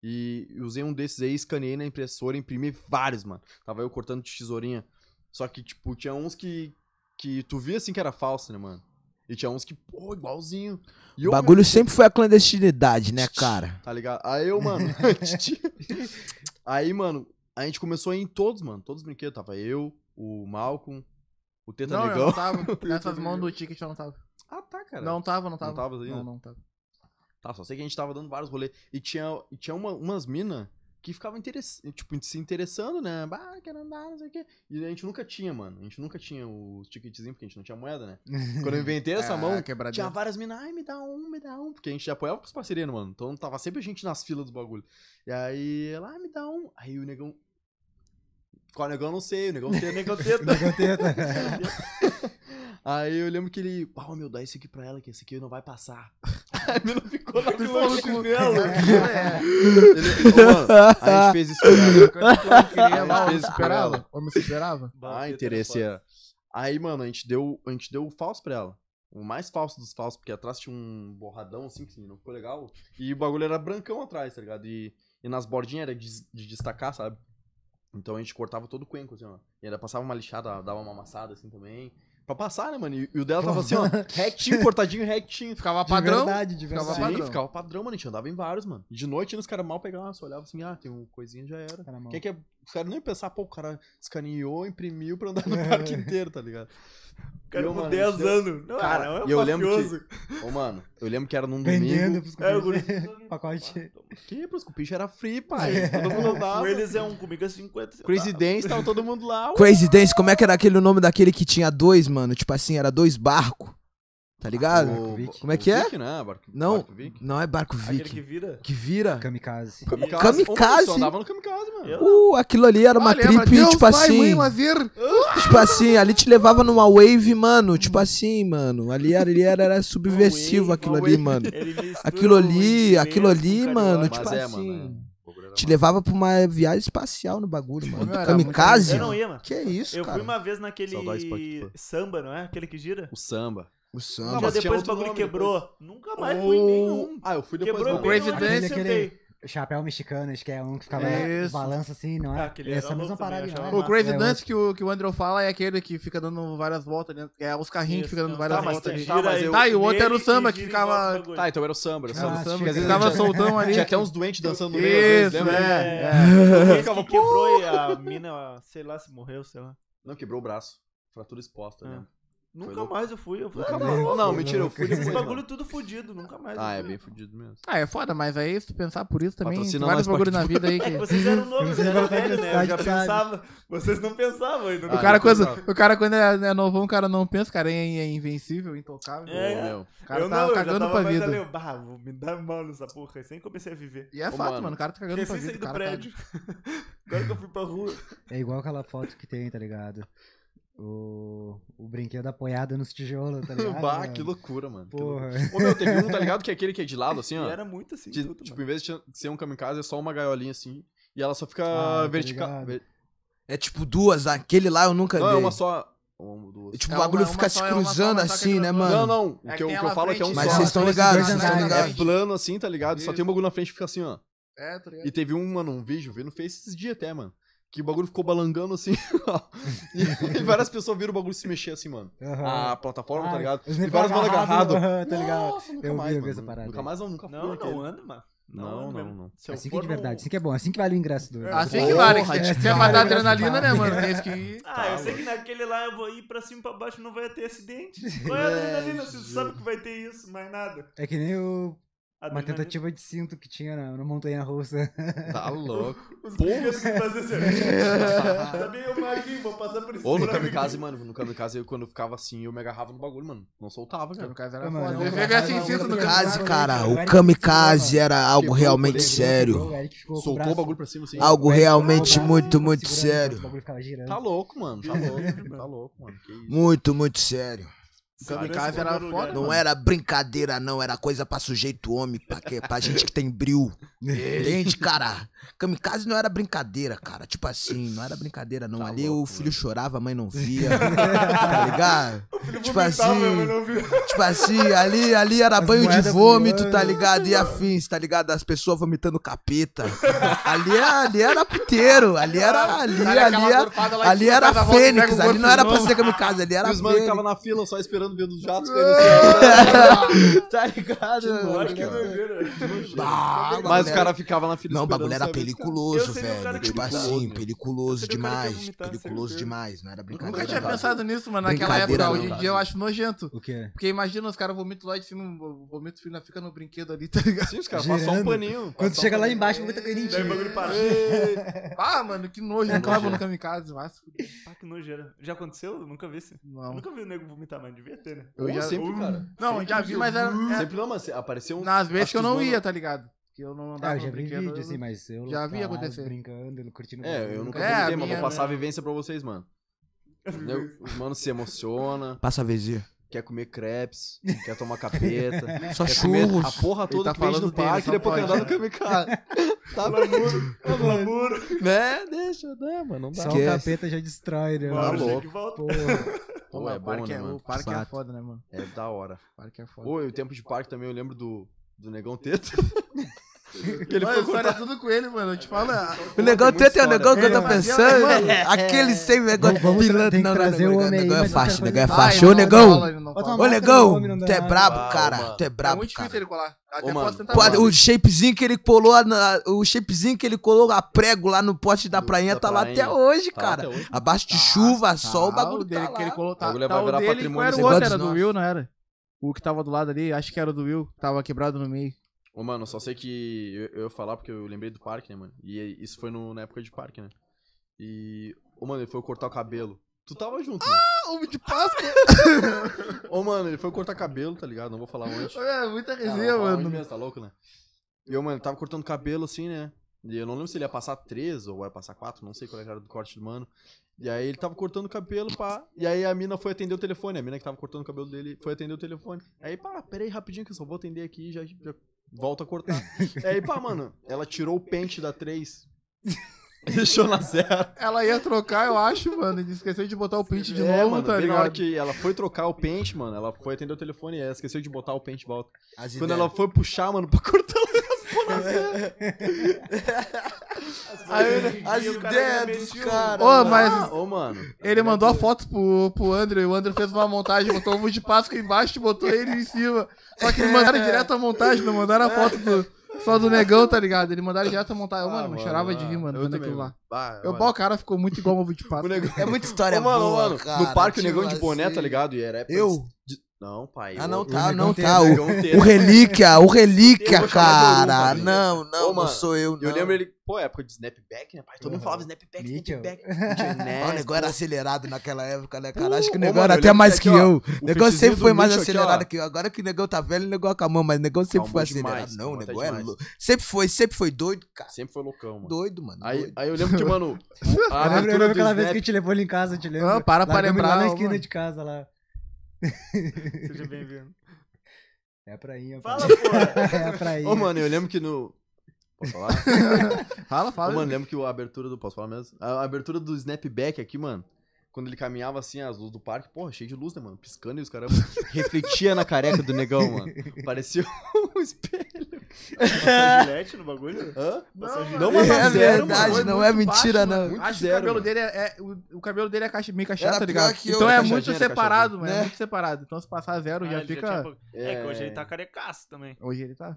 [SPEAKER 6] E usei um desses aí, escaneei na impressora, imprimi vários, mano. Tava eu cortando de tesourinha. Só que, tipo, tinha uns que. que tu via assim que era falso, né, mano? E tinha uns que, pô, igualzinho. E
[SPEAKER 4] O
[SPEAKER 6] eu,
[SPEAKER 4] bagulho sempre foi a clandestinidade, né,
[SPEAKER 6] [LAUGHS]
[SPEAKER 4] cara?
[SPEAKER 6] Tá ligado? Aí eu,
[SPEAKER 3] [LAUGHS]
[SPEAKER 6] mano. [LAUGHS] aí, mano, a gente começou a ir em todos, mano. Todos os brinquedos. Tava eu, o Malcolm, o Teta
[SPEAKER 3] Não, eu
[SPEAKER 6] Negão.
[SPEAKER 3] não tava.
[SPEAKER 6] [LAUGHS]
[SPEAKER 3] Nessas mãos do ticket eu não tava.
[SPEAKER 6] Ah, tá, cara.
[SPEAKER 3] Não tava, não tava.
[SPEAKER 6] tavas ainda?
[SPEAKER 3] Não, não tava.
[SPEAKER 6] Tá, só sei que a gente tava dando vários rolês. E tinha, e tinha uma- umas minas que ficavam interess... tipo, se interessando, né? Bah, quero andar, não sei o quê. E a gente nunca tinha, mano. A gente nunca tinha os ticketzinhos, porque a gente não tinha moeda, né? Quando eu inventei essa
[SPEAKER 3] Ah,
[SPEAKER 6] mão, tinha
[SPEAKER 3] quebradeira.
[SPEAKER 6] várias minas, ai, me dá um, me dá um. Porque a gente já apoiava com os parceiros, mano. Então tava sempre a gente nas filas do bagulho. E aí, ela, ai, me dá um. Aí o negão. Qual é, negão eu não sei, o negão tem o negão tenta.
[SPEAKER 5] Negão tenta.
[SPEAKER 6] [LAUGHS] Aí eu lembro que ele, pau, meu, dá isso aqui pra ela, que esse aqui não vai passar. [LAUGHS] Aí a mina ficou na fila do chinelo. É. Ele, ô, mano, a
[SPEAKER 4] Tá.
[SPEAKER 6] gente fez isso com ela.
[SPEAKER 3] Queria
[SPEAKER 6] Aí a
[SPEAKER 3] mal, me
[SPEAKER 6] gente fez isso com ela.
[SPEAKER 3] superava. Ou me superava.
[SPEAKER 6] Ah, interesseira. Aí, mano, a gente deu, a gente deu o falso pra ela. O mais falso dos falsos, porque atrás tinha um borradão assim que não ficou legal. E o bagulho era brancão atrás, tá ligado? E, e nas bordinhas era de, de destacar, sabe? Então a gente cortava todo o cuenco, assim, ó. E ainda passava uma lixada, dava uma amassada assim também. Pra passar, né, mano? E, e o dela tava assim, ó, retinho,
[SPEAKER 3] [LAUGHS]
[SPEAKER 6] cortadinho, retinho.
[SPEAKER 3] [LAUGHS] Ficava
[SPEAKER 5] De
[SPEAKER 3] padrão.
[SPEAKER 5] verdade, de
[SPEAKER 3] Ficava
[SPEAKER 5] verdade.
[SPEAKER 6] Sim,
[SPEAKER 3] padrão.
[SPEAKER 6] ficava padrão, mano. A gente andava em vários, mano. De noite os caras mal pegavam, só olhavam assim, ah, tem um coisinho já era.
[SPEAKER 5] Cara, mano.
[SPEAKER 6] Quem é que é... Os caras nem pensar, pô, o cara escaneou, imprimiu pra [LAUGHS] andar no parque inteiro, tá ligado?
[SPEAKER 7] Cara,
[SPEAKER 6] Eu,
[SPEAKER 7] com
[SPEAKER 6] mano,
[SPEAKER 7] 10
[SPEAKER 6] isso é-
[SPEAKER 7] anos. Não,
[SPEAKER 6] Cara,
[SPEAKER 7] não é
[SPEAKER 1] um
[SPEAKER 6] e eu lembro que-
[SPEAKER 7] mafioso.
[SPEAKER 6] Ô, mano, eu lembro que era num
[SPEAKER 5] Vendendo
[SPEAKER 6] domingo.
[SPEAKER 5] pros
[SPEAKER 7] É, o
[SPEAKER 5] guris.
[SPEAKER 7] guri.
[SPEAKER 2] [LAUGHS]
[SPEAKER 6] [LAUGHS]
[SPEAKER 5] Pacote.
[SPEAKER 6] Que, pros cupichos era free, pai. Todo mundo andava.
[SPEAKER 7] Com eles é um, comigo é 50.
[SPEAKER 6] Crazy Dance, tava todo mundo lá.
[SPEAKER 4] Crazy Dance, como é que era aquele nome daquele que tinha dois, mano? Tipo assim, era dois barcos. Tá ligado?
[SPEAKER 6] O-
[SPEAKER 5] Vic.
[SPEAKER 4] Como é que é?
[SPEAKER 6] Vic, né? Barco-
[SPEAKER 4] Não.
[SPEAKER 6] Barco Vic.
[SPEAKER 4] Não é barco
[SPEAKER 7] Aquele
[SPEAKER 4] Viking.
[SPEAKER 7] que vira.
[SPEAKER 4] Que vira.
[SPEAKER 7] Ah.
[SPEAKER 5] Kamikaze.
[SPEAKER 6] Kamikaze. Ô, mano, Só
[SPEAKER 4] Kamikaze.
[SPEAKER 6] andava no kamikaze, mano.
[SPEAKER 7] Eu-
[SPEAKER 4] Uh, aquilo ali era uma
[SPEAKER 3] Ah, lembra?
[SPEAKER 4] trip,
[SPEAKER 3] Deus,
[SPEAKER 4] tipo
[SPEAKER 3] pai,
[SPEAKER 4] assim.
[SPEAKER 3] mãe, lazer.
[SPEAKER 4] Tipo assim, ali te levava numa wave, mano. Tipo assim, mano. Ali, ali era, era subversivo
[SPEAKER 7] Uma wave,
[SPEAKER 4] aquilo
[SPEAKER 7] uma
[SPEAKER 4] ali,
[SPEAKER 7] wave.
[SPEAKER 2] [LAUGHS]
[SPEAKER 4] mano.
[SPEAKER 7] Ele mistura
[SPEAKER 4] Aquilo
[SPEAKER 7] o
[SPEAKER 4] ali,
[SPEAKER 7] inglês
[SPEAKER 2] um
[SPEAKER 4] aquilo ali,
[SPEAKER 7] com o
[SPEAKER 4] mano,
[SPEAKER 7] carioca.
[SPEAKER 6] Mas
[SPEAKER 4] tipo
[SPEAKER 6] é,
[SPEAKER 4] assim.
[SPEAKER 6] mano. é. O bagulho era
[SPEAKER 4] Te
[SPEAKER 6] massa.
[SPEAKER 4] levava pra uma viagem espacial no bagulho, mano.
[SPEAKER 3] Meu, era
[SPEAKER 4] Kamikaze?
[SPEAKER 7] Eu não ia, mano.
[SPEAKER 4] Que isso,
[SPEAKER 7] Eu
[SPEAKER 4] cara?
[SPEAKER 7] fui uma vez naquele
[SPEAKER 6] Saudades, Punk,
[SPEAKER 7] samba, não é? Aquele que gira.
[SPEAKER 6] O samba.
[SPEAKER 7] Um
[SPEAKER 4] O
[SPEAKER 6] Ah,
[SPEAKER 4] samba.
[SPEAKER 7] dia
[SPEAKER 6] mas tinha
[SPEAKER 7] depois o
[SPEAKER 6] outro
[SPEAKER 7] bagulho
[SPEAKER 6] nome
[SPEAKER 7] quebrou. Nunca mais
[SPEAKER 6] Ô,
[SPEAKER 7] fui em nenhum.
[SPEAKER 6] Ah, eu fui depois.
[SPEAKER 7] Quebrou
[SPEAKER 6] mano.
[SPEAKER 7] bem
[SPEAKER 3] Crazy
[SPEAKER 7] na hora que eu
[SPEAKER 5] Dance.
[SPEAKER 6] né?
[SPEAKER 7] sentei.
[SPEAKER 5] Chapéu mexicano, acho que é um que ficava
[SPEAKER 3] Isso.
[SPEAKER 5] balança assim, não é?
[SPEAKER 7] Ah, Aquele
[SPEAKER 5] Essa
[SPEAKER 7] era
[SPEAKER 5] mesma
[SPEAKER 7] louco também,
[SPEAKER 5] parada,
[SPEAKER 7] achava
[SPEAKER 5] não é?
[SPEAKER 3] O Crazy
[SPEAKER 5] É,
[SPEAKER 3] Dance que o, que o Andrew fala é aquele que fica dando várias voltas, né? É os carrinhos que ficam
[SPEAKER 2] um
[SPEAKER 3] dando
[SPEAKER 7] Isso,
[SPEAKER 3] várias
[SPEAKER 6] tá, mas
[SPEAKER 3] voltas ali.
[SPEAKER 6] tá, mas eu-
[SPEAKER 3] Tá, e o outro
[SPEAKER 7] nele
[SPEAKER 3] era o samba
[SPEAKER 7] e
[SPEAKER 3] que
[SPEAKER 7] gira em
[SPEAKER 3] ficava-
[SPEAKER 7] volta do bagulho. É.
[SPEAKER 6] Tá, então era o samba. Era o samba.
[SPEAKER 5] Ah,
[SPEAKER 6] Porque
[SPEAKER 5] tinha-
[SPEAKER 6] às vezes
[SPEAKER 3] Ficava
[SPEAKER 6] tinha-
[SPEAKER 3] soltão ali.
[SPEAKER 6] Ah, Tinha até um- uns doentes dançando no meio. às
[SPEAKER 3] Isso,
[SPEAKER 6] vezes, lembra? [LAUGHS]
[SPEAKER 3] é. é.
[SPEAKER 7] Esse que quebrou e a mina, sei lá, se morreu, sei lá.
[SPEAKER 6] Não, quebrou o braço. Fratura exposta,
[SPEAKER 7] Ah.
[SPEAKER 6] né?
[SPEAKER 7] Nunca
[SPEAKER 6] louco.
[SPEAKER 7] mais eu fui. Eu fui.
[SPEAKER 6] Nunca
[SPEAKER 7] Ah,
[SPEAKER 6] mais.
[SPEAKER 7] louco.
[SPEAKER 6] Não, mentira, eu fui
[SPEAKER 7] Esse
[SPEAKER 6] depois.
[SPEAKER 7] bagulho
[SPEAKER 6] mano.
[SPEAKER 7] tudo fudido, nunca mais. eu
[SPEAKER 6] Ah, é
[SPEAKER 7] fui.
[SPEAKER 6] bem fudido mesmo.
[SPEAKER 3] Ah, é foda, mas aí se tu pensar por isso também, tem
[SPEAKER 6] Patrocina
[SPEAKER 3] vários
[SPEAKER 6] nós,
[SPEAKER 3] bagulhos na vida aí
[SPEAKER 7] É que
[SPEAKER 3] que...
[SPEAKER 7] vocês eram novos, vocês
[SPEAKER 5] Inclusive,
[SPEAKER 7] eram
[SPEAKER 5] agora tá
[SPEAKER 7] velhos,
[SPEAKER 5] aqui,
[SPEAKER 7] né? Eu já
[SPEAKER 5] cidade sabe.
[SPEAKER 7] pensava. Vocês não pensavam ainda.
[SPEAKER 6] [LAUGHS] Ah,
[SPEAKER 3] O cara,
[SPEAKER 6] não
[SPEAKER 3] quando,
[SPEAKER 6] pensava.
[SPEAKER 3] o cara quando é, é novão, o cara não pensa, o cara é, é invencível, intocável.
[SPEAKER 7] É.
[SPEAKER 6] Ô, meu.
[SPEAKER 3] O cara
[SPEAKER 7] eu
[SPEAKER 3] tá
[SPEAKER 7] não, eu já
[SPEAKER 3] cagando
[SPEAKER 7] tava
[SPEAKER 3] pra
[SPEAKER 7] mais
[SPEAKER 3] vida.
[SPEAKER 7] ali, eu, bah, vou me dar mal nessa porra, recém comecei a viver.
[SPEAKER 3] E é
[SPEAKER 6] Ô,
[SPEAKER 3] fato,
[SPEAKER 6] mano,
[SPEAKER 3] mano. o cara tá cagando pra
[SPEAKER 7] Recém
[SPEAKER 3] vida.
[SPEAKER 7] saí
[SPEAKER 3] o
[SPEAKER 7] do
[SPEAKER 3] cara tá-
[SPEAKER 7] prédio. [LAUGHS] Agora que eu fui pra rua.
[SPEAKER 5] É igual aquela foto que tem, tá ligado? O, o brinquedo apoiado nos tijolos, tá ligado?
[SPEAKER 6] [LAUGHS] Bah,
[SPEAKER 5] mano?
[SPEAKER 6] que loucura, mano. Que loucura.
[SPEAKER 5] Porra.
[SPEAKER 6] Ô, meu, teve um, tá ligado? Que é aquele que é de lado, assim,
[SPEAKER 7] E
[SPEAKER 6] ó.
[SPEAKER 7] era muito assim,
[SPEAKER 6] De-
[SPEAKER 7] tudo,
[SPEAKER 6] tipo,
[SPEAKER 7] mano.
[SPEAKER 6] em vez de ser um kamikaze, é só uma gaiolinha assim. E ela só fica
[SPEAKER 5] Ah, tá
[SPEAKER 6] vertical.
[SPEAKER 5] ligado.
[SPEAKER 6] ver-
[SPEAKER 4] É tipo duas, aquele lá eu nunca
[SPEAKER 6] Não, é
[SPEAKER 4] dei.
[SPEAKER 6] uma só. Uma, duas.
[SPEAKER 4] Tipo,
[SPEAKER 3] É
[SPEAKER 4] o bagulho
[SPEAKER 3] uma-
[SPEAKER 4] fica
[SPEAKER 3] uma
[SPEAKER 4] se
[SPEAKER 3] só, é uma só,
[SPEAKER 4] cruzando
[SPEAKER 3] uma só que
[SPEAKER 4] assim, né,
[SPEAKER 3] não-
[SPEAKER 4] mano?
[SPEAKER 6] Não, não. O que, eu- o que eu
[SPEAKER 3] aquela
[SPEAKER 6] falo é que é um
[SPEAKER 3] frente
[SPEAKER 4] Mas
[SPEAKER 6] só.
[SPEAKER 4] vocês estão ligados, vocês estão
[SPEAKER 5] Dois
[SPEAKER 6] É
[SPEAKER 5] andares.
[SPEAKER 4] ligados.
[SPEAKER 6] plano assim, tá ligado? Só
[SPEAKER 3] Isso.
[SPEAKER 6] tem um bagulho na frente que fica assim, ó.
[SPEAKER 3] É, tá ligado?
[SPEAKER 6] E teve um, mano, um vídeo, vi no Face esses dias até, mano. Que o bagulho ficou balangando assim, ó. [LAUGHS] E, e várias pessoas viram o bagulho se mexer assim, mano.
[SPEAKER 5] Aham.
[SPEAKER 6] A plataforma, tá
[SPEAKER 5] Ah,
[SPEAKER 6] ligado?
[SPEAKER 5] os
[SPEAKER 6] E vários
[SPEAKER 5] negócios
[SPEAKER 6] manos agarrados.
[SPEAKER 5] aham, [LAUGHS] tá ligado?
[SPEAKER 6] Nossa, nunca
[SPEAKER 5] Eu vi,
[SPEAKER 6] mais,
[SPEAKER 5] eu vi
[SPEAKER 6] mano.
[SPEAKER 5] essa parada
[SPEAKER 6] Nunca
[SPEAKER 5] aí.
[SPEAKER 6] mais, eu nunca fui
[SPEAKER 7] Não,
[SPEAKER 6] naquele.
[SPEAKER 7] não
[SPEAKER 2] é.
[SPEAKER 7] anda, mano.
[SPEAKER 6] Não,
[SPEAKER 7] anda
[SPEAKER 6] não,
[SPEAKER 7] mesmo.
[SPEAKER 6] não.
[SPEAKER 7] Se eu
[SPEAKER 5] Assim que é
[SPEAKER 7] for
[SPEAKER 5] de
[SPEAKER 7] no-
[SPEAKER 5] verdade, assim que é bom, assim que vale o ingresso do.
[SPEAKER 7] É.
[SPEAKER 3] Assim
[SPEAKER 6] Porra,
[SPEAKER 3] que vale, que
[SPEAKER 6] tipo,
[SPEAKER 3] se quer matar
[SPEAKER 5] cara,
[SPEAKER 3] adrenalina, né,
[SPEAKER 5] cara.
[SPEAKER 3] mano? Tem que ir.
[SPEAKER 7] Ah, eu sei que naquele lá eu vou ir pra cima e pra baixo não vai ter
[SPEAKER 3] [LAUGHS]
[SPEAKER 7] acidente. Qual é a adrenalina? Você sabe que vai ter isso, mais nada.
[SPEAKER 5] É que nem
[SPEAKER 7] Ah,
[SPEAKER 5] o, uma
[SPEAKER 7] Adrenalina.
[SPEAKER 5] tentativa de cinto que tinha na, na montanha russa.
[SPEAKER 6] Tá [LAUGHS] louco.
[SPEAKER 7] Os
[SPEAKER 6] Porra.
[SPEAKER 7] brinquedos que fazem assim. ó. [LAUGHS] Tá
[SPEAKER 3] [LAUGHS]
[SPEAKER 7] bem, eu marquei, vou passar por isso.
[SPEAKER 6] Ou no né? kamikaze, mano. No kamikaze, eu, quando eu ficava assim, eu me agarrava no bagulho, mano. Não soltava, cara.
[SPEAKER 3] No caso era
[SPEAKER 5] Mano,
[SPEAKER 3] foda.
[SPEAKER 5] não,
[SPEAKER 3] Eu
[SPEAKER 5] cara,
[SPEAKER 3] fiquei assim,
[SPEAKER 5] não,
[SPEAKER 3] cinto
[SPEAKER 5] não,
[SPEAKER 3] no caso.
[SPEAKER 4] Kamikaze,
[SPEAKER 5] Kamikaze,
[SPEAKER 4] cara, o
[SPEAKER 5] cara,
[SPEAKER 4] kamikaze era algo
[SPEAKER 6] Quebrou o
[SPEAKER 4] realmente
[SPEAKER 6] poder,
[SPEAKER 4] sério.
[SPEAKER 5] [LAUGHS] O Eric ficou com o
[SPEAKER 6] Soltou o
[SPEAKER 5] braço-
[SPEAKER 6] bagulho pra cima assim.
[SPEAKER 4] Algo
[SPEAKER 5] Eric ficou com o
[SPEAKER 4] realmente
[SPEAKER 5] braço
[SPEAKER 4] muito,
[SPEAKER 5] segurando,
[SPEAKER 4] muito
[SPEAKER 5] o braço,
[SPEAKER 4] sério.
[SPEAKER 5] O bagulho ficava girando.
[SPEAKER 6] Tá louco, mano. Tá louco. tá louco, mano. Que isso.
[SPEAKER 4] Muito, muito sério.
[SPEAKER 3] Kamikaze era
[SPEAKER 7] primeiro lugar.
[SPEAKER 3] foda.
[SPEAKER 4] Não
[SPEAKER 3] mano.
[SPEAKER 4] era brincadeira, não. Era coisa pra sujeito homem, pra, que, pra gente que tem bril. Entende, cara? Kamikaze não era brincadeira, cara. Tipo assim, não era brincadeira, não.
[SPEAKER 6] Tá
[SPEAKER 4] Ali
[SPEAKER 6] louco,
[SPEAKER 4] o filho
[SPEAKER 6] mano.
[SPEAKER 4] chorava, a mãe não
[SPEAKER 6] [LAUGHS]
[SPEAKER 4] via. tá ligado? Tipo assim, tipo assim, ali, ali era
[SPEAKER 5] As
[SPEAKER 4] banho de
[SPEAKER 5] moedas
[SPEAKER 4] vômito, tá
[SPEAKER 5] voando.
[SPEAKER 4] ligado? E afins, tá ligado? As pessoas vomitando capeta. Ali, ali era puteiro, ali era. Ali,
[SPEAKER 3] Cara, aquela
[SPEAKER 4] ali, era-
[SPEAKER 3] gorfada lá em
[SPEAKER 4] ali
[SPEAKER 3] cima,
[SPEAKER 4] era
[SPEAKER 3] cada volta pega
[SPEAKER 4] Fênix,
[SPEAKER 3] um
[SPEAKER 4] ali
[SPEAKER 3] gorfo
[SPEAKER 4] não era
[SPEAKER 3] de
[SPEAKER 4] pra
[SPEAKER 3] novo.
[SPEAKER 4] ser kamikaze, ali
[SPEAKER 6] E
[SPEAKER 4] era
[SPEAKER 6] os manos
[SPEAKER 4] Fênix.
[SPEAKER 6] ficavam na fila só esperando vendo os jatos caindo.
[SPEAKER 4] Tá ligado?
[SPEAKER 7] Eu acho que é doideira.
[SPEAKER 4] Bah,
[SPEAKER 6] Mas o
[SPEAKER 4] galera.
[SPEAKER 6] cara ficava na fila
[SPEAKER 4] Não, o
[SPEAKER 6] esperando
[SPEAKER 4] bagulho era
[SPEAKER 6] saber se-
[SPEAKER 7] Eu
[SPEAKER 4] periculoso,
[SPEAKER 7] seria o cara
[SPEAKER 4] velho.
[SPEAKER 7] que
[SPEAKER 4] Tipo
[SPEAKER 7] vomitava.
[SPEAKER 4] assim,
[SPEAKER 7] Eu
[SPEAKER 4] periculoso
[SPEAKER 7] seria o cara que ia
[SPEAKER 4] demais.
[SPEAKER 7] vomitar,
[SPEAKER 4] Periculoso
[SPEAKER 7] certeza.
[SPEAKER 4] demais. Não era brincadeira.
[SPEAKER 3] Nunca tinha
[SPEAKER 4] velho.
[SPEAKER 3] pensado nisso, mano. Naquela
[SPEAKER 4] Brincadeira,
[SPEAKER 3] época, hoje em
[SPEAKER 4] não.
[SPEAKER 3] dia eu acho nojento.
[SPEAKER 5] O quê?
[SPEAKER 3] Porque imagina os caras vomitam lá de cima, o vomito fina- fica no brinquedo ali, tá ligado?
[SPEAKER 6] Sim, os caras passam um
[SPEAKER 5] Girando.
[SPEAKER 6] paninho.
[SPEAKER 5] Quando
[SPEAKER 6] passar um
[SPEAKER 5] chega lá
[SPEAKER 6] paninho.
[SPEAKER 5] embaixo, muita corintinha.
[SPEAKER 7] Daí o bagulho parou.
[SPEAKER 3] Ah, mano, que nojo.
[SPEAKER 6] É
[SPEAKER 3] Nunca lavo no
[SPEAKER 6] nojento.
[SPEAKER 3] kamikaze, mas.
[SPEAKER 7] Ah, que nojeira. Já aconteceu? Eu Nunca vi isso. Eu
[SPEAKER 3] Não.
[SPEAKER 7] Nunca vi o nego vomitar, mas devia ter, né?
[SPEAKER 3] Eu
[SPEAKER 6] Pô,
[SPEAKER 3] já-
[SPEAKER 6] sempre, cara.
[SPEAKER 3] Não, já vi, mas era. era-
[SPEAKER 6] Sempre não, mas apareceu um.
[SPEAKER 3] Nas vezes
[SPEAKER 6] Acho
[SPEAKER 3] que eu
[SPEAKER 6] que os
[SPEAKER 3] não
[SPEAKER 6] mano-
[SPEAKER 3] ia, tá ligado? Que eu não andava
[SPEAKER 5] Ah, eu
[SPEAKER 3] no
[SPEAKER 5] já vi
[SPEAKER 3] brinquedo.
[SPEAKER 5] vídeo,
[SPEAKER 3] eu
[SPEAKER 5] assim,
[SPEAKER 3] não-
[SPEAKER 5] mas eu
[SPEAKER 3] tá Já vi
[SPEAKER 5] lá
[SPEAKER 3] acontecer.
[SPEAKER 5] brincando, curtindo.
[SPEAKER 6] É,
[SPEAKER 4] Uhum.
[SPEAKER 6] eu nunca
[SPEAKER 3] É, a
[SPEAKER 6] vi mas
[SPEAKER 3] minha,
[SPEAKER 6] vou passar a
[SPEAKER 3] né?
[SPEAKER 6] vivência pra
[SPEAKER 3] [LAUGHS]
[SPEAKER 6] vocês, mano. Entendeu? Os manos se emocionam,
[SPEAKER 4] Passa a vezinha.
[SPEAKER 6] quer comer crepes, quer
[SPEAKER 4] [LAUGHS]
[SPEAKER 6] tomar capeta,
[SPEAKER 4] Só
[SPEAKER 6] quer comer
[SPEAKER 4] churros.
[SPEAKER 6] a porra
[SPEAKER 3] Ele
[SPEAKER 6] toda
[SPEAKER 3] tá
[SPEAKER 6] que vende
[SPEAKER 3] falando
[SPEAKER 6] no
[SPEAKER 3] dele,
[SPEAKER 6] parque
[SPEAKER 3] só
[SPEAKER 6] e depois quer
[SPEAKER 3] pode.
[SPEAKER 6] andar no kamikaze. Tá bom.
[SPEAKER 7] Glamour.
[SPEAKER 4] É,
[SPEAKER 6] Né? Deixa, né, mano? Não dá.
[SPEAKER 5] Só o
[SPEAKER 4] Esquece.
[SPEAKER 5] capeta já destrói, né?
[SPEAKER 6] Tá
[SPEAKER 7] Bora,
[SPEAKER 6] louco.
[SPEAKER 7] Jake, volta.
[SPEAKER 5] Porra.
[SPEAKER 6] Pô,
[SPEAKER 3] Pô,
[SPEAKER 6] é
[SPEAKER 3] o
[SPEAKER 6] bom,
[SPEAKER 3] parque,
[SPEAKER 6] né,
[SPEAKER 3] é,
[SPEAKER 6] mano?
[SPEAKER 3] o parque é
[SPEAKER 6] Exato.
[SPEAKER 3] foda, né, mano?
[SPEAKER 6] É da
[SPEAKER 3] [LAUGHS]
[SPEAKER 6] hora.
[SPEAKER 3] O parque é foda.
[SPEAKER 6] Oi, o tempo de parque também eu lembro do, do Negão Teta.
[SPEAKER 3] [LAUGHS]
[SPEAKER 6] que ele
[SPEAKER 3] Olha, a
[SPEAKER 6] foi
[SPEAKER 3] história
[SPEAKER 6] contar.
[SPEAKER 3] é tudo com ele, mano. Eu te falo. a-
[SPEAKER 4] O negão
[SPEAKER 6] tem
[SPEAKER 4] teta
[SPEAKER 6] muita
[SPEAKER 4] é o
[SPEAKER 6] história. né?
[SPEAKER 4] negão que eu tô
[SPEAKER 3] Ele fazia-
[SPEAKER 4] pensando.
[SPEAKER 3] Mano,
[SPEAKER 4] Aquele sem negócio
[SPEAKER 5] Vamos- vamos tra-
[SPEAKER 4] pilando.
[SPEAKER 5] tem que
[SPEAKER 4] Não, não, não.
[SPEAKER 5] trazer o
[SPEAKER 4] Negão
[SPEAKER 5] homem aí,
[SPEAKER 4] negão é
[SPEAKER 5] mas não
[SPEAKER 4] faixa,
[SPEAKER 5] quero
[SPEAKER 4] negão é
[SPEAKER 5] fazer
[SPEAKER 3] Ah,
[SPEAKER 4] faixa.
[SPEAKER 3] ele
[SPEAKER 4] Ô,
[SPEAKER 3] não dá aula,
[SPEAKER 4] negão.
[SPEAKER 3] ele não
[SPEAKER 5] Bota uma
[SPEAKER 3] fala.
[SPEAKER 4] Ô,
[SPEAKER 5] máscara no
[SPEAKER 4] negão.
[SPEAKER 5] homem, não dá
[SPEAKER 4] Tu é
[SPEAKER 5] nada.
[SPEAKER 6] Ah,
[SPEAKER 4] brabo, cara.
[SPEAKER 6] mano.
[SPEAKER 4] Tu é
[SPEAKER 3] É
[SPEAKER 4] brabo,
[SPEAKER 3] muito difícil
[SPEAKER 4] cara.
[SPEAKER 3] ele colar. Até
[SPEAKER 6] Ô, mano,
[SPEAKER 3] posso tentar. mano.
[SPEAKER 6] quadro-
[SPEAKER 4] Quadro- O shapezinho que ele colou, na- o shapezinho que ele colou a prego lá no poste da
[SPEAKER 6] Do-
[SPEAKER 4] prainha
[SPEAKER 6] da
[SPEAKER 4] tá lá
[SPEAKER 6] prainha.
[SPEAKER 4] até hoje,
[SPEAKER 6] Tá
[SPEAKER 4] cara.
[SPEAKER 6] até hoje.
[SPEAKER 4] Abaixo de
[SPEAKER 3] Tá,
[SPEAKER 4] chuva,
[SPEAKER 3] Tá,
[SPEAKER 4] sol, o bagulho
[SPEAKER 3] dele
[SPEAKER 4] tá lá.
[SPEAKER 3] que ele colocou.
[SPEAKER 6] O
[SPEAKER 3] Tá,
[SPEAKER 6] bagulho
[SPEAKER 3] tá
[SPEAKER 6] vai
[SPEAKER 3] o
[SPEAKER 6] virar
[SPEAKER 3] dele,
[SPEAKER 6] patrimônio
[SPEAKER 3] qual era o
[SPEAKER 4] sem
[SPEAKER 3] outro?
[SPEAKER 4] gosto
[SPEAKER 3] Era
[SPEAKER 4] de
[SPEAKER 3] do
[SPEAKER 4] nós.
[SPEAKER 3] Will, não era? O que tava do lado ali, acho que era do Will. Tava quebrado no meio.
[SPEAKER 6] Ô, mano, só sei que eu, eu ia falar porque eu lembrei do parque, né, mano? E aí, isso foi no- na época de parque, né? E. Ô, mano, ele foi cortar o cabelo. Tu tava junto, né?
[SPEAKER 3] Ah, ovo de Páscoa!
[SPEAKER 6] Ô, mano, ele foi cortar cabelo, tá ligado? Não vou falar
[SPEAKER 3] [LAUGHS]
[SPEAKER 6] onde.
[SPEAKER 3] É, muita
[SPEAKER 6] Ah, não,
[SPEAKER 3] resenha,
[SPEAKER 6] fala onde
[SPEAKER 3] mano.
[SPEAKER 6] mesmo, tá louco, né? E eu, mano, tava cortando cabelo assim, né? E eu não lembro se ele ia passar três ou ia passar quatro, não sei qual era do corte do mano. E aí ele tava cortando o cabelo, pá. E aí a mina foi atender o telefone. A mina que tava cortando o cabelo dele foi atender o telefone. Aí, pá, peraí rapidinho que eu só vou atender aqui e já, já volto a
[SPEAKER 3] [LAUGHS]
[SPEAKER 6] cortar. e aí, pá, mano, ela tirou o pente da três. [LAUGHS] Deixou na zero.
[SPEAKER 3] [LAUGHS] Ela ia trocar, eu acho, mano. Ele esqueceu de botar o print de
[SPEAKER 6] É,
[SPEAKER 3] novo,
[SPEAKER 6] mano,
[SPEAKER 3] tá
[SPEAKER 6] bem na hora
[SPEAKER 3] ligado?
[SPEAKER 6] que ela foi trocar o pente, mano, ela foi atender o telefone e ela esqueceu de botar o pente de volta.
[SPEAKER 4] As
[SPEAKER 6] Quando
[SPEAKER 4] ideias.
[SPEAKER 6] ela foi puxar, mano, pra cortar, ela raspou na zero.
[SPEAKER 4] As
[SPEAKER 7] o cara ainda
[SPEAKER 4] ideias dos
[SPEAKER 7] metiu.
[SPEAKER 4] caras.
[SPEAKER 3] Ô,
[SPEAKER 4] mano.
[SPEAKER 3] mas
[SPEAKER 6] Ô, mano.
[SPEAKER 3] ele mandou a foto pro, pro André. O André fez uma montagem, botou ovo de Páscoa embaixo e botou ele em cima. Só que eles mandaram direto a montagem, não mandaram a foto do. Só do negão, tá ligado? Ele mandaram direto a montagem. Eu,
[SPEAKER 6] Ah,
[SPEAKER 3] mano, eu chorava de rir, mano,
[SPEAKER 6] eu
[SPEAKER 3] vendo
[SPEAKER 6] também,
[SPEAKER 3] aquilo lá.
[SPEAKER 6] mano. Ah,
[SPEAKER 3] Eu,
[SPEAKER 6] olha.
[SPEAKER 3] bah, o cara ficou muito igual um ovo de
[SPEAKER 6] O
[SPEAKER 3] Páscoa.
[SPEAKER 6] negócio.
[SPEAKER 4] É muita história
[SPEAKER 6] Ô, mano,
[SPEAKER 4] boa,
[SPEAKER 6] mano,
[SPEAKER 4] cara.
[SPEAKER 6] no parque o
[SPEAKER 4] Tipo
[SPEAKER 6] negão de boné,
[SPEAKER 4] assim.
[SPEAKER 6] tá ligado? E era época
[SPEAKER 4] Eu?
[SPEAKER 6] de- de- Não, pai.
[SPEAKER 4] Ah,
[SPEAKER 6] eu-
[SPEAKER 4] não
[SPEAKER 6] eu-
[SPEAKER 4] tá,
[SPEAKER 5] negão
[SPEAKER 4] não
[SPEAKER 5] tem-
[SPEAKER 4] tá.
[SPEAKER 6] o
[SPEAKER 4] O,
[SPEAKER 6] negão tem-
[SPEAKER 4] o relíquia, o relíquia,
[SPEAKER 6] Eu vou chamar de Oru,
[SPEAKER 4] cara.
[SPEAKER 6] mano.
[SPEAKER 4] Não, não,
[SPEAKER 6] Ô,
[SPEAKER 4] não
[SPEAKER 6] mano,
[SPEAKER 4] sou eu, não.
[SPEAKER 6] Eu lembro ele, pô, é época de snapback, né, pai? Todo mundo
[SPEAKER 2] [LAUGHS]
[SPEAKER 5] Uhum.
[SPEAKER 6] falava snapback,
[SPEAKER 5] Níquel.
[SPEAKER 6] snapback.
[SPEAKER 4] Ah, o
[SPEAKER 6] Ness,
[SPEAKER 4] negócio era acelerado naquela época, né, cara? Acho que o
[SPEAKER 6] Ô,
[SPEAKER 4] negão
[SPEAKER 6] mano,
[SPEAKER 4] era
[SPEAKER 6] eu
[SPEAKER 4] até
[SPEAKER 6] lembro
[SPEAKER 4] mais
[SPEAKER 6] que
[SPEAKER 4] que
[SPEAKER 6] aqui, ó,
[SPEAKER 4] eu.
[SPEAKER 6] o
[SPEAKER 4] O negão
[SPEAKER 6] fitzinho
[SPEAKER 4] sempre
[SPEAKER 6] do
[SPEAKER 4] foi mais
[SPEAKER 6] Mitchell aqui, ó.
[SPEAKER 4] acelerado que eu. Agora que o negão tá velho, o negão acalmou, mas o negão sempre
[SPEAKER 6] Calmou
[SPEAKER 4] foi
[SPEAKER 6] demais,
[SPEAKER 4] acelerado. não, o
[SPEAKER 6] calmou
[SPEAKER 4] negão
[SPEAKER 6] até
[SPEAKER 4] é
[SPEAKER 6] demais.
[SPEAKER 4] louco. Sempre foi, sempre foi doido, cara.
[SPEAKER 6] Sempre foi loucão, mano.
[SPEAKER 4] Doido, mano.
[SPEAKER 6] Aí,
[SPEAKER 4] doido.
[SPEAKER 6] aí eu lembro que, mano, a
[SPEAKER 5] Eu lembro, eu
[SPEAKER 6] abertura
[SPEAKER 5] lembro
[SPEAKER 6] do
[SPEAKER 5] aquela vez
[SPEAKER 6] Snap-
[SPEAKER 5] que a gente levou ele em casa, te lembra?
[SPEAKER 3] Não, para pra
[SPEAKER 5] Largamos ele
[SPEAKER 3] lembrar,
[SPEAKER 5] lá na
[SPEAKER 3] ô,
[SPEAKER 5] esquina
[SPEAKER 3] mano.
[SPEAKER 5] de casa lá.
[SPEAKER 7] Seja
[SPEAKER 4] [LAUGHS]
[SPEAKER 7] bem-vindo.
[SPEAKER 5] É a prainha. pô.
[SPEAKER 7] Fala, porra.
[SPEAKER 5] [LAUGHS] É a prainha.
[SPEAKER 6] Ô, mano, eu lembro que no...
[SPEAKER 4] [LAUGHS]
[SPEAKER 6] Posso falar?
[SPEAKER 3] Fala,
[SPEAKER 6] Ô,
[SPEAKER 3] fala.
[SPEAKER 6] mano, lembro que a abertura do... Posso falar mesmo? A abertura do snapback aqui, mano, quando ele caminhava assim, as luzes do parque, porra, cheio de luz, né, mano? Piscando e
[SPEAKER 4] [LAUGHS]
[SPEAKER 6] os caras refletia na careca do negão, mano. Parecia um espelho.
[SPEAKER 7] Passou gilete no bagulho?
[SPEAKER 6] Hã?
[SPEAKER 7] Passou
[SPEAKER 3] mano.
[SPEAKER 7] gilete?
[SPEAKER 6] Não,
[SPEAKER 4] é
[SPEAKER 6] mas tá zero,
[SPEAKER 4] verdade,
[SPEAKER 6] mano.
[SPEAKER 4] não
[SPEAKER 3] Muito
[SPEAKER 4] é mentira,
[SPEAKER 3] baixo,
[SPEAKER 4] não.
[SPEAKER 6] Muito
[SPEAKER 3] Acho que Ah, o
[SPEAKER 6] zero,
[SPEAKER 3] cabelo
[SPEAKER 6] mano.
[SPEAKER 3] dele é, é- o, o cabelo dele é caixa, meio
[SPEAKER 4] Era
[SPEAKER 3] cacheado, tá
[SPEAKER 4] pior
[SPEAKER 3] ligado?
[SPEAKER 4] que eu,
[SPEAKER 3] Então
[SPEAKER 6] era
[SPEAKER 3] é
[SPEAKER 6] cacheadinho,
[SPEAKER 3] muito
[SPEAKER 6] era cacheadinho.
[SPEAKER 3] separado, mano. É.
[SPEAKER 4] É.
[SPEAKER 3] muito separado. Então se passar zero,
[SPEAKER 7] Ah,
[SPEAKER 3] já
[SPEAKER 7] ele
[SPEAKER 3] fica.
[SPEAKER 7] tinha pouco- É que hoje ele tá carecaço também.
[SPEAKER 3] Hoje ele tá.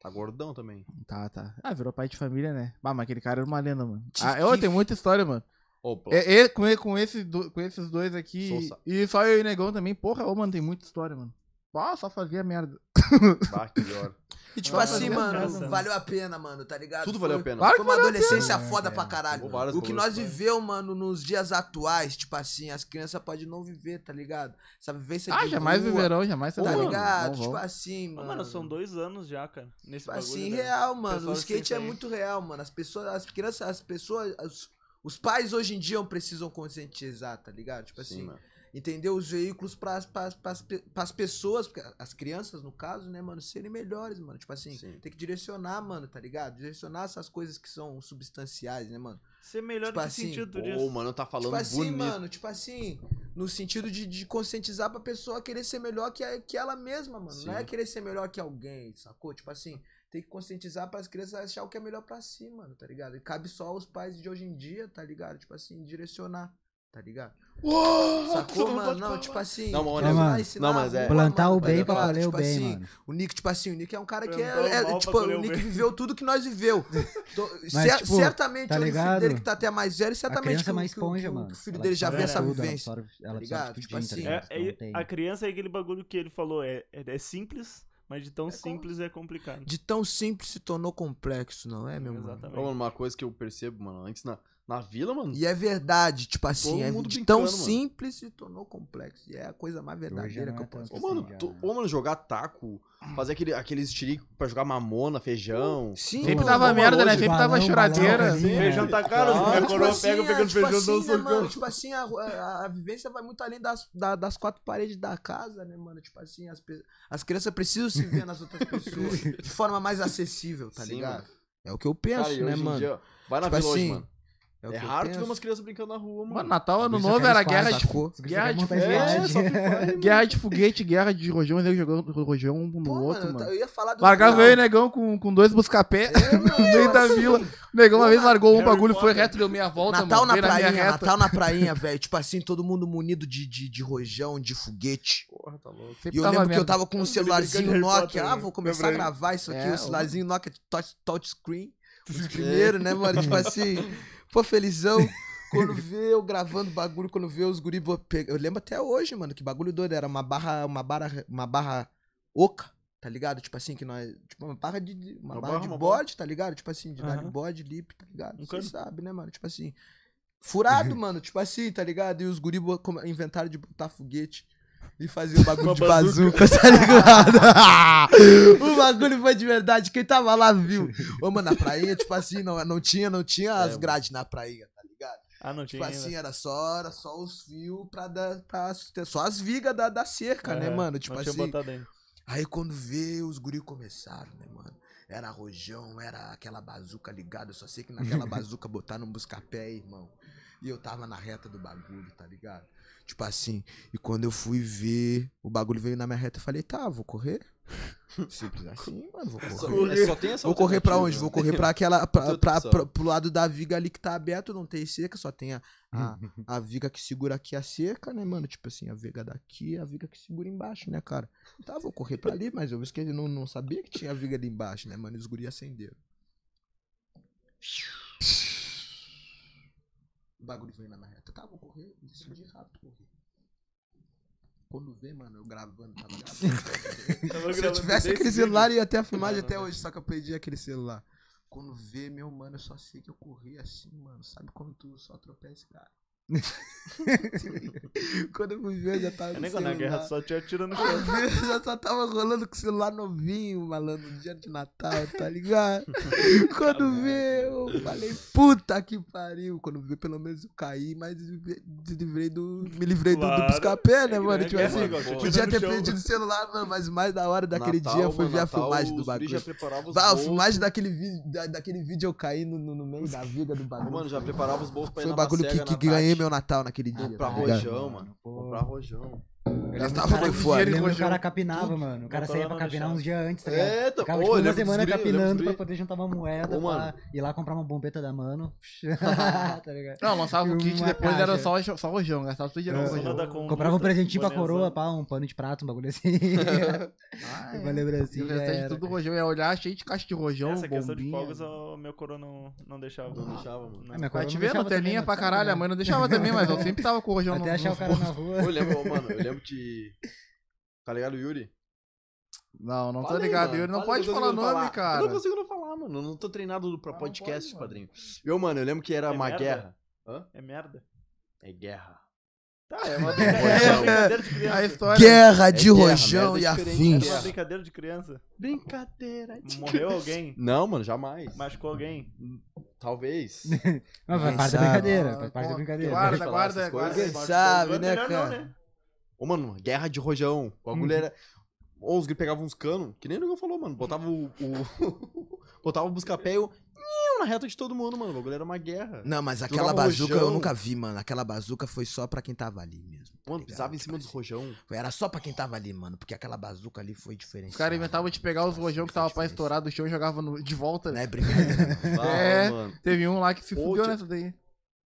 [SPEAKER 6] Tá gordão também.
[SPEAKER 4] É.
[SPEAKER 3] Tá, tá. Ah, virou pai de família, né? Bah, mas aquele cara era uma lenda, mano.
[SPEAKER 4] Tif,
[SPEAKER 3] Ah, eu
[SPEAKER 4] tif.
[SPEAKER 3] tenho muita história, mano.
[SPEAKER 6] Opa.
[SPEAKER 3] É, é, com, e- com, esse do- com esses dois aqui.
[SPEAKER 6] Sousa.
[SPEAKER 3] E só eu e o Negão também. Porra, ô, mano, tem muita história, mano. Ah, só fazia merda.
[SPEAKER 6] Bah, que tá pior.
[SPEAKER 4] E tipo
[SPEAKER 3] Ah,
[SPEAKER 4] assim,
[SPEAKER 3] valeu a
[SPEAKER 4] mano,
[SPEAKER 7] pena,
[SPEAKER 4] valeu a pena, mano, tá ligado?
[SPEAKER 6] Tudo valeu a
[SPEAKER 4] Foi-
[SPEAKER 6] pena.
[SPEAKER 3] Claro
[SPEAKER 4] Foi uma adolescência
[SPEAKER 3] né?
[SPEAKER 4] foda
[SPEAKER 5] É,
[SPEAKER 4] pra
[SPEAKER 5] é.
[SPEAKER 4] caralho.
[SPEAKER 6] Pô, vários
[SPEAKER 4] O que
[SPEAKER 6] valores,
[SPEAKER 4] nós
[SPEAKER 6] né?
[SPEAKER 4] viveu, mano, nos dias atuais, tipo assim, as crianças podem não viver, tá ligado? Essa vivência
[SPEAKER 3] Ah,
[SPEAKER 4] de
[SPEAKER 3] jamais
[SPEAKER 4] rua,
[SPEAKER 3] viverão, jamais
[SPEAKER 4] Tá
[SPEAKER 3] serão, mano.
[SPEAKER 4] ligado?
[SPEAKER 3] Vão,
[SPEAKER 4] Tipo
[SPEAKER 3] vão.
[SPEAKER 4] assim,
[SPEAKER 7] Ô,
[SPEAKER 4] mano.
[SPEAKER 7] mano, são dois anos já, cara. Nesse
[SPEAKER 4] Tipo
[SPEAKER 7] bagulho.
[SPEAKER 4] assim,
[SPEAKER 7] né?
[SPEAKER 4] real, mano.
[SPEAKER 7] Pessoal assim
[SPEAKER 4] O
[SPEAKER 7] sem
[SPEAKER 4] skate é
[SPEAKER 7] sair.
[SPEAKER 4] muito real, mano. As pessoas, as crianças, as pessoas, as- os pais hoje em dia precisam conscientizar, tá ligado? Tipo assim,
[SPEAKER 6] Sim, mano.
[SPEAKER 4] entendeu? Os veículos pras, pras, pras, pe- pras pessoas, porque as crianças, no caso, né, mano, serem melhores, mano. Tipo assim,
[SPEAKER 6] Sim.
[SPEAKER 4] tem que direcionar, mano, tá ligado? Direcionar essas coisas que são substanciais, né, mano?
[SPEAKER 7] Ser é melhor
[SPEAKER 4] Tipo
[SPEAKER 7] que
[SPEAKER 4] assim,
[SPEAKER 7] sentido
[SPEAKER 6] Ô,
[SPEAKER 7] disso.
[SPEAKER 6] mano, tá falando
[SPEAKER 4] tipo assim,
[SPEAKER 6] bonito.
[SPEAKER 4] mano, tipo assim, no sentido de, de conscientizar pra pessoa querer ser melhor que, a- que ela mesma, mano. Não é
[SPEAKER 6] Sim.
[SPEAKER 4] querer ser melhor que alguém, sacou? Tipo assim, tem que conscientizar pras crianças a achar o que é melhor pra si, mano, tá ligado? E cabe só aos pais de hoje em dia, tá ligado? Tipo assim, direcionar, tá ligado? Sacou, mano? Não, tipo assim.
[SPEAKER 6] Não, mano,
[SPEAKER 4] vai
[SPEAKER 5] é, mano.
[SPEAKER 4] ensinar
[SPEAKER 6] Não, mas
[SPEAKER 4] a
[SPEAKER 6] é-
[SPEAKER 4] rua,
[SPEAKER 5] Plantar
[SPEAKER 4] mano,
[SPEAKER 5] o
[SPEAKER 4] tá
[SPEAKER 5] bem pra
[SPEAKER 4] ligado?
[SPEAKER 5] colher o
[SPEAKER 4] Tipo
[SPEAKER 5] bem,
[SPEAKER 4] assim,
[SPEAKER 5] mano.
[SPEAKER 4] O Nick, tipo assim, o Nick é um cara que é.
[SPEAKER 7] Plantar o
[SPEAKER 4] é,
[SPEAKER 7] mal pra
[SPEAKER 4] tipo,
[SPEAKER 7] colher
[SPEAKER 4] o
[SPEAKER 7] o
[SPEAKER 4] Nick
[SPEAKER 7] bem.
[SPEAKER 4] viveu tudo que nós viveu. Tô-
[SPEAKER 5] Mas,
[SPEAKER 4] cer-
[SPEAKER 5] tipo,
[SPEAKER 4] certamente
[SPEAKER 5] tá
[SPEAKER 4] o filho
[SPEAKER 5] ligado?
[SPEAKER 4] dele que tá até mais velho, certamente
[SPEAKER 5] a criança
[SPEAKER 4] que,
[SPEAKER 5] é
[SPEAKER 4] o-
[SPEAKER 5] uma
[SPEAKER 4] que o-
[SPEAKER 5] esponja,
[SPEAKER 4] que o,
[SPEAKER 5] mano.
[SPEAKER 4] que o filho
[SPEAKER 5] Ela
[SPEAKER 4] dele já
[SPEAKER 5] absorve
[SPEAKER 4] vê essa
[SPEAKER 5] tudo,
[SPEAKER 4] vivência.
[SPEAKER 5] Ela absorve, ela
[SPEAKER 4] tá
[SPEAKER 5] absorve
[SPEAKER 4] ligado?
[SPEAKER 5] tudinho,
[SPEAKER 4] Tipo
[SPEAKER 5] tá
[SPEAKER 4] assim,
[SPEAKER 5] ligado?
[SPEAKER 7] É, é-
[SPEAKER 5] Não tem-
[SPEAKER 7] a criança é aquele bagulho que ele falou, é, é, é simples, mas de tão
[SPEAKER 4] É
[SPEAKER 7] simples é complicado.
[SPEAKER 4] De tão simples se tornou complexo, não é, meu mano?
[SPEAKER 6] Ô,
[SPEAKER 7] Exatamente.
[SPEAKER 6] mano, uma coisa que eu percebo, mano, antes na, na vila, mano.
[SPEAKER 4] E é verdade, tipo assim,
[SPEAKER 6] Todo
[SPEAKER 4] é
[SPEAKER 6] mundo
[SPEAKER 4] de
[SPEAKER 6] brincando,
[SPEAKER 4] tão
[SPEAKER 6] mano.
[SPEAKER 4] simples se tornou complexo. E é a coisa mais verdadeira
[SPEAKER 5] não
[SPEAKER 4] que eu
[SPEAKER 5] é tanto.
[SPEAKER 4] posso
[SPEAKER 6] Ô,
[SPEAKER 4] dizer.
[SPEAKER 6] mano,
[SPEAKER 5] assim, já-
[SPEAKER 6] tu- ô, mano, jogar taco, fazer aquele, aqueles tirico pra jogar mamona, feijão.
[SPEAKER 4] Sim,
[SPEAKER 2] Sempre
[SPEAKER 4] mano.
[SPEAKER 2] dava
[SPEAKER 6] vamos
[SPEAKER 2] merda, né?
[SPEAKER 6] longe,
[SPEAKER 2] Sempre dava
[SPEAKER 5] balão,
[SPEAKER 2] choradeira.
[SPEAKER 5] balão, assim,
[SPEAKER 7] Feijão
[SPEAKER 5] né?
[SPEAKER 7] tá caro,
[SPEAKER 6] Claro,
[SPEAKER 7] minha
[SPEAKER 4] tipo
[SPEAKER 7] coroa
[SPEAKER 4] assim,
[SPEAKER 7] pega
[SPEAKER 4] é,
[SPEAKER 7] pegando
[SPEAKER 4] tipo
[SPEAKER 7] feijão
[SPEAKER 2] um
[SPEAKER 4] assim,
[SPEAKER 7] não
[SPEAKER 4] né,
[SPEAKER 7] sou
[SPEAKER 4] mano? Tipo assim, a, a- a vivência vai muito além das, da- das quatro paredes da casa, né, mano? Tipo assim, as, pe- as crianças precisam se ver nas outras pessoas
[SPEAKER 2] [LAUGHS]
[SPEAKER 4] de forma mais acessível, tá
[SPEAKER 6] Sim,
[SPEAKER 4] ligado?
[SPEAKER 6] mano.
[SPEAKER 4] É o que eu penso,
[SPEAKER 6] Cara, e
[SPEAKER 4] né,
[SPEAKER 6] hoje em
[SPEAKER 4] mano?
[SPEAKER 6] dia, vai na
[SPEAKER 4] Tipo
[SPEAKER 6] vila hoje,
[SPEAKER 4] assim,
[SPEAKER 6] mano.
[SPEAKER 4] é o
[SPEAKER 6] É,
[SPEAKER 4] que eu
[SPEAKER 6] raro tu ver
[SPEAKER 4] penso.
[SPEAKER 6] umas crianças brincando na rua, mano.
[SPEAKER 2] Mano, Natal, Ano
[SPEAKER 5] Isso
[SPEAKER 2] Novo
[SPEAKER 5] aqui é
[SPEAKER 2] era
[SPEAKER 5] os
[SPEAKER 2] guerra
[SPEAKER 5] pais,
[SPEAKER 2] de,
[SPEAKER 4] sacou?
[SPEAKER 5] Os guris
[SPEAKER 2] guerra
[SPEAKER 5] querem
[SPEAKER 2] de
[SPEAKER 5] montar
[SPEAKER 2] fé,
[SPEAKER 5] esviade.
[SPEAKER 6] É, só que
[SPEAKER 2] [LAUGHS]
[SPEAKER 6] vai,
[SPEAKER 2] guerra de foguete, guerra de rojão e nego jogando rojão um no
[SPEAKER 4] Pô,
[SPEAKER 2] outro,
[SPEAKER 4] mano, eu,
[SPEAKER 2] mano.
[SPEAKER 4] ia falar do
[SPEAKER 2] Largava
[SPEAKER 4] final.
[SPEAKER 2] eu e o negão com, com dois buscapé
[SPEAKER 4] É,
[SPEAKER 2] no
[SPEAKER 4] mano,
[SPEAKER 2] meio né? da
[SPEAKER 4] assim,
[SPEAKER 2] vila. O [LAUGHS] negão uma
[SPEAKER 4] Pô,
[SPEAKER 2] vez largou um
[SPEAKER 7] Harry
[SPEAKER 2] bagulho, foi
[SPEAKER 7] Potter.
[SPEAKER 2] reto, deu meia volta,
[SPEAKER 4] Natal
[SPEAKER 2] mano.
[SPEAKER 4] na
[SPEAKER 2] veio minha
[SPEAKER 4] prainha,
[SPEAKER 2] reta.
[SPEAKER 4] Natal na prainha, velho. Tipo assim, todo mundo munido de, de, de rojão, de foguete.
[SPEAKER 6] Porra, tá louco.
[SPEAKER 4] E
[SPEAKER 2] Sempre
[SPEAKER 4] eu
[SPEAKER 2] tava
[SPEAKER 4] lembro que eu
[SPEAKER 2] merda. [LAUGHS]
[SPEAKER 4] tava com um celularzinho
[SPEAKER 7] Harry
[SPEAKER 4] Nokia.
[SPEAKER 7] Potter,
[SPEAKER 4] Ah,
[SPEAKER 7] né?
[SPEAKER 4] vou começar a
[SPEAKER 7] Lembrei.
[SPEAKER 4] gravar isso aqui,
[SPEAKER 2] É,
[SPEAKER 4] o
[SPEAKER 2] o-
[SPEAKER 4] celularzinho Nokia touch, touchscreen. Os primeiros, né, mano?
[SPEAKER 2] [LAUGHS]
[SPEAKER 4] Tipo assim, pô, felizão. Quando vê eu gravando bagulho, quando vê os guri... bo- pe- Eu lembro até hoje, mano, que bagulho doido. Era uma barra, uma barra, uma barra oca, tá ligado? Tipo assim, que nós... Tipo, uma barra de, de- uma
[SPEAKER 6] Uma
[SPEAKER 4] barra
[SPEAKER 6] barra,
[SPEAKER 4] de
[SPEAKER 6] uma
[SPEAKER 4] bode, tá ligado? Tipo assim, de dar de
[SPEAKER 7] Aham.
[SPEAKER 4] bode, lip, tá ligado?
[SPEAKER 7] Um
[SPEAKER 4] Você
[SPEAKER 7] cano.
[SPEAKER 4] sabe, né, mano? Tipo assim...
[SPEAKER 2] [LAUGHS]
[SPEAKER 4] Furado, mano, tipo assim, tá ligado? E os guri bo- come- inventaram de botar foguete e fazer
[SPEAKER 7] [LAUGHS]
[SPEAKER 4] o bagulho
[SPEAKER 7] Uma
[SPEAKER 4] de bazuca, tá ligado? [LAUGHS] o bagulho foi de verdade, quem tava lá viu. Ô, mano, na prainha, tipo assim, não, não tinha, não tinha as
[SPEAKER 6] mano.
[SPEAKER 4] grades na prainha, tá ligado?
[SPEAKER 7] Ah, não
[SPEAKER 4] Tipo
[SPEAKER 7] É, tinha
[SPEAKER 4] assim,
[SPEAKER 7] ainda.
[SPEAKER 4] era só, era só os fios pra dar, pra susten- só as vigas da, da cerca, né,
[SPEAKER 7] Aham,
[SPEAKER 4] mano? Tipo
[SPEAKER 7] É, não
[SPEAKER 4] assim,
[SPEAKER 7] tinha botado ainda.
[SPEAKER 4] Aí quando vê, os guri começaram, né, mano? Era rojão, era aquela bazuca ligada. Eu só sei que
[SPEAKER 6] [LAUGHS]
[SPEAKER 4] naquela bazuca botaram um buscapé, irmão. E eu tava na reta do bagulho, tá ligado? Tipo assim, e quando eu fui ver, o bagulho veio na minha reta, eu falei, tá, vou
[SPEAKER 6] [LAUGHS]
[SPEAKER 4] correr. Simples assim, mano, vou
[SPEAKER 6] Só,
[SPEAKER 4] correr.
[SPEAKER 6] é, só tem essa
[SPEAKER 4] Vou correr pra onde?
[SPEAKER 6] alternativa,
[SPEAKER 4] Vou
[SPEAKER 6] né?
[SPEAKER 4] correr pra aquela. Pra,
[SPEAKER 6] Tem
[SPEAKER 4] pra,
[SPEAKER 6] opção.
[SPEAKER 4] pra- pro lado da viga ali que tá aberto, não tem cerca, só tem a, a, a viga que segura aqui a cerca, né, mano? Tipo assim, a viga daqui a viga que segura embaixo, né, cara? Tá, vou correr pra ali, mas eu esqueci, não, não sabia que tinha a viga ali embaixo, né, mano? E os guri acenderam. O bagulho veio na minha reta. Tá, vou correr, decidi rápido correr. Quando vê, mano, eu gravando, tá tava gravando.
[SPEAKER 7] Tava
[SPEAKER 4] Se eu
[SPEAKER 7] gravando
[SPEAKER 4] tivesse
[SPEAKER 7] desse
[SPEAKER 4] aquele
[SPEAKER 7] vídeo.
[SPEAKER 4] celular, ia até a filmagem
[SPEAKER 7] Não,
[SPEAKER 4] até
[SPEAKER 7] não,
[SPEAKER 4] hoje, só que eu perdi aquele celular. Quando vê, meu mano, eu só sei que eu corri assim, mano. Sabe quando tu só
[SPEAKER 7] [LAUGHS]
[SPEAKER 4] tropeça, cara? quando eu fui ver, eu já tava
[SPEAKER 7] É
[SPEAKER 4] no
[SPEAKER 7] nego na
[SPEAKER 4] celular.
[SPEAKER 7] guerra, só te atira no chão.
[SPEAKER 4] Quando eu vi, eu já só tava rolando com o celular novinho, malandro, no dia de Natal,
[SPEAKER 7] [LAUGHS]
[SPEAKER 4] tá ligado? Quando vê, eu falei, puta que pariu. Quando vê, pelo menos eu caí, mas me livrei do, me livrei do- do
[SPEAKER 7] Claro.
[SPEAKER 4] buscapé, né,
[SPEAKER 7] É que
[SPEAKER 4] mano?
[SPEAKER 7] nem a
[SPEAKER 4] Tipo
[SPEAKER 7] guerra,
[SPEAKER 4] assim,
[SPEAKER 7] igual, te atira
[SPEAKER 4] Podia
[SPEAKER 6] podia
[SPEAKER 7] no
[SPEAKER 4] ter
[SPEAKER 7] chão.
[SPEAKER 4] perdido o celular, mano, mas mais da hora daquele
[SPEAKER 6] Natal,
[SPEAKER 4] dia foi
[SPEAKER 6] mano,
[SPEAKER 4] ver a
[SPEAKER 6] Natal,
[SPEAKER 4] filmagem do
[SPEAKER 6] os é guri
[SPEAKER 4] bagulho.
[SPEAKER 6] já preparava os
[SPEAKER 4] Bah, a
[SPEAKER 6] bolsos.
[SPEAKER 4] filmagem daquele, vi- da- daquele vídeo eu caí no, no- no meio da viga do bagulho.
[SPEAKER 6] Mano, já preparava os bolsos pra ir
[SPEAKER 4] foi o
[SPEAKER 6] na
[SPEAKER 4] bagulho que,
[SPEAKER 6] macega,
[SPEAKER 4] que
[SPEAKER 6] na
[SPEAKER 4] ganhei
[SPEAKER 6] Tati. Ah,
[SPEAKER 4] meu Natal naquele
[SPEAKER 5] [LAUGHS]
[SPEAKER 4] dia. tá
[SPEAKER 6] Pra
[SPEAKER 5] Caralho,
[SPEAKER 4] ligado?
[SPEAKER 6] rojão, mano.
[SPEAKER 5] Pô.
[SPEAKER 6] Comprar rojão.
[SPEAKER 5] Eu
[SPEAKER 4] tava
[SPEAKER 5] lembro que o cara-
[SPEAKER 4] com fome,
[SPEAKER 5] eu lembro que
[SPEAKER 2] né,
[SPEAKER 5] o cara
[SPEAKER 2] João?
[SPEAKER 5] capinava, mano. O cara
[SPEAKER 7] Botava
[SPEAKER 5] saía
[SPEAKER 7] lá
[SPEAKER 5] pra
[SPEAKER 7] no
[SPEAKER 5] capinar
[SPEAKER 7] chão.
[SPEAKER 5] uns dias antes, tá ligado?
[SPEAKER 6] É, tá
[SPEAKER 5] Ficava tipo,
[SPEAKER 6] Ô, eu
[SPEAKER 5] uma
[SPEAKER 6] lembro
[SPEAKER 5] semana
[SPEAKER 6] dos guri, eu lembro dos
[SPEAKER 5] capinando
[SPEAKER 6] guri.
[SPEAKER 5] pra poder juntar uma moeda,
[SPEAKER 6] Ô, mano.
[SPEAKER 5] pra ir lá comprar uma bombeta da
[SPEAKER 6] [LAUGHS]
[SPEAKER 5] mano. [LAUGHS] tá ligado?
[SPEAKER 2] Não, lançava o
[SPEAKER 5] Uma
[SPEAKER 2] kit, depois era
[SPEAKER 5] caixa.
[SPEAKER 2] só, só rojão, gastava tudo dinheiro no
[SPEAKER 5] É.
[SPEAKER 2] rojão.
[SPEAKER 7] Nada com
[SPEAKER 5] Comprava um
[SPEAKER 7] luta,
[SPEAKER 5] presentinho pra
[SPEAKER 7] bonezão.
[SPEAKER 5] coroa, pá, um pano de prato, um
[SPEAKER 2] [LAUGHS]
[SPEAKER 5] bagulho assim.
[SPEAKER 2] Ah,
[SPEAKER 5] uma
[SPEAKER 2] é. E
[SPEAKER 5] lembrancinha.
[SPEAKER 2] o
[SPEAKER 5] já
[SPEAKER 2] restante
[SPEAKER 5] era.
[SPEAKER 2] tudo rojão, ia olhar cheio de caixa de rojão,
[SPEAKER 7] Essa questão de
[SPEAKER 2] bombinha.
[SPEAKER 7] folgas, o meu coroa não, não deixava.
[SPEAKER 6] Não deixava, mano.
[SPEAKER 5] Ah, minha
[SPEAKER 4] É,
[SPEAKER 5] coroa
[SPEAKER 2] Vai
[SPEAKER 5] não
[SPEAKER 2] te vendo,
[SPEAKER 5] deixava também,
[SPEAKER 2] telinha
[SPEAKER 5] mas
[SPEAKER 2] pra
[SPEAKER 5] sabe,
[SPEAKER 2] caralho,
[SPEAKER 5] né?
[SPEAKER 2] a mãe não deixava também, mas eu sempre tava com o rojão no,
[SPEAKER 5] Até achar o
[SPEAKER 2] no
[SPEAKER 5] cara na rua.
[SPEAKER 6] Eu lembro, ô, mano, eu lembro de. Tá ligado, Yuri?
[SPEAKER 2] Não, não tô
[SPEAKER 6] Falei,
[SPEAKER 2] ligado,
[SPEAKER 6] mano,
[SPEAKER 2] Yuri, não
[SPEAKER 6] falei,
[SPEAKER 2] pode
[SPEAKER 6] tô
[SPEAKER 2] falar
[SPEAKER 6] conseguindo
[SPEAKER 2] nome,
[SPEAKER 6] falar.
[SPEAKER 2] cara.
[SPEAKER 3] [LAUGHS]
[SPEAKER 6] Eu não consigo não falar, mano. Eu Ah, não tô treinado pra
[SPEAKER 2] não
[SPEAKER 6] podcast,
[SPEAKER 2] pode,
[SPEAKER 6] padrinho. Eu, mano, eu lembro que era
[SPEAKER 7] É
[SPEAKER 6] uma
[SPEAKER 7] merda?
[SPEAKER 6] guerra.
[SPEAKER 7] É merda.
[SPEAKER 6] É guerra.
[SPEAKER 7] Tá, é uma brincadeira, é uma brincadeira de
[SPEAKER 2] A
[SPEAKER 7] criança.
[SPEAKER 2] história...
[SPEAKER 4] Guerra de
[SPEAKER 6] É guerra,
[SPEAKER 4] rojão
[SPEAKER 6] merda
[SPEAKER 4] e
[SPEAKER 6] diferente, né?
[SPEAKER 4] afins.
[SPEAKER 7] Era uma
[SPEAKER 6] guerra.
[SPEAKER 7] brincadeira de criança.
[SPEAKER 6] Brincadeira.
[SPEAKER 7] Morreu alguém,
[SPEAKER 6] Não, mano, jamais.
[SPEAKER 7] machucou alguém.
[SPEAKER 2] [LAUGHS]
[SPEAKER 6] Talvez.
[SPEAKER 5] Mas faz
[SPEAKER 4] Quem
[SPEAKER 5] parte da
[SPEAKER 4] sabe?
[SPEAKER 5] brincadeira, faz parte da
[SPEAKER 3] Ah,
[SPEAKER 2] Guarda,
[SPEAKER 5] brincadeira.
[SPEAKER 2] guarda,
[SPEAKER 6] falar
[SPEAKER 2] guarda,
[SPEAKER 6] essas
[SPEAKER 2] guarda.
[SPEAKER 6] coisas.
[SPEAKER 4] Quem sabe,
[SPEAKER 7] Mas
[SPEAKER 4] né,
[SPEAKER 7] melhor não,
[SPEAKER 4] cara?
[SPEAKER 7] né?
[SPEAKER 6] Ô, mano, guerra de rojão. O
[SPEAKER 2] Uhum.
[SPEAKER 6] bagulho era. Ou os guri pegavam uns canos, que nem o Negão falou, mano. Botava o. o- [LAUGHS] botava o buscapé e eu. Na reta de todo mundo, mano. O bagulho era uma guerra.
[SPEAKER 4] Não, mas aquela
[SPEAKER 6] Jogava
[SPEAKER 4] bazuca eu
[SPEAKER 6] rojão.
[SPEAKER 4] nunca vi, mano. Aquela bazuca foi só pra quem tava ali mesmo. tá
[SPEAKER 6] Mano,
[SPEAKER 4] ligado?
[SPEAKER 6] pisava em
[SPEAKER 4] Tipo
[SPEAKER 6] cima dos
[SPEAKER 2] [LAUGHS]
[SPEAKER 4] assim,
[SPEAKER 6] rojão.
[SPEAKER 4] Era só pra quem tava ali, mano. Porque aquela bazuca ali foi diferente.
[SPEAKER 3] Os caras inventavam de pegar os rojão que tava pra estourar do chão e jogavam no- de volta.
[SPEAKER 5] Né?
[SPEAKER 4] Não é brincadeira, não.
[SPEAKER 6] [LAUGHS]
[SPEAKER 3] É.
[SPEAKER 6] Ah, mano.
[SPEAKER 3] Teve um lá que se
[SPEAKER 6] Pô,
[SPEAKER 3] fudeu
[SPEAKER 6] tio.
[SPEAKER 3] nessa daí.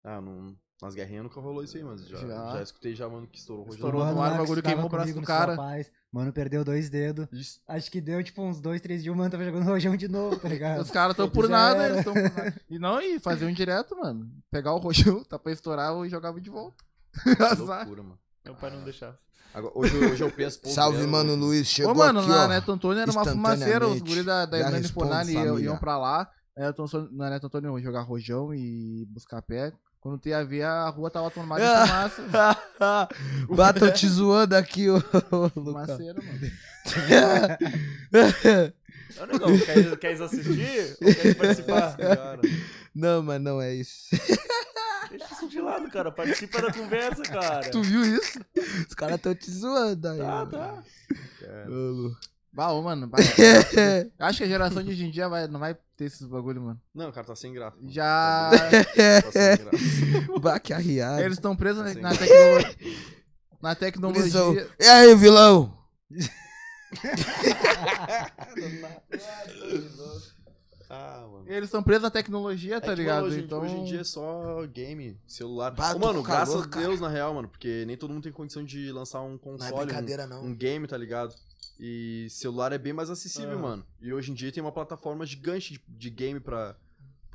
[SPEAKER 6] Ah, não. Nas guerrinhas nunca rolou isso aí, mas já,
[SPEAKER 3] Já.
[SPEAKER 6] já. escutei já, mano, que estourou o rojão.
[SPEAKER 3] Estourou no ar, o
[SPEAKER 5] Max
[SPEAKER 3] bagulho
[SPEAKER 5] tava
[SPEAKER 3] queimou o braço
[SPEAKER 5] comigo
[SPEAKER 3] do
[SPEAKER 5] no
[SPEAKER 3] cara.
[SPEAKER 5] Sulapaz. Mano, perdeu dois dedos.
[SPEAKER 6] Isso.
[SPEAKER 5] Acho que deu, tipo, uns dois, três dias, o mano tava jogando rojão de novo, tá
[SPEAKER 3] [LAUGHS]
[SPEAKER 5] ligado?
[SPEAKER 3] Os caras tão por
[SPEAKER 5] Já
[SPEAKER 3] nada,
[SPEAKER 5] era.
[SPEAKER 3] eles tão por nada. E não, e faziam direto, mano. Pegar o rojão, tá pra estourar e jogava de volta. [LAUGHS]
[SPEAKER 2] [LAUGHS]
[SPEAKER 3] Azar.
[SPEAKER 6] Loucura, mano.
[SPEAKER 7] Meu pai não deixava.
[SPEAKER 6] Agora, hoje, eu- hoje eu penso, pô, é
[SPEAKER 4] Salve,
[SPEAKER 6] velho,
[SPEAKER 4] mano,
[SPEAKER 6] hoje-
[SPEAKER 4] Luiz. Chegou
[SPEAKER 3] Ô, mano, né?
[SPEAKER 4] aqui,
[SPEAKER 3] na
[SPEAKER 4] ó.
[SPEAKER 3] Neto Antônio era uma fumaceira, os
[SPEAKER 4] instantaneamente.
[SPEAKER 3] guri da, da
[SPEAKER 4] Já
[SPEAKER 3] Hernani
[SPEAKER 4] respondo,
[SPEAKER 3] Fornari iam,
[SPEAKER 4] família.
[SPEAKER 3] iam pra lá. É, Na Neto Antônio- Na Neto Antônio jogar rojão e buscar pé. Quando tu ia ver, a rua tava tomada de
[SPEAKER 4] Ah. [LAUGHS]
[SPEAKER 3] fumaça.
[SPEAKER 4] Batam te zoando aqui, ô, ô Lucas.
[SPEAKER 3] Fumaceira, mano.
[SPEAKER 7] Ô, negão, quer, queres assistir? Ou queres participar?
[SPEAKER 6] Cara,
[SPEAKER 4] [LAUGHS] Não, mas não é isso.
[SPEAKER 7] Deixa isso de lado, cara. Participa da conversa, cara.
[SPEAKER 3] Tu viu isso?
[SPEAKER 4] Os caras tão te zoando aí.
[SPEAKER 7] Tá,
[SPEAKER 4] mano.
[SPEAKER 7] tá.
[SPEAKER 6] cara.
[SPEAKER 4] Ô, Lu.
[SPEAKER 3] Bah, ô, mano. bah. Acho que a geração de hoje em dia vai, não vai ter esses bagulho, mano.
[SPEAKER 6] Não, cara, tá sem graça. mano.
[SPEAKER 3] Já.
[SPEAKER 6] Tá sem
[SPEAKER 3] [LAUGHS]
[SPEAKER 6] graça.
[SPEAKER 4] Bah, que arriado.
[SPEAKER 3] Eles estão presos na,
[SPEAKER 6] Assim.
[SPEAKER 3] na
[SPEAKER 4] [LAUGHS]
[SPEAKER 3] tecnologia. Na
[SPEAKER 4] Gurizão.
[SPEAKER 3] tecnologia.
[SPEAKER 4] E aí, vilão?
[SPEAKER 6] Ah, mano.
[SPEAKER 3] Eles estão presos na tecnologia, tá
[SPEAKER 6] É que,
[SPEAKER 3] ligado?
[SPEAKER 6] mano, hoje, em-
[SPEAKER 3] então...
[SPEAKER 6] hoje em dia é só game, celular.
[SPEAKER 4] Bah, tô
[SPEAKER 6] Ô, mano,
[SPEAKER 4] com
[SPEAKER 6] graças
[SPEAKER 4] calor,
[SPEAKER 6] a
[SPEAKER 4] cara.
[SPEAKER 6] Deus, na real, mano, porque nem todo mundo tem condição de lançar um
[SPEAKER 4] Não é
[SPEAKER 6] console, um,
[SPEAKER 4] brincadeira, não.
[SPEAKER 6] um game, tá ligado? E celular é bem mais acessível,
[SPEAKER 7] Ah.
[SPEAKER 6] mano. E hoje em dia tem uma plataforma gigante de, de game pra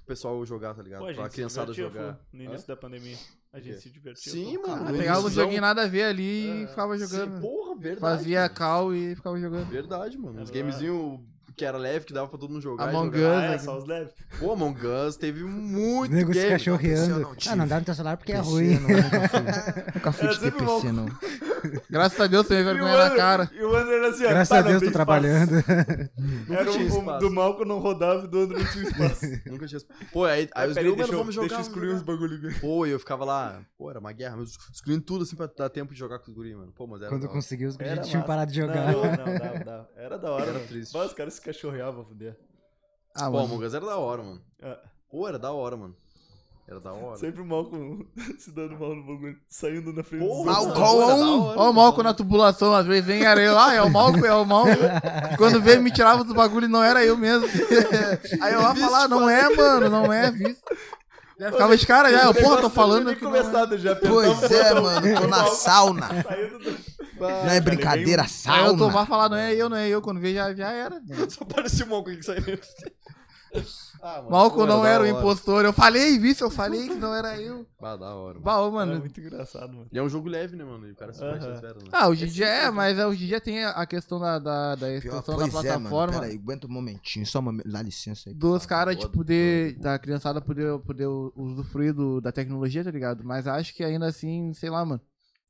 [SPEAKER 6] o pessoal jogar, tá ligado?
[SPEAKER 7] Pô, a
[SPEAKER 6] pra
[SPEAKER 7] gente se
[SPEAKER 6] criançada
[SPEAKER 7] divertiu
[SPEAKER 6] jogar.
[SPEAKER 7] pô, no início da pandemia. A gente
[SPEAKER 6] quê?
[SPEAKER 7] se divertiu.
[SPEAKER 6] Sim,
[SPEAKER 7] pô.
[SPEAKER 6] mano.
[SPEAKER 3] Ah,
[SPEAKER 6] no
[SPEAKER 3] pegava um
[SPEAKER 6] início-
[SPEAKER 3] joguinho nada a ver ali e
[SPEAKER 7] É,
[SPEAKER 3] ficava
[SPEAKER 6] Sim,
[SPEAKER 3] jogando.
[SPEAKER 6] porra, verdade.
[SPEAKER 3] Fazia
[SPEAKER 6] mano.
[SPEAKER 3] call e ficava jogando.
[SPEAKER 6] Verdade, mano. Uns
[SPEAKER 7] Era-
[SPEAKER 6] gamezinhos que era leve, que dava pra todo mundo jogar. e
[SPEAKER 3] Among
[SPEAKER 6] jogar.
[SPEAKER 7] Ah, é,
[SPEAKER 3] Us, né?
[SPEAKER 7] só os leves.
[SPEAKER 6] Pô, Among Us teve
[SPEAKER 5] Os
[SPEAKER 6] muito
[SPEAKER 5] negros se
[SPEAKER 6] game.
[SPEAKER 4] PC eu
[SPEAKER 5] cachorreando.
[SPEAKER 4] não tive.
[SPEAKER 5] Ah, não dá no teu celular porque é
[SPEAKER 4] PC
[SPEAKER 5] ruim.
[SPEAKER 4] não, nunca fui. Nunca fui
[SPEAKER 7] Era
[SPEAKER 4] de
[SPEAKER 7] sempre mal.
[SPEAKER 4] TPC, não.
[SPEAKER 3] Graças a Deus, teve
[SPEAKER 7] E o
[SPEAKER 3] vergonha na
[SPEAKER 7] tipo, André-
[SPEAKER 3] cara.
[SPEAKER 7] E o André era assim, ó,
[SPEAKER 5] [LAUGHS] Graças
[SPEAKER 7] tá,
[SPEAKER 5] a
[SPEAKER 7] não
[SPEAKER 5] Deus
[SPEAKER 7] tem espaço.
[SPEAKER 5] tô trabalhando.
[SPEAKER 7] Era
[SPEAKER 6] tinha
[SPEAKER 7] um, um,
[SPEAKER 6] espaço.
[SPEAKER 7] do Malco não rodava e do André não tinha espaço.
[SPEAKER 6] Nunca tinha. Pô, aí, [LAUGHS] aí
[SPEAKER 7] Peraí,
[SPEAKER 6] os gringos, mano,
[SPEAKER 7] deixa eu-
[SPEAKER 6] vamos jogar.
[SPEAKER 7] Deixa
[SPEAKER 6] um
[SPEAKER 7] eu
[SPEAKER 6] vamos
[SPEAKER 7] excluir
[SPEAKER 6] jogar.
[SPEAKER 7] os
[SPEAKER 6] [LAUGHS]
[SPEAKER 7] bagulho.
[SPEAKER 6] Pô, e eu ficava lá, pô, era uma guerra, mas excluindo tudo assim pra dar tempo de jogar com os guri, mano. Pô, mas era.
[SPEAKER 5] Quando
[SPEAKER 6] da hora.
[SPEAKER 5] conseguiu, os
[SPEAKER 7] Era
[SPEAKER 5] guris tinham
[SPEAKER 7] massa.
[SPEAKER 5] parado de
[SPEAKER 7] Não,
[SPEAKER 5] jogar.
[SPEAKER 7] não, não, dava, dava. Era da hora.
[SPEAKER 6] Era
[SPEAKER 7] mano.
[SPEAKER 6] triste.
[SPEAKER 7] Mas os caras se cachorreavam, fuder.
[SPEAKER 3] Ah,
[SPEAKER 6] Pô, [LAUGHS]
[SPEAKER 3] mano.
[SPEAKER 6] Among Us era da hora, mano.
[SPEAKER 7] É.
[SPEAKER 6] Pô, era da hora, mano. Era da hora.
[SPEAKER 7] Sempre o Malco [LAUGHS] se dando mal no bagulho. Saindo na frente dos
[SPEAKER 6] Porra, Malco.
[SPEAKER 7] outros.
[SPEAKER 3] Malcolm! Ó o
[SPEAKER 7] [LAUGHS]
[SPEAKER 3] Malco na tubulação, às vezes vem areia lá, é o Malco, é o Malco. Quando veio, me tirava dos bagulho e não era eu [LAUGHS] mesmo. Aí eu lá falar, não é, mano, não é, visto. Já ficava os caras já, eu, porra, tô falando
[SPEAKER 7] Nem
[SPEAKER 3] aqui. não é.
[SPEAKER 7] começado já.
[SPEAKER 4] Pois
[SPEAKER 7] apertava o
[SPEAKER 4] é,
[SPEAKER 7] botão,
[SPEAKER 4] mano, tô na
[SPEAKER 7] Malco
[SPEAKER 4] sauna.
[SPEAKER 7] Saindo do...
[SPEAKER 4] Não é brincadeira,
[SPEAKER 3] Aí eu
[SPEAKER 4] sauna.
[SPEAKER 3] tomar falar, não é eu, não é eu. Quando veio, já, já era.
[SPEAKER 6] Só parecia o Malco que saiu. ah, mano,
[SPEAKER 3] Malco
[SPEAKER 6] pô,
[SPEAKER 3] não
[SPEAKER 6] da
[SPEAKER 3] era um o
[SPEAKER 6] hora.
[SPEAKER 3] impostor. Eu falei, visto, eu falei que não era eu.
[SPEAKER 6] Ah, da hora. Mano.
[SPEAKER 3] Baú,
[SPEAKER 7] Mano, é
[SPEAKER 3] mano.
[SPEAKER 7] muito engraçado, mano.
[SPEAKER 6] E é um jogo leve, né, mano? E o cara se
[SPEAKER 7] Aham.
[SPEAKER 6] bate nas pernas, né?
[SPEAKER 3] Ah, hoje em dia é, mas é, hoje em dia tem a questão da, da, da
[SPEAKER 4] Pior,
[SPEAKER 3] extensão da
[SPEAKER 4] pois é, mano.
[SPEAKER 3] plataforma.
[SPEAKER 4] Pera aí, aguenta um momentinho, só uma. Dá licença aí. por
[SPEAKER 3] dos
[SPEAKER 4] favor.
[SPEAKER 3] caras,
[SPEAKER 6] boa,
[SPEAKER 3] tipo, poder. Da criançada poder, poder usufruir do- da tecnologia, tá ligado? Mas acho que ainda assim, sei lá, mano.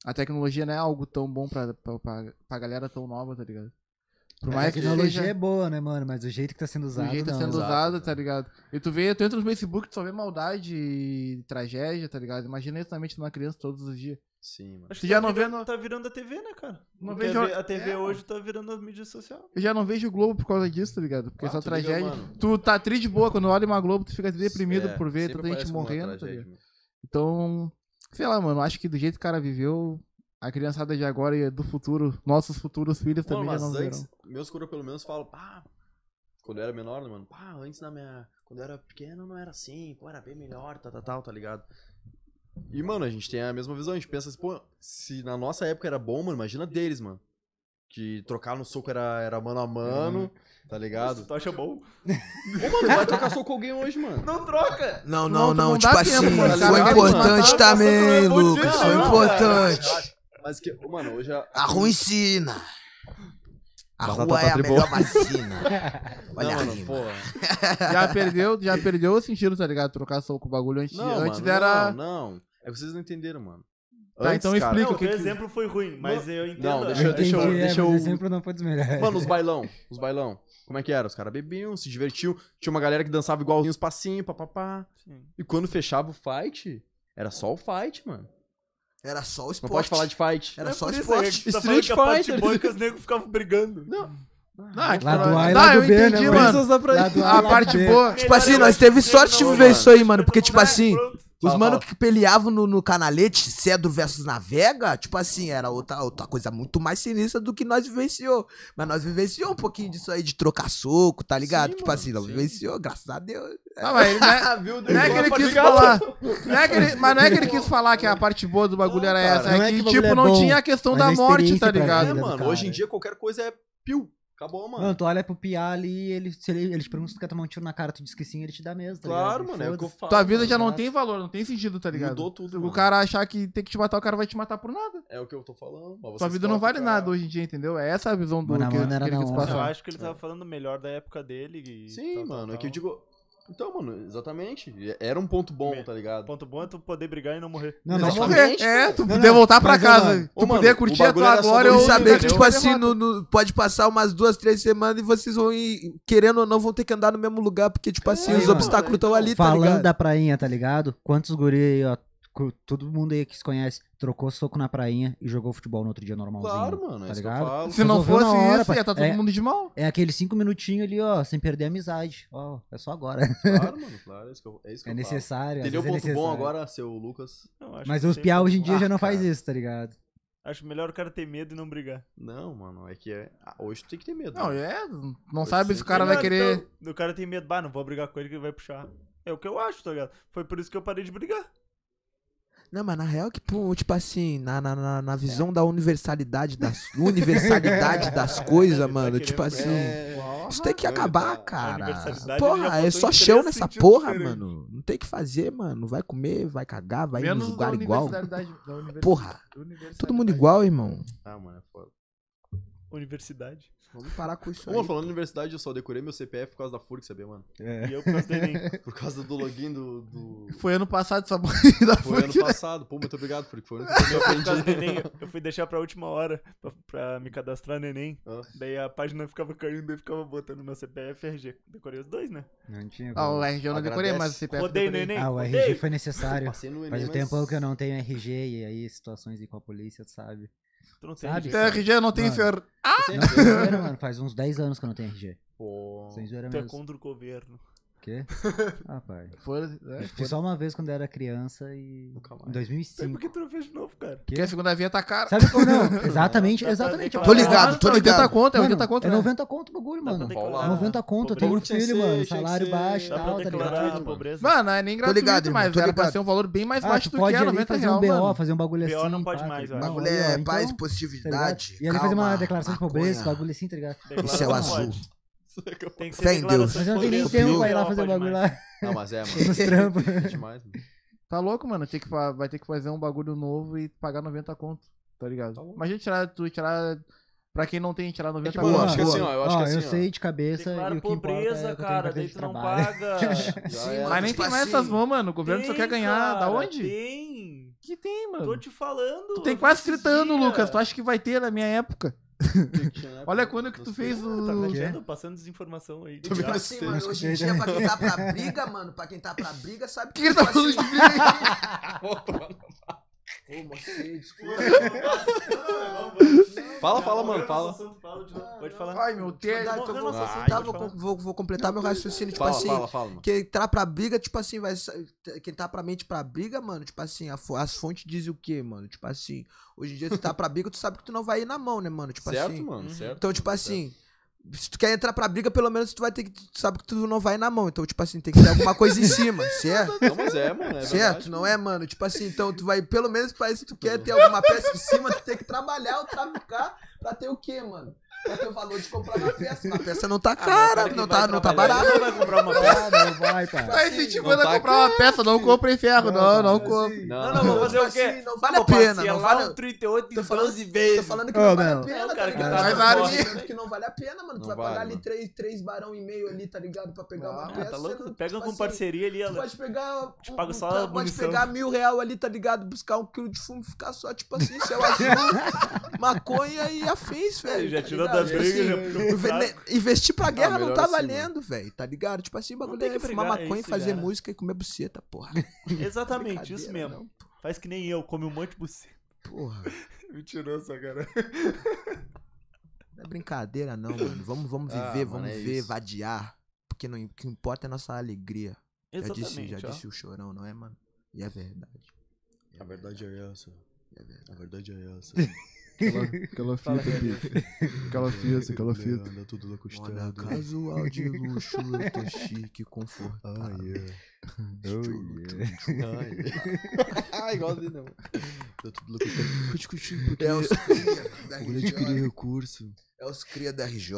[SPEAKER 3] A tecnologia não é algo tão bom pra, pra, pra, pra galera tão nova, tá ligado?
[SPEAKER 5] [LAUGHS]
[SPEAKER 3] Por
[SPEAKER 5] A
[SPEAKER 3] mais que
[SPEAKER 5] tecnologia
[SPEAKER 3] seja
[SPEAKER 5] é boa, né, mano? Mas o jeito que tá sendo usado.
[SPEAKER 3] do jeito que tá
[SPEAKER 5] não.
[SPEAKER 3] sendo
[SPEAKER 6] exato,
[SPEAKER 3] usado,
[SPEAKER 6] exato.
[SPEAKER 3] tá ligado? E tu vê, tu entra no Facebook, tu só vê maldade e tragédia, tá ligado? Imagina isso na mente de uma criança todos os dias.
[SPEAKER 6] Sim, mano.
[SPEAKER 7] Acho
[SPEAKER 3] Tu
[SPEAKER 7] que tá
[SPEAKER 3] já não vê
[SPEAKER 7] virando,
[SPEAKER 3] no-
[SPEAKER 7] tá virando a TV, né, cara?
[SPEAKER 3] Não
[SPEAKER 7] Porque
[SPEAKER 3] vejo-
[SPEAKER 7] a, a TV
[SPEAKER 3] é,
[SPEAKER 7] hoje tá virando a mídia social.
[SPEAKER 3] Eu já não vejo o Globo por causa disso, tá ligado? Porque
[SPEAKER 6] Ah,
[SPEAKER 3] só
[SPEAKER 6] tu liga,
[SPEAKER 3] tragédia.
[SPEAKER 6] mano.
[SPEAKER 3] tu tá triste de boa, quando olha uma Globo, tu fica deprimido
[SPEAKER 6] É,
[SPEAKER 3] por ver
[SPEAKER 6] sempre
[SPEAKER 3] tanta gente
[SPEAKER 6] parece uma
[SPEAKER 3] morrendo, tá
[SPEAKER 6] tragédia,
[SPEAKER 3] ligado?
[SPEAKER 6] mano.
[SPEAKER 3] Então, sei lá, mano, acho que do jeito que o cara viveu, a criançada de agora e do futuro, nossos futuros filhos
[SPEAKER 6] Mano,
[SPEAKER 3] também já
[SPEAKER 6] mas
[SPEAKER 3] não
[SPEAKER 6] antes,
[SPEAKER 3] verão.
[SPEAKER 6] meus coroas pelo menos falam, pá, quando eu era menor, né, mano, pá, antes da minha, quando eu era pequeno não era assim, pô, era bem melhor, tal, tal, tal, tá ligado? E, mano, a gente tem a mesma visão, a gente pensa assim, pô, se na nossa época era bom, mano, imagina deles, mano. Que trocar no soco era, era mano a
[SPEAKER 3] Uhum.
[SPEAKER 6] mano, tá ligado?
[SPEAKER 7] Tu acha bom?
[SPEAKER 6] Ô, mano, vai trocar soco com alguém
[SPEAKER 3] [LAUGHS]
[SPEAKER 6] hoje, mano.
[SPEAKER 7] Não troca!
[SPEAKER 4] Não, não,
[SPEAKER 3] Não, tu
[SPEAKER 4] não.
[SPEAKER 3] não
[SPEAKER 4] Tipo
[SPEAKER 3] dá
[SPEAKER 4] assim,
[SPEAKER 3] tempo, mano,
[SPEAKER 4] foi
[SPEAKER 3] caralho,
[SPEAKER 4] importante
[SPEAKER 7] mano, tá
[SPEAKER 4] também,
[SPEAKER 7] passando por um
[SPEAKER 4] Lucas.
[SPEAKER 7] dia,
[SPEAKER 4] Foi
[SPEAKER 7] não,
[SPEAKER 4] importante.
[SPEAKER 6] Mas que, ô, mano, hoje a...
[SPEAKER 3] Tá
[SPEAKER 4] A rua ensina. A
[SPEAKER 6] Batata
[SPEAKER 4] rua é a
[SPEAKER 6] tá de
[SPEAKER 4] melhor
[SPEAKER 6] [LAUGHS]
[SPEAKER 4] vacina.
[SPEAKER 6] Não,
[SPEAKER 4] Olha a
[SPEAKER 6] mano,
[SPEAKER 4] rima.
[SPEAKER 6] pô.
[SPEAKER 3] Já
[SPEAKER 6] [LAUGHS]
[SPEAKER 3] perdeu, já perdeu o sentido, tá ligado? Trocar soco com o bagulho antes,
[SPEAKER 6] Não,
[SPEAKER 3] antes
[SPEAKER 6] mano,
[SPEAKER 3] era.
[SPEAKER 6] não, não. É que vocês não entenderam, mano.
[SPEAKER 3] Tá, então
[SPEAKER 6] cara-
[SPEAKER 3] explica
[SPEAKER 7] Não,
[SPEAKER 3] o que
[SPEAKER 7] teu
[SPEAKER 3] que-
[SPEAKER 7] exemplo foi ruim, mas eu entendo.
[SPEAKER 6] Não,
[SPEAKER 2] né?
[SPEAKER 5] Eu
[SPEAKER 6] deixa-
[SPEAKER 5] entendi,
[SPEAKER 6] deixa eu-
[SPEAKER 5] é,
[SPEAKER 6] deixa
[SPEAKER 5] mas
[SPEAKER 6] eu-
[SPEAKER 5] é sempre não foi dos melhores.
[SPEAKER 6] Mano, os bailão, os bailão. Como é que era? Os caras bebiam, se divertiam. Tinha uma galera que dançava igualzinho os passinhos, papapá.
[SPEAKER 7] Sim.
[SPEAKER 6] E quando fechava o fight, era só o fight, mano.
[SPEAKER 4] Era só o
[SPEAKER 6] Não
[SPEAKER 4] esporte.
[SPEAKER 6] pode falar de fight.
[SPEAKER 4] Era
[SPEAKER 8] É
[SPEAKER 4] só
[SPEAKER 8] por isso aí
[SPEAKER 4] esporte.
[SPEAKER 8] que tu tá falando
[SPEAKER 6] Street
[SPEAKER 8] que a parte
[SPEAKER 6] Fighter. Ah,
[SPEAKER 8] boa é que os negros ficavam brigando.
[SPEAKER 6] é [LAUGHS]
[SPEAKER 3] Não, tipo,
[SPEAKER 5] Lá do A e
[SPEAKER 3] não,
[SPEAKER 5] lá do
[SPEAKER 3] eu
[SPEAKER 5] B, né,
[SPEAKER 3] entendi,
[SPEAKER 5] mano?
[SPEAKER 3] mano.
[SPEAKER 5] Lá do
[SPEAKER 3] A
[SPEAKER 5] lado
[SPEAKER 3] parte
[SPEAKER 5] B.
[SPEAKER 3] boa.
[SPEAKER 4] Tipo assim, nós teve sorte de
[SPEAKER 6] não,
[SPEAKER 4] viver
[SPEAKER 6] mano.
[SPEAKER 4] isso aí, mano. Porque, tipo assim, os
[SPEAKER 6] Fala,
[SPEAKER 4] mano
[SPEAKER 6] fala.
[SPEAKER 4] que peleavam no, no canalete, Cedro versus Navega, tipo assim, era outra, outra coisa muito mais sinistra do que nós vivenciou. Mas nós vivenciou um pouquinho disso aí de trocar soco, tá ligado? tipo assim, não vivenciou, graças a Deus.
[SPEAKER 3] Não, mas ele
[SPEAKER 6] [LAUGHS]
[SPEAKER 3] não é,
[SPEAKER 6] Ah, Viu?
[SPEAKER 3] não é que ele quis falar. Não é que ele, mas não é que ele quis falar que a parte boa do bagulho era essa.
[SPEAKER 5] Não
[SPEAKER 3] é
[SPEAKER 5] é
[SPEAKER 3] que,
[SPEAKER 5] que o bagulho
[SPEAKER 3] tipo,
[SPEAKER 5] é
[SPEAKER 3] não
[SPEAKER 5] bom,
[SPEAKER 3] tinha a questão
[SPEAKER 5] mas
[SPEAKER 3] da
[SPEAKER 5] a
[SPEAKER 3] morte, tá
[SPEAKER 5] experiência pra
[SPEAKER 3] ligado?
[SPEAKER 6] É,
[SPEAKER 5] vida do
[SPEAKER 6] mano,
[SPEAKER 5] cara.
[SPEAKER 6] hoje em dia qualquer coisa é piu. Acabou, mano.
[SPEAKER 5] Mano, tu olha pro Piá ali, ele, se ele, ele te pergunta se tu quer tomar um tiro na cara, tu diz que sim, ele te dá mesmo. Tá
[SPEAKER 6] claro,
[SPEAKER 5] ligado?
[SPEAKER 6] mano, é o que eu
[SPEAKER 5] Foda-se.
[SPEAKER 6] falo.
[SPEAKER 3] Tua vida já não
[SPEAKER 5] Exato.
[SPEAKER 3] tem valor, não tem sentido, tá ligado?
[SPEAKER 6] Mudou tudo,
[SPEAKER 3] O
[SPEAKER 6] mano.
[SPEAKER 3] cara achar que tem que te matar, o cara vai te matar por nada.
[SPEAKER 6] É o que eu tô falando. mas
[SPEAKER 3] Tua
[SPEAKER 6] vocês
[SPEAKER 3] vida não
[SPEAKER 6] tocam,
[SPEAKER 3] vale
[SPEAKER 6] cara.
[SPEAKER 3] nada hoje em dia, entendeu? É essa a visão do
[SPEAKER 5] Mano, a
[SPEAKER 3] que,
[SPEAKER 5] mano era
[SPEAKER 3] que ele
[SPEAKER 5] na
[SPEAKER 3] quis
[SPEAKER 5] hora.
[SPEAKER 2] Eu
[SPEAKER 3] passar.
[SPEAKER 2] acho que ele tava falando melhor da época dele. e
[SPEAKER 6] Sim,
[SPEAKER 2] tal, tal,
[SPEAKER 6] mano, é que
[SPEAKER 2] tal.
[SPEAKER 6] eu digo. Então, mano, exatamente. Era um ponto bom,
[SPEAKER 2] Me-
[SPEAKER 6] tá
[SPEAKER 2] O
[SPEAKER 6] ligado?
[SPEAKER 2] ponto bom é tu poder brigar e não morrer.
[SPEAKER 5] Não,
[SPEAKER 3] Não
[SPEAKER 5] mas,
[SPEAKER 6] Exatamente.
[SPEAKER 3] morrer. É, tu
[SPEAKER 5] Não,
[SPEAKER 3] poder
[SPEAKER 5] não,
[SPEAKER 3] voltar pra
[SPEAKER 5] mas, ô,
[SPEAKER 3] casa.
[SPEAKER 5] mano,
[SPEAKER 3] Tu
[SPEAKER 6] ô, mano,
[SPEAKER 3] poder
[SPEAKER 6] o
[SPEAKER 3] curtir a
[SPEAKER 6] bagulho
[SPEAKER 3] tua
[SPEAKER 6] era só
[SPEAKER 3] glória né?
[SPEAKER 6] tu
[SPEAKER 3] ou
[SPEAKER 4] E
[SPEAKER 6] Entendeu?
[SPEAKER 4] saber que, tipo
[SPEAKER 3] Entendeu?
[SPEAKER 4] assim, no- no- pode passar umas duas, três semanas e vocês vão ir, querendo ou não, vão ter que andar no mesmo lugar, porque, tipo assim,
[SPEAKER 5] É,
[SPEAKER 4] os
[SPEAKER 5] mano.
[SPEAKER 4] obstáculos estão ali, tá
[SPEAKER 5] Falando
[SPEAKER 4] ligado?
[SPEAKER 5] da prainha, tá ligado? Quantos guri aí, ó, cu- todo mundo aí que se conhece, trocou soco na prainha e jogou futebol no outro dia normalzinho.
[SPEAKER 6] Claro, mano, é
[SPEAKER 5] tá
[SPEAKER 6] isso que eu
[SPEAKER 5] ligado? [LAUGHS]
[SPEAKER 6] falo.
[SPEAKER 3] Se não
[SPEAKER 5] Resolveu
[SPEAKER 3] fosse
[SPEAKER 5] na hora,
[SPEAKER 3] isso,
[SPEAKER 5] pai.
[SPEAKER 3] ia tá todo
[SPEAKER 5] É.
[SPEAKER 3] mundo de mal.
[SPEAKER 5] É aqueles cinco minutinhos ali, ó, sem perder a amizade. Ó, é só agora.
[SPEAKER 6] [LAUGHS] Claro, mano, claro, é isso que eu, é isso que
[SPEAKER 5] É
[SPEAKER 6] eu falo.
[SPEAKER 5] necessário. às
[SPEAKER 6] Entendeu o
[SPEAKER 5] vezes é
[SPEAKER 6] ponto bom
[SPEAKER 5] necessário.
[SPEAKER 6] agora, seu Lucas?
[SPEAKER 2] Não, acho
[SPEAKER 5] Mas
[SPEAKER 2] que
[SPEAKER 5] os
[SPEAKER 2] tem
[SPEAKER 5] piá
[SPEAKER 2] ponto
[SPEAKER 5] hoje em
[SPEAKER 2] bom.
[SPEAKER 5] dia já não
[SPEAKER 6] Ah,
[SPEAKER 5] faz
[SPEAKER 6] cara.
[SPEAKER 5] isso, tá ligado?
[SPEAKER 2] Acho melhor o cara ter medo e não brigar.
[SPEAKER 6] Não, mano, é que é. ah, Hoje tu tem que ter medo.
[SPEAKER 3] Não,
[SPEAKER 6] mano.
[SPEAKER 3] é. Não sabe se o
[SPEAKER 6] sempre
[SPEAKER 3] cara vai
[SPEAKER 2] Melhor,
[SPEAKER 3] querer.
[SPEAKER 2] então, o cara tem medo, bah, não vou brigar com ele que ele vai puxar. É o que eu acho, tá ligado? Foi por isso que eu parei de brigar.
[SPEAKER 4] Não, mas na real que, pô, tipo assim, na, na, na, na visão da universalidade das, universalidade
[SPEAKER 5] [LAUGHS]
[SPEAKER 4] das coisas,
[SPEAKER 5] tá
[SPEAKER 4] mano,
[SPEAKER 2] querer
[SPEAKER 4] tipo
[SPEAKER 2] brigar.
[SPEAKER 4] assim,
[SPEAKER 6] É,
[SPEAKER 5] um
[SPEAKER 4] isso tem que
[SPEAKER 6] Porra,
[SPEAKER 4] acabar,
[SPEAKER 2] A
[SPEAKER 6] tá.
[SPEAKER 4] cara.
[SPEAKER 2] universalidade já
[SPEAKER 4] Porra,
[SPEAKER 2] botou
[SPEAKER 4] é
[SPEAKER 2] em
[SPEAKER 4] só
[SPEAKER 2] três
[SPEAKER 4] chão nessa
[SPEAKER 5] um
[SPEAKER 2] sentidos
[SPEAKER 4] porra,
[SPEAKER 2] diferentes.
[SPEAKER 4] mano. Não tem o que fazer, mano. Vai comer, vai cagar, vai ir
[SPEAKER 3] Menos
[SPEAKER 4] nos lugar
[SPEAKER 3] da
[SPEAKER 4] igual.
[SPEAKER 3] universidade- da univers-
[SPEAKER 4] Porra,
[SPEAKER 3] universidade.
[SPEAKER 4] todo mundo igual, irmão.
[SPEAKER 6] Ah, mano, é foda.
[SPEAKER 2] Universidade.
[SPEAKER 4] Vamos parar com isso
[SPEAKER 6] Ô, mano, falando em universidade, eu só decorei meu CPF por causa da FURC, sabia, mano?
[SPEAKER 5] É.
[SPEAKER 2] E eu por causa do Enem.
[SPEAKER 6] Por causa do login do. do-
[SPEAKER 3] [LAUGHS] Foi ano passado essa da
[SPEAKER 6] Foi ano passado. Pô, muito obrigado, FURC. Foi ano que eu me
[SPEAKER 2] Por causa do
[SPEAKER 6] aprendi.
[SPEAKER 2] Enem, eu fui deixar pra última hora pra, pra me cadastrar no Enem.
[SPEAKER 6] Ah.
[SPEAKER 2] Daí a página ficava caindo e ficava botando meu CPF e RG. Decorei os dois, né?
[SPEAKER 5] Não tinha.
[SPEAKER 3] Ah, o RG [LAUGHS] eu não decorei,
[SPEAKER 6] [LAUGHS] Agradece.
[SPEAKER 3] mas o CPF eu
[SPEAKER 2] Rodei no
[SPEAKER 3] decorei.
[SPEAKER 2] Enem.
[SPEAKER 5] Ah, o
[SPEAKER 2] rodei.
[SPEAKER 5] RG foi necessário.
[SPEAKER 6] Passei no
[SPEAKER 5] Faz
[SPEAKER 6] Enem,
[SPEAKER 5] um tempão
[SPEAKER 6] mas- [LAUGHS]
[SPEAKER 5] que eu não tenho RG e aí situações aí com a polícia, tu sabe?
[SPEAKER 2] Tu não tem RG.
[SPEAKER 5] Sabe? É
[SPEAKER 3] Então, RG eu não tenho,
[SPEAKER 5] Mano.
[SPEAKER 3] senhor.
[SPEAKER 6] Ah!
[SPEAKER 5] Não, sem zoeira, mano, faz uns 10 anos que eu não tenho RG.
[SPEAKER 6] Pô. [LAUGHS]
[SPEAKER 5] Sem zoeira
[SPEAKER 2] Tu é
[SPEAKER 5] mesmo.
[SPEAKER 2] contra o governo.
[SPEAKER 5] Quê? Ah, pai.
[SPEAKER 3] Foda-se. é,
[SPEAKER 5] Fiz só uma vez quando eu era criança e.
[SPEAKER 6] Nunca mais.
[SPEAKER 5] Em
[SPEAKER 2] Sabe por
[SPEAKER 5] 2005.
[SPEAKER 2] que tu não fez de novo, cara?
[SPEAKER 3] Porque a segunda via tá cara.
[SPEAKER 5] Sabe como não?
[SPEAKER 2] Dá
[SPEAKER 5] Exatamente,
[SPEAKER 2] pra
[SPEAKER 5] exatamente.
[SPEAKER 2] declarar.
[SPEAKER 4] Tô ligado, tô
[SPEAKER 3] Não, 80
[SPEAKER 4] ligado.
[SPEAKER 3] conto, é
[SPEAKER 5] Mano,
[SPEAKER 3] 80 conto,
[SPEAKER 5] é
[SPEAKER 3] né?
[SPEAKER 5] 90 conto o bagulho,
[SPEAKER 2] Dá pra
[SPEAKER 5] mano.
[SPEAKER 2] declarar.
[SPEAKER 5] 90 conto, eu
[SPEAKER 2] Pobreza.
[SPEAKER 5] tenho um
[SPEAKER 6] Tinha que
[SPEAKER 5] filho,
[SPEAKER 6] ser,
[SPEAKER 5] mano.
[SPEAKER 6] tinha que
[SPEAKER 5] Salário
[SPEAKER 6] ser.
[SPEAKER 5] baixo e
[SPEAKER 2] Dá
[SPEAKER 5] tal,
[SPEAKER 2] pra
[SPEAKER 5] tá
[SPEAKER 2] declarar a
[SPEAKER 5] ligado?
[SPEAKER 2] pobreza.
[SPEAKER 3] Mano, é nem gratuito,
[SPEAKER 4] ligado, irmão,
[SPEAKER 3] mas
[SPEAKER 4] tô
[SPEAKER 3] era pra
[SPEAKER 4] ligado.
[SPEAKER 3] ser um valor bem mais
[SPEAKER 5] Ah,
[SPEAKER 3] baixo
[SPEAKER 5] tu
[SPEAKER 3] do que
[SPEAKER 5] pode
[SPEAKER 3] é
[SPEAKER 5] ali
[SPEAKER 3] 90
[SPEAKER 5] fazer
[SPEAKER 3] real,
[SPEAKER 5] um BO,
[SPEAKER 3] mano.
[SPEAKER 5] fazer um bagulho assim.
[SPEAKER 2] BO não pode
[SPEAKER 5] pá,
[SPEAKER 2] mais,
[SPEAKER 5] tá
[SPEAKER 2] eu acho.
[SPEAKER 5] ligado?
[SPEAKER 4] Bagulho é
[SPEAKER 5] Então,
[SPEAKER 4] paz,
[SPEAKER 5] tá ligado?
[SPEAKER 4] positividade.
[SPEAKER 5] E ali fazer uma
[SPEAKER 4] calma,
[SPEAKER 5] declaração de
[SPEAKER 4] maconha.
[SPEAKER 5] pobreza, esse bagulho assim, tá ligado?
[SPEAKER 2] Declarar
[SPEAKER 4] céu
[SPEAKER 2] não
[SPEAKER 4] azul.
[SPEAKER 2] pode.
[SPEAKER 6] é
[SPEAKER 5] [LAUGHS]
[SPEAKER 2] Tem que ser
[SPEAKER 4] Fé em
[SPEAKER 2] declaração
[SPEAKER 4] Deus.
[SPEAKER 2] de
[SPEAKER 5] Mas eu não tenho nem
[SPEAKER 2] pobreza.
[SPEAKER 5] tempo pra ir lá
[SPEAKER 2] Não
[SPEAKER 5] fazer o
[SPEAKER 2] pode
[SPEAKER 5] bagulho
[SPEAKER 2] mais.
[SPEAKER 5] lá.
[SPEAKER 6] Não, mas é, mano.
[SPEAKER 5] Nos trampos.
[SPEAKER 6] É
[SPEAKER 5] [LAUGHS]
[SPEAKER 6] demais, mano.
[SPEAKER 3] Tá louco, mano. Tem que, fa- vai ter que fazer um bagulho novo e pagar 90 conto, tá ligado?
[SPEAKER 6] Tá louco.
[SPEAKER 3] Imagina tirar, tu tirar. Pra quem não tem, tirar 90
[SPEAKER 5] É
[SPEAKER 6] que,
[SPEAKER 5] tipo,
[SPEAKER 3] conto.
[SPEAKER 6] mano, eu acho que assim,
[SPEAKER 3] Boa.
[SPEAKER 6] ó. Eu acho
[SPEAKER 5] Ó,
[SPEAKER 6] que assim,
[SPEAKER 5] eu
[SPEAKER 6] ó.
[SPEAKER 5] sei de cabeça e
[SPEAKER 2] Declara
[SPEAKER 5] o que importa é que
[SPEAKER 2] pobreza,
[SPEAKER 5] eu tenho
[SPEAKER 2] cara.
[SPEAKER 5] carteira
[SPEAKER 2] Daí
[SPEAKER 5] de
[SPEAKER 2] tu não
[SPEAKER 5] trabalho.
[SPEAKER 2] paga.
[SPEAKER 6] Ah, Já
[SPEAKER 4] Sim,
[SPEAKER 6] era.
[SPEAKER 3] Mas nem
[SPEAKER 4] Tipo
[SPEAKER 3] tem mais
[SPEAKER 4] assim,
[SPEAKER 3] essas mãos, mano. O governo só
[SPEAKER 2] Tem,
[SPEAKER 3] quer ganhar. Da
[SPEAKER 2] cara,
[SPEAKER 3] onde?
[SPEAKER 2] Tem.
[SPEAKER 3] Que tem, mano.
[SPEAKER 2] Tô te falando.
[SPEAKER 3] Tu tem
[SPEAKER 2] eu vi
[SPEAKER 3] quase
[SPEAKER 2] esses
[SPEAKER 3] 30 anos,
[SPEAKER 2] dias.
[SPEAKER 3] Lucas. Tu acha que vai ter na minha época?
[SPEAKER 6] né,
[SPEAKER 3] Olha quando que tu fez
[SPEAKER 2] Ah, Tá
[SPEAKER 3] o.
[SPEAKER 2] vendo? Passando desinformação aí.
[SPEAKER 4] Tipo
[SPEAKER 2] Já.
[SPEAKER 4] assim, mano,
[SPEAKER 5] Mas
[SPEAKER 4] hoje
[SPEAKER 5] que
[SPEAKER 4] em dia,
[SPEAKER 5] tem, né?
[SPEAKER 4] pra quem tá pra briga, mano, pra quem tá pra briga, sabe
[SPEAKER 3] que ele tá falando de
[SPEAKER 4] briga? [LAUGHS]
[SPEAKER 6] [LAUGHS]
[SPEAKER 4] Tipo,
[SPEAKER 6] Fala, fala, mano,
[SPEAKER 2] Morreu
[SPEAKER 6] fala.
[SPEAKER 2] nosso assunto, fala de novo. Pode falar.
[SPEAKER 3] Ai, meu Deus.
[SPEAKER 4] Tá,
[SPEAKER 2] Morreu
[SPEAKER 4] então,
[SPEAKER 2] nosso
[SPEAKER 6] Ai,
[SPEAKER 2] assunto,
[SPEAKER 4] tá,
[SPEAKER 2] pode
[SPEAKER 4] vou,
[SPEAKER 2] falar.
[SPEAKER 4] vou- vou completar meu raciocínio, tipo
[SPEAKER 6] Fala,
[SPEAKER 4] assim.
[SPEAKER 6] fala, fala, mano.
[SPEAKER 4] Quem tá pra briga, tipo assim, vai. sa- Quem tá pra mente pra briga, mano, tipo assim, a fo- as fontes dizem o quê, mano? Tipo assim, hoje em dia, tu tá pra briga, tu sabe que tu não vai ir na mão, né, mano? Tipo
[SPEAKER 6] Certo,
[SPEAKER 4] assim.
[SPEAKER 6] mano, certo.
[SPEAKER 4] Então, tipo
[SPEAKER 6] mano,
[SPEAKER 4] assim, se tu quer entrar pra briga, pelo menos tu vai ter que. Tu sabe que tu não vai na mão. Então, tipo assim, tem que ter alguma coisa em cima, certo?
[SPEAKER 6] certo. Não, mas é, mano. É
[SPEAKER 4] certo, não é, mano? Tipo assim, então tu vai, pelo menos pra isso, tu quer ter alguma peça em cima, tu tem que trabalhar ou traficar pra ter o quê, mano? Pra ter o valor de comprar uma peça. Uma peça não tá cara, não tá, não tá barato.
[SPEAKER 2] Não vai comprar uma
[SPEAKER 5] [LAUGHS]
[SPEAKER 2] peça.
[SPEAKER 5] Ah, não vai, cara.
[SPEAKER 3] Tá incentivando
[SPEAKER 6] Não
[SPEAKER 3] a
[SPEAKER 6] tá
[SPEAKER 3] comprar uma peça, não compre ferro, não,
[SPEAKER 5] tá
[SPEAKER 3] não
[SPEAKER 6] cara.
[SPEAKER 3] compre.
[SPEAKER 2] Não,
[SPEAKER 6] Não,
[SPEAKER 2] não,
[SPEAKER 6] não,
[SPEAKER 2] vou fazer o
[SPEAKER 4] Tipo
[SPEAKER 2] quê?
[SPEAKER 4] assim, não vale a
[SPEAKER 2] Vou
[SPEAKER 4] pena, não
[SPEAKER 2] parcelar
[SPEAKER 4] vale-
[SPEAKER 2] o 38 em
[SPEAKER 4] Tô falando-
[SPEAKER 2] 12 vezes.
[SPEAKER 4] Tô falando que
[SPEAKER 5] Ô,
[SPEAKER 4] não vale a
[SPEAKER 5] meu.
[SPEAKER 4] pena,
[SPEAKER 2] Não,
[SPEAKER 4] tá
[SPEAKER 2] cara, que
[SPEAKER 4] ligado?
[SPEAKER 3] tá
[SPEAKER 4] Mas
[SPEAKER 3] na
[SPEAKER 4] a
[SPEAKER 3] moda.
[SPEAKER 4] gente- que não vale a pena, mano. Tu
[SPEAKER 6] Não
[SPEAKER 4] vai
[SPEAKER 6] vale,
[SPEAKER 4] pagar ali
[SPEAKER 6] mano.
[SPEAKER 4] 3, três barão e meio ali, tá ligado? Pra pegar uma
[SPEAKER 2] Ah, tá
[SPEAKER 4] peça. tipo
[SPEAKER 2] louco? Pega com
[SPEAKER 4] assim,
[SPEAKER 2] parceria ali,
[SPEAKER 4] Tu
[SPEAKER 2] ela.
[SPEAKER 4] pode pegar. um-
[SPEAKER 2] pago só
[SPEAKER 4] tu
[SPEAKER 2] a
[SPEAKER 4] pode
[SPEAKER 2] munição.
[SPEAKER 4] pegar mil real ali, tá ligado? Buscar um quilo de fumo e ficar só, tipo assim, seu
[SPEAKER 6] [LAUGHS]
[SPEAKER 4] azul, maconha e afins, velho.
[SPEAKER 2] É, Já
[SPEAKER 4] tá
[SPEAKER 2] tirou
[SPEAKER 4] ligado?
[SPEAKER 2] das
[SPEAKER 4] Tipo
[SPEAKER 2] brigas,
[SPEAKER 4] assim,
[SPEAKER 2] já Tá. puxou [LAUGHS] pro
[SPEAKER 4] Inve-
[SPEAKER 2] lado.
[SPEAKER 4] ne- Investir pra guerra não
[SPEAKER 6] melhor
[SPEAKER 4] tá
[SPEAKER 6] assim,
[SPEAKER 4] valendo, velho, tá ligado? Tipo assim, o bagulho
[SPEAKER 2] tem
[SPEAKER 4] é
[SPEAKER 2] que
[SPEAKER 4] fumar
[SPEAKER 2] brigar, é
[SPEAKER 4] maconha,
[SPEAKER 2] isso,
[SPEAKER 4] fazer
[SPEAKER 2] já era. [LAUGHS]
[SPEAKER 4] música e comer buceta, porra.
[SPEAKER 2] Exatamente, isso
[SPEAKER 4] Brincadeira,
[SPEAKER 2] mesmo.
[SPEAKER 4] não.
[SPEAKER 2] Faz que nem eu, come um monte de buceta.
[SPEAKER 6] [LAUGHS]
[SPEAKER 4] Porra,
[SPEAKER 6] Mentiroso, cara.
[SPEAKER 4] não é brincadeira não, mano. Vamos, vamos
[SPEAKER 6] Ah,
[SPEAKER 4] viver,
[SPEAKER 6] mano,
[SPEAKER 4] vamos
[SPEAKER 6] é
[SPEAKER 4] ver,
[SPEAKER 6] isso.
[SPEAKER 4] vadiar. Porque não, o que importa é a nossa alegria. Já disse, já
[SPEAKER 2] ó.
[SPEAKER 4] disse o chorão, não é, mano? E é verdade.
[SPEAKER 6] A verdade é essa. A verdade é essa.
[SPEAKER 3] Aquela fita, bicho. Aquela fita, aquela fita.
[SPEAKER 6] Anda tudo
[SPEAKER 4] Moda
[SPEAKER 6] da costura.
[SPEAKER 4] casual [LAUGHS] de luxo, eu tô chique, confortável.
[SPEAKER 6] Ah, igual dele não. Anda tudo da costura.
[SPEAKER 4] É [LAUGHS] os cria da
[SPEAKER 6] Agora adquirir
[SPEAKER 4] RJ.
[SPEAKER 6] recurso.
[SPEAKER 4] É os cria da RJ.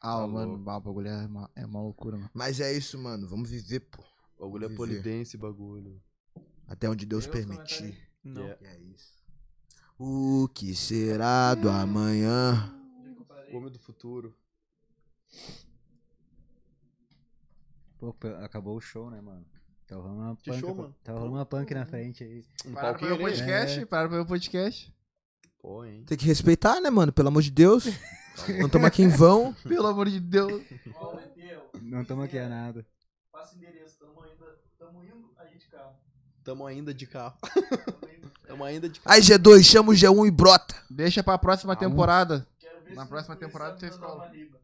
[SPEAKER 3] Ah,
[SPEAKER 6] Tá
[SPEAKER 3] mano,
[SPEAKER 6] louco.
[SPEAKER 3] bah, o bagulho é uma, é uma loucura, mano.
[SPEAKER 4] Mas é isso, mano. Vamos viver, pô.
[SPEAKER 6] O bagulho é
[SPEAKER 4] Viver.
[SPEAKER 6] polidense, bagulho.
[SPEAKER 4] Até onde Deus permitir.
[SPEAKER 2] Não.
[SPEAKER 6] Yeah.
[SPEAKER 4] É isso. O que será do amanhã?
[SPEAKER 6] O homem do futuro.
[SPEAKER 5] Pô, pe- acabou o show, né, mano? Tava rolando uma
[SPEAKER 6] Que
[SPEAKER 5] punk,
[SPEAKER 6] show, mano?
[SPEAKER 5] Tava rolando uma punk na frente aí.
[SPEAKER 6] Um
[SPEAKER 3] Pararam pra ver o
[SPEAKER 6] palquinho ali. né?
[SPEAKER 3] podcast, pararam pra ver o podcast.
[SPEAKER 6] Pô, hein.
[SPEAKER 4] Tem que respeitar, né, mano? Pelo amor de [LAUGHS] Deus. Não toma aqui em vão.
[SPEAKER 3] Pelo amor de Deus.
[SPEAKER 9] Qual é teu?
[SPEAKER 5] Não tamo aqui a nada.
[SPEAKER 9] Passa o endereço, tamo ainda. Tamo indo aí de carro.
[SPEAKER 6] Tamo ainda de carro. Tamo ainda de carro.
[SPEAKER 4] Aí, G2, chama o G1 e brota.
[SPEAKER 3] Deixa pra próxima
[SPEAKER 5] Vamos.
[SPEAKER 3] temporada.
[SPEAKER 9] Quero ver
[SPEAKER 3] Na
[SPEAKER 9] se
[SPEAKER 3] próxima
[SPEAKER 9] tu
[SPEAKER 3] temporada
[SPEAKER 9] sabe
[SPEAKER 3] tu
[SPEAKER 9] mandar
[SPEAKER 3] escola.
[SPEAKER 9] uma riba.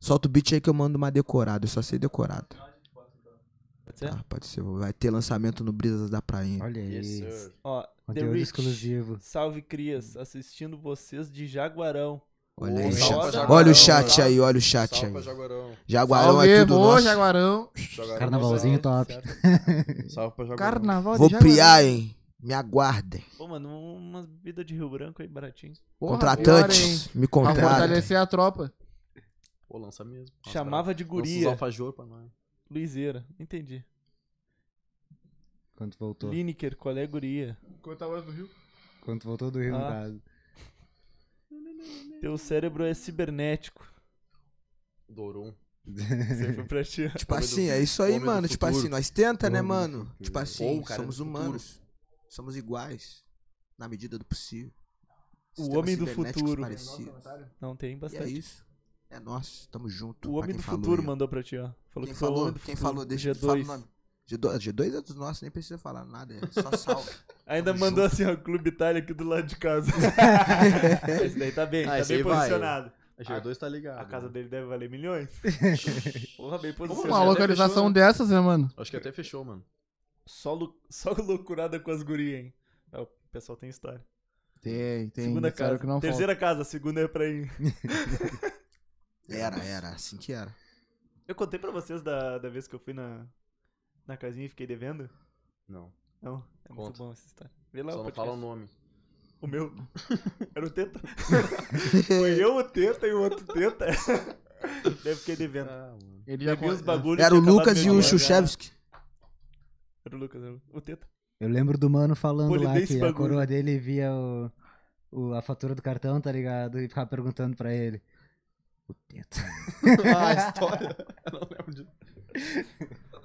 [SPEAKER 4] Solta o beat aí que eu mando uma decorada. Eu só sei decorada.
[SPEAKER 2] Pode ser?
[SPEAKER 4] Ah, pode ser. Vai ter lançamento no Brisas da Prainha.
[SPEAKER 5] Olha
[SPEAKER 6] Yes,
[SPEAKER 5] isso.
[SPEAKER 6] sir.
[SPEAKER 2] Ó,
[SPEAKER 5] Conteúdo
[SPEAKER 2] Rich.
[SPEAKER 5] exclusivo.
[SPEAKER 2] Salve, Crias. Assistindo vocês de Jaguarão.
[SPEAKER 4] Olha
[SPEAKER 6] Ô,
[SPEAKER 4] aí,
[SPEAKER 6] salve
[SPEAKER 4] chat.
[SPEAKER 6] pra Jaguarão,
[SPEAKER 4] Olha o
[SPEAKER 6] salve.
[SPEAKER 4] chat aí, olha o chat
[SPEAKER 6] Salve
[SPEAKER 4] aí.
[SPEAKER 6] pra Jaguarão.
[SPEAKER 4] Jaguarão é tudo
[SPEAKER 3] boa,
[SPEAKER 4] nosso.
[SPEAKER 3] Jaguarão.
[SPEAKER 6] Jaguarão
[SPEAKER 5] Carnavalzinho
[SPEAKER 6] tá
[SPEAKER 5] top.
[SPEAKER 6] Salve pra Jaguarão.
[SPEAKER 3] Carnaval de
[SPEAKER 4] Vou
[SPEAKER 3] Jaguarão.
[SPEAKER 4] piar, hein? Me aguardem.
[SPEAKER 2] Pô, mano, umas bebidas de Rio Branco aí, baratinho.
[SPEAKER 3] Porra, pior,
[SPEAKER 4] Contratantes,
[SPEAKER 3] hein?
[SPEAKER 4] me
[SPEAKER 3] Pra
[SPEAKER 4] contratem.
[SPEAKER 3] fortalecer a tropa.
[SPEAKER 6] Pô, lança mesmo. Nossa,
[SPEAKER 2] Chamava de
[SPEAKER 6] lança uns
[SPEAKER 2] guria.
[SPEAKER 6] alfajor pra nós.
[SPEAKER 2] Luizeira. Entendi.
[SPEAKER 5] Quando tu voltou.
[SPEAKER 2] Lineker, qual é a guria?
[SPEAKER 3] Quanto a voz do Rio?
[SPEAKER 5] Quando tu voltou do Rio, no
[SPEAKER 2] Ah.
[SPEAKER 5] caso.
[SPEAKER 2] Teu cérebro é cibernético.
[SPEAKER 6] Dourum.
[SPEAKER 2] Você foi pra ti.
[SPEAKER 4] Tipo
[SPEAKER 6] Homem
[SPEAKER 4] assim,
[SPEAKER 6] do-
[SPEAKER 4] é isso aí,
[SPEAKER 6] homem do
[SPEAKER 4] mano. Tipo
[SPEAKER 6] futuro.
[SPEAKER 4] assim, nós tenta, né,
[SPEAKER 5] Homem do
[SPEAKER 4] mano?
[SPEAKER 5] futuro.
[SPEAKER 4] Tipo assim,
[SPEAKER 6] Ou o cara
[SPEAKER 4] somos
[SPEAKER 6] do futuro.
[SPEAKER 4] humanos. Somos iguais. Na medida do possível.
[SPEAKER 2] O
[SPEAKER 4] Sistemas
[SPEAKER 2] homem do
[SPEAKER 4] cibernéticos
[SPEAKER 2] futuro.
[SPEAKER 4] parecidos.
[SPEAKER 2] Não, tem
[SPEAKER 4] E é
[SPEAKER 2] bastante.
[SPEAKER 4] isso. É nós, tamo junto.
[SPEAKER 2] o
[SPEAKER 4] pra
[SPEAKER 2] Homem
[SPEAKER 4] quem
[SPEAKER 2] do
[SPEAKER 4] falou
[SPEAKER 2] Futuro
[SPEAKER 4] aí.
[SPEAKER 2] mandou pra ti, ó. Falou
[SPEAKER 4] Quem
[SPEAKER 2] que foi o Homem
[SPEAKER 4] falou,
[SPEAKER 2] do
[SPEAKER 4] quem
[SPEAKER 2] Futuro.
[SPEAKER 4] falou, deixa eu
[SPEAKER 2] G2.
[SPEAKER 4] falar o nome. G2, G2 é dos nossos, nem precisa falar nada. É só salve.
[SPEAKER 2] Ainda
[SPEAKER 4] Tamo
[SPEAKER 2] mandou assim, ó, Clube Itália aqui do lado de casa. esse daí tá bem,
[SPEAKER 6] Ah,
[SPEAKER 2] tá
[SPEAKER 6] esse
[SPEAKER 2] bem
[SPEAKER 6] aí vai.
[SPEAKER 2] posicionado.
[SPEAKER 6] A G2 tá ligado.
[SPEAKER 2] A casa
[SPEAKER 6] né?
[SPEAKER 2] dele deve valer milhões. Porra, bem posicionado.
[SPEAKER 3] Uma localização dessas, né, mano?
[SPEAKER 6] Acho que até fechou, mano.
[SPEAKER 2] Só, lu- só loucurada com as gurias, hein? É, o pessoal tem história.
[SPEAKER 3] Tem, tem.
[SPEAKER 2] segunda
[SPEAKER 3] sério
[SPEAKER 2] casa.
[SPEAKER 3] que não
[SPEAKER 2] Terceira casa, segunda é pra ir.
[SPEAKER 4] Era, era, assim que era.
[SPEAKER 2] Eu contei pra vocês da, da vez que eu fui na, na casinha e fiquei devendo?
[SPEAKER 6] Não.
[SPEAKER 2] Não, é muito
[SPEAKER 6] Conta.
[SPEAKER 2] bom essa história. Vê lá o
[SPEAKER 6] Só não
[SPEAKER 2] podcast.
[SPEAKER 6] fala o nome.
[SPEAKER 2] O meu. Era o teta. Foi eu o teta e o outro teta. Deve fiquei devendo.
[SPEAKER 6] Ah,
[SPEAKER 3] [LAUGHS]
[SPEAKER 6] mano.
[SPEAKER 3] Ele já
[SPEAKER 2] Bebi
[SPEAKER 3] con-
[SPEAKER 2] uns bagulhos.
[SPEAKER 4] Era o Lucas e o Chuchevski.
[SPEAKER 2] Era o Lucas, era o- o teta.
[SPEAKER 5] Eu lembro do mano falando lá
[SPEAKER 2] Polidense
[SPEAKER 5] que a
[SPEAKER 2] bagulho.
[SPEAKER 5] coroa dele via o, o- a fatura do cartão, tá ligado? E ficava perguntando pra ele. O teto.
[SPEAKER 6] Ah, a história. Eu não lembro disso.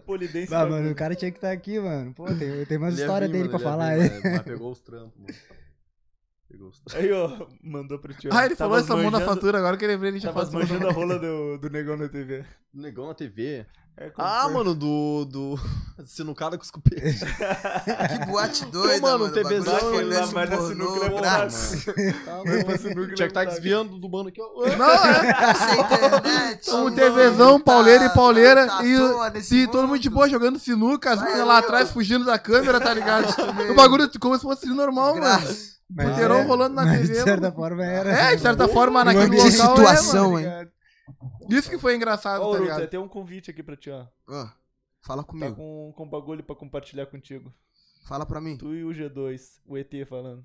[SPEAKER 2] Polidense. né?
[SPEAKER 5] Ah,
[SPEAKER 2] bagulho.
[SPEAKER 5] mano, o cara tinha que estar aqui, mano. Pô, tem, tem mais
[SPEAKER 6] Ele ia
[SPEAKER 5] história
[SPEAKER 6] vir,
[SPEAKER 5] dele pra
[SPEAKER 6] mano, ele é ia
[SPEAKER 5] falar. é.
[SPEAKER 6] vir,
[SPEAKER 5] hein?
[SPEAKER 6] mas- Mas pegou os trampos, mano. Pegou os trampos.
[SPEAKER 2] Aí, ó, mandou pro tio.
[SPEAKER 3] Ah, ele
[SPEAKER 2] Tava
[SPEAKER 3] falou essa mão da
[SPEAKER 2] manjando-
[SPEAKER 3] fatura, agora que ele lembrei, ele já
[SPEAKER 2] Tava
[SPEAKER 3] falou.
[SPEAKER 2] manjando a rola do, do negão na TV.
[SPEAKER 6] Negão na TV.
[SPEAKER 2] É, como
[SPEAKER 6] Ah,
[SPEAKER 2] foi?
[SPEAKER 6] mano, do. do... [LAUGHS] Sinucada com os cupês.
[SPEAKER 4] Que boate doida,
[SPEAKER 6] mano,
[SPEAKER 4] mano.
[SPEAKER 6] o TBZ
[SPEAKER 4] bagulho
[SPEAKER 2] foi lá,
[SPEAKER 4] olhando
[SPEAKER 2] mas na
[SPEAKER 4] pornô
[SPEAKER 2] sinuca levou
[SPEAKER 4] grátis.
[SPEAKER 2] Foi pra sinuca e
[SPEAKER 6] Tinha que tá
[SPEAKER 2] levantar.
[SPEAKER 6] desviando do mano aqui, ó.
[SPEAKER 3] [LAUGHS] Não, é.
[SPEAKER 4] Sem internet.
[SPEAKER 3] Um TVzão, pauleira e pauleira.
[SPEAKER 4] tá à
[SPEAKER 3] e
[SPEAKER 4] toa nesse
[SPEAKER 3] e todo mundo de boa jogando sinuca, as
[SPEAKER 4] Vai
[SPEAKER 3] meninas lá
[SPEAKER 4] eu.
[SPEAKER 3] atrás fugindo da câmera, tá ligado? o bagulho como se fosse normal, mano.
[SPEAKER 4] Graças.
[SPEAKER 5] Mas
[SPEAKER 3] Puteirão
[SPEAKER 5] era-
[SPEAKER 3] rolando na
[SPEAKER 5] mas
[SPEAKER 3] TV,
[SPEAKER 5] De certa forma era.
[SPEAKER 3] É, de certa forma,
[SPEAKER 5] Mas
[SPEAKER 3] naquele
[SPEAKER 5] que
[SPEAKER 3] local.
[SPEAKER 4] situação,
[SPEAKER 3] é, mano,
[SPEAKER 4] hein?
[SPEAKER 3] ligado? Isso que foi engraçado,
[SPEAKER 2] Ô,
[SPEAKER 3] tá
[SPEAKER 2] Ruth,
[SPEAKER 3] ligado?
[SPEAKER 2] tem um convite aqui pra ti, ó.
[SPEAKER 4] Ó, Fala
[SPEAKER 2] Tá
[SPEAKER 4] comigo.
[SPEAKER 2] com, com bagulho pra compartilhar contigo.
[SPEAKER 4] Fala pra mim.
[SPEAKER 2] Tu e o G2, o ET falando.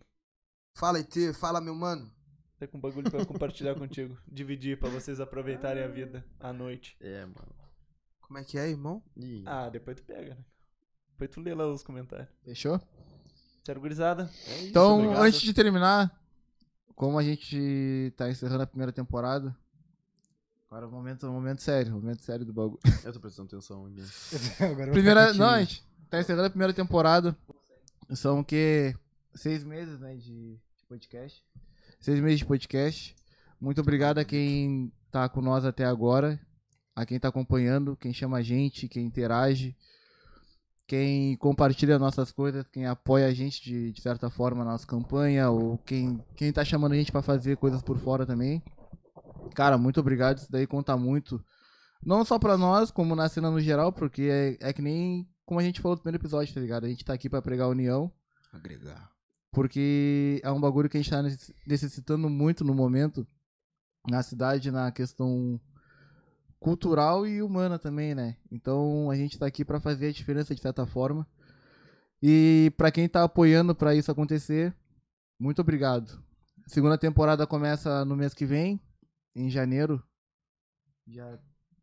[SPEAKER 4] Fala, ET. Fala, meu mano.
[SPEAKER 2] Tá com bagulho pra compartilhar contigo. [LAUGHS] Dividir pra vocês aproveitarem a vida à noite.
[SPEAKER 6] É, mano.
[SPEAKER 4] Como é que é, irmão?
[SPEAKER 6] Ih,
[SPEAKER 2] Ah, depois tu pega, né? Depois tu lê lá os comentários.
[SPEAKER 3] Fechou?
[SPEAKER 2] Sério, gurizada?
[SPEAKER 6] é isso,
[SPEAKER 3] Então,
[SPEAKER 6] obrigado.
[SPEAKER 3] antes de terminar, como a gente tá encerrando a primeira temporada, agora é um momento, um momento sério, um momento sério do bagulho.
[SPEAKER 6] Eu tô prestando atenção aqui.
[SPEAKER 5] [LAUGHS] Agora eu vou
[SPEAKER 3] Primeira,
[SPEAKER 5] ficar
[SPEAKER 3] não, a
[SPEAKER 5] quietinho.
[SPEAKER 3] gente tá encerrando a primeira temporada. São o quê? Seis meses, né, de, de podcast. Seis meses de podcast. Muito obrigado a quem tá com nós até agora, a quem tá acompanhando, quem chama a gente, quem interage. quem compartilha nossas coisas, quem apoia a gente de, de certa forma na nossa campanha, ou quem, quem tá chamando a gente pra fazer coisas por fora também. Cara, muito obrigado, isso daí conta muito. Não só pra nós, como na cena no geral, porque é, é que nem como a gente falou no primeiro episódio, tá ligado? A gente tá aqui pra pregar a união,
[SPEAKER 6] Agregar.
[SPEAKER 3] porque é um bagulho que a gente tá necess- necessitando muito no momento na cidade, na questão cultural e humana também, né? Então a gente tá aqui pra fazer a diferença de certa forma. E pra quem tá apoiando pra isso acontecer, muito obrigado. Segunda temporada começa no mês que vem, em janeiro. Dia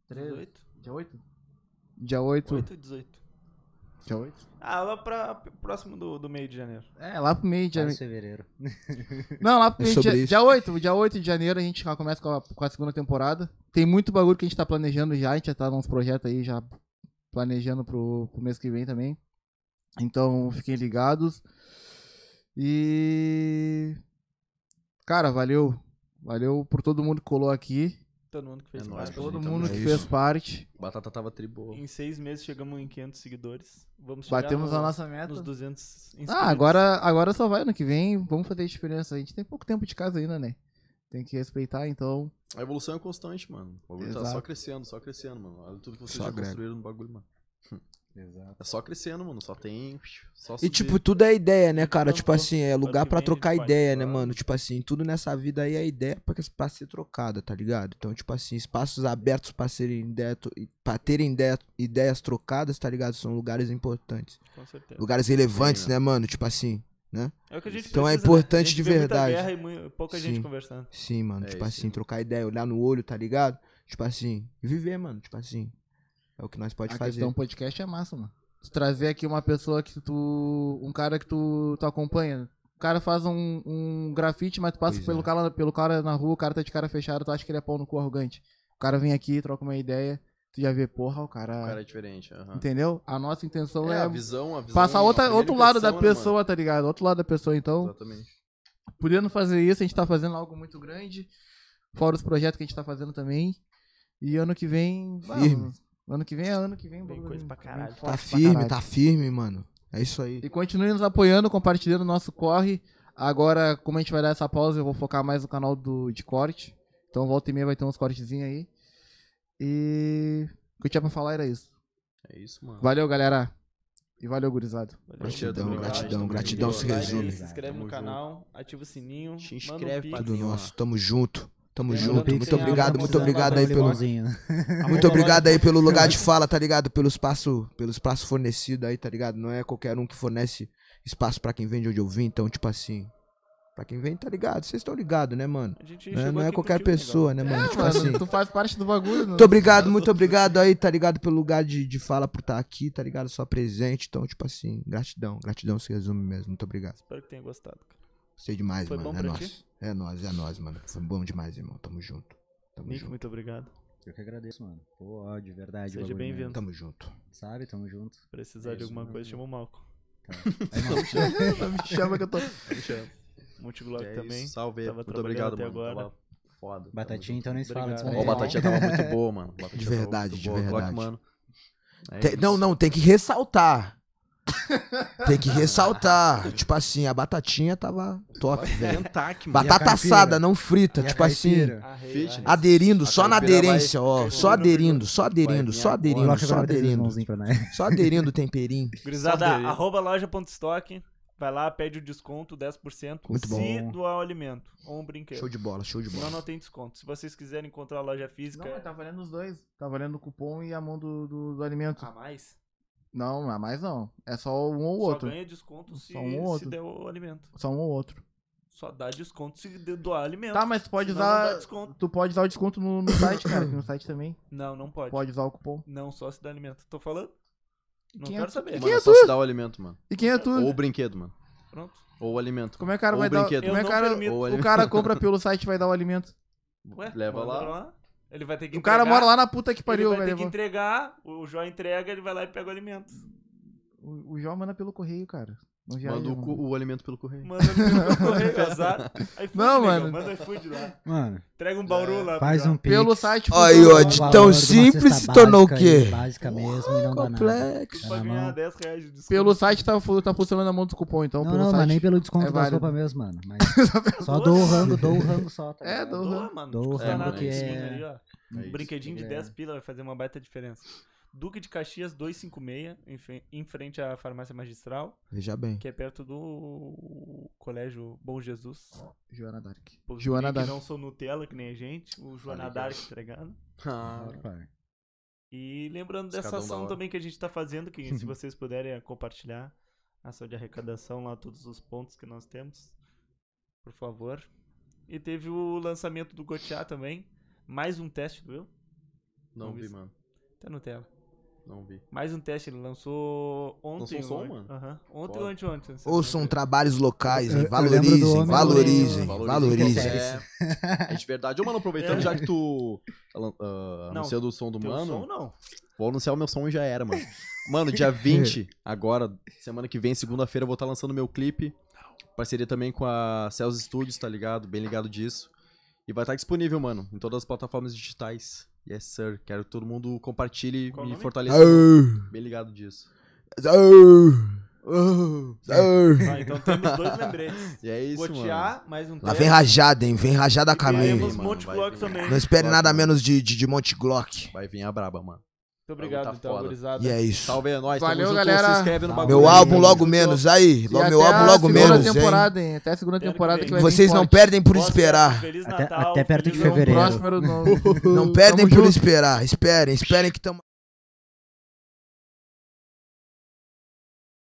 [SPEAKER 3] 13,
[SPEAKER 2] 18?
[SPEAKER 3] dia 8? Dia 8.
[SPEAKER 2] 8 ou 18?
[SPEAKER 3] Dia 8?
[SPEAKER 2] Ah, lá pra próximo do, do meio de janeiro.
[SPEAKER 3] É, lá pro meio de
[SPEAKER 5] Quase
[SPEAKER 3] janeiro.
[SPEAKER 5] fevereiro.
[SPEAKER 3] Não, lá pro
[SPEAKER 4] É sobre
[SPEAKER 3] dia,
[SPEAKER 4] isso.
[SPEAKER 3] dia 8, dia 8 de janeiro a gente já começa com a, com a segunda temporada. Tem muito bagulho que a gente tá planejando já, a gente já tá nos projetos aí, já planejando pro, pro mês que vem também. Então, fiquem ligados. E... Cara, valeu. Valeu por todo mundo que colou aqui,
[SPEAKER 2] Todo mundo que
[SPEAKER 6] É
[SPEAKER 2] fez
[SPEAKER 6] nóis,
[SPEAKER 2] parte.
[SPEAKER 6] gente.
[SPEAKER 3] todo
[SPEAKER 6] Então,
[SPEAKER 3] mundo
[SPEAKER 6] é
[SPEAKER 3] que
[SPEAKER 6] isso.
[SPEAKER 3] fez parte.
[SPEAKER 6] Batata tava triboa.
[SPEAKER 2] Em seis meses chegamos em 500 seguidores. Vamos chegar
[SPEAKER 3] Batemos
[SPEAKER 2] no-
[SPEAKER 3] a nossa
[SPEAKER 2] nos
[SPEAKER 3] meta.
[SPEAKER 2] 200
[SPEAKER 3] Ah,
[SPEAKER 2] inscritos.
[SPEAKER 3] agora, agora só vai ano que vem, vamos fazer a diferença. A gente tem pouco tempo de casa ainda, né? Tem que respeitar, então...
[SPEAKER 6] A evolução é constante, mano. O bagulho tá
[SPEAKER 3] Exato.
[SPEAKER 6] só crescendo, só crescendo, mano. Olha tudo que vocês
[SPEAKER 4] Só
[SPEAKER 6] já
[SPEAKER 4] agrega.
[SPEAKER 6] construíram no bagulho, mano.
[SPEAKER 5] Exato.
[SPEAKER 6] É só crescendo, mano. Só tem. Só
[SPEAKER 4] E
[SPEAKER 6] subir.
[SPEAKER 4] tipo, tudo é ideia, né, cara? Tipo
[SPEAKER 2] Então,
[SPEAKER 4] assim, é lugar
[SPEAKER 2] que
[SPEAKER 4] pra
[SPEAKER 2] vem a gente
[SPEAKER 4] trocar
[SPEAKER 2] faz,
[SPEAKER 4] ideia, né,
[SPEAKER 2] claro.
[SPEAKER 4] mano? Tipo assim, tudo nessa vida aí é ideia pra, que- pra ser trocada, tá ligado? Então, tipo assim, espaços abertos pra serem ideia, pra terem ideia, ideias trocadas, tá ligado? São lugares importantes.
[SPEAKER 2] Com certeza.
[SPEAKER 4] Lugares relevantes,
[SPEAKER 6] Sim, né?
[SPEAKER 4] né, mano? Tipo assim,
[SPEAKER 2] É o que a gente
[SPEAKER 4] Então é
[SPEAKER 2] precisa, né?
[SPEAKER 4] importante
[SPEAKER 2] A gente
[SPEAKER 4] de
[SPEAKER 2] vê muita
[SPEAKER 4] verdade.
[SPEAKER 2] guerra e mui- pouca gente
[SPEAKER 4] Sim.
[SPEAKER 2] conversando.
[SPEAKER 4] sim, mano.
[SPEAKER 6] É
[SPEAKER 4] tipo
[SPEAKER 6] isso
[SPEAKER 4] assim,
[SPEAKER 6] aí.
[SPEAKER 4] trocar ideia, olhar no olho, tá ligado? Tipo assim, viver, mano. Tipo assim, é o que nós pode
[SPEAKER 3] a
[SPEAKER 4] fazer.
[SPEAKER 3] questão podcast é massa, mano. Tu trazer aqui uma pessoa que tu. um cara que tu, tu acompanha. O cara faz um, um grafite, mas tu passa
[SPEAKER 4] Pois
[SPEAKER 3] pelo,
[SPEAKER 4] é.
[SPEAKER 3] cara, pelo cara na rua, o cara tá de cara fechada, tu acha que ele é pau no cu arrogante. O cara vem aqui, troca uma ideia, tu já vê, porra, o cara.
[SPEAKER 6] O cara é diferente. aham.
[SPEAKER 3] Entendeu? A nossa intenção
[SPEAKER 6] É,
[SPEAKER 3] é,
[SPEAKER 6] a visão, a visão.
[SPEAKER 3] passar outra,
[SPEAKER 6] a
[SPEAKER 3] outro lado da
[SPEAKER 6] primeira impressão,
[SPEAKER 3] pessoa, tá ligado? Outro lado da pessoa,
[SPEAKER 6] né,
[SPEAKER 3] então.
[SPEAKER 6] mano? Exatamente.
[SPEAKER 3] podendo fazer isso, a gente tá fazendo algo muito grande. Fora os projetos que a gente tá fazendo também. E ano que vem. bah,
[SPEAKER 4] Firme.
[SPEAKER 3] mano, ano que vem é ano que vem.
[SPEAKER 2] Vem
[SPEAKER 3] bagulho
[SPEAKER 2] coisa pra
[SPEAKER 3] vem
[SPEAKER 2] caralho.
[SPEAKER 3] forte
[SPEAKER 4] Tá
[SPEAKER 3] pra
[SPEAKER 4] firme,
[SPEAKER 3] caralho.
[SPEAKER 4] tá firme, mano. É isso aí.
[SPEAKER 3] E continue nos apoiando, compartilhando o nosso corre. Agora, como a gente vai dar essa pausa, eu vou focar mais no canal do, de corte. Então, volta e meia vai ter uns cortezinhos aí. E o que eu tinha pra falar era isso.
[SPEAKER 6] É isso, mano.
[SPEAKER 3] Valeu, galera. E valeu, gurizado.
[SPEAKER 4] Gratidão,
[SPEAKER 6] Obrigado,
[SPEAKER 4] gratidão,
[SPEAKER 6] tamo
[SPEAKER 4] gratidão
[SPEAKER 6] junto.
[SPEAKER 4] se
[SPEAKER 2] Like,
[SPEAKER 4] resume.
[SPEAKER 2] Se inscreve no
[SPEAKER 6] Tamo
[SPEAKER 2] canal, ativa o sininho.
[SPEAKER 6] Se
[SPEAKER 2] manda um
[SPEAKER 6] inscreve,
[SPEAKER 2] pix.
[SPEAKER 6] padrinho.
[SPEAKER 4] Tudo nosso. Tamo junto.
[SPEAKER 5] É,
[SPEAKER 4] Tamo
[SPEAKER 2] Lembrando
[SPEAKER 4] junto.
[SPEAKER 2] que
[SPEAKER 4] Muito
[SPEAKER 5] né,
[SPEAKER 2] tem a
[SPEAKER 4] obrigado,
[SPEAKER 2] Bruna
[SPEAKER 4] muito
[SPEAKER 2] precisando
[SPEAKER 4] obrigado
[SPEAKER 2] dar
[SPEAKER 4] aí
[SPEAKER 2] um
[SPEAKER 4] pelo. [LAUGHS]
[SPEAKER 5] limãozinho.
[SPEAKER 4] Muito obrigado aí pelo lugar de fala, tá ligado? Pelo espaço, pelo espaço fornecido aí, tá ligado? Não é qualquer um que fornece espaço pra quem vem de onde eu vim, então, tipo assim. Pra quem vem, tá ligado? Vocês estão ligados, né, mano?
[SPEAKER 2] A gente
[SPEAKER 4] Não é,
[SPEAKER 2] chegou
[SPEAKER 4] não é
[SPEAKER 2] aqui
[SPEAKER 4] qualquer
[SPEAKER 2] pro time,
[SPEAKER 4] pessoa, né,
[SPEAKER 3] É,
[SPEAKER 4] mano? tipo assim.
[SPEAKER 3] tu faz parte do bagulho.
[SPEAKER 4] Muito obrigado, muito obrigado aí, tá ligado? Pelo lugar de, de fala por estar aqui, tá ligado? Só presente, então, tipo assim, gratidão. Gratidão se resume mesmo. Muito obrigado.
[SPEAKER 2] Espero que tenha gostado. cara.
[SPEAKER 4] Sei demais,
[SPEAKER 2] Foi
[SPEAKER 4] mano.
[SPEAKER 2] bom
[SPEAKER 4] é
[SPEAKER 2] pra
[SPEAKER 4] nóis. É nóis, é nóis, mano. Foi bom demais, irmão. Tamo junto. Tamo
[SPEAKER 2] Nico,
[SPEAKER 4] junto.
[SPEAKER 2] muito obrigado.
[SPEAKER 5] Eu que agradeço, mano. Pô, ó, de verdade.
[SPEAKER 2] Seja
[SPEAKER 5] o bagulho
[SPEAKER 2] bem-vindo.
[SPEAKER 4] Tamo junto.
[SPEAKER 5] mesmo. Sabe?
[SPEAKER 4] [LAUGHS]
[SPEAKER 5] Tamo junto.
[SPEAKER 2] Precisar
[SPEAKER 5] É
[SPEAKER 2] de
[SPEAKER 5] isso,
[SPEAKER 2] alguma
[SPEAKER 5] mano.
[SPEAKER 2] coisa, chama o Malco.
[SPEAKER 5] Aí, mano,
[SPEAKER 3] Me chama que
[SPEAKER 6] [LAUGHS]
[SPEAKER 3] eu tô.
[SPEAKER 2] Multiblog
[SPEAKER 6] É
[SPEAKER 2] também.
[SPEAKER 6] isso, Salve.
[SPEAKER 2] Tava
[SPEAKER 6] Muito
[SPEAKER 2] trabalhando
[SPEAKER 6] obrigado,
[SPEAKER 2] até
[SPEAKER 6] mano.
[SPEAKER 2] agora.
[SPEAKER 6] Tava foda.
[SPEAKER 5] [LAUGHS] Batatinha, então nem se fala.
[SPEAKER 2] Obrigado.
[SPEAKER 5] desculpa.
[SPEAKER 6] Ó, a batatinha
[SPEAKER 4] tá-
[SPEAKER 6] tava muito boa, mano. Batatinha
[SPEAKER 4] De
[SPEAKER 6] tava
[SPEAKER 4] verdade,
[SPEAKER 6] muito
[SPEAKER 4] de
[SPEAKER 6] boa. Glock,
[SPEAKER 4] verdade.
[SPEAKER 6] mano. É
[SPEAKER 4] Tem-
[SPEAKER 6] isso.
[SPEAKER 4] não, não, tem que ressaltar. tem que ressaltar. tipo assim, a batatinha tava top, velho.
[SPEAKER 6] Kentucky, mano.
[SPEAKER 4] Batata
[SPEAKER 5] caipira?
[SPEAKER 4] assada, não frita.
[SPEAKER 5] E a
[SPEAKER 4] Tipo assim,
[SPEAKER 5] caipira?
[SPEAKER 2] Arrei,
[SPEAKER 6] Fit.
[SPEAKER 2] arrei.
[SPEAKER 4] aderindo,
[SPEAKER 6] A
[SPEAKER 4] só na
[SPEAKER 6] caipira vai-
[SPEAKER 4] aderência, ó. Só
[SPEAKER 6] vai vir
[SPEAKER 4] aderindo, só aderindo, só
[SPEAKER 6] agora.
[SPEAKER 4] aderindo,
[SPEAKER 5] Coloca
[SPEAKER 4] só
[SPEAKER 5] agora dedos
[SPEAKER 4] aderindo.
[SPEAKER 5] mãozinho pra nós.
[SPEAKER 4] Só aderindo o temperinho.
[SPEAKER 2] Grisada,
[SPEAKER 6] Sabe.
[SPEAKER 2] arroba loja.stock. Vai lá, pede o desconto, 10%.
[SPEAKER 4] Muito
[SPEAKER 2] se
[SPEAKER 4] bom.
[SPEAKER 2] doar o alimento ou um brinquedo.
[SPEAKER 4] Show de bola, show de
[SPEAKER 2] Senão
[SPEAKER 4] bola.
[SPEAKER 2] não tem desconto. Se vocês quiserem encontrar a loja física,
[SPEAKER 3] Não, mas tá valendo os dois. Tá valendo o cupom e a mão do, do, do alimento.
[SPEAKER 2] a mais,
[SPEAKER 3] Não, a mais não. É só um ou
[SPEAKER 2] só
[SPEAKER 3] outro.
[SPEAKER 2] ganha desconto se,
[SPEAKER 3] Só um ou
[SPEAKER 2] se
[SPEAKER 3] outro.
[SPEAKER 2] der o alimento.
[SPEAKER 3] Só um ou outro.
[SPEAKER 2] Só dá desconto se de- doar alimento.
[SPEAKER 3] Tá, mas tu pode
[SPEAKER 2] Senão não dá
[SPEAKER 3] usar.
[SPEAKER 2] desconto.
[SPEAKER 3] Tu pode usar o desconto no, no site, cara. que no site também.
[SPEAKER 2] Não, não pode.
[SPEAKER 3] Pode usar o cupom.
[SPEAKER 2] Não, só se dá alimento. Tô falando? Não
[SPEAKER 3] quem é
[SPEAKER 2] quero
[SPEAKER 3] tu?
[SPEAKER 2] saber.
[SPEAKER 6] Mano, é só se dá o alimento, mano.
[SPEAKER 3] E quem é tu?
[SPEAKER 6] Ou o brinquedo, mano.
[SPEAKER 2] Pronto.
[SPEAKER 6] Ou o alimento.
[SPEAKER 3] Como é que o cara
[SPEAKER 6] ou
[SPEAKER 3] vai
[SPEAKER 6] o
[SPEAKER 3] dar.
[SPEAKER 6] brinquedo.
[SPEAKER 3] Como é que
[SPEAKER 2] Eu
[SPEAKER 3] o
[SPEAKER 2] não
[SPEAKER 3] cara,
[SPEAKER 2] permito.
[SPEAKER 6] Ou o
[SPEAKER 3] o
[SPEAKER 6] alimento.
[SPEAKER 3] cara compra pelo site e vai dar o alimento?
[SPEAKER 2] Ué,
[SPEAKER 6] Leva
[SPEAKER 2] manda
[SPEAKER 6] lá.
[SPEAKER 2] Ele vai ter que
[SPEAKER 3] O cara
[SPEAKER 2] entregar,
[SPEAKER 3] mora lá na puta que pariu,
[SPEAKER 2] Ele vai
[SPEAKER 3] velho.
[SPEAKER 2] ter que entregar, o Jó entrega, ele vai lá e pega o alimento.
[SPEAKER 3] O, o Jó manda pelo correio, cara. Não viaja,
[SPEAKER 6] Manda o, cu-
[SPEAKER 3] mano.
[SPEAKER 6] o alimento pelo correio.
[SPEAKER 2] Manda no correio, azar. iFood, negão,
[SPEAKER 3] Não, mano.
[SPEAKER 2] Manda iFood lá.
[SPEAKER 5] Mano,
[SPEAKER 2] Entrega um bauru lá.
[SPEAKER 5] faz
[SPEAKER 2] pro
[SPEAKER 5] um pix.
[SPEAKER 3] Pelo site.
[SPEAKER 4] Ó, aí,
[SPEAKER 3] Futuro,
[SPEAKER 4] ó,
[SPEAKER 3] né?
[SPEAKER 4] de
[SPEAKER 5] O valor
[SPEAKER 4] tão
[SPEAKER 5] de uma
[SPEAKER 4] simples se
[SPEAKER 5] cesta
[SPEAKER 4] tornou o
[SPEAKER 5] básica
[SPEAKER 4] quê?
[SPEAKER 5] aí, Básica mesmo e não dá nada.
[SPEAKER 4] Complexo.
[SPEAKER 2] João Pra ganhar 10 reais de desconto.
[SPEAKER 3] Pelo site tá, fu- tá funcionando a mão do cupom, então.
[SPEAKER 5] Não,
[SPEAKER 3] pelo
[SPEAKER 5] não,
[SPEAKER 3] site.
[SPEAKER 5] mas nem pelo desconto
[SPEAKER 3] é
[SPEAKER 5] das
[SPEAKER 3] válido.
[SPEAKER 5] roupas mesmo,
[SPEAKER 4] [LAUGHS]
[SPEAKER 5] mano. Mas só dou o rango, dou o rango só. Tá
[SPEAKER 3] É,
[SPEAKER 5] ligado?
[SPEAKER 3] dou o
[SPEAKER 2] Doa,
[SPEAKER 3] rango.
[SPEAKER 2] mano.
[SPEAKER 5] Dou
[SPEAKER 2] Tipo,
[SPEAKER 5] o
[SPEAKER 2] sei lá,
[SPEAKER 5] rango
[SPEAKER 2] no
[SPEAKER 5] que
[SPEAKER 2] Skin
[SPEAKER 5] é-
[SPEAKER 2] ali, ó.
[SPEAKER 6] É isso.
[SPEAKER 2] Brinquedinho de 10 pila vai fazer uma baita diferença. Duque de Caxias 256, em fe- em frente à farmácia magistral,
[SPEAKER 4] Veja bem.
[SPEAKER 2] que é perto do Colégio Bom Jesus.
[SPEAKER 3] Joana Dark.
[SPEAKER 2] Pô,
[SPEAKER 3] Joana
[SPEAKER 2] meio que
[SPEAKER 3] Dark.
[SPEAKER 2] não sou Nutella, que nem a gente. O Joana
[SPEAKER 6] ligado.
[SPEAKER 2] Dark, tá ligado?
[SPEAKER 6] [LAUGHS] Ah,
[SPEAKER 5] Opa.
[SPEAKER 2] E lembrando dessa
[SPEAKER 6] Escadão da
[SPEAKER 2] ação
[SPEAKER 6] hora.
[SPEAKER 2] também que a gente tá fazendo,
[SPEAKER 6] [LAUGHS]
[SPEAKER 2] que se vocês puderem é, compartilhar, ação de arrecadação lá, todos os pontos que nós temos, por favor. E teve o lançamento do Gotiá também. Mais um teste, viu?
[SPEAKER 6] não
[SPEAKER 2] Vamos
[SPEAKER 6] vi,
[SPEAKER 2] ver.
[SPEAKER 6] mano.
[SPEAKER 2] Tá Nutella.
[SPEAKER 6] Não vi.
[SPEAKER 2] Mais um teste, ele lançou ontem.
[SPEAKER 6] Lançou só
[SPEAKER 2] ou-
[SPEAKER 6] uma?
[SPEAKER 2] Aham. Ontem ou
[SPEAKER 6] Foda.
[SPEAKER 2] anteontem? não sei
[SPEAKER 4] Ouçam
[SPEAKER 2] se lembra.
[SPEAKER 4] trabalhos locais,
[SPEAKER 5] Eu-
[SPEAKER 4] hein?
[SPEAKER 5] eu lembro do
[SPEAKER 4] Valorizem,
[SPEAKER 5] homem-
[SPEAKER 4] valorizem,
[SPEAKER 6] Valoriza.
[SPEAKER 4] valorizem.
[SPEAKER 6] É, é de verdade. Ô, mano, aproveitando
[SPEAKER 2] É.
[SPEAKER 6] já que tu uh, anunciou do som do
[SPEAKER 2] Teu
[SPEAKER 6] mano,
[SPEAKER 2] um som não.
[SPEAKER 6] vou anunciar o meu som e já era, mano. Mano, dia 20, agora, semana que vem, segunda-feira, eu vou estar lançando meu clipe. Parceria também com a Cells Studios, tá ligado? Bem ligado disso. E vai estar disponível, mano, em todas as plataformas digitais. Yes, sir. Quero que todo mundo compartilhe
[SPEAKER 2] Qual o
[SPEAKER 6] e me
[SPEAKER 2] nome?
[SPEAKER 6] fortaleça.
[SPEAKER 4] Ah,
[SPEAKER 6] Bem ligado disso.
[SPEAKER 4] ah, ah.
[SPEAKER 2] Ah, então temos
[SPEAKER 6] [LAUGHS]
[SPEAKER 2] dois lembretes.
[SPEAKER 6] E é isso, mano.
[SPEAKER 2] Gotiá, mais um
[SPEAKER 4] Lá
[SPEAKER 2] teste.
[SPEAKER 4] vem rajada, hein? Vem rajada a
[SPEAKER 2] E
[SPEAKER 4] caminho.
[SPEAKER 2] Teremos
[SPEAKER 6] mano,
[SPEAKER 2] Monte
[SPEAKER 6] vai
[SPEAKER 2] Glock
[SPEAKER 6] vir.
[SPEAKER 2] também.
[SPEAKER 4] Não espere nada
[SPEAKER 6] Glock,
[SPEAKER 4] menos de, de, de Monte Glock.
[SPEAKER 6] Vai vir a braba, mano.
[SPEAKER 2] Muito obrigado,
[SPEAKER 6] Tá
[SPEAKER 2] então,
[SPEAKER 6] foda.
[SPEAKER 2] gurizada.
[SPEAKER 4] E é isso.
[SPEAKER 3] Tá
[SPEAKER 6] Salve, é nóis.
[SPEAKER 3] Valeu,
[SPEAKER 6] Tamo junto.
[SPEAKER 3] galera.
[SPEAKER 6] Se inscreve no
[SPEAKER 5] Meu
[SPEAKER 6] bagulho.
[SPEAKER 4] Meu
[SPEAKER 5] Valeu,
[SPEAKER 4] álbum
[SPEAKER 5] gente.
[SPEAKER 4] logo menos, aí.
[SPEAKER 3] E
[SPEAKER 4] Logo, meu
[SPEAKER 3] até
[SPEAKER 4] álbum
[SPEAKER 3] a
[SPEAKER 4] logo
[SPEAKER 3] segunda
[SPEAKER 4] menos, hein?
[SPEAKER 3] temporada, hein? Até a segunda
[SPEAKER 2] Espero
[SPEAKER 3] temporada
[SPEAKER 2] que
[SPEAKER 3] que vai vir
[SPEAKER 4] Vocês não
[SPEAKER 3] forte.
[SPEAKER 4] perdem por
[SPEAKER 2] Boa
[SPEAKER 4] esperar.
[SPEAKER 2] sorte, Feliz
[SPEAKER 5] Até-
[SPEAKER 2] Natal.
[SPEAKER 5] até perto de
[SPEAKER 2] feliz ano
[SPEAKER 5] fevereiro.
[SPEAKER 2] novo.
[SPEAKER 3] [LAUGHS] Próximo era o nome.
[SPEAKER 4] Não perdem por esperar. Esperem, esperem que estamos.